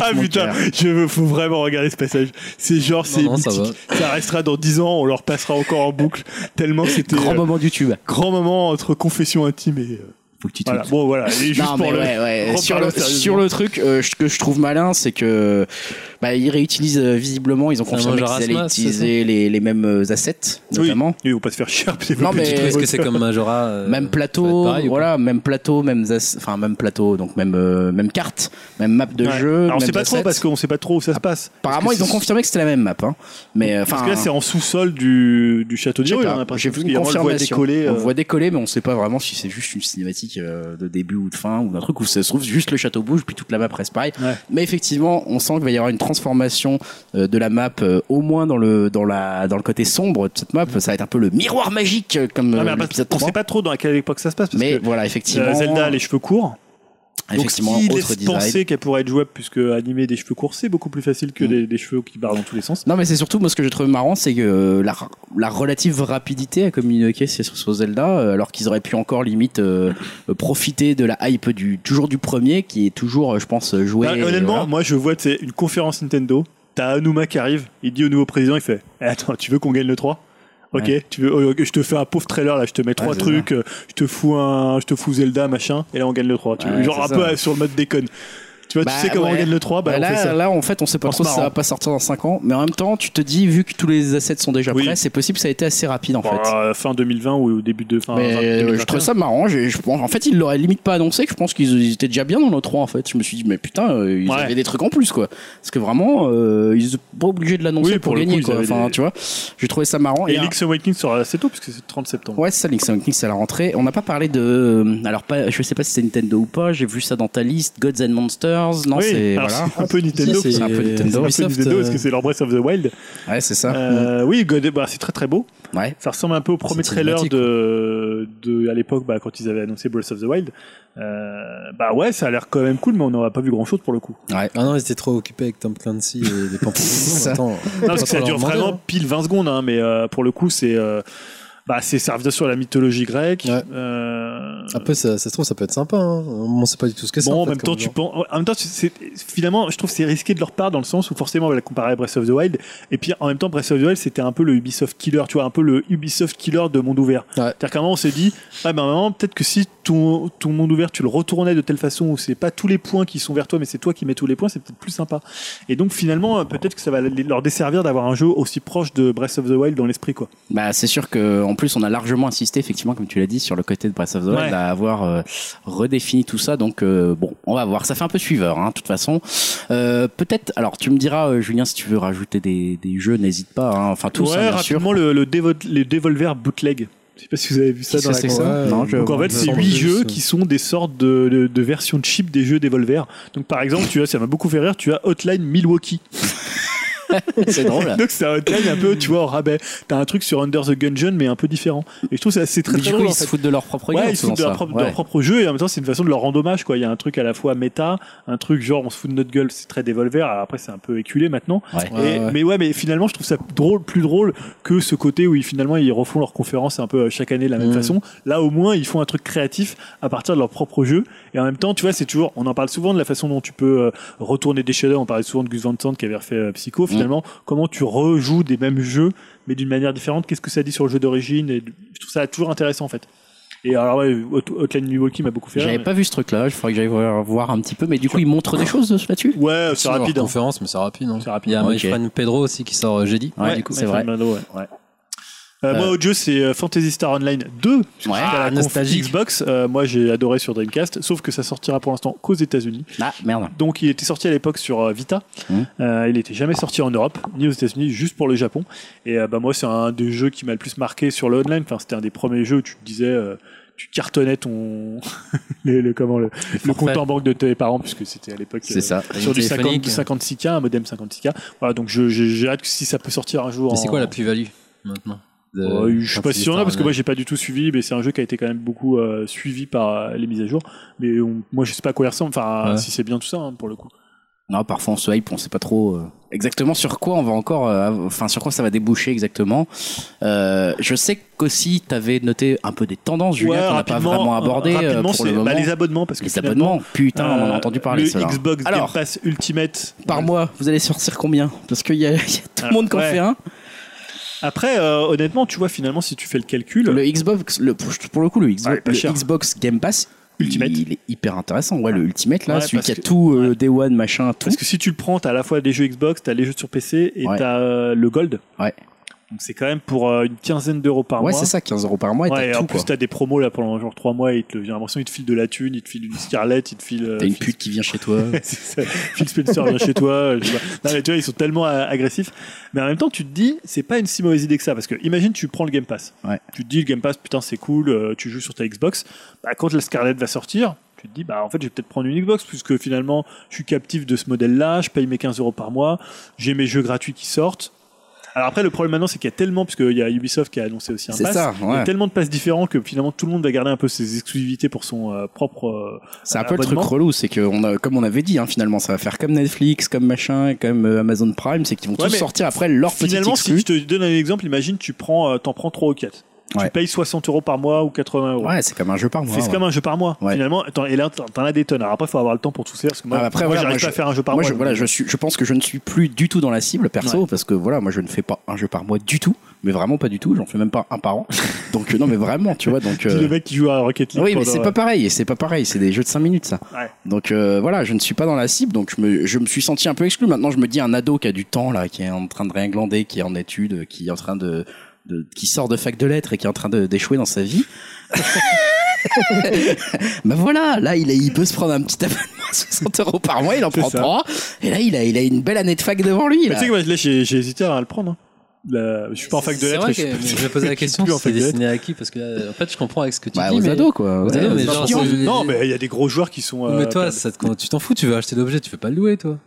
ah mon putain, cœur. je veux, faut vraiment regarder ce passage. C'est genre, c'est non, ça mythique. Ça, restera dans 10 ans, on leur passera encore en boucle, tellement c'était Grand euh, moment du tube. grand moment entre confession intime et. euh, Faut que tu voilà, bon, voilà, et juste Non, mais pour le. ouais, ouais. reparlons Sur, le, sérieusement. sur le truc, euh, ce que je trouve malin, c'est que bah, ils réutilisent euh, visiblement, ils ont C'est un confirmé Majora's qu'ils allaient Mask, c'est utiliser les, les mêmes euh, assets, Oui. notamment. Ils vont pas se faire chier à développer Non, mais- du Et Tu truc. trouves que c'est comme Majora euh, Même ça va plateau, être pareil ou pas voilà, même plateau, même as- enfin même plateau, donc même euh, même carte, même map de Ouais. jeu. Alors, on même sait pas trop assets. parce qu'on sait pas trop où ça se passe. Apparemment, Parce que ils ont c'est- confirmé que c'était la même map, hein. Mais euh, Parce enfin, que là, c'est en sous-sol du, du château je d'Hyrule. sais pas, hein, après, j'ai parce vu qu'il une y a vraiment le voit confirmation. décoller, on euh, le voit décoller, mais on sait pas vraiment si c'est juste une cinématique euh, de début ou de fin ou d'un truc où ça se trouve juste le château bouge puis toute la map reste pareil. Ouais. Mais effectivement, on sent qu'il va y avoir une transformation euh, de la map, euh, au moins dans le dans la dans le côté sombre de cette map. Ça va être un peu le miroir magique euh, comme Ah, mais euh, après, l'épisode on 3. sait pas trop dans quelle époque ça se passe. Parce mais que, voilà, euh, effectivement, Zelda a les cheveux courts. Donc, ce effectivement, qui autre laisse design. penser qu'elle pourrait être jouable, puisque animer des cheveux courts, c'est beaucoup plus facile que Mm. des, des cheveux qui barrent dans tous les sens. Non, mais c'est surtout, moi, ce que j'ai trouvé marrant, c'est que euh, la, la relative rapidité à communiquer c'est sur, sur Zelda, euh, alors qu'ils auraient pu encore limite euh, euh, profiter de la hype du toujours du premier, qui est toujours, euh, je pense, euh, joué. Là, Ah, Bah, honnêtement, voilà. moi, je vois c'est une conférence Nintendo. T'as Anuma qui arrive, il dit au nouveau président, il fait Eh, Attends, tu veux qu'on gagne le 3 Ok, Ouais. tu veux, oh, ok, je te fais un pauvre trailer là, je te mets trois c'est trucs, euh, je te fous un, je te fous Zelda machin, et là on gagne le 3. tu Ouais, vois. genre un c'est peu ça. euh, sur le mode déconne. Tu vois, Bah, tu sais comment ouais. on gagne le 3, Bah bah, on fait là, ça. là, en fait, on sait pas En trop se si ça va marrant. pas sortir dans 5 ans, mais en même temps, tu te dis, vu que tous les assets sont déjà Oui. prêts, c'est possible que ça a été assez rapide en Bon, fait. euh, fin 2020 ou au début de fin Mais euh, 20, je 2021. trouve ça marrant. j'ai- je pense- en fait, ils l'auraient limite pas annoncé. que Je pense qu'ils ils étaient déjà bien dans le 3 en fait. Je me suis dit, mais putain, euh, ils Ouais. avaient des trucs en plus quoi. Parce que vraiment, euh, ils étaient pas obligés de l'annoncer Oui, pour, pour le gagner coup, ils quoi. avaient Enfin, des- tu vois, j'ai trouvé ça marrant. Et un- Link's Awakening sera assez tôt, puisque c'est le 30 septembre. Ouais, c'est ça, Link's Awakening, c'est à la rentrée. On n'a pas parlé de. euh, Alors, pas, je sais pas si c'est Nintendo ou pas, j'ai vu ça dans ta liste, Gods and Monsters. Non, c'est. oui, alors Voilà. c'est un peu Nintendo. si, c'est un peu Nintendo. C'est un peu Ubisoft, Nintendo, parce euh, que c'est leur Breath of the Wild. Ouais, c'est ça. Euh, oui, God- bah, c'est très très beau. Ouais. Ça ressemble un peu au premier C'est trailer cinématique, de, de à l'époque bah, quand ils avaient annoncé Breath of the Wild. Euh, bah ouais, ça a l'air quand même cool, mais on n'aura pas vu grand chose pour le coup. Ouais. Ah non, ils étaient trop occupés avec Tom Clancy et les C'est ça. pamplemouses. Non, parce que ça dure vraiment pile 20 secondes, hein, mais euh, pour le coup, c'est euh, bah c'est ça revient sur la mythologie grecque. Ouais. Euh, Un peu, ça, ça se trouve, ça peut être sympa. Hein. On sait pas du tout ce que c'est. Bon, en fait, même comme temps, tu genre. penses. En même temps, tu- c'est- finalement, je trouve que c'est risqué de leur part dans le sens où forcément on va la comparer à Breath of the Wild. Et puis en même temps, Breath of the Wild, c'était un peu le Ubisoft killer, tu vois, un peu le Ubisoft killer de monde ouvert. Ouais. C'est-à-dire qu'à un moment, on s'est dit, ah ben maman, peut-être que si ton, ton monde ouvert, tu le retournais de telle façon où c'est pas tous les points qui sont vers toi, mais c'est toi qui mets tous les points, c'est peut-être plus sympa. Et donc finalement, euh, peut-être que ça va les- leur desservir d'avoir un jeu aussi proche de Breath of the Wild dans l'esprit, quoi. Bah, c'est sûr que, en plus, on a largement insisté, effectivement, comme tu l'as dit, sur le côté de Breath of the Wild, Ouais. à avoir euh, redéfini tout ça. Donc, euh, bon, on va voir. Ça fait un peu suiveur, hein, de toute façon. Euh, Peut-être, alors, tu me diras, euh, Julien, si tu veux rajouter des, des jeux, n'hésite pas. hein. Enfin, tous, ouais, hein, bien sûr. rapidement, le, le, Devo- les Devolver Bootleg. Je sais pas si vous avez vu ça Qu'est-ce dans que la c'est con- ça ouais, Non, je- Donc en fait, Devolver c'est Bootleg. huit jeux qui sont des sortes de, de, de versions cheap des jeux Devolver. Donc par exemple, tu as, ça m'a beaucoup fait rire, tu as Hotline Milwaukee. C'est drôle. Donc c'est un hotline un peu, tu vois, au rabais. T'as un truc sur Under the Gungeon, mais un peu différent. Et je trouve ça c'est très, Mais très du coup, drôle. en ils fait. se foutent de leur propre gueule, Ouais, ils se souvent, foutent de leur, ça. propre, de Ouais. leur propre jeu et en même temps c'est une façon de leur rendre hommage quoi. Il y a un truc à la fois méta, un truc genre on se fout de notre gueule, c'est très Devolver. Alors après c'est un peu éculé maintenant. Ouais. Et- Mais ouais, mais finalement je trouve ça drôle, plus drôle que ce côté où ils, finalement ils refont leurs conférences un peu euh, chaque année de la Mm. même Mhm. façon. Là au moins ils font un truc créatif à partir de leur propre jeu et en même temps tu vois c'est toujours, on en parle souvent de la façon dont tu peux euh, retourner des shadows. On parlait souvent de Gus Van Sant qui avait refait euh, Mm. Psycho. Finalement comment tu rejoues des mêmes jeux mais d'une manière différente. Qu'est-ce que ça dit sur le jeu d'origine et Je trouve ça toujours intéressant en fait. Et alors ouais, Hot- Hotline Milwaukee m'a beaucoup fait. rire, J'avais mais- pas vu ce truc-là, il faudrait que j'aille voir, voir un petit peu. Mais du coup, ils montrent des choses euh, là-dessus Ouais, c'est Sinon, leur rapide. hein. conférence, mais c'est rapide. hein. C'est Il rapide. y a Ok. My Friend Pedro aussi qui sort euh, jeudi. Ouais, du coup, c'est vrai. Fernando, ouais, ouais. Euh, moi, audio, c'est euh, Fantasy Star Online 2. parce que Ouais, c'était à la conf nostalgique. Xbox. Euh, moi, j'ai adoré sur Dreamcast, sauf que ça sortira pour l'instant qu'aux États-Unis. Ah, merde. Donc, il était sorti à l'époque sur euh, Vita. Mmh. Mhm. Euh, il n'était jamais sorti en Europe, ni aux États-Unis, juste pour le Japon. Et euh, bah, moi, c'est un des jeux qui m'a le plus marqué sur le online. Enfin, c'était un des premiers jeux où tu te disais. euh, tu cartonnais ton le, le- comment le, le compte en banque de tes parents puisque c'était à l'époque euh, C'est ça. sur du 50, Téléphonique. 56K, un modem 56K. Voilà, donc je- je- j'ai hâte que si ça peut sortir un jour. Mais c'est quoi en- la euh, plus-value maintenant de- Ouais, je suis quand pas ils sûr là sortent parce que en- moi j'ai pas du tout suivi mais c'est un jeu qui a été quand même beaucoup euh, suivi par euh, les mises à jour mais on- moi je sais pas à quoi il ressemble enfin Ouais. si c'est bien tout ça hein, pour le coup Non, parfois on se hype, on sait pas trop euh, exactement sur quoi on va encore, euh, av- enfin sur quoi ça va déboucher exactement. Euh, je sais qu'aussi t'avais noté un peu des tendances, Julien, Ouais, qu'on n'a pas vraiment abordé euh, rapidement, pour le c'est- moment. bah, les abonnements parce que Les finalement, abonnements, putain, on en a euh, entendu parler. le ceux-là. Xbox Game Alors. Pass Ultimate Par mois, vous allez sortir combien Parce qu'il y, a il y a tout le Alors, monde qui en ouais. fait un. après euh, honnêtement tu vois finalement si tu fais le calcul Le Xbox, le, pour le coup, le, Xbox- Ouais, pas le cher. Xbox Game Pass. Ultimate. Il est hyper intéressant, ouais, le Ultimate là, Ouais, celui parce qui a que- tout, euh, Day One, machin, tout. parce que si tu le prends t'as à la fois des jeux Xbox t'as les jeux sur PC et Ouais. t'as euh, le Gold Ouais. donc c'est quand même pour euh, une quinzaine d'euros par ouais, mois c'est ça, 15 euros par mois, et Ouais, et t'as en tout plus quoi. t'as des promos là pendant genre 3 mois et j'ai l'impression qu'ils te filent de la thune, ils te filent une Scarlett, ils te filent. euh, T'as une Phil- pute qui vient chez toi. c'est ça. Phil Spencer vient chez toi. euh, je sais pas. Non mais tu vois ils sont tellement euh, agressifs. Mais en même temps tu te dis c'est pas une si mauvaise idée que ça parce que imagine tu prends le Game Pass. Ouais. Tu te dis le Game Pass putain c'est cool, euh, tu joues sur ta Xbox. Bah, quand la Scarlett va sortir. Tu te dis, bah en fait, je vais peut-être prendre une Xbox, puisque finalement, je suis captif de ce modèle-là, je paye mes 15 euros par mois, j'ai mes jeux gratuits qui sortent. Alors après, le problème maintenant, c'est qu'il y a tellement, parce qu'il y a Ubisoft qui a annoncé aussi un C'est pass, ça, il y ouais. a tellement de passes différents que finalement tout le monde va garder un peu ses exclusivités pour son euh, propre. euh, C'est un peu le truc abonnement. relou, c'est que on a, comme on avait dit, hein, finalement, ça va faire comme Netflix, comme machin, et comme euh, Amazon Prime, c'est qu'ils vont Ouais, tous mais sortir après leur petit Finalement, si exclu. je te donne un exemple, imagine tu prends, euh, t'en prends 3 ou 4. Ouais. Tu payes 60 euros par mois ou 80 euros. Ouais, c'est comme un jeu par mois. C'est ouais. comme un jeu par mois. Ouais. Finalement, attends, et là, t'en t'en as des tonnes. Alors après, il faut avoir le temps pour tout faire. Parce que moi, Ah, après, moi, voilà, moi, j'arrive pas à je- faire un jeu par moi, mois. je, voilà, je, suis, je pense que je ne suis plus du tout dans la cible perso parce que voilà, moi je ne fais pas un jeu par mois du tout, mais vraiment pas du tout. J'en fais même pas un par an. donc euh, non, mais vraiment, tu vois. Donc Dis euh, le mec qui joue à Rocket League. oui, mais pendant- c'est pas pareil. C'est pas pareil. C'est des jeux de 5 minutes ça. Ouais. Donc euh, voilà, je ne suis pas dans la cible, donc je me, je me suis senti un peu exclu. Maintenant, je me dis un ado qui a du temps là, qui est en train de rien glander, qui est en études, qui est en train de, de- qui sort de fac de lettres et qui est en train de- d'échouer dans sa vie. ben voilà, là il, est- il peut se prendre un petit abonnement à 60 euros par mois, il en C'est prend ça. trois, et là il a, il a une belle année de fac devant lui. Mais Là. tu sais que moi, là, j'ai j'ai hésité à le prendre. hein. Là, je suis pas en fac de C'est lettres. vrai et je suis que- pas- Je vais poser la question, plus en c'est fac de lettres. Bah, Euh, destiné à qui Parce que euh, en fait, je comprends avec ce que tu Ouais, dis. Bah, aux mais- ados quoi. Aux Ouais, ados, mais aux genre, enfants. c'est- Non, mais il y a des gros joueurs qui sont. euh, Mais toi, perdus. ça te- quand tu t'en fous, tu veux acheter l'objet, tu veux pas le louer, toi.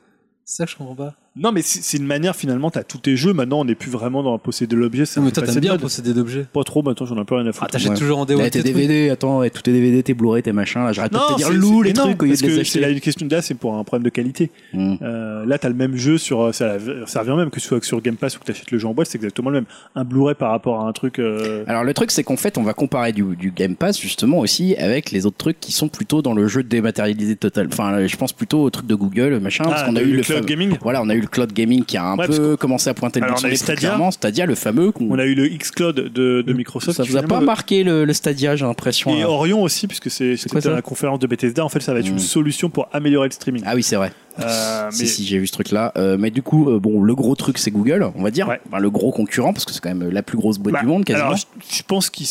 C'est ça que je comprends pas. Non, mais c'est c'est une manière finalement, t'as tous tes jeux. Maintenant, on n'est plus vraiment dans posséder l'objet. c'est un Mais peu toi, passé t'aimes de bien mode. posséder d'objets. Pas trop, maintenant j'en ai plus rien à Ah, foutre. t'achètes ouais. toujours en Là, DO tes DVD, attends, et tous tes DVD, tes Blu-ray, tes machins, là j'arrête pas de te dire loup les énorme, trucs au lieu parce de les que c'est là acheter. une question de là, c'est pour un problème de qualité. Hum. Euh, là, t'as le même jeu sur, euh, ça, ça revient même que ce soit sur Game Pass ou que t'achètes le jeu en boîte, c'est exactement le même. Un Blu-ray par rapport à un truc. euh, Alors le truc c'est qu'en fait on va comparer du, du Game Pass justement aussi avec les autres trucs qui sont plutôt dans le jeu dématérialisé total. Enfin euh, je pense plutôt au truc de Google machin parce ah, qu'on a le eu le cloud fameux- gaming. voilà on a eu le cloud gaming qui a un Ouais, parce peu commencé à pointer le Alors, bout sur on a eu les trucs Stadia. clairement, c'est-à-dire le fameux qu'on- On a eu le X-Cloud de, de Microsoft. ça qui vous a pas finalement- marqué le, le Stadia j'ai l'impression. Et oh. là. Orion aussi, puisque c'est hein. quoi, c'était ça à la conférence de Bethesda. En fait, ça va être Hmm. une solution pour améliorer le streaming. Ah oui c'est vrai. Euh, Si mais- si j'ai vu ce truc là. mais du coup euh, bon le gros truc c'est Google on va dire Ouais. Enfin, le gros concurrent parce que c'est quand même la plus grosse boîte Bah, du monde quasiment. Alors, je, je pense que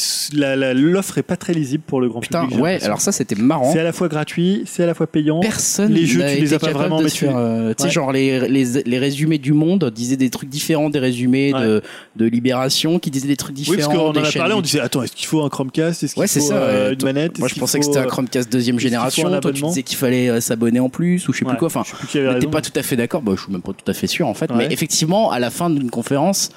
l'offre est pas très lisible pour le grand Putain public. j'ai ouais l'impression. alors ça c'était marrant. C'est à la fois gratuit, c'est à la fois payant. personne Les jeux, n'a tu les été as pas capable vraiment, de mais se tu- faire, euh, tu sais Ouais. genre les, les les résumés du monde disaient des trucs différents des résumés de de libération qui disaient des trucs Oui, parce différents qu'on en des a chaînes parlé, on YouTube. disait attends, est-ce qu'il faut un Chromecast Est-ce qu'il Ouais, c'est faut ça, euh, ouais. une manette moi Est-ce je qu'il pensais que faut, c'était un euh, Chromecast deuxième est-ce qu'il faut un génération toi tu abonnement disais qu'il fallait euh, s'abonner en plus ou je sais Ouais. plus quoi enfin sais plus qui avait On n'était raison. pas tout à fait d'accord. Bah, je suis même pas tout à fait sûr en fait. Ouais. Mais effectivement, à la fin d'une conférence,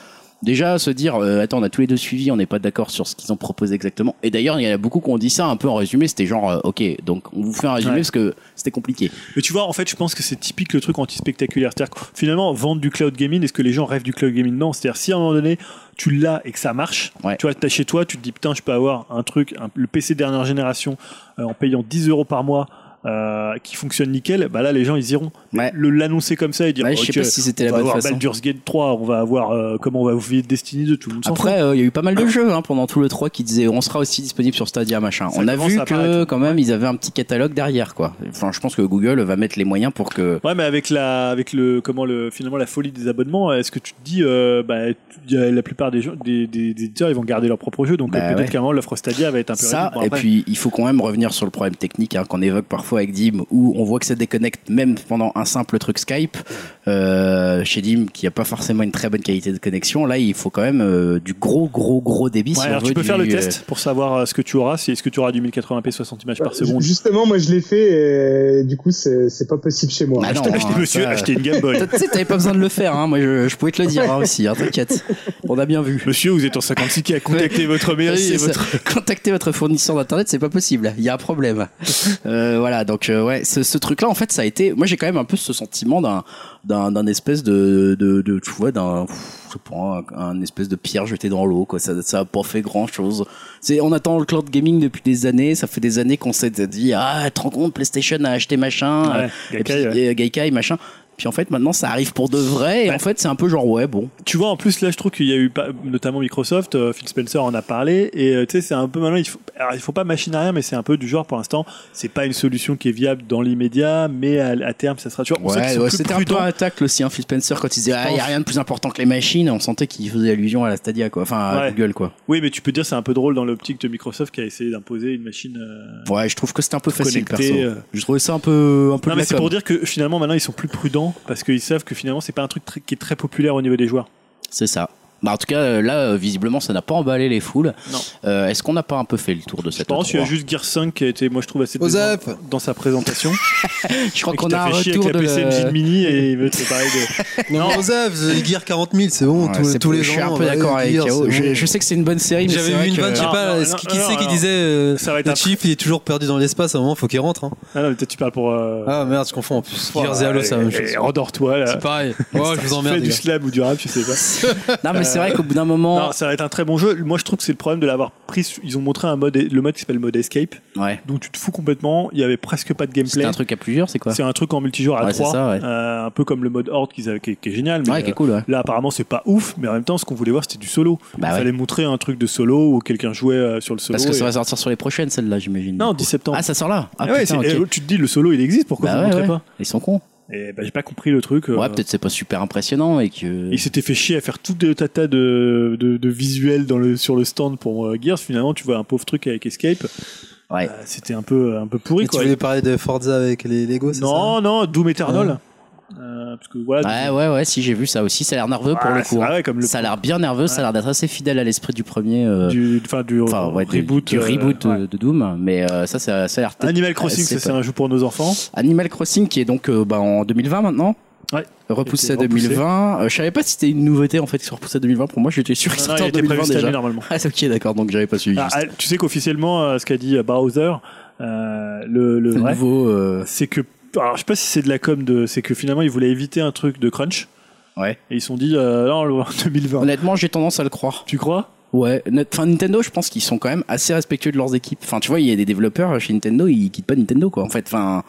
déjà se dire euh, attends, on a tous les deux suivi, on n'est pas d'accord sur ce qu'ils ont proposé exactement. Et d'ailleurs, il y en a beaucoup qui ont dit ça un peu en résumé. C'était genre euh, ok, donc on vous fait un résumé Ouais. parce que c'était compliqué. Mais tu vois, en fait, je pense que c'est typique le truc anti-spectaculaire. C'est-à-dire que finalement, vendre du cloud gaming, est-ce que les gens rêvent du cloud gaming Non. C'est-à-dire, si à un moment donné, tu l'as et que ça marche, Ouais. tu vois, t'as chez toi, tu te dis, putain, je peux avoir un truc, un- le PC dernière génération, euh, en payant 10 euros par mois, euh, qui fonctionne nickel, bah là, les gens, ils iront. Ouais. Le- L'annoncer comme ça et dire, Ouais, je sais ok, pas si c'était on la va bonne avoir façon. Baldur's Gate 3, on va avoir, euh, comment on va vivre Destiny 2, tout le monde s'en fout. Après, euh, il y a eu pas mal de jeux hein, pendant tout le 3 qui disaient on sera aussi disponible sur Stadia machin. Ça on a commence vu à que apparaître. quand même ils avaient un petit catalogue derrière quoi. Enfin, je pense que Google va mettre les moyens pour que Ouais, mais avec la, avec le, comment le, finalement la folie des abonnements, est-ce que tu te dis, euh, bah, tu- y a la plupart des gens, des, des, des éditeurs, ils vont garder leur propre jeu, donc Bah euh, peut-être ouais. qu'à un moment l'offre Stadia va être un peu ça, réduite. Bon, et après, puis il faut quand même revenir sur le problème technique hein, qu'on évoque parfois avec Dim, où on voit que ça déconnecte même pendant un simple truc Skype. Euh, chez Dim, qui a pas forcément une très bonne qualité de connexion, là il faut quand même euh, du gros, gros, gros débit. Ouais, si on alors tu veut peux du, faire le euh, test pour savoir euh, ce que tu auras, si est-ce que tu auras du 1080p 60 images par Bah, seconde. ju- Justement, moi je l'ai fait et du coup c'est c'est pas possible chez moi. Bah non, Acheter, hein, monsieur, ça- acheter une Game Boy. Toi, Tu sais, t'avais pas besoin de le faire, hein. moi je, je pouvais te le dire hein, aussi, hein, t'inquiète. On a bien vu. monsieur, vous êtes en 56 qui a contacté votre mairie et C'est votre. ça. Contacter votre fournisseur d'internet, c'est pas possible. Il y a un problème. Euh, voilà, donc euh, ouais, ce, ce truc-là, en fait, ça a été. Moi, j'ai quand même un peu ce sentiment d'un d'un d'un espèce de, de de tu vois d'un je sais pas un, un espèce de pierre jetée dans l'eau quoi. Ça ça a pas fait grand chose. C'est on attend le cloud gaming depuis des années. Ça fait des années qu'on s'est dit ah, te rends compte, PlayStation a acheté machin, Ouais, euh, et Gaikai, puis, ouais. euh, Gaikai, machin. Puis en fait, maintenant, ça arrive pour de vrai. Et Ouais. en fait, c'est un peu genre ouais, bon. Tu vois, en plus, là, je trouve qu'il y a eu pas- notamment Microsoft, euh, Phil Spencer en a parlé, et euh, tu sais, c'est un peu maintenant, il faut, alors, il faut pas machine à rien, mais c'est un peu du genre pour l'instant, c'est pas une solution qui est viable dans l'immédiat, mais à, à terme, ça sera. Tu vois, on sent qu'ils Ouais, sont ouais, plus c'était un peu prudents. un tacle aussi, hein, Phil Spencer, quand il disait, ah, il pense. n'y a rien de plus important que les machines, on sentait qu'il faisait allusion à la Stadia, quoi. Enfin, à Ouais. Google, quoi. Oui, mais tu peux dire, c'est un peu drôle dans l'optique de Microsoft qui a essayé d'imposer une machine. euh, Ouais, je trouve que c'était un peu facile, connecté, perso. euh. Je trouvais ça un peu, un peu Non, de mais la c'est com. pour dire que finalement, maintenant, ils sont plus prudents parce qu'ils savent que finalement, c'est pas un truc très- qui est très populaire au niveau des joueurs. C'est ça. Bah, en tout cas, euh, là, euh, visiblement, ça n'a pas emballé les foules. Non. Euh, Est-ce qu'on n'a pas un peu fait le tour de Je cette pense qu'il y a E3? juste Gear 5 qui a été, moi, je trouve assez Osef décevant dans sa présentation. Je crois Et qu'on qui a t'a un fait chier retour avec de la PC Engine le- Mini et il veut te parler de. Non, Osef, Gear 40 000, c'est bon, Ouais, tous, c'est- tous les je gens. suis un peu d'accord ouais, avec Gear, c'est K.O. Je, bon. je sais que c'est une bonne série, mais J'avais c'est vu vrai une que- vanne, je sais Non, pas, non, ce- non, qui, qui non, c'est qui non. disait euh, Ça va être le un- chiffre, il est toujours perdu dans l'espace, à un moment, faut qu'il rentre. hein. Ah non, mais peut-être tu parles pour. euh, Ah merde, je confonds en plus. pour, Gears et Halo, c'est la euh, même et- chose. et Rendors-toi là. C'est pareil. Oh, je vous emmerde, Fais les du gars. slam ou du rap, je sais pas. Non, mais c'est vrai qu'au bout d'un moment. Euh, Non, ça va être un très bon jeu. Moi, je trouve que c'est le problème de l'avoir pris. su- Ils ont montré un mode, le mode qui s'appelle mode escape. Ouais. Donc, tu te fous complètement. Il y avait presque pas de C'était gameplay. un truc à plusieurs, c'est quoi? C'est un truc en multijoueur à Ouais, c'est 3. ça, ouais. un peu comme le mode Horde qu'ils avaient- qui, est- qui est génial. Mais Ouais, qui est euh, cool, ouais. Là, apparemment, c'est pas ouf, mais en même temps, ce qu'on voulait voir, c'était du solo. Bah Il ouais. fallait montrer un truc de solo où quelqu'un jouait euh, sur le solo. Parce que et- ça va sortir sur les prochaines, celle-là, j'imagine. Non, du coup. 10 septembre. Ah, ça sort là? Ah, Ah ouais, putain, c'est- ok. euh, tu te dis, le solo, il existe, pourquoi Bah vous ouais, ne montrez ouais. pas Ils sont cons. Et bah, j'ai pas compris le truc. euh, Ouais, peut-être c'est pas super impressionnant et que. Il s'était fait chier à faire tout des tatas de, de, de visuels dans le, sur le stand pour euh, Gears. Finalement, tu vois un pauvre truc avec Escape. Ouais. Euh, C'était un peu, un peu pourri, Et tu quoi. voulais parler de Forza avec les Lego, c'est ça non, non, Doom Eternal. Euh, parce que voilà. Ouais, ouais, ouais, si j'ai vu ça aussi, ça a l'air nerveux pour Ah, le c'est- coup. hein. ah ouais, comme le Ça a l'air bien nerveux, ça a l'air d'être assez fidèle à l'esprit du premier. euh, du, enfin, du Enfin, ouais, du- reboot. du, euh, reboot ouais. de, de Doom, mais euh, ça, ça, ça a l'air. peut-être- Animal Crossing, euh, ça, c'est un jeu pour nos enfants. pas- Animal Crossing qui est donc euh, bah, en 2020 maintenant. Ouais. Repoussé Était à 2020. Euh, je savais pas si c'était une nouveauté en fait qui se repoussait à 2020. Pour moi, j'étais sûr que Non, non, c'était il en était prévu 2020 cette année, déjà. normalement. Ah, c'est ok, d'accord, donc j'avais pas suivi. Ah, juste. ah, tu sais qu'officiellement, euh, ce qu'a dit euh, Bowser, euh, le, le Le vrai, nouveau. euh, c'est que. Alors, je sais pas si c'est de la com, de, c'est que finalement, ils voulaient éviter un truc de crunch. Ouais. Et ils se sont dit, euh, non, en 2020. Honnêtement, j'ai tendance à le croire. Tu crois Ouais, net- enfin Nintendo, je pense qu'ils sont quand même assez respectueux de leurs équipes. Enfin, tu vois, il y a des développeurs chez Nintendo, ils quittent pas Nintendo quoi. En fait, enfin,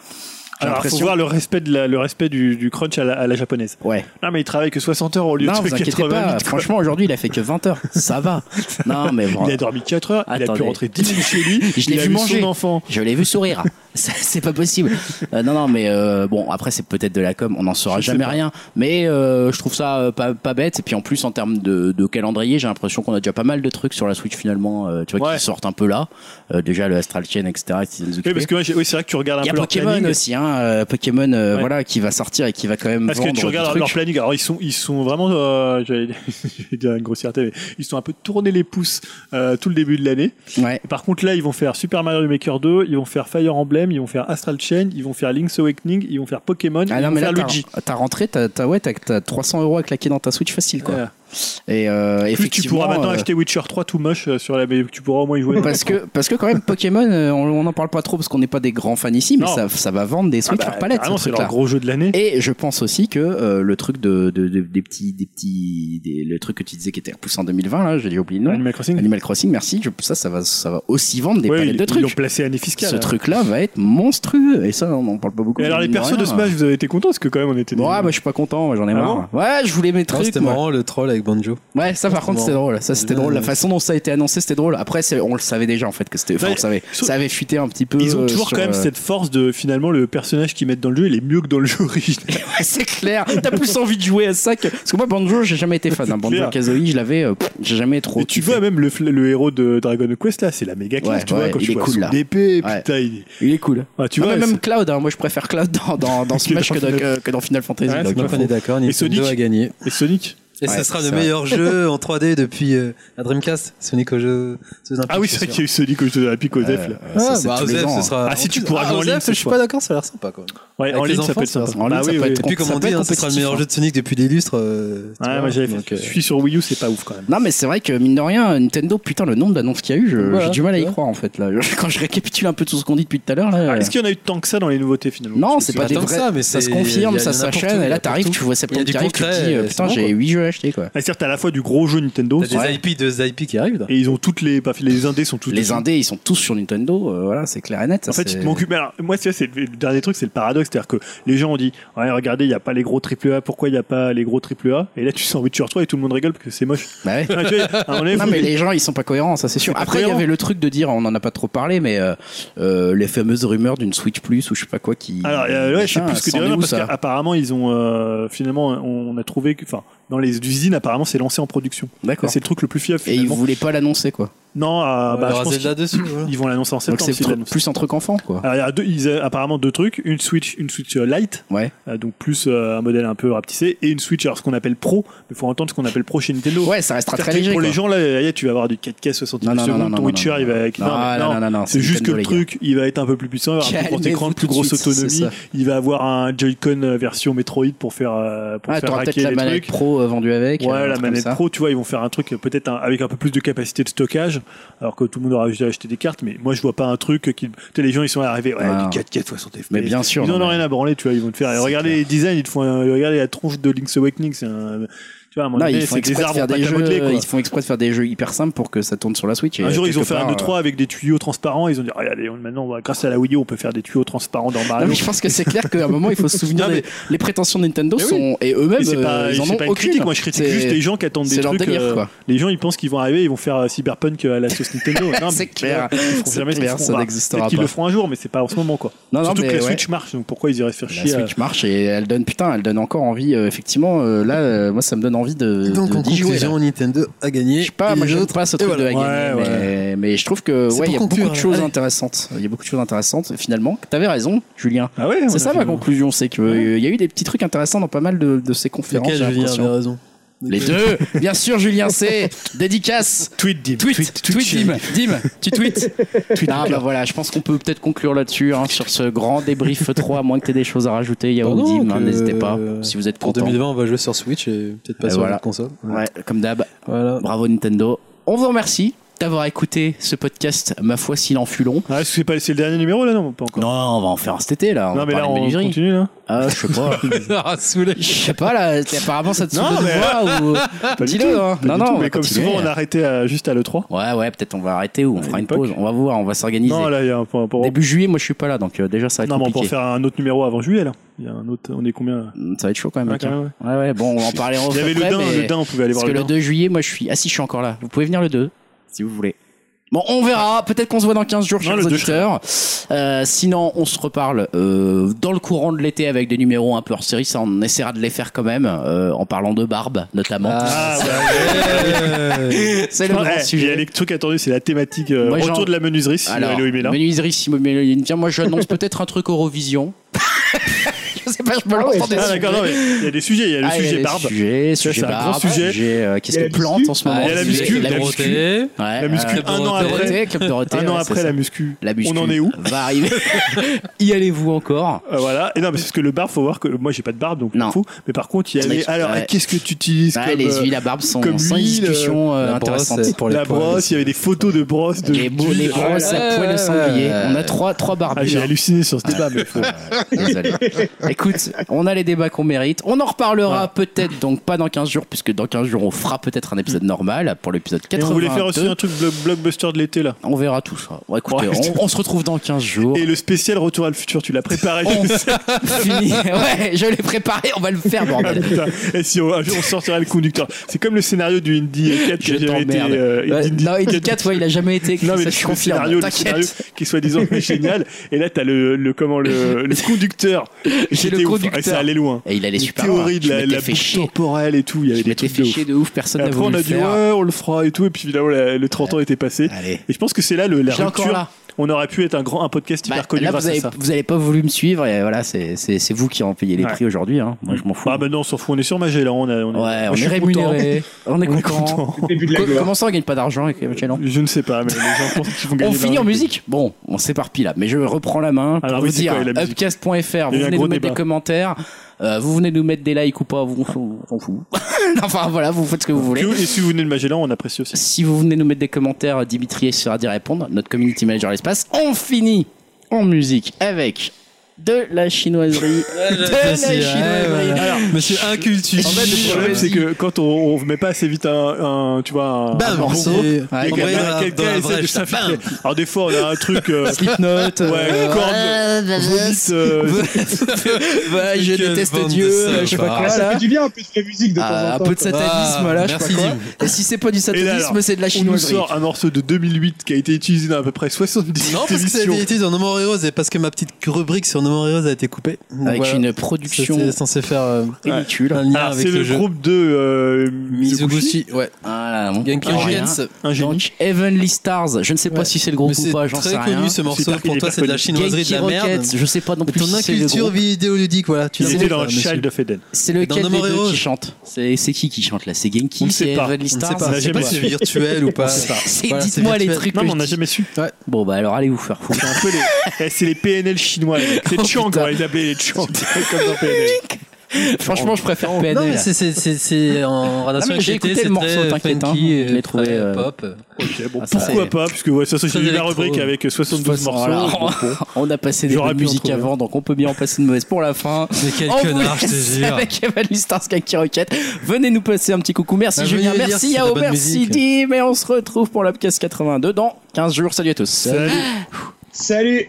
j'ai Alors, faut l'impression. voir le respect, de la- le respect du, du crunch à la, à la japonaise. Ouais. Non, mais il travaille que 60 heures au lieu non, de vous inquiétez 88. pas. quoi. Franchement, aujourd'hui, il a fait que 20 heures. Ça va. non, mais bon. Il a dormi 4 heures, il a pu Attendez. rentrer 10 minutes chez lui, Je il l'ai a vu vu manger. son enfant. Je l'ai vu sourire. Ça, c'est pas possible. Euh, non, non, mais euh, bon, après, c'est peut-être de la com, on n'en saura Je sais jamais pas. rien. Mais euh, je trouve ça euh, pas, pas bête. Et puis en plus, en termes de, de calendrier, j'ai l'impression qu'on a déjà pas mal de trucs sur la Switch finalement, euh, tu vois, Ouais. qui sortent un peu là. Euh, déjà, le Astral Chain, etc. qui nous Oui, occupaient. parce que moi, j'ai- oui, c'est vrai que tu regardes un Il y a peu leur Pokémon planning. aussi, hein, euh, Pokémon, euh, Ouais. voilà, qui va sortir et qui va quand même Parce que vendre tu du regardes truc. leur planning, alors ils sont, ils sont vraiment, euh, j'allais j'allais dire une grossièreté, mais ils sont un peu tournés les pouces euh, tout le début de l'année. Ouais. Et Par contre, là, ils vont faire Super Mario Maker 2, ils vont faire Fire Emblem, Emblem, ils vont faire Astral Chain, ils vont faire Link's Awakening, ils vont faire Pokémon, Ah ils non, vont mais là, faire t'as Luigi. t'as rentré, t'as t'as- ouais, t'as- t'as 300 euros à claquer dans ta Switch facile, quoi. Voilà. Et euh, Plus effectivement. tu pourras maintenant euh, acheter Witcher 3 tout moche euh, sur la mais tu pourras au moins y jouer. Parce que, parce que quand même, Pokémon, euh, on n'en parle pas trop parce qu'on n'est pas des grands fans ici, mais Non. ça, ça va vendre des Switch Ah bah, par palette. carrément, ce c'est leur truc-là. gros jeu de l'année. Et je pense aussi que euh, le truc de, de- de- des petits, des petits, des- le truc que tu disais qui était repoussé en 2020 là, j'ai oublié le nom. Animal Crossing. Animal Crossing, merci. Je, ça, ça va, ça va aussi vendre des Ouais, palettes ils, de ils l'ont trucs. placé année fiscale. hein. Ce truc-là va être monstrueux et ça, on n'en parle pas beaucoup. Et alors les mine persos de rien. Smash, vous avez été contents parce que quand même on était. des- Ouais, bah je suis pas content, moi, j'en ai Ah marre. ouais, je voulais mes Non, trucs. C'était moi. marrant le troll avec Banjo. Ouais, ça par C'était contre c'était marrant. drôle. Ça c'était Ouais, drôle. La ouais. façon dont ça a été annoncé c'était drôle. Après, c'est- on le savait déjà en fait que c'était. Enfin, Ouais, on le savait. sur- Ça avait fuité un petit peu. Ils ont euh, toujours sur, quand même euh, cette force de finalement le personnage qu'ils mettent dans le jeu, il est mieux que dans le jeu original. Ouais, c'est clair. T'as plus envie de jouer à ça que. Parce que moi, Banjo, j'ai jamais été fan. Hein. Banjo clair. Kazooie, je l'avais. euh, pff, j'ai jamais trop. Et tu kiffé. vois même le, fl- le héros de Dragon Quest là, c'est la méga classe, Ouais, tu ouais, vois, quand il tu est vois cool, son là. épée, Ouais. putain, il est- Il est cool. Ah, tu Non, vois, mais c'est- même Cloud, hein. moi je préfère Cloud dans, dans, dans Smash dans que, dans, Final- que- que dans Final Fantasy. Ouais, donc, euh, c'est Donc on est d'accord, Nintendo Sonic a gagné. et Sonic. Et Ouais, ce sera c'est le vrai. meilleur jeu en 3D depuis euh, la Dreamcast, Sonic au jeu sous un Ah oui, c'est vrai qu'il y a eu Sonic au jeu de la pique au Def, là. euh, ça, c'est tous les ans, hein. sera. Ah, si tu pourras Ah, jouer en Ozef, ligne, Je c'est suis chouette. pas d'accord, ça a l'air sympa quand même. Ouais, Avec en les ligne ça enfants, peut être ça sympa. va. En ligne, Bah ça oui, peut oui. être Et puis comme ça on peut dit, être hein, ce sera le meilleur jeu de Sonic depuis des lustres. euh, tu Ouais, vois, moi j'avais fait. donc, euh, Je suis sur Wii U, c'est pas ouf quand même. Non mais c'est vrai que mine de rien Nintendo putain le nombre d'annonces qu'il y a eu je- j'ai Voilà, du mal à y ouais. croire en fait là quand je récapitule un peu tout ce qu'on dit depuis tout à l'heure là euh, Est-ce qu'il y en a eu tant que ça dans les nouveautés finalement Ah, non Parce que c'est pas des tant que vrais ça, mais ça se c'est- confirme y a- y ça a n'importe s'achène où, et y là a t'arrives tout. tu vois septembre Il y qui a du arrive, tu te concret, dis euh, c'est putain bon, j'ai quoi. 8 jeux à acheter quoi Ah, C'est-à-dire, t'as à la fois du gros jeu Nintendo, T'as des IP, deux IP qui arrivent là. et ils ont toutes les. pas- Les indés sont tous. les indés ils sont tous sur Nintendo euh, voilà c'est clair et net ça, En fait, c'est- ils te manquent- mais alors, moi, c'est c'est le dernier truc, c'est le paradoxe. C'est-à-dire que les gens ont dit Ouais, regardez, il n'y a pas les gros AAA, pourquoi il n'y a pas les gros AAA Et là, tu sors Witcher 3 et tout le monde rigole parce que c'est moche. Bah ouais. Ah, tu vois, à un moment donné, Non vous- mais les gens ils sont pas cohérents ça c'est sûr. pas Après il y cohérent. avait le truc de dire on en a pas trop parlé mais euh, euh, les fameuses rumeurs d'une Switch Plus ou je sais pas quoi qui. Alors, euh, ouais, je sais Putain, plus ce que ah, c'en est dire où, parce ça qu'apparemment, ils ont. euh, finalement, on a trouvé que. Enfin, dans les usines, apparemment, c'est lancé en production. D'accord. C'est le truc le plus fiable Et ils finalement. voulaient pas l'annoncer quoi. Non, ah, Il y bah, je aura pense Zelda dessus. voilà. qu'ils- ils vont l'annoncer en Donc septembre. c'est s'ils tru- l'annoncent. plus un truc enfant quoi. Alors, il y a deux, ils ont apparemment deux trucs, une Switch, une Switch euh, Lite, Ouais. euh, donc plus euh, un modèle un peu rapetissé, et une Switch, alors ce qu'on appelle Pro, il faut entendre ce qu'on appelle Pro chez Nintendo. Ouais ça restera C'est-à-dire très que léger. Pour quoi. les gens, là, euh, tu vas avoir du 4K 60 Non, non, non, non, secondes, non, ton non, Witcher, non, il va avec. non, mais non, non, non, non, C'est juste que Nintendo, le les gars. truc, il va être un peu plus puissant, il va avoir un plus grand Calmez-vous écran, une plus tout de grosse suite, c'est autonomie, ça. il va avoir un Joy-Con euh, version Metroid pour faire, euh, pour Ah faire t'auras peut-être hacker la les manette trucs. pro euh, vendue avec. euh, un Ouais, truc la comme manette ça. pro, tu vois, ils vont faire un truc euh, peut-être un- avec un peu plus de capacité de stockage, alors que tout le monde aura juste acheté des cartes, mais moi je vois pas un truc qui. Tu sais, les gens ils sont arrivés, ouais, Ah. du 4K 60 FPS. Mais bien sûr, Ils non, en ont mais- rien à branler, tu vois, ils vont te faire. C'est Regardez clair. les designs, ils te font. un- Regardez la tronche de Link's Awakening, c'est un. Tu vois, à un moment Non, donné, ils font c'est des exprès de arbres faire des pâte à modeler, jeux. quoi. Ils font exprès de faire des jeux hyper simples pour que ça tourne sur la Switch. et Un jour, ils ont quelque fait un part, euh, 2-3 avec des tuyaux transparents. Ils ont dit oh, Regardez, on- maintenant, on va- grâce à la Wii U, on peut faire des tuyaux transparents dans Ah, Non, Mario. mais je pense que c'est clair qu'à un moment, il faut se souvenir Ah, Non, mais- des les prétentions de Nintendo Mais oui. sont et Et eux-mêmes c'est pas, euh, ils en c'est ont pas une aucune. critique. Moi, je critique C'est- juste les gens qui attendent c'est des leur trucs. délire, euh, quoi. Les gens, ils pensent qu'ils vont arriver, ils vont faire euh, Cyberpunk à la sauce Nintendo. Non, C'est mais clair. Ils feront C'est jamais ce qu'ils clair, font. ça Bah, n'existera Peut-être qu'ils pas. le feront un jour, mais c'est pas en ce moment, quoi. Non, non, Surtout mais que la ouais. Switch marche, euh. donc pourquoi ils iraient se faire La chier à- Switch marche et elle donne putain, elle donne encore envie. euh, effectivement, euh, là, euh, moi, ça me donne envie de Donc de- en d'y jouer. là. conclusion, Nintendo a gagné. Je sais pas, et moi les je autres- pas ce et truc de voilà. la gagne, Ouais, mais, mais je trouve que C'est ouais, il pour y a beaucoup conclure, de choses allez. intéressantes. Il y a beaucoup de choses intéressantes. Finalement, t'avais raison, Julien. Ah ouais, on C'est a ça fait ma le- conclusion, c'est que euh, il y a eu des petits trucs intéressants dans pas mal de, de ces conférences. Lequel, j'ai Julien l'impression. avait raison. Les deux, bien sûr, Julien C. Dédicace. Tweet, Dim. Tweet, tweet, Tweet, tweet, Dim, Dim, tu tweets. Ah bah voilà, je pense qu'on peut peut-être conclure là-dessus, hein, sur ce grand débrief 3, à moins que tu aies des choses à rajouter, Yahoo Bah non, Dim, hein, que- n'hésitez pas, euh, si vous êtes Pour content. 2020, on va jouer sur Switch et peut-être pas Et sur voilà. la console. Ouais, comme d'hab, Voilà. bravo Nintendo. On vous remercie d'avoir écouté ce podcast, ma foi s'il en fut long. Ah, est-ce que c'est pas- c'est le dernier numéro, là Non, pas encore. Non, on va en faire un cet été là, on Non, va mais parler là, de on menuiserie. continue, là. Ah, je sais pas. Ah, saoulé. Je sais pas là, t'es- apparemment ça te Non, saoule de mais- voix ou. Pas du Dis-le, tout, hein. pas Non, du non, tout, on va mais comme continuer. souvent, on a arrêté à- juste à l'E3. Ouais, ouais, peut-être on va arrêter ou on fera une l'époque. pause. On va voir, on va s'organiser. Non, là, il y a un point pour. Début juillet, moi je suis pas là, donc euh, déjà ça va être Non, mais on peut en compliqué. faire un autre numéro avant juillet, là. Il y a un autre. On est combien là Mm, Ça va être chaud quand même. Ah, mec, quand hein. même, Ouais, ouais, bon, on va en parler en Il y avait le après, Dain, mais- le Dain, on pouvait aller Parce voir que le le Dain. 2 juillet, moi je suis. Ah si, je suis encore là. Vous pouvez venir le 2, si vous voulez. Bon, on verra. Peut-être qu'on se voit dans 15 jours, Non, chers le 2, auditeurs. Euh, sinon, on se reparle euh, dans le courant de l'été avec des numéros un peu hors série. Ça, on essaiera de les faire quand même, euh, en parlant de barbe, notamment. Ah, C'est le grand Eh, Il y sujet. a les trucs attendus, c'est la thématique euh, Moi, j'en- retour de la menuiserie. Si Alors, Elohim est là. menuiserie, si Elohim est là. Tiens, moi j'annonce peut-être un truc Eurovision. je sais pas, je me Ah ouais, lance dans des Ah, d'accord, non, mais il y a des sujets. Il y a le Ah, il y a sujet des barbe. sujets, sujet c'est un gros barbe, sujet. sujet, euh, qu'est-ce Il y a que la plante en ce moment il y a la Ouais, muscu, la la muscu. Dorothée. Ouais, La muscu, euh, un an Club après. Dorothée, Club Dorothée, Un ouais, an c'est après ça. la muscu. La muscu On en est où Va arriver. y allez-vous encore Euh, Voilà. Et non, mais c'est parce que le barbe, faut voir que moi j'ai pas de barbe, donc Non. m'en fous. Mais par contre, il y a Mais les- tu- Alors, ouais. qu'est-ce que tu utilises Bah, comme, Les euh, huiles à barbe sont comme sans l'huile, discussion euh, La brosse, intéressante. c'est pour les la poils. brosse, il y avait des photos de brosses de Les, beaux, les d'huile. brosses à ouais, poil de ouais, sanglier. ouais. On a trois, trois Ah, barbus. j'ai hein. halluciné sur ce débat, mais faut- Désolé. Écoute, on a les débats qu'on mérite. On en reparlera peut-être, donc pas dans 15 jours, puisque dans 15 jours, on fera peut-être un épisode normal pour l'épisode Et 82. on voulait faire aussi un truc blo- blockbuster de l'été là. On verra tout ça. Bon, écoutez, Ouais. on, on se retrouve dans 15 jours. Et le spécial Retour à le futur, tu l'as préparé. On finit. Ouais, je l'ai préparé, on va le faire, Ah, bordel. putain. Et si on, un jour, on sortira le conducteur. C'est comme le scénario du Indy 4 qui Je a jamais été. t'emmerde. euh, Ouais, Indy- non, Indy 4, ouais, il a jamais été écrit, Non, mais ça, je le confirme. scénario, le T'inquiète. scénario qui soit disant génial. Et là, t'as le, le comment le, le conducteur. J'ai le C'était ouf. conducteur. Et Ah, ça allait loin. Et il allait Les super loin. théories de Je la, m'étais la fait boucle chier. temporelle et tout. Il y avait Je des m'étais trucs fait de ouf. chier de ouf, Et personne n'a après, voulu on a le dit faire. ouais, on le fera et tout. Et puis finalement, la- le 30 ans était passé. Allez. Et je pense que c'est là le, la J'ai encore rupture. là. On aurait pu être un grand un podcast Bah, hyper connu là, grâce vous avez, à ça. vous avez pas voulu me suivre et voilà, c'est- c'est c'est vous qui en payez les Ouais. prix aujourd'hui. Hein. Moi, je m'en fous. Ah bah non, on s'en fout, on est sur Magellan, on, a, on, a- ouais, on moi, je est suis rémunéré, on est content. On est content. content. Début de la Co- gloire. Comment ça, on gagne pas d'argent avec Magellan Je ne sais pas, mais les gens pensent qu'ils vont gagner. on de finit en l'argent. musique Bon, on s'éparpille là, mais je reprends la main pour Alors, vous oui, c'est dire quoi, la musique upcast.fr, vous Il y a eu un venez nous gros mettre débat. des commentaires, euh, vous venez nous mettre des likes ou pas, vous, on s'en fout. enfin voilà, vous faites ce que vous voulez. Et si vous venez de Magellan, on apprécie aussi. Si vous venez nous mettre des commentaires, Dimitri sera d'y répondre, notre community manager à l'espace. On finit en musique avec de la chinoiserie. de la Merci, ouais, chinoiserie. ouais. Alors, Monsieur incultu. En fait, Le problème, c'est que quand on, on met pas assez vite un, un- tu vois, un, Bam, un morceau, c'est- il y a Bah, Ouais, quelqu'un- on va dans la- quelqu'un dans la Bah. essaie de brèche, là, s'infiltrer. Alors des fois, on a un truc, euh, Slipknot. ouais, euh, corde, vomite, euh, ouais, je que déteste bande Dieu, de euh, je sais pas salopards. quoi Ah, ça là. fait du bien un peu de la musique de Ah, un temps en temps. peu de satanisme Ah, là, je sais merci, pas quoi. Dim. Et si c'est pas du Et là, satanisme, alors, c'est de la on nous chinoiserie. sort un morceau de 2008 qui a été utilisé dans à peu près 70 Non, parce que ça a émissions. été utilisé dans No More Heroes et parce que ma petite rubrique sur No More Heroes a été coupée. Donc Avec voilà. une C'était production censé faire euh, ridicule. un lien Alors, avec Ah, c'est le, le, jeu. groupe de euh, Mizuguchi. Mizuguchi, ouais. Ah, mon Il y a une copain, rien. Kyriens. Un génie. Donc, Heavenly Stars, je ne sais pas Ouais. si c'est le groupe ou pas, j'en sais très rien. connu ce C'est morceau. hyper- Pour toi, hyper c'est de la connu. chinoiserie de la Genki merde. Rocket, je sais pas non plus Ton si c'est le inculture groupe. vidéoludique, voilà. Tu Il l'as était fait, dans là, monsieur. Child of Eden. C'est lequel Dans des No More deux Heroes. qui chante C'est c'est qui qui chante là C'est Genki On ne sait C'est pas. Heavenly On ne sait Stars pas, on a je sais jamais pas su. si c'est virtuel ou pas. sait pas. C'est- Voilà, c'est Dites-moi les virtuel. trucs. Non, que mais je on n'a dis. jamais su. Bon, bah alors allez vous faire foutre. C'est un peu les, eh, c'est les PNL chinois. les mecs. C'est Oh, Chang, putain. on va les appeler les Chang, comme dans PNL. Ah, Franchement, je préfère Non, mais PNL. c'est- c'est- c'est c'est en relation mais avec j'ai l'été, écouté le c'est morceau, très t'inquiète, hein. funky, Je l'ai euh, trouvé, très euh, Ok, pop. bon, Ah, ça, pourquoi c'est- pas Puisque ouais, ça, ça, j'ai Très eu la électro. rubrique avec 72 Voilà, morceaux. on- On a passé des J'aurais bonnes pu en musiques trouver un. avant, donc on peut bien en passer une mauvaise pour la fin. Mais quel On vous connard, je te laisse jure. Avec Evan Stars Kaki Rocket. Venez nous passer un petit coucou. Merci Bah, Julien, venez dire merci si c'est de Yao, bonne merci musique. Dim. Et on se retrouve pour l'Upcast 82 dans 15 jours. Salut à tous. Salut. Salut